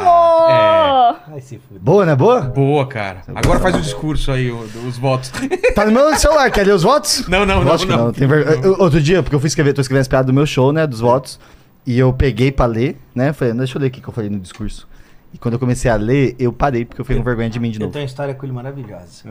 Speaker 4: Como?
Speaker 5: Vai se fuder.
Speaker 3: Boa, né? Boa?
Speaker 1: Boa, cara. Agora faz o discurso aí, o- os votos.
Speaker 3: Tá no meu celular. Quer ler os votos?
Speaker 1: Não, não, não.
Speaker 3: Lógico que não. Tem ver- Eu- Outro dia, porque eu fui escrever, tô escrevendo as piadas do meu show, né? Dos votos. E eu peguei pra ler, né? Falei, deixa eu ler o que que eu falei no discurso. E quando eu comecei a ler, eu parei, porque eu fiquei com vergonha de mim de
Speaker 5: Eu
Speaker 3: novo.
Speaker 5: tenho uma história com ele maravilhosa.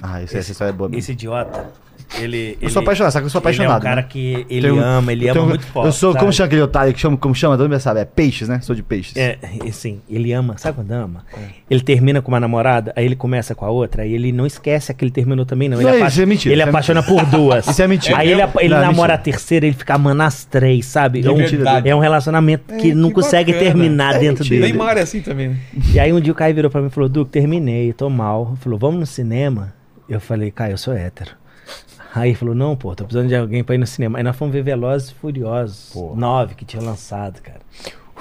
Speaker 3: Ah, isso- essa história é boa mesmo.
Speaker 5: Esse idiota, ele.
Speaker 3: Eu sou apaixonado, sabe que eu sou
Speaker 5: Ele é um
Speaker 3: apaixonado,
Speaker 5: cara
Speaker 3: né?
Speaker 5: que ele
Speaker 3: Tenho-
Speaker 5: ama, ele
Speaker 3: eu
Speaker 5: ama
Speaker 3: tenho- um-
Speaker 5: muito forte.
Speaker 3: Eu sou,
Speaker 5: sabe?
Speaker 3: como chama aquele otário que chama, como chama, todo mundo sabe, é peixes, né? Sou de peixes.
Speaker 5: É, e sim, ele ama, sabe quando ama?
Speaker 3: É.
Speaker 5: Ele termina com uma namorada, aí ele começa com a outra, aí ele não esquece a que ele terminou também, não. Ele,
Speaker 3: Não,
Speaker 5: apa-
Speaker 3: isso é mentira,
Speaker 5: ele
Speaker 3: isso é
Speaker 5: apaixona por duas.
Speaker 3: Isso é mentira.
Speaker 5: Aí ele, apa- ele
Speaker 3: Não, é mentira.
Speaker 5: namora a terceira, ele fica amando as três, sabe? É um,
Speaker 3: Verdade.
Speaker 5: é um relacionamento que não
Speaker 1: que
Speaker 5: consegue
Speaker 1: bacana.
Speaker 5: terminar dentro dele.
Speaker 1: Neymar é assim também, né?
Speaker 5: E aí um dia o Caio virou pra mim e falou, Duque, terminei, tô mal. Ele Falou, vamos no cinema? Eu falei, Caio, eu sou hétero. Aí ele falou, não, pô, tô precisando de alguém pra ir no cinema. Aí nós fomos ver Velozes e Furiosos, nove que tinha lançado, cara.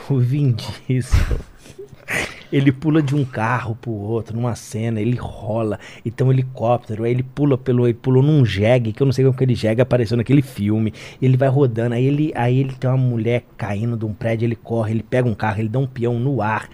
Speaker 5: O Vin Diesel, ele pula de um carro pro outro, numa cena, ele rola, e tem um helicóptero, aí ele pula pelo, ele pulou num jegue, que eu não sei como que ele jegue apareceu naquele filme. Ele vai rodando, aí ele, aí ele tem uma mulher caindo de um prédio, ele corre, ele pega um carro, ele dá um peão no ar.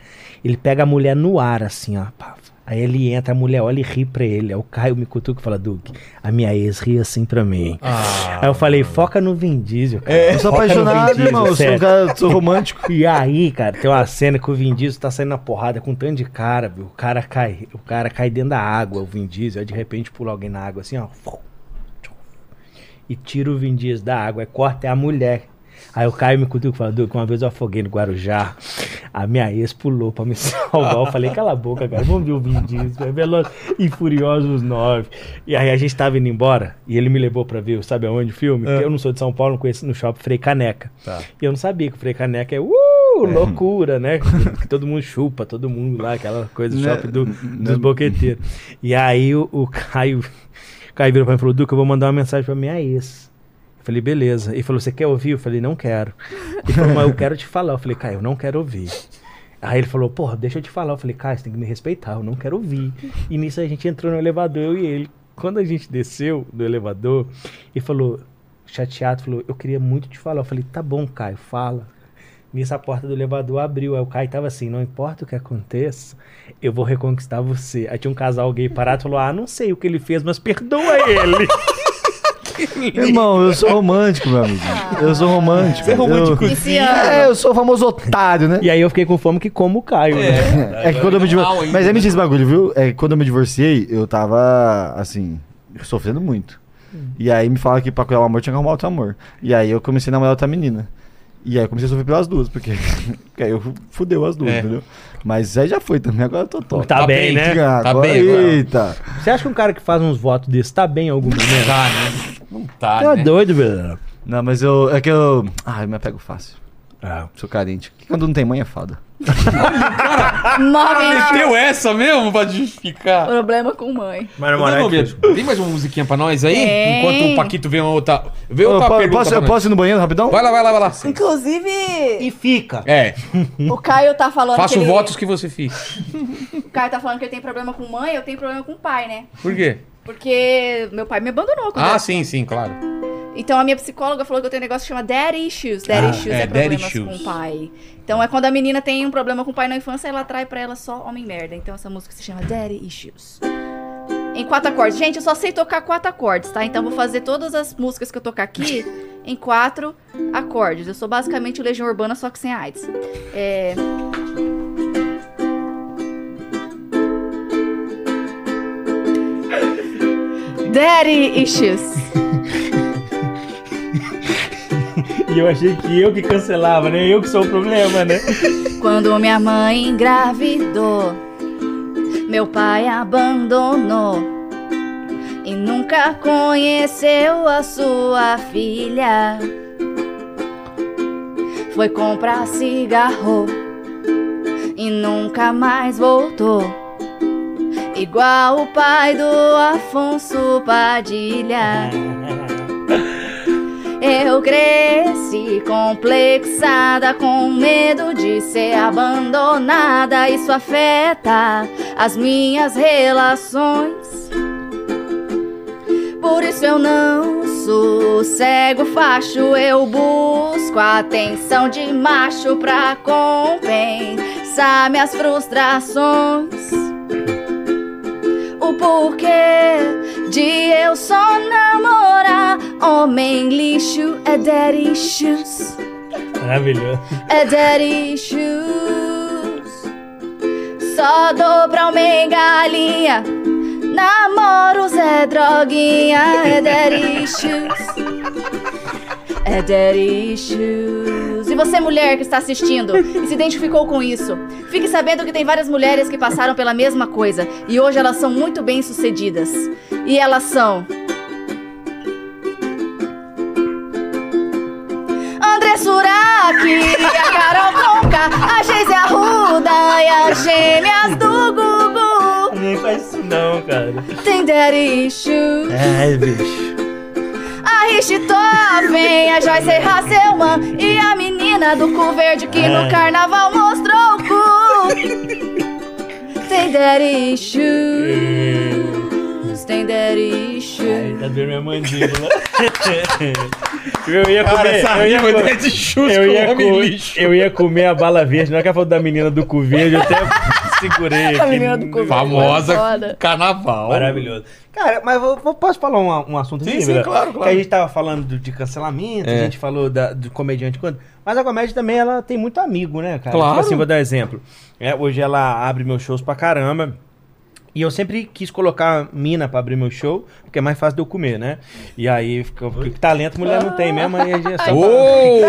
Speaker 5: Ele pega a mulher no ar, assim, ó. pá. Aí ele entra, a mulher olha e ri pra ele. Aí o Caio me cutuca e fala, Duque, a minha ex ri assim pra mim.
Speaker 1: Ah.
Speaker 5: aí eu falei, foca no Vin Diesel, cara.
Speaker 3: Eu sou
Speaker 5: Foca no Vin
Speaker 3: apaixonado,
Speaker 5: Diesel,
Speaker 3: irmão. Eu sou um
Speaker 5: sério.
Speaker 3: cara, eu sou romântico.
Speaker 5: E aí, cara, tem uma cena que o Vin Diesel tá saindo na porrada com um tanto de cara, viu? O cara cai, o cara cai dentro da água, o Vin Diesel, aí de repente pula alguém na água assim, ó. E tira o Vin Diesel da água, aí corta é a mulher. Aí o Caio me cutuca e fala, Duque, uma vez eu afoguei no Guarujá, a minha ex pulou pra me salvar. Eu falei, cala a boca, cara, vamos ver o Vin Diesel, é Veloz e Furiosos 9. E aí a gente tava indo embora, e ele me levou pra ver, sabe aonde o filme? Porque eu não sou de São Paulo, não conheço no shopping Frei Caneca. E eu não sabia que o Frei Caneca é uh, loucura, né? Que todo mundo chupa, todo mundo lá, aquela coisa do shopping do, dos boqueteiros. E aí o, o Caio, o Caio virou pra mim e falou: Duca, eu vou mandar uma mensagem pra minha ex. Eu falei, beleza. Ele falou: Você quer ouvir? Eu falei: Não quero. Ele falou: Mas eu quero te falar. Eu falei: Caio, eu não quero ouvir. Aí ele falou, porra, deixa eu te falar. Eu falei, cara, você tem que me respeitar, eu não quero ouvir. E nisso a gente entrou no elevador, eu e ele. Quando a gente desceu do elevador, ele falou, chateado, falou, eu queria muito te falar. Eu falei, tá bom, Caio, fala. Nisso a porta do elevador abriu. Aí o Kai tava assim: não importa o que aconteça, eu vou reconquistar você. Aí tinha um casal gay parado e falou: ah, não sei o que ele fez, mas perdoa ele.
Speaker 3: Irmão, eu sou romântico, meu amigo. Eu sou romântico. Você é romântico?
Speaker 4: Iniciando.
Speaker 3: É, eu sou o famoso otário, né?
Speaker 5: e aí eu fiquei com fome que como o Caio. né?
Speaker 3: É que quando eu me divorciei. Mas é mentira esse bagulho, viu? É que quando eu me divorciei, eu tava, assim, sofrendo muito. E aí me falaram que pra curar o amor tinha que arrumar outro amor. E aí eu comecei a namorar outra menina. E aí eu comecei a sofrer pelas duas, porque, porque aí eu fudeu as duas,
Speaker 1: É.
Speaker 3: entendeu? Mas aí já foi também, agora eu tô top.
Speaker 5: Tá, bem, né?
Speaker 3: Agora-
Speaker 1: Tá bem agora.
Speaker 3: Eita.
Speaker 5: Você acha que um cara que faz uns votos desses tá bem em algum momento?
Speaker 1: Tá, né? Não tá,
Speaker 5: Tá
Speaker 1: né?
Speaker 5: doido, velho.
Speaker 3: Não, mas eu. É que eu. Ah, eu me apego fácil.
Speaker 5: Ah.
Speaker 3: Sou carente. Quando não tem mãe é foda.
Speaker 2: Ah,
Speaker 4: Mãe,
Speaker 1: Meteu essa mesmo pra justificar.
Speaker 4: problema com mãe.
Speaker 5: Mas na
Speaker 1: Não,
Speaker 5: moral,
Speaker 1: não,
Speaker 5: é
Speaker 1: Beto, Tem mais uma musiquinha pra nós aí?
Speaker 4: Tem.
Speaker 1: Enquanto o Paquito vê uma outra. Vê
Speaker 3: Eu,
Speaker 1: outra
Speaker 3: po-
Speaker 1: pergunta.
Speaker 3: posso,
Speaker 1: pra
Speaker 3: eu
Speaker 1: nós.
Speaker 3: posso ir no banheiro rapidão?
Speaker 1: Vai lá, vai lá, vai lá.
Speaker 4: Inclusive,
Speaker 5: fica.
Speaker 1: É,
Speaker 4: o Caio tá falando que
Speaker 1: faço
Speaker 4: ele-
Speaker 1: votos que você fez.
Speaker 4: O Caio tá falando que ele tem problema com mãe, eu tenho problema com pai, né?
Speaker 1: Por quê?
Speaker 4: Porque meu pai me abandonou quando
Speaker 1: Ah,
Speaker 4: eu-
Speaker 1: sim, sim, claro.
Speaker 4: Então a minha psicóloga falou que eu tenho um negócio que chama daddy issues. Daddy
Speaker 1: Ah,
Speaker 4: issues
Speaker 1: é,
Speaker 4: é,
Speaker 1: daddy
Speaker 4: problemas
Speaker 1: issues.
Speaker 4: com o pai. Então é quando a menina tem um problema com o pai na infância, ela atrai pra ela só homem merda. Então essa música se chama Daddy Issues. Em quatro acordes. Gente, eu só sei tocar quatro acordes, tá? Então eu vou fazer todas as músicas que eu tocar aqui em quatro acordes. Eu sou basicamente o Legião Urbana, só que sem AIDS. É... Daddy Issues.
Speaker 5: E eu achei que eu que cancelava, né? Eu que sou o problema, né?
Speaker 4: Quando minha mãe engravidou, meu pai abandonou e nunca conheceu a sua filha. Foi comprar cigarro e nunca mais voltou. Igual o pai do Afonso Padilha. Eu cresci complexada, com medo de ser abandonada. Isso afeta as minhas relações. Por isso eu não sossego facho, eu busco a atenção de macho pra compensar minhas frustrações. O porquê de eu só namorar homem lixo é daddy issues.
Speaker 5: Maravilhoso.
Speaker 4: É daddy shoes. Só dou pra homem galinha. Namoro Zé Droguinha. É daddy shoes. É daddy shoes. E você, mulher que está assistindo e se identificou com isso, fique sabendo que tem várias mulheres que passaram pela mesma coisa e hoje elas são muito bem sucedidas. E elas são. André Suraki, a Carol Conca, a Geise Arruda e as gêmeas do Gugu.
Speaker 5: Nem faz isso não, cara.
Speaker 4: Tem Daddy Issues.
Speaker 5: Ai, É, bicho.
Speaker 4: A Richthofen, a Joyce Hasselman e a menina do cu verde que no carnaval mostrou o cu. Tem daddy issues, tem daddy issues.
Speaker 5: Tá vendo minha mandíbula? Eu ia comer,
Speaker 1: Cara, essa
Speaker 5: eu ia
Speaker 1: rima
Speaker 5: comer.
Speaker 1: é de chute
Speaker 5: Eu ia,
Speaker 1: com homem
Speaker 5: co-
Speaker 1: lixo.
Speaker 5: eu ia comer a bala verde, não é que a foto da menina do cu verde, eu até segurei.
Speaker 4: A
Speaker 5: aqui.
Speaker 4: menina do cu verde.
Speaker 1: Famosa
Speaker 4: Foda.
Speaker 1: carnaval.
Speaker 5: Maravilhoso. Cara, mas eu, eu posso falar um, um assunto
Speaker 1: Sim,
Speaker 5: aqui,
Speaker 1: sim,
Speaker 5: Vila?
Speaker 1: claro, claro.
Speaker 5: Que a gente tava falando do- de cancelamento,
Speaker 1: É.
Speaker 5: a gente falou da, do comediante quando. Mas a comédia também, ela tem muito amigo, né, cara?
Speaker 1: Claro.
Speaker 5: Tipo assim, vou dar um exemplo. É, hoje ela abre meus shows pra caramba. E eu sempre quis colocar mina pra abrir meu show, porque é mais fácil de eu comer, né? E aí, fica, porque talento mulher não tem mesmo, aí é só
Speaker 1: Ô,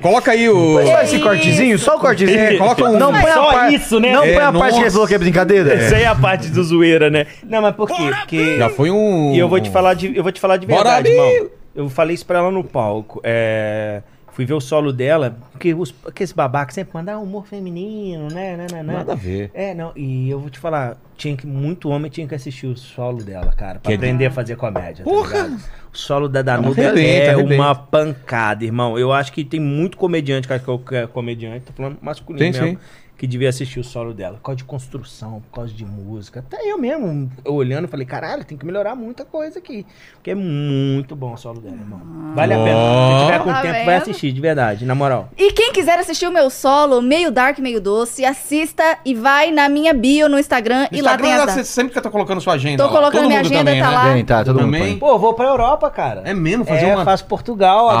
Speaker 1: Coloca aí o.
Speaker 3: Só esse cortezinho, só o cortezinho.
Speaker 5: É,
Speaker 1: coloca um-
Speaker 3: Não põe a
Speaker 5: Só
Speaker 3: parte-
Speaker 5: isso, né?
Speaker 3: Não
Speaker 5: É,
Speaker 3: põe a parte que
Speaker 1: nossa.
Speaker 3: ele falou que é brincadeira.
Speaker 5: Essa aí é a parte do zoeira, né? Não, mas por quê? Porque...
Speaker 1: Já foi um.
Speaker 5: E eu vou te falar de, eu vou te falar de
Speaker 1: Bora,
Speaker 5: verdade,
Speaker 1: Bill!
Speaker 5: irmão. Eu falei isso pra ela no palco. É, Fui ver o solo dela, porque os, aqueles babacas sempre mandam ah, humor feminino, né? né, né, né.
Speaker 1: Nada a ver.
Speaker 5: É, não, e eu vou te falar, tinha que, muito homem tinha que assistir o solo dela, cara,
Speaker 1: Que
Speaker 5: pra
Speaker 1: é de-
Speaker 5: aprender a fazer comédia. tá
Speaker 1: Porra! Tá
Speaker 5: ligado? o solo da Danuta
Speaker 1: Arrebenta,
Speaker 5: é
Speaker 1: arrebenta.
Speaker 5: uma pancada, irmão. Eu acho que tem muito comediante, cara, que é o- que é comediante, tô falando masculino
Speaker 1: Sim, sim.
Speaker 5: mesmo, que devia assistir o solo dela. Por causa de construção, por causa de música. Até eu mesmo, eu olhando, falei, caralho, tem que melhorar muita coisa aqui. Porque é muito bom o solo dela, irmão. Vale a pena. Se tiver com
Speaker 4: Tá
Speaker 5: tempo,
Speaker 4: vendo?
Speaker 5: vai assistir, de verdade, na moral.
Speaker 4: E quem quiser assistir o meu solo, meio dark, meio doce, assista e vai na minha bio no Instagram e lá tem as
Speaker 1: você
Speaker 4: datas.
Speaker 1: sempre que tá colocando sua agenda.
Speaker 4: Tô
Speaker 1: lá.
Speaker 4: colocando
Speaker 1: Todo
Speaker 4: minha
Speaker 1: mundo
Speaker 4: agenda,
Speaker 1: também,
Speaker 4: tá
Speaker 1: né?
Speaker 4: lá.
Speaker 3: Vem, tá, todo mundo
Speaker 1: Também.
Speaker 3: põe.
Speaker 5: Pô, vou pra Europa, cara.
Speaker 1: É mesmo? Fazer
Speaker 5: é,
Speaker 1: uma...
Speaker 5: faço Portugal
Speaker 1: Ah,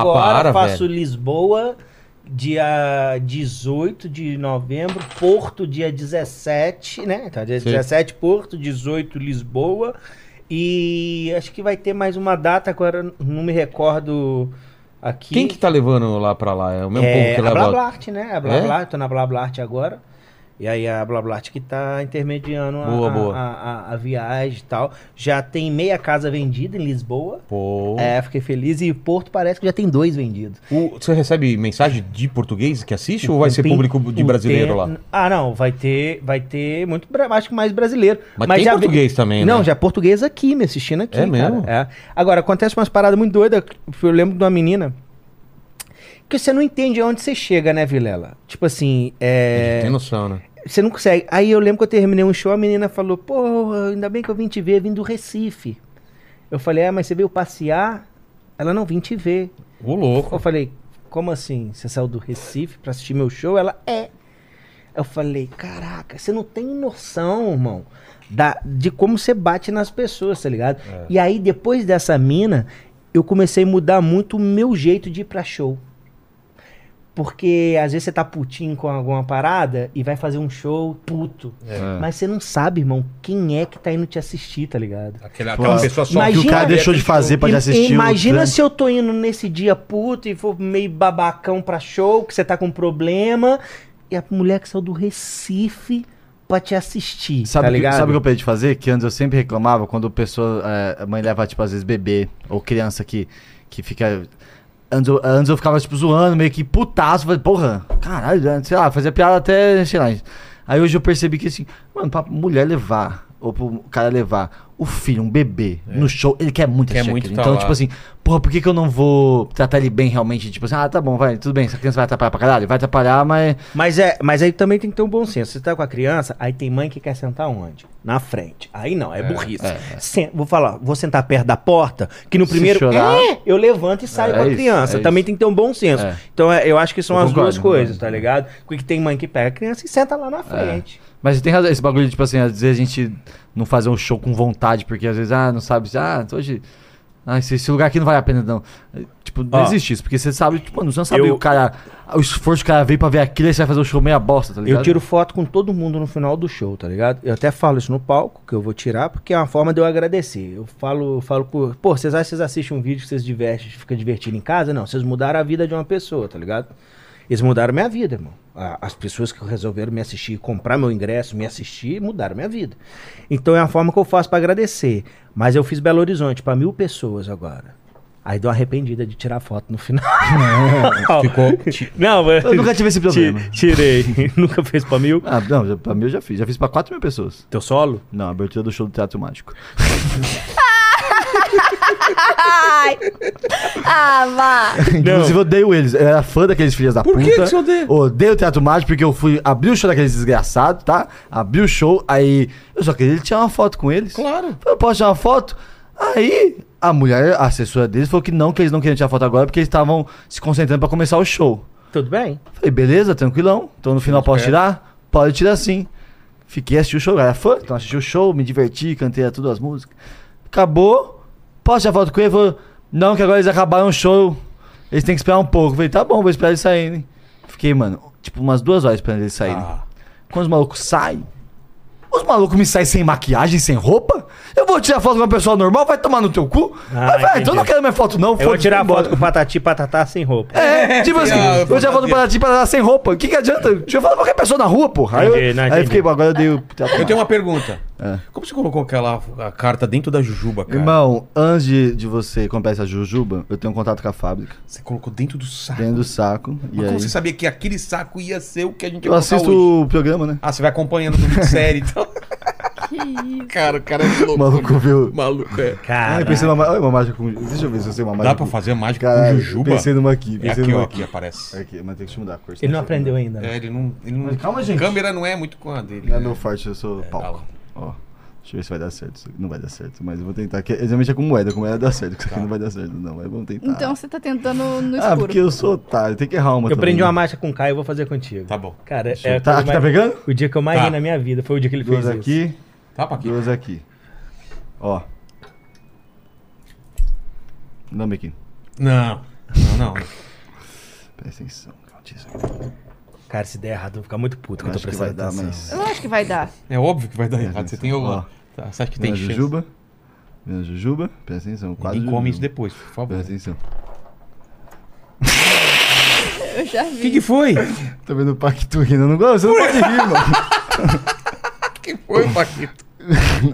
Speaker 1: para,
Speaker 5: agora, faço Lisboa dia 18 de novembro, Porto dia 17, né? Então, dia
Speaker 1: Sim.
Speaker 5: 17 Porto, 18 Lisboa e acho que vai ter mais uma data agora, não me recordo aqui.
Speaker 7: Quem que tá levando lá pra lá? É o mesmo povo
Speaker 5: é,
Speaker 7: que
Speaker 5: a
Speaker 7: leva lá. É?
Speaker 5: Blablart, né? A Blablart, tô na Blablart agora. E aí a Blablart que tá intermediando a-
Speaker 7: Boa,
Speaker 5: a,
Speaker 7: boa.
Speaker 5: A, a- a viagem e tal. Já tem meia casa vendida em Lisboa.
Speaker 7: Pô.
Speaker 5: É, fiquei feliz. E Porto parece que já tem dois vendidos.
Speaker 7: O- você recebe mensagem de português que assiste ou Tipo, vai ser
Speaker 5: Tem-
Speaker 7: público de
Speaker 5: o
Speaker 7: brasileiro
Speaker 5: tem-
Speaker 7: lá?
Speaker 5: Ah, não. Vai ter, vai ter muito, bra- acho que mais brasileiro.
Speaker 7: Mas, tem
Speaker 5: já ve-
Speaker 7: português também, né?
Speaker 5: Não, já é português aqui, me assistindo aqui.
Speaker 7: É
Speaker 5: cara.
Speaker 7: mesmo?
Speaker 5: É. Agora, acontece umas paradas muito doidas. Eu lembro de uma menina que você não entende aonde você chega, né, Vilela? Tipo assim, é
Speaker 7: Tem noção, né?
Speaker 5: você não consegue. Aí eu lembro que eu terminei um show, a menina falou, pô, ainda bem que eu vim te ver, vim do Recife. Eu falei, é, mas você veio passear? Ela não vim te ver.
Speaker 7: O louco.
Speaker 5: Eu falei, como assim? Você saiu do Recife pra assistir meu show? Ela é. Eu falei, caraca, você não tem noção, irmão, da, de como você bate nas pessoas, tá ligado? E aí, depois dessa mina, eu comecei a mudar muito o meu jeito de ir pra show. Porque às vezes você tá putinho com alguma parada e vai fazer um show puto. Mas você não sabe, irmão, quem é que tá indo te assistir, tá ligado?
Speaker 1: Aquela, aquela pessoa só
Speaker 5: Imagina-
Speaker 3: que o cara deixou de fazer pra te
Speaker 5: Im-
Speaker 3: assistir. o
Speaker 5: Imagina
Speaker 3: trampo.
Speaker 5: se eu tô indo nesse dia puto e for meio babacão pra show, que você tá com problema, e a mulher que saiu do Recife pra te assistir,
Speaker 3: Sabe,
Speaker 5: tá
Speaker 3: o que-
Speaker 5: ligado?
Speaker 3: sabe o que eu parei de fazer? Que antes eu sempre reclamava quando pessoa, é, a mãe leva, tipo, às vezes bebê ou criança que, que fica. Antes eu, antes eu ficava, tipo, zoando, meio que putaço. Falei, porra, caralho, né? sei lá, fazia piada até, sei lá. Aí hoje eu percebi que, assim, mano, pra mulher levar, ou pro cara levar o filho, um bebê, no show, ele quer muito
Speaker 1: É. Quer
Speaker 3: assistir
Speaker 1: muito
Speaker 3: aquilo.
Speaker 1: tá
Speaker 3: Então,
Speaker 1: lá.
Speaker 3: tipo assim, porra, por que, que eu não vou tratar ele bem realmente? Tipo assim, ah, tá bom, vai, tudo bem, essa criança vai atrapalhar pra caralho? Vai atrapalhar, mas.
Speaker 5: Mas, é, mas aí também tem que ter um bom senso. Você tá com a criança, aí tem mãe que quer sentar onde? Na frente. Aí não, é, burrice. Sen- vou falar, vou sentar perto da porta, que no
Speaker 3: Se
Speaker 5: primeiro.
Speaker 3: chorar-
Speaker 5: É, eu levanto e saio
Speaker 3: É
Speaker 5: com a
Speaker 3: isso,
Speaker 5: criança.
Speaker 3: é
Speaker 5: também
Speaker 3: isso.
Speaker 5: tem que ter um bom senso. Então é, eu acho que são
Speaker 3: Eu
Speaker 5: as
Speaker 3: concordo, É.
Speaker 5: duas coisas,
Speaker 3: concordo.
Speaker 5: tá ligado? Porque tem mãe que pega a criança e senta lá na frente.
Speaker 3: Mas você tem razão, esse bagulho, tipo assim, às vezes a gente não fazer um show com vontade, porque às vezes, ah, não sabe, ah, hoje. Ah, esse, esse lugar aqui não vale a pena, não. É, Tipo, não
Speaker 5: Ó.
Speaker 3: existe isso, porque você sabe, tipo, mano, você não sabe
Speaker 5: Eu-
Speaker 3: o cara. O esforço que o cara veio pra ver aquilo, aí você vai fazer um show meia bosta, tá ligado?
Speaker 5: Eu tiro foto com todo mundo no final do show, tá ligado? Eu até falo isso no palco, que eu vou tirar, porque é uma forma de eu agradecer. Eu falo, eu falo por, pô, vocês acham que vocês assistem um vídeo que vocês divertem, fica divertido em casa? Não, vocês mudaram a vida de uma pessoa, tá ligado? Eles mudaram minha vida, irmão. A- As pessoas que resolveram me assistir, comprar meu ingresso, me assistir, mudaram minha vida. Então é uma forma que eu faço pra agradecer. Mas eu fiz Belo Horizonte pra mil pessoas agora. Aí dou uma arrependida de tirar foto no final.
Speaker 1: ficou.
Speaker 5: Não, mas...
Speaker 3: Eu nunca tive esse problema.
Speaker 5: Ti- Tirei. Nunca fez pra mil.
Speaker 3: Ah, não, já- pra mim eu já fiz. Já fiz pra 4 mil pessoas.
Speaker 5: Teu solo?
Speaker 3: Não, a abertura do show do Teatro Mágico.
Speaker 4: Ai! Ah, vá!
Speaker 3: Inclusive, eu odeio eles. Eu era fã daqueles filhos da
Speaker 1: Por
Speaker 3: puta.
Speaker 1: que que você odeia?
Speaker 3: Odeio o Teatro Mágico porque eu fui abrir o show daqueles desgraçados, tá? Abri o show, aí eu só queria tirar uma foto com eles.
Speaker 1: Claro.
Speaker 3: Eu posso tirar uma foto? Aí a mulher, a assessora deles, falou que não, que eles não queriam tirar foto agora porque eles estavam se concentrando pra começar o show.
Speaker 5: Tudo bem.
Speaker 3: Falei, beleza, tranquilão. Então no final posso tirar? Pode tirar sim. Fiquei assistir o show, eu era fã, então assisti o show, me diverti, cantei todas as músicas. Acabou, posso tirar foto com ele? Falou, não, que agora eles acabaram o show, eles têm que esperar um pouco. Falei, tá bom, vou esperar eles saírem. Fiquei, mano, tipo umas duas horas esperando eles saírem.
Speaker 5: Ah.
Speaker 3: Quando os malucos saem, os malucos me saem sem maquiagem, sem roupa? Eu vou tirar foto com uma pessoa normal, vai tomar no teu cu?
Speaker 5: Ah,
Speaker 3: Ah, vai, então eu não
Speaker 5: entendi.
Speaker 3: quero minha foto não,
Speaker 5: Eu vou
Speaker 3: foda-se,
Speaker 5: tirar
Speaker 3: vou
Speaker 5: foto
Speaker 3: embora.
Speaker 5: com patati e patatá sem roupa.
Speaker 3: É, tipo assim,
Speaker 1: Ah,
Speaker 3: eu já falo do Paraty pra dar sem roupa. O que, que adianta? Deixa eu falar pra qualquer pessoa na rua, porra. Aí eu,
Speaker 5: Entendi, não,
Speaker 3: aí eu
Speaker 5: entendi.
Speaker 3: fiquei, pô, agora eu dei o.
Speaker 1: Eu tenho uma pergunta. Como você colocou aquela a carta dentro da Jujuba, cara?
Speaker 3: Irmão, antes de, de você comprar essa jujuba, eu tenho um contato com a fábrica,
Speaker 1: Você colocou dentro do saco.
Speaker 3: dentro do saco. E
Speaker 1: Mas como
Speaker 3: aí,
Speaker 1: você sabia que aquele saco ia ser o que a gente ia
Speaker 3: eu
Speaker 1: colocar
Speaker 3: assisto
Speaker 1: hoje?
Speaker 3: o programa, né?
Speaker 1: Ah, você vai acompanhando tudo de série e tal.
Speaker 4: Que
Speaker 1: Cara, o cara é
Speaker 3: O
Speaker 1: louco.
Speaker 3: maluco viu.
Speaker 1: Maluco, é.
Speaker 3: Ah, eu pensei numa, ma- olha uma mágica com. Deixa eu ver se eu sei uma mágica.
Speaker 1: Dá pra fazer mágica
Speaker 3: Caralho,
Speaker 1: com jujuba?
Speaker 3: Pensei numa aqui.
Speaker 1: É
Speaker 3: Pensei
Speaker 1: aqui,
Speaker 3: numa
Speaker 1: ó,
Speaker 3: aqui. É,
Speaker 1: aqui aparece.
Speaker 3: Aqui, mas tem que te mudar a cor.
Speaker 5: Ele não
Speaker 3: senão-
Speaker 5: aprendeu ainda. né?
Speaker 1: É, ele não... Ele não...
Speaker 3: Mas calma, gente.
Speaker 1: Câmera não é muito com a dele.
Speaker 3: Não é
Speaker 1: né?
Speaker 3: meu forte, eu sou
Speaker 1: tá
Speaker 3: palco.
Speaker 1: lá.
Speaker 3: Ó, deixa eu ver se vai dar certo. isso aqui. Não vai dar certo, mas eu vou tentar. Que, geralmente é com moeda, com moeda dá certo. que Isso aqui não vai dar certo, não. Mas vamos tentar.
Speaker 4: Então você tá tentando no
Speaker 3: ah, porque
Speaker 4: escuro.
Speaker 3: eu sou otário, tem que errar uma
Speaker 5: Eu
Speaker 3: também,
Speaker 5: aprendi
Speaker 3: né?
Speaker 5: uma marcha com o Caio, eu vou fazer contigo.
Speaker 1: Tá bom.
Speaker 5: Cara, é a
Speaker 3: Tá,
Speaker 5: coisa
Speaker 3: aqui tá
Speaker 5: mais-
Speaker 3: pegando?
Speaker 5: o dia que eu mais
Speaker 1: Tá.
Speaker 5: ri na minha vida foi o dia que ele fez
Speaker 3: Duas
Speaker 5: isso.
Speaker 3: aqui,
Speaker 1: Tapa aqui.
Speaker 3: duas aqui. Ó. Nome aqui.
Speaker 1: Não. Não, não.
Speaker 3: Presta atenção. calma, tira isso aqui.
Speaker 5: Cara, se der errado, eu vou ficar muito puto
Speaker 3: Eu
Speaker 5: quando eu
Speaker 3: acho que
Speaker 5: prestar
Speaker 3: vai dar,
Speaker 5: atenção.
Speaker 3: mas.
Speaker 4: Eu acho que vai dar.
Speaker 1: É óbvio que vai dar errado. Você
Speaker 3: Presta
Speaker 1: tem o...
Speaker 3: atenção.
Speaker 1: Tá, você acha que tem
Speaker 3: Vem a
Speaker 1: chance?
Speaker 3: é jujuba. Vem a jujuba. Presta atenção. Quase
Speaker 1: Ninguém come isso
Speaker 3: jujuba.
Speaker 1: depois, por favor.
Speaker 3: Presta atenção.
Speaker 4: Eu já vi.
Speaker 1: O que, que foi?
Speaker 3: Tá vendo o Paquito rindo? Eu Não gosto, você não pode rir, mano.
Speaker 1: O que foi, Paquito?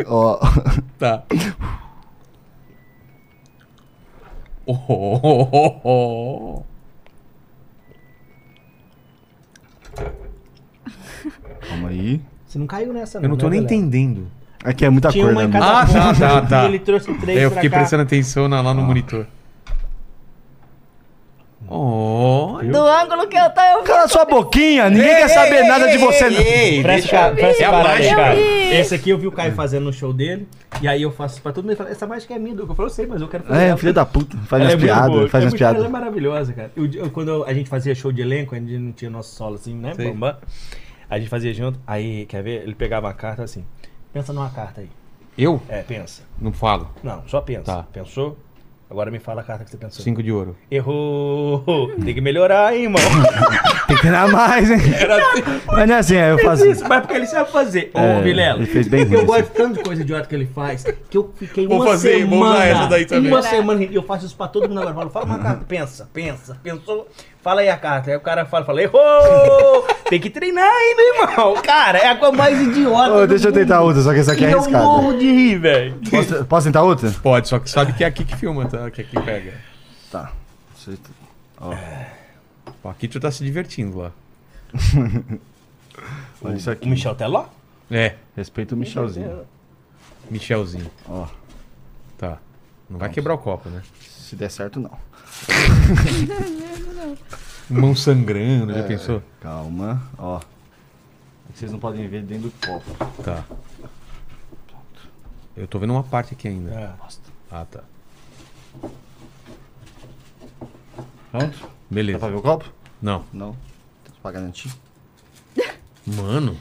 Speaker 3: Ó.
Speaker 1: Tá. Oh, oh, oh, oh, oh.
Speaker 3: Calma aí.
Speaker 5: Você não caiu nessa, não.
Speaker 1: Eu não tô
Speaker 5: né,
Speaker 1: nem
Speaker 5: galera?
Speaker 1: entendendo.
Speaker 3: Aqui é muita
Speaker 5: Tinha
Speaker 3: cor,
Speaker 5: uma
Speaker 3: né?
Speaker 5: em
Speaker 3: mano?
Speaker 5: cada
Speaker 1: Ah, tá,
Speaker 5: ponta,
Speaker 1: tá, tá.
Speaker 5: E ele trouxe três
Speaker 1: É, eu
Speaker 5: pra
Speaker 1: fiquei
Speaker 5: cá.
Speaker 1: prestando atenção na- lá no monitor. Oh,
Speaker 4: Do ângulo que eu tô,
Speaker 3: Ah,
Speaker 4: eu vi.
Speaker 3: Cala sua boquinha, ninguém quer saber nada de você. não.
Speaker 5: Presta, cara, presta
Speaker 1: É a
Speaker 5: parada,
Speaker 1: mágica.
Speaker 5: cara.
Speaker 4: Eu vi.
Speaker 5: Esse aqui eu vi o Caio fazendo no show dele. E aí eu faço pra todo mundo. Ele fala, essa mágica é minha, Duca. Eu falo, eu sei, mas eu quero fazer.
Speaker 3: É,
Speaker 5: ela."
Speaker 3: filho da puta. Faz
Speaker 5: Ela
Speaker 3: umas
Speaker 5: é muito boa,
Speaker 3: piadas, faz
Speaker 5: é
Speaker 3: umas
Speaker 5: muito- Ela é
Speaker 3: piadas.
Speaker 5: maravilhosa, cara. Eu- eu- quando a gente fazia show de elenco, a gente não tinha nosso solo assim, né?
Speaker 1: Sei.
Speaker 5: Bomba. A gente fazia junto. Aí, quer ver? Ele pegava uma carta assim. Pensa numa carta aí.
Speaker 1: Eu?
Speaker 5: É, pensa.
Speaker 1: Não falo.
Speaker 5: Não, só pensa.
Speaker 1: Tá.
Speaker 5: Pensou? Agora me fala a carta que você pensou.
Speaker 1: Cinco de ouro.
Speaker 5: Errou! Tem que melhorar, hein, irmão?
Speaker 3: Tem que dar mais, hein? Mas não é assim, aí eu faço.
Speaker 5: Isso, mas porque ele sabe fazer. Ô,
Speaker 3: É,
Speaker 5: Vilela.
Speaker 3: ele fez bem
Speaker 5: Eu
Speaker 3: ruim,
Speaker 5: gosto tanto de coisa idiota que ele faz que eu fiquei
Speaker 1: Vou
Speaker 5: uma
Speaker 1: fazer,
Speaker 5: semana.
Speaker 1: vou usar essa daí também.
Speaker 5: Uma semana e eu faço isso pra todo mundo agora. Eu Falo, fala uma carta, pensa, pensa, pensou. Fala aí a carta. Aí o cara fala, fala, errou! Tem que treinar aí, meu irmão. Cara, é a coisa mais idiota.
Speaker 3: Ô,
Speaker 5: do
Speaker 3: deixa eu
Speaker 5: mundo.
Speaker 3: tentar outra, só que essa aqui
Speaker 5: E
Speaker 3: é
Speaker 5: eu
Speaker 3: arriscada.
Speaker 5: morro de rir, velho.
Speaker 3: Posso, posso tentar outra?
Speaker 1: Pode, só que sabe que é aqui que filma, tá? Que aqui pega.
Speaker 3: Tá.
Speaker 1: Ó, aqui tu tá se divertindo lá.
Speaker 3: Olha isso
Speaker 5: O
Speaker 3: aqui.
Speaker 5: Michel tá Teló?
Speaker 1: É,
Speaker 3: Respeita o Michelzinho.
Speaker 1: Michelzinho.
Speaker 3: Ó.
Speaker 1: Tá. Não vai quebrar o copo, né?
Speaker 3: Se der certo, não.
Speaker 1: Mão sangrando, já pensou?
Speaker 3: Calma, ó. É que vocês não podem ver dentro do copo.
Speaker 1: Tá. Eu tô vendo uma parte aqui ainda. Ah, tá.
Speaker 3: Pronto? Dá pra
Speaker 1: Beleza.
Speaker 3: ver o copo?
Speaker 1: Não.
Speaker 3: Não. Tem que pagar garantir.
Speaker 1: Mano.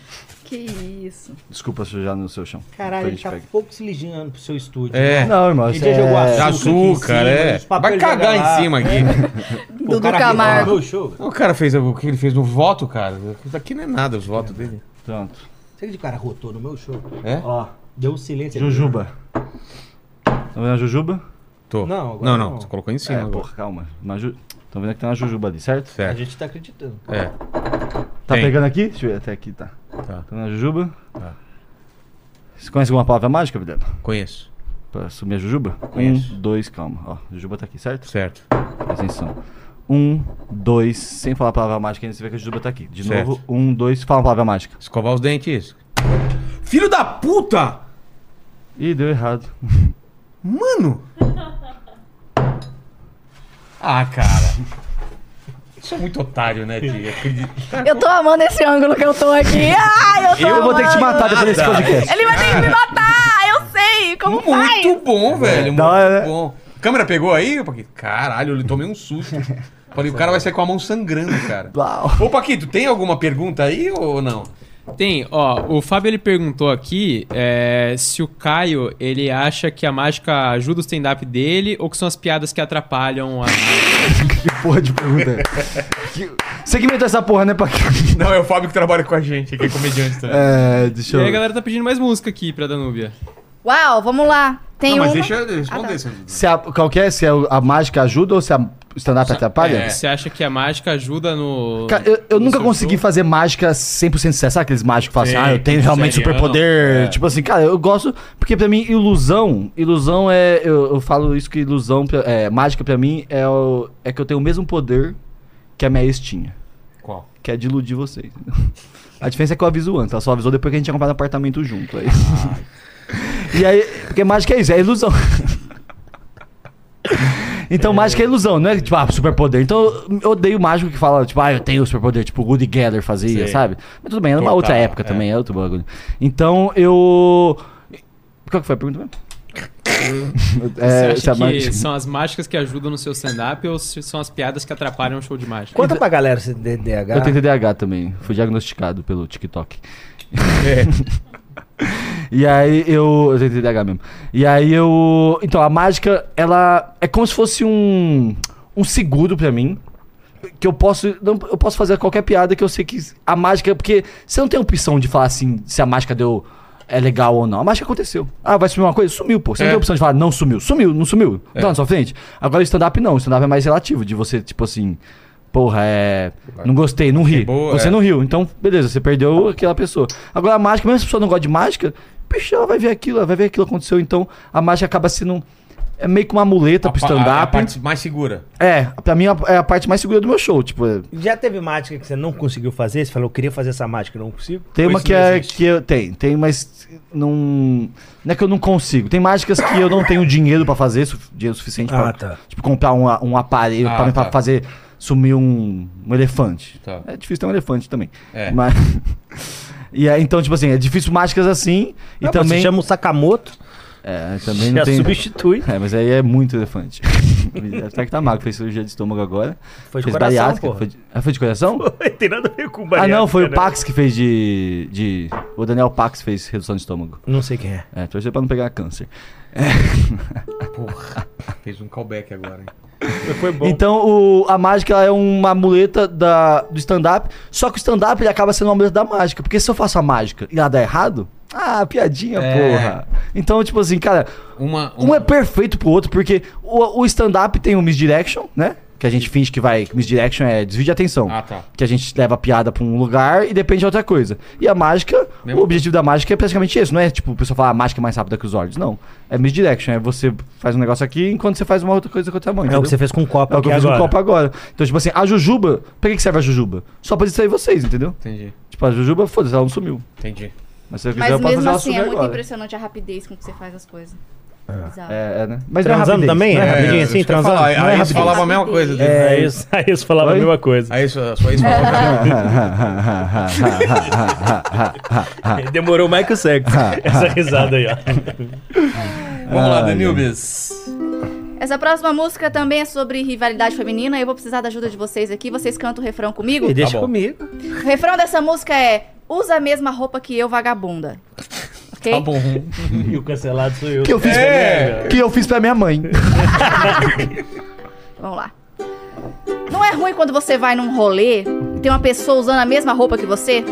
Speaker 4: Que isso.
Speaker 3: Desculpa sujar no seu chão. Depois
Speaker 5: Caralho,
Speaker 3: a
Speaker 5: ele
Speaker 3: gente
Speaker 5: tá
Speaker 3: pega.
Speaker 5: pouco se ligando pro seu estúdio.
Speaker 1: É.
Speaker 3: Não, irmão,
Speaker 5: Ele
Speaker 3: isso
Speaker 5: já jogou
Speaker 3: é...
Speaker 5: açúcar,
Speaker 1: Açúcar,
Speaker 5: aqui em cima,
Speaker 1: é.
Speaker 5: os papéis
Speaker 1: Vai cagar
Speaker 5: joga lá.
Speaker 1: em cima aqui.
Speaker 5: Pô,
Speaker 4: Dudu
Speaker 5: cara,
Speaker 4: Camargo.
Speaker 5: meu show.
Speaker 1: o cara fez o que ele fez no voto, cara. Isso aqui não é nada, os votos dele.
Speaker 3: Pronto.
Speaker 5: Será que o cara rotou no meu show?
Speaker 1: É?
Speaker 5: Ó, deu um silêncio. aqui.
Speaker 3: Jujuba. Tá vendo a jujuba?
Speaker 1: Tô.
Speaker 5: Não, agora
Speaker 1: não, não,
Speaker 5: não.
Speaker 1: Você colocou em cima.
Speaker 3: É,
Speaker 1: agora.
Speaker 3: porra, calma. Uma ju... Tão vendo que tem uma jujuba ali, certo?
Speaker 5: A
Speaker 1: Certo.
Speaker 5: gente tá acreditando.
Speaker 1: É.
Speaker 3: Tá
Speaker 1: Tem.
Speaker 3: pegando aqui? Deixa eu ver, até aqui tá.
Speaker 1: Tá.
Speaker 3: Tá na jujuba? Você conhece alguma palavra mágica, Vidano?
Speaker 1: é, Conheço.
Speaker 3: Pra sumir a jujuba?
Speaker 1: Conheço.
Speaker 3: Um, dois, calma. Ó, jujuba tá aqui, certo?
Speaker 1: Certo.
Speaker 3: Presta atenção. Um, dois, sem falar a palavra mágica ainda, você vê que a jujuba tá aqui. De
Speaker 1: Certo.
Speaker 3: novo, um, dois, fala a palavra mágica.
Speaker 1: Escovar os dentes. Filho da puta!
Speaker 3: Ih, deu errado.
Speaker 1: Mano! Ah, cara. Isso é muito otário, né, Tia?
Speaker 4: Eu tô amando esse ângulo que eu tô aqui. Ai, eu tô
Speaker 3: Eu vou ter que te
Speaker 4: amando.
Speaker 3: matar depois desse podcast.
Speaker 4: Ele vai ter que me matar. Eu sei.
Speaker 1: Então
Speaker 4: Como faz?
Speaker 1: Muito bom, velho. Muito
Speaker 3: da hora, né?
Speaker 1: bom. Câmera pegou aí, Paquito? Caralho, eu tomei um susto. Falei, o cara vai sair com a mão sangrando, cara.
Speaker 3: Blau.
Speaker 1: Ô, Paquito, tem alguma pergunta aí ou não?
Speaker 2: Tem, ó, o Fábio ele perguntou aqui é, se o Caio ele acha que a mágica ajuda o stand-up dele ou que são as piadas que atrapalham a.
Speaker 3: Que porra de pergunta é? Que- Você que inventou essa porra, né, Paquinho?
Speaker 1: Não, é o Fábio que trabalha com a gente, que é comediante também.
Speaker 3: É, deixa
Speaker 2: E aí a
Speaker 3: eu...
Speaker 2: galera tá pedindo mais música aqui pra Danúbia.
Speaker 4: Uau, vamos lá. Tem
Speaker 1: não, mas
Speaker 4: uma.
Speaker 1: deixa eu responder.
Speaker 4: Ah,
Speaker 1: seu-
Speaker 3: Se a, qual que é? Se a, a mágica ajuda ou se a o stand-up atrapalha?
Speaker 1: É.
Speaker 2: Você acha que a mágica ajuda no.
Speaker 3: Cara, eu, eu
Speaker 2: no
Speaker 3: nunca
Speaker 2: seu
Speaker 3: consegui
Speaker 2: show?
Speaker 3: fazer mágica 100% certa. Sabe aqueles mágicos que falam
Speaker 1: Sim,
Speaker 3: assim, ah, eu tenho realmente
Speaker 1: serião, É.
Speaker 3: superpoder? Tipo assim, cara, eu gosto... Porque pra mim, ilusão... Ilusão é... Eu, eu falo isso que ilusão... pra- É, mágica pra mim é, o, é que eu tenho o mesmo poder que a minha ex tinha.
Speaker 1: Qual?
Speaker 3: Que é de iludir vocês. A diferença é que eu aviso antes, ela só avisou depois que a gente tinha comprado um apartamento junto. é Aí.
Speaker 1: Ah,
Speaker 3: e aí, porque mágica é isso, é ilusão. Então, mágica é ilusão, não é tipo, ah, superpoder. Então, eu odeio o mágico que fala, tipo, ah, eu tenho superpoder, tipo, o Good Geller fazia,
Speaker 8: Sim.
Speaker 3: sabe? Mas tudo bem, era uma
Speaker 8: Total,
Speaker 3: outra época
Speaker 8: é.
Speaker 3: também, é outro bagulho. Então, eu. Qual que foi a pergunta mesmo?
Speaker 2: Você
Speaker 3: É, se
Speaker 2: acha
Speaker 3: a
Speaker 2: que
Speaker 3: mágica-
Speaker 2: são as mágicas que ajudam no seu stand-up ou se são as piadas que atrapalham o show de mágica?
Speaker 5: Conta pra galera esse DDH.
Speaker 3: Eu tenho TDAH também. Fui diagnosticado pelo TikTok. e aí eu. Eu tenho TDAH mesmo. E aí eu. Então, a mágica, ela é como se fosse um. Um seguro pra mim. Que eu posso. não- eu posso fazer qualquer piada que eu sei que a mágica. Porque você não tem opção de falar assim se a mágica deu. É legal ou não. A mágica aconteceu. Ah, vai sumir uma coisa? Sumiu, pô. Você
Speaker 1: É.
Speaker 3: não tem opção de falar, não sumiu. Sumiu, não sumiu. Tá na sua frente. Agora o stand-up não. O stand-up é mais relativo. De você, tipo assim. Porra, é. Não gostei, não ri.
Speaker 1: Boa,
Speaker 3: você
Speaker 1: é.
Speaker 3: não riu. Então, beleza, você perdeu aquela pessoa. Agora a mágica, mesmo se a pessoa não gosta de mágica, bicho, ela vai ver aquilo, ela vai ver aquilo aconteceu. Então, a mágica acaba sendo. É meio que uma muleta pro
Speaker 1: A pa- a- a
Speaker 3: stand-up.
Speaker 1: parte mais segura.
Speaker 3: É, pra mim é a parte mais segura do meu show. Tipo, é-
Speaker 5: Já teve mágica que você não conseguiu fazer? Você falou, eu queria fazer essa mágica, eu não consigo?
Speaker 3: Tem
Speaker 1: Ou
Speaker 3: uma
Speaker 1: isso
Speaker 3: que
Speaker 1: não
Speaker 3: é
Speaker 1: existe?
Speaker 3: que eu tem, tem, mas não, não é que eu não consigo. Tem mágicas que eu não tenho dinheiro pra fazer, su- dinheiro suficiente pra
Speaker 5: Ah, tá.
Speaker 3: tipo comprar um, a- um aparelho
Speaker 1: Ah,
Speaker 3: pra, pra
Speaker 1: tá.
Speaker 3: fazer sumir um, um elefante.
Speaker 1: Tá.
Speaker 3: É difícil ter um elefante também.
Speaker 1: É.
Speaker 3: Mas E aí, então, tipo assim, é difícil mágicas assim e
Speaker 5: Ah, pô,
Speaker 3: também
Speaker 5: Você chama o Sakamoto,
Speaker 3: é, também
Speaker 5: já
Speaker 3: não tem
Speaker 5: substitui.
Speaker 3: É, mas aí é muito elefante. Até que tá magro, fez cirurgia de estômago agora.
Speaker 5: Foi de
Speaker 3: fez
Speaker 5: coração,
Speaker 3: bariátrica,
Speaker 5: porra.
Speaker 3: foi de- Ah, foi de coração?
Speaker 5: tem nada a ver com
Speaker 3: Ah,
Speaker 5: bariátrica,
Speaker 3: não, foi o
Speaker 5: né?
Speaker 3: Pax que fez de, de. O Daniel Pax fez redução de estômago.
Speaker 5: Não sei quem é.
Speaker 3: É, torcer pra não pegar câncer.
Speaker 1: Fez um callback agora, hein?
Speaker 3: Então, o- a mágica ela é uma muleta da, do stand-up. Só que o stand-up ele acaba sendo uma muleta da mágica. Porque se eu faço a mágica e ela dá errado. Ah, piadinha, porra. Então, tipo assim, cara,
Speaker 1: Uma,
Speaker 3: um é perfeito pro outro, porque o, o stand-up tem o misdirection, né? Que a gente finge que vai. que Misdirection é desvio de atenção.
Speaker 1: Ah, tá.
Speaker 3: que a gente leva a piada pra um lugar e depende de outra coisa. E a mágica,
Speaker 1: Mesmo-
Speaker 3: o objetivo da mágica é praticamente isso, não é tipo o pessoal falar a mágica é mais rápida que os olhos, não. É misdirection, é você faz um negócio aqui enquanto você faz uma outra coisa com outra mão.
Speaker 5: É o
Speaker 3: entendeu?
Speaker 5: que você fez com o copo
Speaker 3: É o que eu
Speaker 5: aqui
Speaker 3: fiz com o
Speaker 5: agora.
Speaker 3: copo agora. Então, tipo assim, a Jujuba, pra que que serve a Jujuba? Só pra distrair vocês, entendeu?
Speaker 1: Entendi,
Speaker 3: Tipo, a Jujuba, foda-se, ela não sumiu.
Speaker 1: entendi.
Speaker 3: Mas se eu quiser,
Speaker 4: Mas
Speaker 3: eu posso fazer
Speaker 4: mesmo
Speaker 3: ela
Speaker 4: assim,
Speaker 3: sumir
Speaker 4: é muito
Speaker 3: agora.
Speaker 4: impressionante a rapidez com que você faz as coisas. Bizarro.
Speaker 3: É, é, né? Mas não é
Speaker 5: Transando
Speaker 3: rapidez.
Speaker 5: também? É, rapidinho
Speaker 1: isso que eu
Speaker 5: assim,
Speaker 1: ia
Speaker 5: transando?
Speaker 1: falar,
Speaker 5: Não é
Speaker 1: a ex
Speaker 5: rapidinho.
Speaker 1: falava a mesma coisa. dele.
Speaker 5: É, isso, aí isso falava
Speaker 3: Oi?
Speaker 5: a mesma coisa.
Speaker 1: Aí sua, sua ex falava.
Speaker 5: Ah. Demorou mais que o sexo. Essa risada aí, ó.
Speaker 1: Vamos lá, Danilbis.
Speaker 4: Essa próxima música também é sobre rivalidade feminina. Eu vou precisar da ajuda de vocês aqui. Vocês cantam o refrão comigo?
Speaker 5: E deixa
Speaker 1: bom.
Speaker 5: comigo.
Speaker 4: O refrão dessa música é: Usa a mesma roupa que eu, vagabunda. Ok?
Speaker 1: Tá bom.
Speaker 5: E o cancelado sou eu.
Speaker 3: Que eu fiz,
Speaker 1: É.
Speaker 3: que eu fiz pra minha mãe.
Speaker 4: Vamos lá. Não é ruim quando você vai num rolê e tem uma pessoa usando a mesma roupa que você?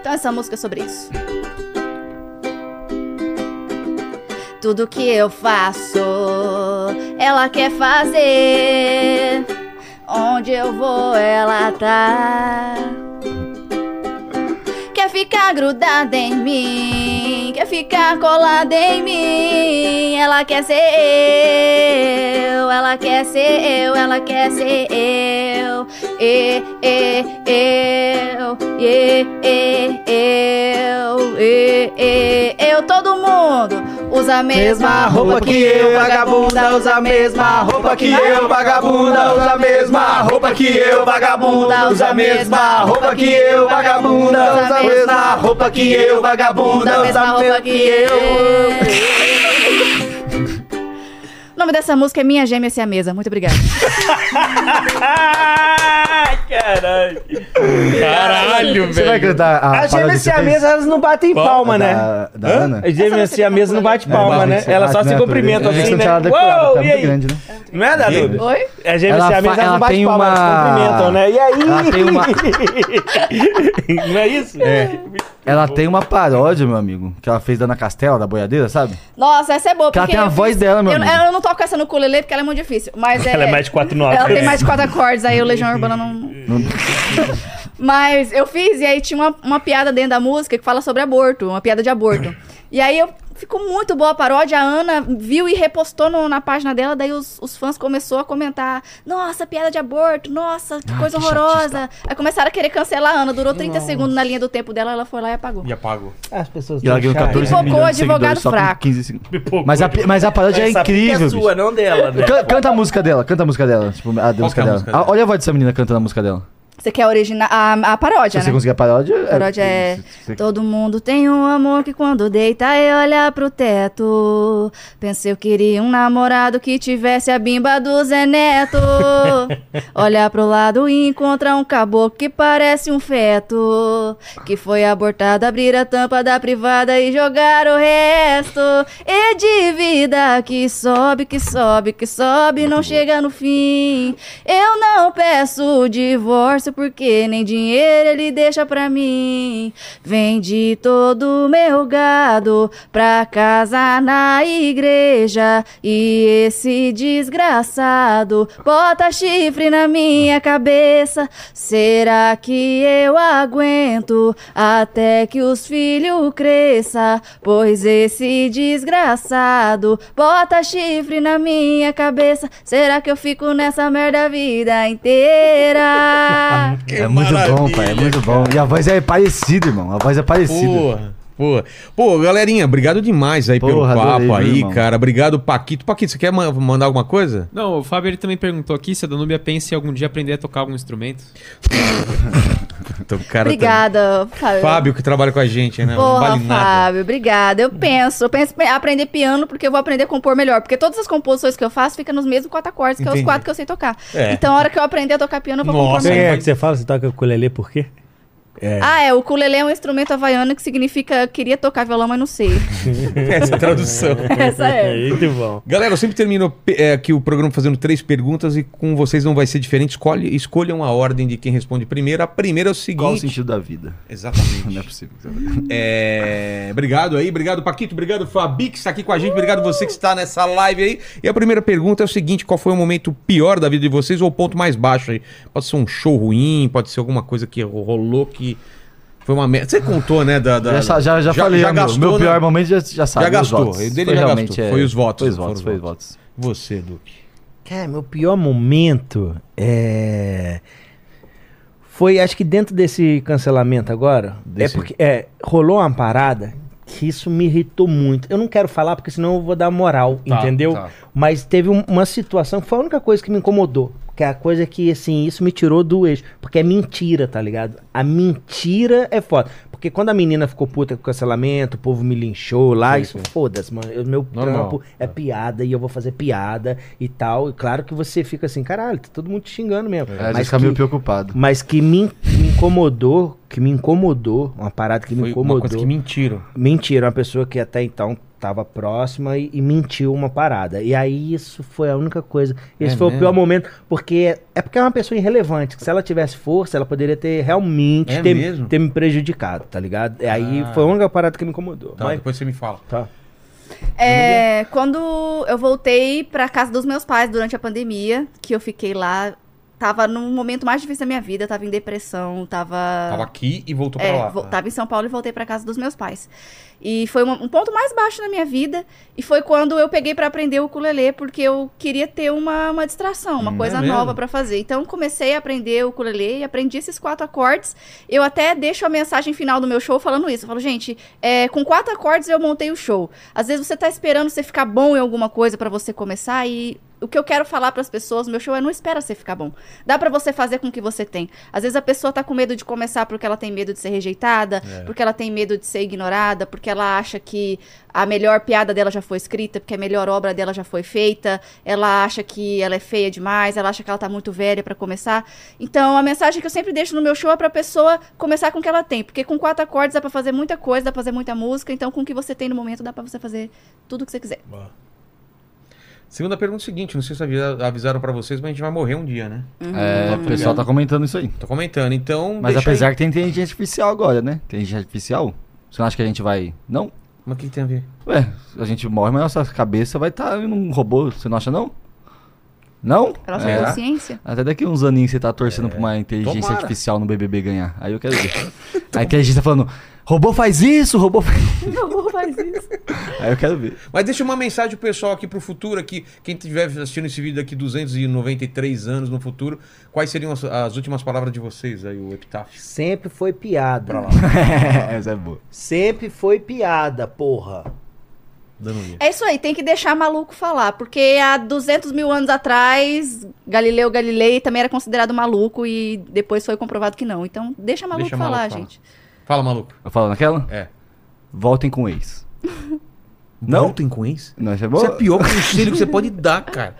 Speaker 4: Então essa música é sobre isso. Tudo que eu faço, ela quer fazer. Onde eu vou, ela tá. Quer ficar grudada em mim, quer ficar colada em mim. Ela quer ser eu, ela quer ser eu, ela quer ser eu. E, e, eu, e, e, eu, e, e, eu. Todo mundo usa a mesma roupa que eu, vagabunda, usa a mesma roupa que eu,
Speaker 3: vagabunda, usa a mesma roupa que eu, vagabunda,
Speaker 4: usa a mesma roupa que eu, vagabunda, usa a mesma
Speaker 3: roupa que eu,
Speaker 4: da
Speaker 3: vagabunda,
Speaker 4: mesma roupa que eu. O nome dessa música é Minha Gêmea Se a Mesa. Muito obrigada.
Speaker 5: Ai, caralho.
Speaker 1: Caralho,
Speaker 3: Você vai
Speaker 1: velho.
Speaker 3: cantar a paródia
Speaker 5: As gêmeas
Speaker 3: que você fez?
Speaker 5: siamesas, elas não batem palma, né?
Speaker 3: Da, da
Speaker 5: Hã?
Speaker 3: Ana?
Speaker 5: As gêmeas siamesas não batem palma,
Speaker 3: Barbie,
Speaker 5: né?
Speaker 3: É, você
Speaker 5: Elas só
Speaker 3: bate,
Speaker 5: se
Speaker 3: né,
Speaker 5: cumprimentam
Speaker 3: Toledo? É,
Speaker 5: assim,
Speaker 3: tem que
Speaker 5: né?
Speaker 3: sentar adequada,
Speaker 5: Uau,
Speaker 3: tá
Speaker 5: e
Speaker 3: muito
Speaker 5: aí?
Speaker 3: grande, né?
Speaker 5: Não é, Danudo?
Speaker 4: Oi?
Speaker 5: As gêmeas
Speaker 3: Ela fa-
Speaker 5: siamesas, elas
Speaker 3: ela
Speaker 5: não batem
Speaker 3: tem
Speaker 5: palma,
Speaker 3: uma-
Speaker 5: elas cumprimentam, né? E aí?
Speaker 3: Ela tem uma-
Speaker 5: não é isso? É.
Speaker 3: Ela tem uma paródia, meu amigo, que ela fez da Ana Castela, da boiadeira, sabe?
Speaker 4: Nossa, essa é boa.
Speaker 3: Que ela
Speaker 4: porque
Speaker 3: tem a
Speaker 4: eu
Speaker 3: voz dela, meu
Speaker 4: eu,
Speaker 3: amigo.
Speaker 4: eu não toco essa no culelê porque ela é muito difícil. Mas é,
Speaker 5: Ela é mais de quatro notas.
Speaker 4: ela
Speaker 5: né?
Speaker 4: tem mais de quatro acordes, aí o Legião Urbana não... Mas eu fiz e aí tinha uma, uma piada dentro da música que fala sobre aborto, uma piada de aborto. E aí eu Ficou muito boa a paródia. A Ana viu e repostou no- na página dela. Daí os, os fãs começaram a comentar: Nossa, piada de aborto, nossa, que coisa horrorosa. Aí começaram a querer cancelar a Ana. Durou 30 segundos na linha do tempo dela. Ela foi lá e apagou.
Speaker 1: E apago.
Speaker 5: As pessoas
Speaker 3: E ela ganhou
Speaker 5: deixaram.
Speaker 3: 14
Speaker 4: Pipocou,
Speaker 3: milhões de
Speaker 4: advogado
Speaker 3: seguidores só com
Speaker 4: fraco.
Speaker 3: 15 segundos.
Speaker 1: Pipocou,
Speaker 3: Mas a,
Speaker 1: advogado.
Speaker 3: mas a paródia é
Speaker 5: Essa pica
Speaker 3: incrível,
Speaker 5: é
Speaker 3: bicho.
Speaker 5: sua, não dela, né?
Speaker 3: Can- canta a música dela, canta a música dela. Tipo, a, da música
Speaker 1: que é a
Speaker 3: dela.
Speaker 1: música dela?
Speaker 3: Ah, olha a voz dessa menina cantando a música dela.
Speaker 4: Você quer é a, origina- a, a paródia,
Speaker 3: Se você
Speaker 4: né?
Speaker 3: conseguir a paródia.
Speaker 4: A paródia é.
Speaker 3: se- se-
Speaker 4: Todo mundo tem um amor que quando deita e olha pro teto. Pensei eu queria um namorado que tivesse a bimba do Zé Neto. Olha pro lado e encontra um caboclo que parece um feto. Que foi abortado, abrir a tampa da privada e jogar o resto. E de vida que sobe, que sobe, que sobe, não chega no fim. Eu não peço o divórcio porque nem dinheiro ele deixa pra mim. Vendi todo o meu gado pra casar na igreja. E esse desgraçado bota chifre na minha cabeça. Será que eu aguento até que os filhos cresça? Pois esse desgraçado bota chifre na minha cabeça. Será que eu fico nessa merda a vida inteira?
Speaker 3: É muito bom, pai. É muito bom. E a voz é parecida, irmão. A voz é parecida.
Speaker 7: Porra, porra. Pô, galerinha, obrigado demais aí pelo
Speaker 3: Porra, adorei,
Speaker 7: papo
Speaker 3: viu,
Speaker 7: aí,
Speaker 3: irmão?
Speaker 7: cara. Obrigado, Paquito. Paquito, você quer ma- mandar alguma coisa?
Speaker 2: Não, o Fábio ele também perguntou aqui se a Danúbia pensa em algum dia aprender a tocar algum instrumento.
Speaker 7: Então, o cara tá-
Speaker 4: Obrigada, Fábio.
Speaker 7: Fábio que trabalha com a gente, né? não
Speaker 4: Porra,
Speaker 7: vale nada.
Speaker 4: Fábio, obrigada. Eu penso, eu penso em aprender piano porque eu vou aprender a compor melhor. Porque todas as composições que eu faço ficam nos mesmos quatro acordes, que é
Speaker 7: Entendi.
Speaker 4: os quatro que eu sei tocar.
Speaker 7: É.
Speaker 4: Então, a hora que eu aprender a tocar piano, eu vou compor
Speaker 7: Nossa,
Speaker 4: melhor.
Speaker 5: Quem é que você fala? Você toca ukulele por quê?
Speaker 4: Ah, é, o ukulele é um instrumento havaiano que significa queria tocar violão, mas não sei.
Speaker 7: Essa é tradução.
Speaker 4: Essa é.
Speaker 5: Muito bom.
Speaker 7: Galera, eu sempre termino pe- é, aqui o programa fazendo três perguntas e com vocês não vai ser diferente. Escolhe, escolham a ordem de quem responde primeiro. A primeira é o seguinte.
Speaker 3: Qual o sentido da vida? Não é
Speaker 7: Exatamente.
Speaker 3: possível.
Speaker 7: É, Obrigado aí, obrigado Paquito, obrigado Fabi que está aqui com a gente, obrigado você que está nessa live aí. E a primeira pergunta é o seguinte: qual foi o momento pior da vida de vocês ou o ponto mais baixo aí? Pode ser um show ruim, pode ser alguma coisa que rolou que foi uma merda. Você contou, né? Da, da-
Speaker 3: Já, sa- já, já, falei,
Speaker 7: já
Speaker 3: meu-
Speaker 7: gastou,
Speaker 3: meu,
Speaker 7: né?
Speaker 3: pior momento já, já sabe.
Speaker 7: Já
Speaker 3: os
Speaker 7: gastou,
Speaker 3: votos.
Speaker 7: o dele já
Speaker 3: realmente, é,
Speaker 7: gastou, foi os votos,
Speaker 3: Foi os
Speaker 7: foram
Speaker 3: votos,
Speaker 7: os
Speaker 3: foi os votos.
Speaker 7: Você, Duque.
Speaker 5: Cara, meu pior momento é. Foi, acho que dentro desse cancelamento agora.
Speaker 7: Desse-
Speaker 5: É porque. É, rolou uma parada que isso me irritou muito. Eu não quero falar porque senão eu vou dar moral, entendeu?
Speaker 1: tá.
Speaker 5: Mas teve um- uma situação que foi a única coisa que me incomodou. Que é a coisa que, assim, isso me tirou do eixo. Porque é mentira, tá ligado? A mentira é foda. Porque quando a menina ficou puta com o cancelamento, o povo me linchou lá, isso foda-se, mano. O meu
Speaker 7: Normal.
Speaker 5: trampo é piada e eu vou fazer piada e tal. E claro que você fica assim, caralho, tá todo mundo te xingando mesmo.
Speaker 3: É, mas
Speaker 5: mas,
Speaker 3: fica meio
Speaker 5: que,
Speaker 3: preocupado.
Speaker 5: mas que me, in- me incomodou, que me incomodou, uma parada que me
Speaker 7: Foi uma coisa
Speaker 5: incomodou.
Speaker 7: que mentiram.
Speaker 5: Mentira, uma pessoa que até então tava próxima e, e mentiu uma parada. E aí isso foi a única coisa. Esse
Speaker 7: É
Speaker 5: foi
Speaker 7: mesmo?
Speaker 5: o pior momento, porque é porque é uma pessoa irrelevante, que se ela tivesse força, ela poderia ter realmente
Speaker 7: É
Speaker 5: ter,
Speaker 7: mesmo?
Speaker 5: ter me prejudicado, tá ligado? E aí
Speaker 7: Ah.
Speaker 5: foi a única parada que me incomodou.
Speaker 7: Tá,
Speaker 5: Mas-
Speaker 7: depois você me fala.
Speaker 5: tá.
Speaker 4: É, quando eu voltei pra casa dos meus pais durante a pandemia, que eu fiquei lá, tava num momento mais difícil da minha vida, tava em depressão,
Speaker 5: Ah,
Speaker 1: Tava
Speaker 4: tava.
Speaker 1: aqui e voltou pra
Speaker 4: É,
Speaker 1: lá.
Speaker 4: vo-
Speaker 5: tá.
Speaker 4: tava em São Paulo e voltei pra casa dos meus pais. E foi uma- um ponto mais baixo na minha vida. E foi quando eu peguei pra aprender o ukulele, porque eu queria ter uma, uma distração, uma coisa
Speaker 7: mesmo?
Speaker 4: nova pra fazer. Então comecei a aprender o ukulele e aprendi esses quatro acordes. Eu até deixo a mensagem final do meu show falando isso. Eu falo, gente, é, com quatro acordes eu montei o show. Às vezes você tá esperando você ficar bom em alguma coisa pra você começar e. O que eu quero falar pras pessoas, no meu show é não espera você ficar bom. Dá pra você fazer com o que você tem. Às vezes a pessoa tá com medo de começar porque ela tem medo de ser rejeitada, porque ela tem medo de ser ignorada, porque ela acha que a melhor piada dela já foi escrita, porque a melhor obra dela já foi feita, ela acha que ela é feia demais, ela acha que ela tá muito velha pra começar. Então, a mensagem que eu sempre deixo no meu show é pra pessoa começar com o que ela tem, porque com quatro acordes dá pra fazer muita coisa, dá pra fazer muita música, então com o que você tem no momento dá pra você fazer tudo o que você quiser.
Speaker 7: Segunda pergunta é o seguinte: não sei se avisa- avisaram pra vocês, mas a gente vai morrer um dia, né?
Speaker 4: Hum.
Speaker 3: É, o pessoal tá comentando isso aí.
Speaker 7: Tô comentando, então.
Speaker 3: Mas
Speaker 7: deixa
Speaker 3: apesar
Speaker 7: aí.
Speaker 3: que tem inteligência artificial agora, né? Inteligência artificial. Você não acha que a gente vai. Não?
Speaker 7: Mas o que que tem a ver?
Speaker 3: um Ué, a gente morre, mas nossa cabeça vai estar tá num robô. Você não acha, não? Não?
Speaker 4: Ela já
Speaker 3: É.
Speaker 4: é. ciência.
Speaker 3: Até daqui uns aninhos você tá torcendo pra uma inteligência
Speaker 1: Tomara.
Speaker 3: artificial no BBB ganhar. Aí eu quero ver. a inteligência falando, robô faz isso, robô faz...
Speaker 4: Não faz isso.
Speaker 3: Aí eu quero ver.
Speaker 1: Mas deixa uma mensagem pro pessoal aqui pro futuro, aqui, quem estiver assistindo esse vídeo daqui 293 anos no futuro, quais seriam as, as últimas palavras de vocês aí, o epitáfio?
Speaker 5: Sempre foi piada.
Speaker 3: Essa é boa.
Speaker 5: Sempre foi piada, porra.
Speaker 1: um
Speaker 4: É isso aí, tem que deixar maluco falar, porque há 200 mil anos atrás, Galileu Galilei também era considerado maluco e depois foi comprovado que não. Então, deixa maluco
Speaker 1: Deixa maluco
Speaker 4: falar,
Speaker 1: falar.
Speaker 4: gente.
Speaker 1: Fala, maluco.
Speaker 3: Eu falo naquela?
Speaker 1: É.
Speaker 3: Voltem com o ex. Não?
Speaker 1: Voltem com ex?
Speaker 3: Não, essa é
Speaker 1: Isso é
Speaker 3: boa?
Speaker 1: pior conselho que você pode dar, cara.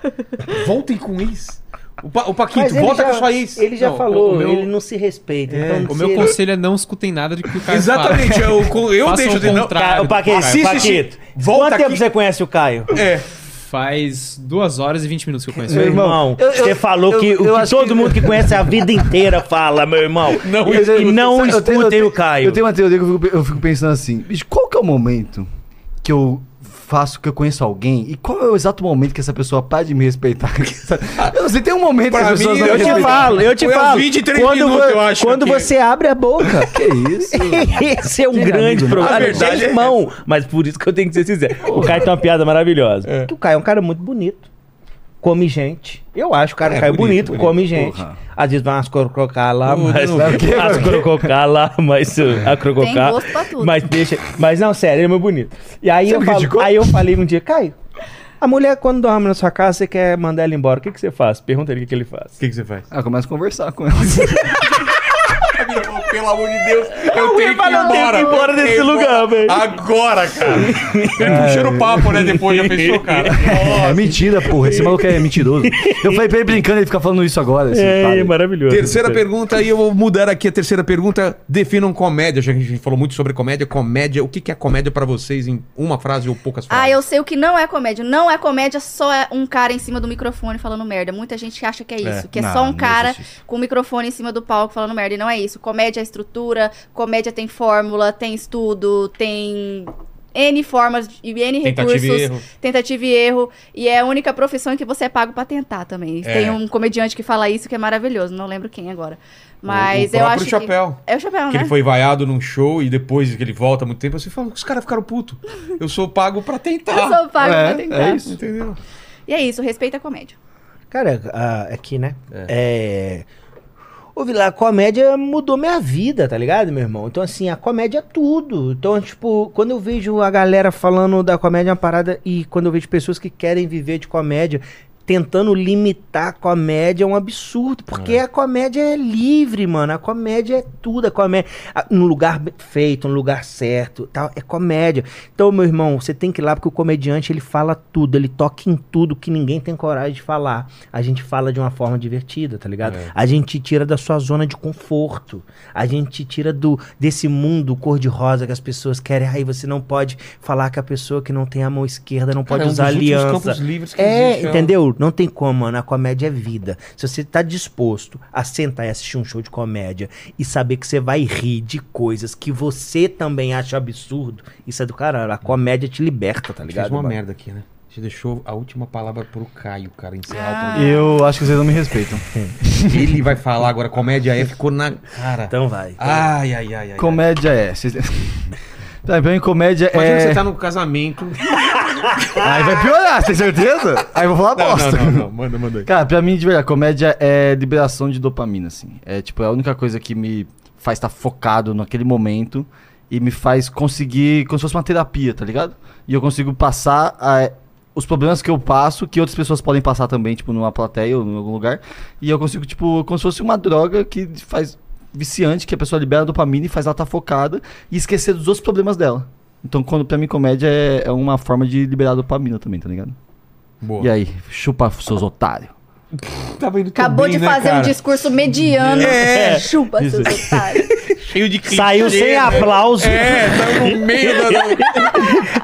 Speaker 1: Voltem com ex. O, pa, o Paquito,
Speaker 5: Mas ele
Speaker 1: volta
Speaker 5: já-
Speaker 1: com a sua ex.
Speaker 5: Ele já
Speaker 2: Não,
Speaker 5: falou,
Speaker 2: o meu-
Speaker 5: ele não se respeita. então
Speaker 2: O meu
Speaker 5: se-
Speaker 2: conselho é não escutem nada de que o cara
Speaker 1: Exatamente,
Speaker 2: fala.
Speaker 1: eu, com- eu
Speaker 2: Faça
Speaker 1: deixo
Speaker 2: o
Speaker 1: de não.
Speaker 2: contrário.
Speaker 5: Ca- o Paquito,
Speaker 1: Assiste-
Speaker 5: Paquito.
Speaker 1: volta
Speaker 5: Quanto tempo
Speaker 1: aqui.
Speaker 5: você conhece o Caio?
Speaker 1: É.
Speaker 2: Faz duas horas e 20 minutos que eu conheço
Speaker 5: Meu
Speaker 2: ele.
Speaker 5: irmão, você falou
Speaker 3: eu-
Speaker 5: que o
Speaker 3: eu
Speaker 5: que
Speaker 3: acho
Speaker 5: todo
Speaker 3: que-
Speaker 5: mundo que conhece a vida inteira fala, meu irmão.
Speaker 1: Não
Speaker 5: e
Speaker 3: escutem.
Speaker 5: não
Speaker 3: Eu tenho- eu
Speaker 5: escutem
Speaker 3: tenho-
Speaker 5: o Caio.
Speaker 3: Eu tenho uma teoria que eu fico, eu fico pensando assim, bicho, qual que é o momento que eu faço que eu conheço alguém e qual é o exato momento que essa pessoa para de me respeitar? eu sei, tem um momento
Speaker 1: Pra
Speaker 3: que as pessoas
Speaker 1: mim,
Speaker 3: não
Speaker 5: Eu
Speaker 1: Eu
Speaker 5: te
Speaker 1: te-
Speaker 5: falo, eu te
Speaker 1: Foi aos
Speaker 5: falo.
Speaker 1: 23
Speaker 5: quando
Speaker 1: minutos,
Speaker 5: vo-
Speaker 1: eu acho,
Speaker 5: Quando
Speaker 1: que-
Speaker 5: você abre a boca.
Speaker 3: Que isso?
Speaker 5: Esse é um
Speaker 3: Tem amigo,
Speaker 5: grande
Speaker 3: né?
Speaker 5: problema.
Speaker 1: A verdade
Speaker 5: Meu
Speaker 1: é
Speaker 5: irmão, mas por isso que eu tenho que ser sincero. O Caio tem uma piada maravilhosa. Que o Caio é um cara muito bonito. Come gente. Eu acho o cara
Speaker 1: É,
Speaker 5: Caio
Speaker 1: bonito,
Speaker 5: bonito,
Speaker 1: bonito.
Speaker 5: come gente. Às vezes vai umas crococá lá,
Speaker 1: Ô,
Speaker 5: mas.
Speaker 1: Danilo,
Speaker 5: As crococá lá, mas. uh, A
Speaker 4: Tem
Speaker 5: crococá.
Speaker 4: gosto pra tudo.
Speaker 5: Mas deixa. Mas não, sério, ele é muito bonito. E aí, eu,
Speaker 3: me
Speaker 5: falo-
Speaker 3: criticou?
Speaker 5: aí eu falei um dia, Caio, a mulher quando dorme na sua casa, você quer mandar ela embora. O que, que você faz? Pergunta ele o que, que ele faz.
Speaker 1: O que, que você faz?
Speaker 3: Ah, começa a conversar com ela.
Speaker 1: Pelo amor de Deus, eu tenho que ir
Speaker 5: eu tenho
Speaker 1: embora.
Speaker 5: que ir embora
Speaker 1: Eu
Speaker 5: desse
Speaker 1: tenho que ir
Speaker 5: lugar,
Speaker 1: embora.
Speaker 5: velho.
Speaker 1: Agora, cara. É puxando o papo, né? Depois já fechou, cara.
Speaker 3: É mentira, porra. Esse maluco é mentiroso. Eu falei pra ele brincando, ele fica falando isso agora. assim,
Speaker 5: É,
Speaker 3: para.
Speaker 5: maravilhoso.
Speaker 1: Terceira pergunta, e eu vou mudar aqui a terceira pergunta. Definam comédia, já que a gente falou muito sobre comédia. Comédia, o que que é comédia pra vocês em uma frase ou poucas frases?
Speaker 4: Ah, eu sei o que não é comédia. Não é comédia, só é um cara em cima do microfone falando merda. Muita gente acha que é isso, que é
Speaker 3: Não,
Speaker 4: só um
Speaker 3: não
Speaker 4: cara
Speaker 3: existe isso.
Speaker 4: com o microfone em cima do palco falando merda. E não é isso. Comédia é estrutura, comédia tem fórmula, tem estudo, tem N formas e N
Speaker 1: Tentativa e
Speaker 4: recursos.
Speaker 1: erro.
Speaker 4: Tentativa e erro. E é a única profissão em que você é pago pra tentar também.
Speaker 1: É.
Speaker 4: Tem um comediante que fala isso que é maravilhoso, não lembro quem agora. Mas
Speaker 1: o, o
Speaker 4: eu
Speaker 1: próprio
Speaker 4: acho. Que...
Speaker 1: Chapéu.
Speaker 4: É o chapéu,
Speaker 1: Que
Speaker 4: né?
Speaker 1: ele foi vaiado num show e depois que ele volta há muito tempo, você fala, os caras ficaram putos. Eu sou pago pra tentar.
Speaker 4: Eu sou pago
Speaker 3: É,
Speaker 4: pra tentar.
Speaker 3: é isso.
Speaker 1: Entendeu?
Speaker 4: E é isso, respeita a comédia.
Speaker 5: Cara, a- aqui, né? É. Ouvi lá, a comédia mudou minha vida, tá ligado, meu irmão? Então, assim, a comédia é tudo. Então, tipo, quando eu vejo a galera falando da comédia é uma parada e quando eu vejo pessoas que querem viver de comédia tentando limitar a comédia é um absurdo, porque a comédia é livre, mano. A comédia é tudo, a comédia a- no lugar bem feito, no lugar certo, tal, é comédia. Então, meu irmão, você tem que ir lá porque o comediante ele fala tudo, ele toca em tudo que ninguém tem coragem de falar. A gente fala de uma forma divertida, tá ligado?
Speaker 1: É.
Speaker 5: A gente te tira da sua zona de conforto. A gente te tira do desse mundo cor de rosa que as pessoas querem. Aí você não pode falar que a pessoa que não tem a mão esquerda não pode
Speaker 1: Cara, é um
Speaker 5: usar
Speaker 1: dos últimos
Speaker 5: aliança.
Speaker 1: campos livres que
Speaker 5: É,
Speaker 1: existe,
Speaker 5: entendeu? Não tem como, mano. A comédia é vida. Se você tá disposto a sentar e assistir um show de comédia e saber que você vai rir de coisas que você também acha absurdo, isso é do caralho. A comédia te liberta,
Speaker 1: A
Speaker 5: tá
Speaker 1: gente
Speaker 5: ligado?
Speaker 1: fez uma
Speaker 5: mano?
Speaker 1: merda aqui, né? A gente deixou a última palavra pro Caio, cara, encerrar
Speaker 3: Eu acho que vocês não me respeitam.
Speaker 1: o programa. Ele vai falar agora, comédia é, ficou na cara.
Speaker 5: Então vai.
Speaker 1: Ai, ai, ai, ai, ai.
Speaker 3: Comédia é. Vocês... Tá, pra mim, comédia
Speaker 1: Imagina
Speaker 3: é.
Speaker 1: que você tá no casamento.
Speaker 3: Aí vai piorar, você tem certeza? Aí eu vou falar bosta.
Speaker 1: manda, manda aí.
Speaker 3: Cara, pra mim, de verdade, comédia é liberação de dopamina, assim. É tipo, é a única coisa que me faz estar focado naquele momento e me faz conseguir, como se fosse uma terapia, tá ligado? E eu consigo passar ah, os problemas que eu passo, que outras pessoas podem passar também, tipo, numa plateia ou em algum lugar. E eu consigo, tipo, como se fosse uma droga que faz viciante, que a pessoa libera dopamina e faz ela estar focada e esquecer dos outros problemas dela. Então, quando, pra mim, comédia é, é uma forma de liberar dopamina também, tá ligado?
Speaker 1: Boa.
Speaker 3: E aí, chupa seus otários.
Speaker 1: Tava indo tão
Speaker 4: Acabou
Speaker 1: bem,
Speaker 4: de
Speaker 1: né,
Speaker 4: fazer um
Speaker 1: cara?
Speaker 4: discurso mediano.
Speaker 1: É.
Speaker 4: Chupa, tá? seus otários.
Speaker 1: Cheio de clichê,
Speaker 5: Saiu sem
Speaker 1: né?
Speaker 5: aplauso.
Speaker 1: É, tá no meio da... da-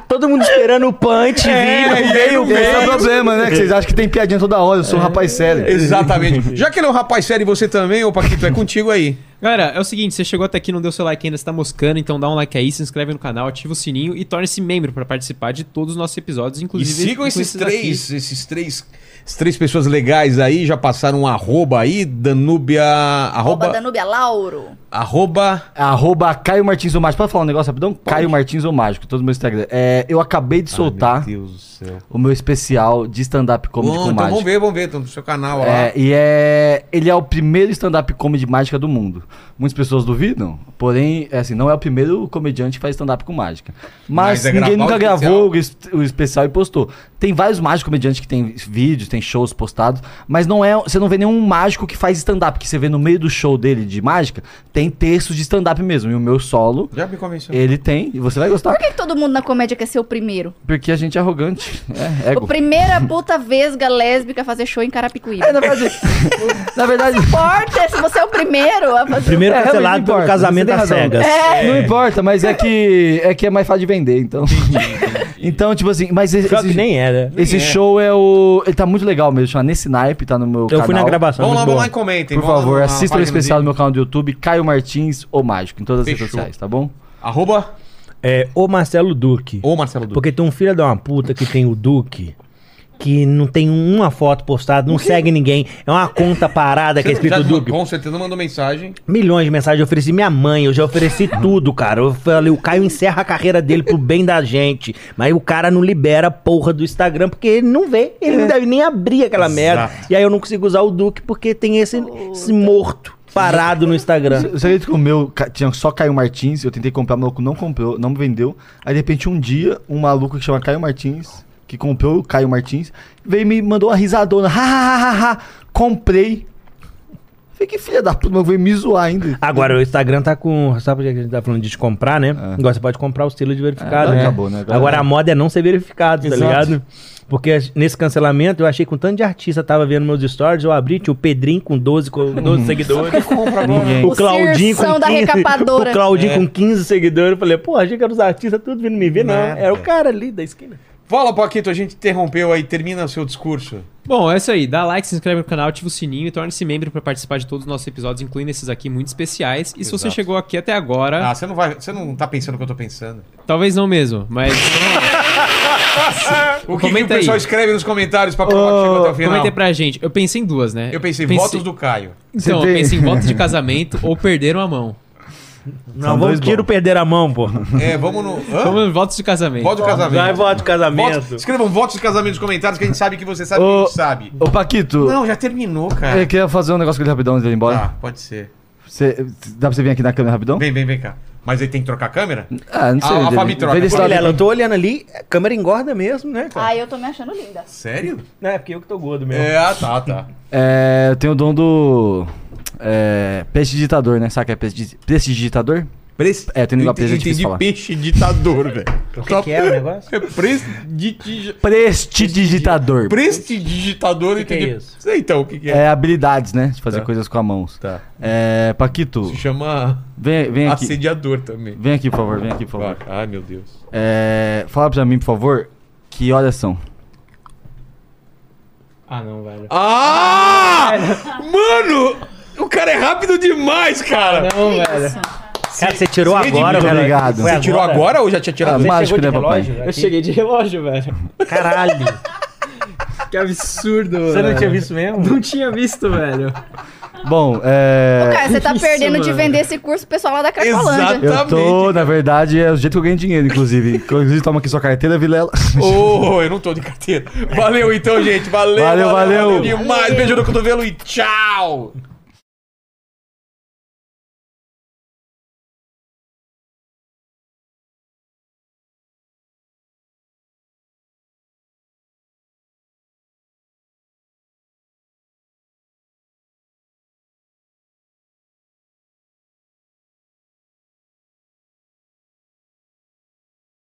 Speaker 5: Todo mundo esperando o punch
Speaker 1: É,
Speaker 5: vir.
Speaker 1: e aí o
Speaker 3: Esse é o
Speaker 1: meio-
Speaker 3: problema, né? Que vocês acham que tem piadinha toda hora, eu sou um rapaz sério.
Speaker 1: Exatamente. Já que ele é um rapaz sério e você também, ô Paquito, é contigo aí.
Speaker 2: Galera, é o seguinte, você chegou até aqui, não deu seu like ainda, você tá moscando, então dá um like aí, se inscreve no canal, ativa o sininho e torne-se membro pra participar de todos os nossos episódios,
Speaker 1: E
Speaker 2: inclusive...
Speaker 1: sigam
Speaker 2: com
Speaker 1: esses
Speaker 2: aqui.
Speaker 1: três, esses três, essas três pessoas legais aí, já passaram um arroba aí, Danúbia,
Speaker 4: Arroba
Speaker 1: arroba,
Speaker 4: Danúbia Lauro.
Speaker 1: arroba,
Speaker 3: Arroba Caio Martins ou Mágico. Pode falar um negócio rapidão? Caio Martins ou Mágico, todo meu Instagram. É, eu acabei de soltar
Speaker 1: Deus do céu.
Speaker 3: o meu especial de stand-up comedy
Speaker 1: Bom,
Speaker 3: com
Speaker 1: então
Speaker 3: mágica.
Speaker 1: vamos ver, vamos ver, então, no seu canal
Speaker 3: É, e é. Ele é o primeiro stand-up comedy mágica do mundo. Muitas pessoas duvidam, porém, é assim, não é o primeiro comediante que faz stand-up com mágica. Mas,
Speaker 1: Mas é
Speaker 3: ninguém
Speaker 1: gravar
Speaker 3: nunca
Speaker 1: o
Speaker 3: gravou o, es- o especial e postou. Tem vários mágicos comediantes que tem vídeos, tem shows postados, mas não é. Você não vê nenhum mágico que faz stand-up, que você vê no meio do show dele de mágica, tem textos de stand-up mesmo. E o meu solo,
Speaker 1: lá. Já me convenceu.
Speaker 3: ele tem, e você vai gostar,
Speaker 4: Por que, que todo mundo na comédia quer ser o primeiro?
Speaker 3: porque a gente é arrogante. É,
Speaker 4: O
Speaker 3: ego.
Speaker 4: primeira puta vesga lésbica a fazer show em Carapicuíba.
Speaker 3: É, na verdade. na verdade.
Speaker 4: Porta, se você é o primeiro a fazer...
Speaker 5: Primeiro
Speaker 3: É, realmente
Speaker 5: cancelado
Speaker 3: não
Speaker 5: pelo
Speaker 3: importa,
Speaker 5: casamento
Speaker 3: você tem
Speaker 5: às
Speaker 3: razão.
Speaker 1: É.
Speaker 5: cegas.
Speaker 3: Não importa, mas é que é que é mais fácil de vender, então. então, tipo assim, mas esse,
Speaker 5: Pior que nem né? era.
Speaker 3: esse show é o. Ele tá muito legal mesmo, chama Nesse Naipe, tá no meu
Speaker 5: Eu
Speaker 3: canal.
Speaker 5: fui na gravação.
Speaker 1: Vamos lá, vamos
Speaker 5: muito boa.
Speaker 1: lá e comentem.
Speaker 3: Por
Speaker 1: vamos lá
Speaker 3: favor,
Speaker 1: na
Speaker 3: assista o
Speaker 1: página
Speaker 3: especial do
Speaker 1: dele.
Speaker 3: meu canal do YouTube, Caio Martins ou Mágico, em todas as redes
Speaker 1: Fechou.
Speaker 3: sociais, tá bom?
Speaker 1: Arroba
Speaker 5: É o Marcelo Duque.
Speaker 1: ou Marcelo Duque.
Speaker 5: Porque tem um filho da uma puta que tem o Duque. Que não tem uma foto postada, não segue ninguém. É uma conta parada que é
Speaker 1: Você já
Speaker 5: escrito
Speaker 1: mandou-
Speaker 5: Duque.
Speaker 1: Com certeza mandou mensagem.
Speaker 5: Milhões de mensagens, eu ofereci minha mãe, eu já ofereci tudo, cara. Eu falei, o Caio encerra a carreira dele pro bem da gente. Mas o cara não libera a porra do Instagram, porque ele não vê. Ele
Speaker 1: É.
Speaker 5: não deve nem abrir aquela merda. E aí eu não consigo usar o Duque, porque tem esse, esse morto parado no Instagram.
Speaker 3: Você acredita que o meu ca- tinha só Caio Martins, eu tentei comprar, o maluco não comprou, não vendeu. Aí de repente um dia, um maluco que chama Caio Martins, que comprou o Caio Martins, veio e me mandou uma risadona. Ha, ha, ha, ha, ha. comprei. Falei, que filha da puta, mas veio me zoar ainda.
Speaker 5: Agora, o Instagram tá com. Sabe por que a gente tá falando de te comprar, né? Agora você pode comprar o selo de verificado.
Speaker 3: É,
Speaker 5: né?
Speaker 3: acabou, né? Agora-
Speaker 5: Agora, a moda é não ser verificado, tá ligado? Porque as- nesse cancelamento eu achei que um tanto de artista tava vendo meus stories, eu abri, tinha o Pedrinho com 12, com 12 seguidores.
Speaker 3: Ninguém.
Speaker 5: O Claudinho com
Speaker 4: Cirção da
Speaker 5: 15,
Speaker 4: recapadora.
Speaker 5: O Claudinho com 15 seguidores. Eu falei, pô, achei que eram os artistas tudo vindo me ver. Não, era o cara ali da esquina.
Speaker 1: Fala, Paquito, a gente interrompeu aí, termina o seu discurso.
Speaker 2: Bom, é isso aí. Dá like, se inscreve no canal, ativa o sininho e torne-se membro pra participar de todos os nossos episódios, incluindo esses aqui muito especiais. E se você chegou aqui até agora,
Speaker 1: Ah, você não vai, você não tá pensando o que eu tô pensando.
Speaker 2: talvez não mesmo, mas
Speaker 1: O que, que o
Speaker 2: Comenta aí.
Speaker 1: pessoal escreve nos comentários pra provar que chegou até o final?
Speaker 2: comenta aí pra gente. Eu pensei em duas, né?
Speaker 1: Eu pensei, votos do Caio.
Speaker 2: Então,
Speaker 3: Você
Speaker 2: eu
Speaker 3: tem-
Speaker 2: pensei em votos de casamento ou perderam a mão.
Speaker 5: Não, vamos tiro perder a mão, pô.
Speaker 1: É, vamos no. Hã?
Speaker 2: Vamos em votos de casamento.
Speaker 1: Voto do
Speaker 5: Vai,
Speaker 1: casamento.
Speaker 5: voto, casamento.
Speaker 1: Votos- escrevam votos de casamento nos comentários que a gente sabe que você sabe que a
Speaker 3: Ô,
Speaker 1: gente sabe.
Speaker 3: Ô, Paquito,
Speaker 1: Não, já terminou,
Speaker 3: eu
Speaker 1: cara.
Speaker 3: queria fazer um negócio com ele rapidão antes dele ir embora.
Speaker 1: Tá, pode ser.
Speaker 3: Você- dá pra você vir aqui na câmera rapidão?
Speaker 1: Vem, vem, vem cá. Mas aí tem que trocar a câmera?
Speaker 3: Ah, não sei.
Speaker 1: A- a
Speaker 3: dele.
Speaker 1: Fabi troca.
Speaker 3: Vê desse
Speaker 5: Olha,
Speaker 3: lado
Speaker 5: Lela,
Speaker 3: aqui.
Speaker 5: eu tô olhando ali, a câmera engorda mesmo, né, cara?
Speaker 4: Ai, Ah, eu tô me achando linda.
Speaker 1: Sério?
Speaker 5: Não, é porque eu que tô gordo mesmo.
Speaker 1: É, ah, tá, tá.
Speaker 3: É, eu tenho o dom do. É, prestidigitador, né? Sabe o que é prestigi- prestidigitador?
Speaker 1: Pres...
Speaker 3: É, tem um negócio pra gente
Speaker 1: entendi
Speaker 3: falar.
Speaker 1: peixe ditador, velho.
Speaker 5: O que, que é o negócio?
Speaker 1: É prestidig-
Speaker 3: Prestidigitador.
Speaker 1: prestidigitador,
Speaker 5: que é
Speaker 1: entendi.
Speaker 5: isso?
Speaker 1: Sei então o que, que é.
Speaker 3: É habilidades, né? De fazer coisas com a mão.
Speaker 1: Tá.
Speaker 3: É, Paquito,
Speaker 1: Se chama
Speaker 3: vem, vem aqui.
Speaker 1: assediador também. Ah,
Speaker 3: Vem aqui, por favor, vem aqui, por favor.
Speaker 1: Ai, meu Deus.
Speaker 3: É, fala pra mim, por favor, que horas são?
Speaker 5: Ah, não, velho.
Speaker 1: Ah! Mano! O cara é rápido demais, cara!
Speaker 5: Não, velho. Cara, você tirou
Speaker 1: Sim,
Speaker 5: agora,
Speaker 3: muito
Speaker 5: velho.
Speaker 3: obrigado.
Speaker 5: Foi
Speaker 3: Você
Speaker 1: Tirou agora ou já tinha tirado?
Speaker 3: Ah, mágico,
Speaker 5: chegou
Speaker 3: né,
Speaker 5: de
Speaker 3: papai?
Speaker 5: relógio?
Speaker 2: Eu cheguei de relógio, velho.
Speaker 5: Caralho.
Speaker 2: Que absurdo, velho.
Speaker 5: Você não tinha visto mesmo?
Speaker 2: Não tinha visto, velho.
Speaker 3: Bom, é.
Speaker 4: Cara, você tá
Speaker 2: Isso,
Speaker 4: perdendo de
Speaker 2: mano.
Speaker 4: vender esse curso pro pessoal lá da Cracolândia.
Speaker 3: Eu tô, na verdade, é o jeito que eu ganho dinheiro, inclusive. inclusive, toma aqui sua carteira, Vilela.
Speaker 1: Ô, eu não tô de carteira. Valeu então, gente. Valeu,
Speaker 3: Valeu, valeu.
Speaker 1: demais. Beijo no cotovelo e tchau!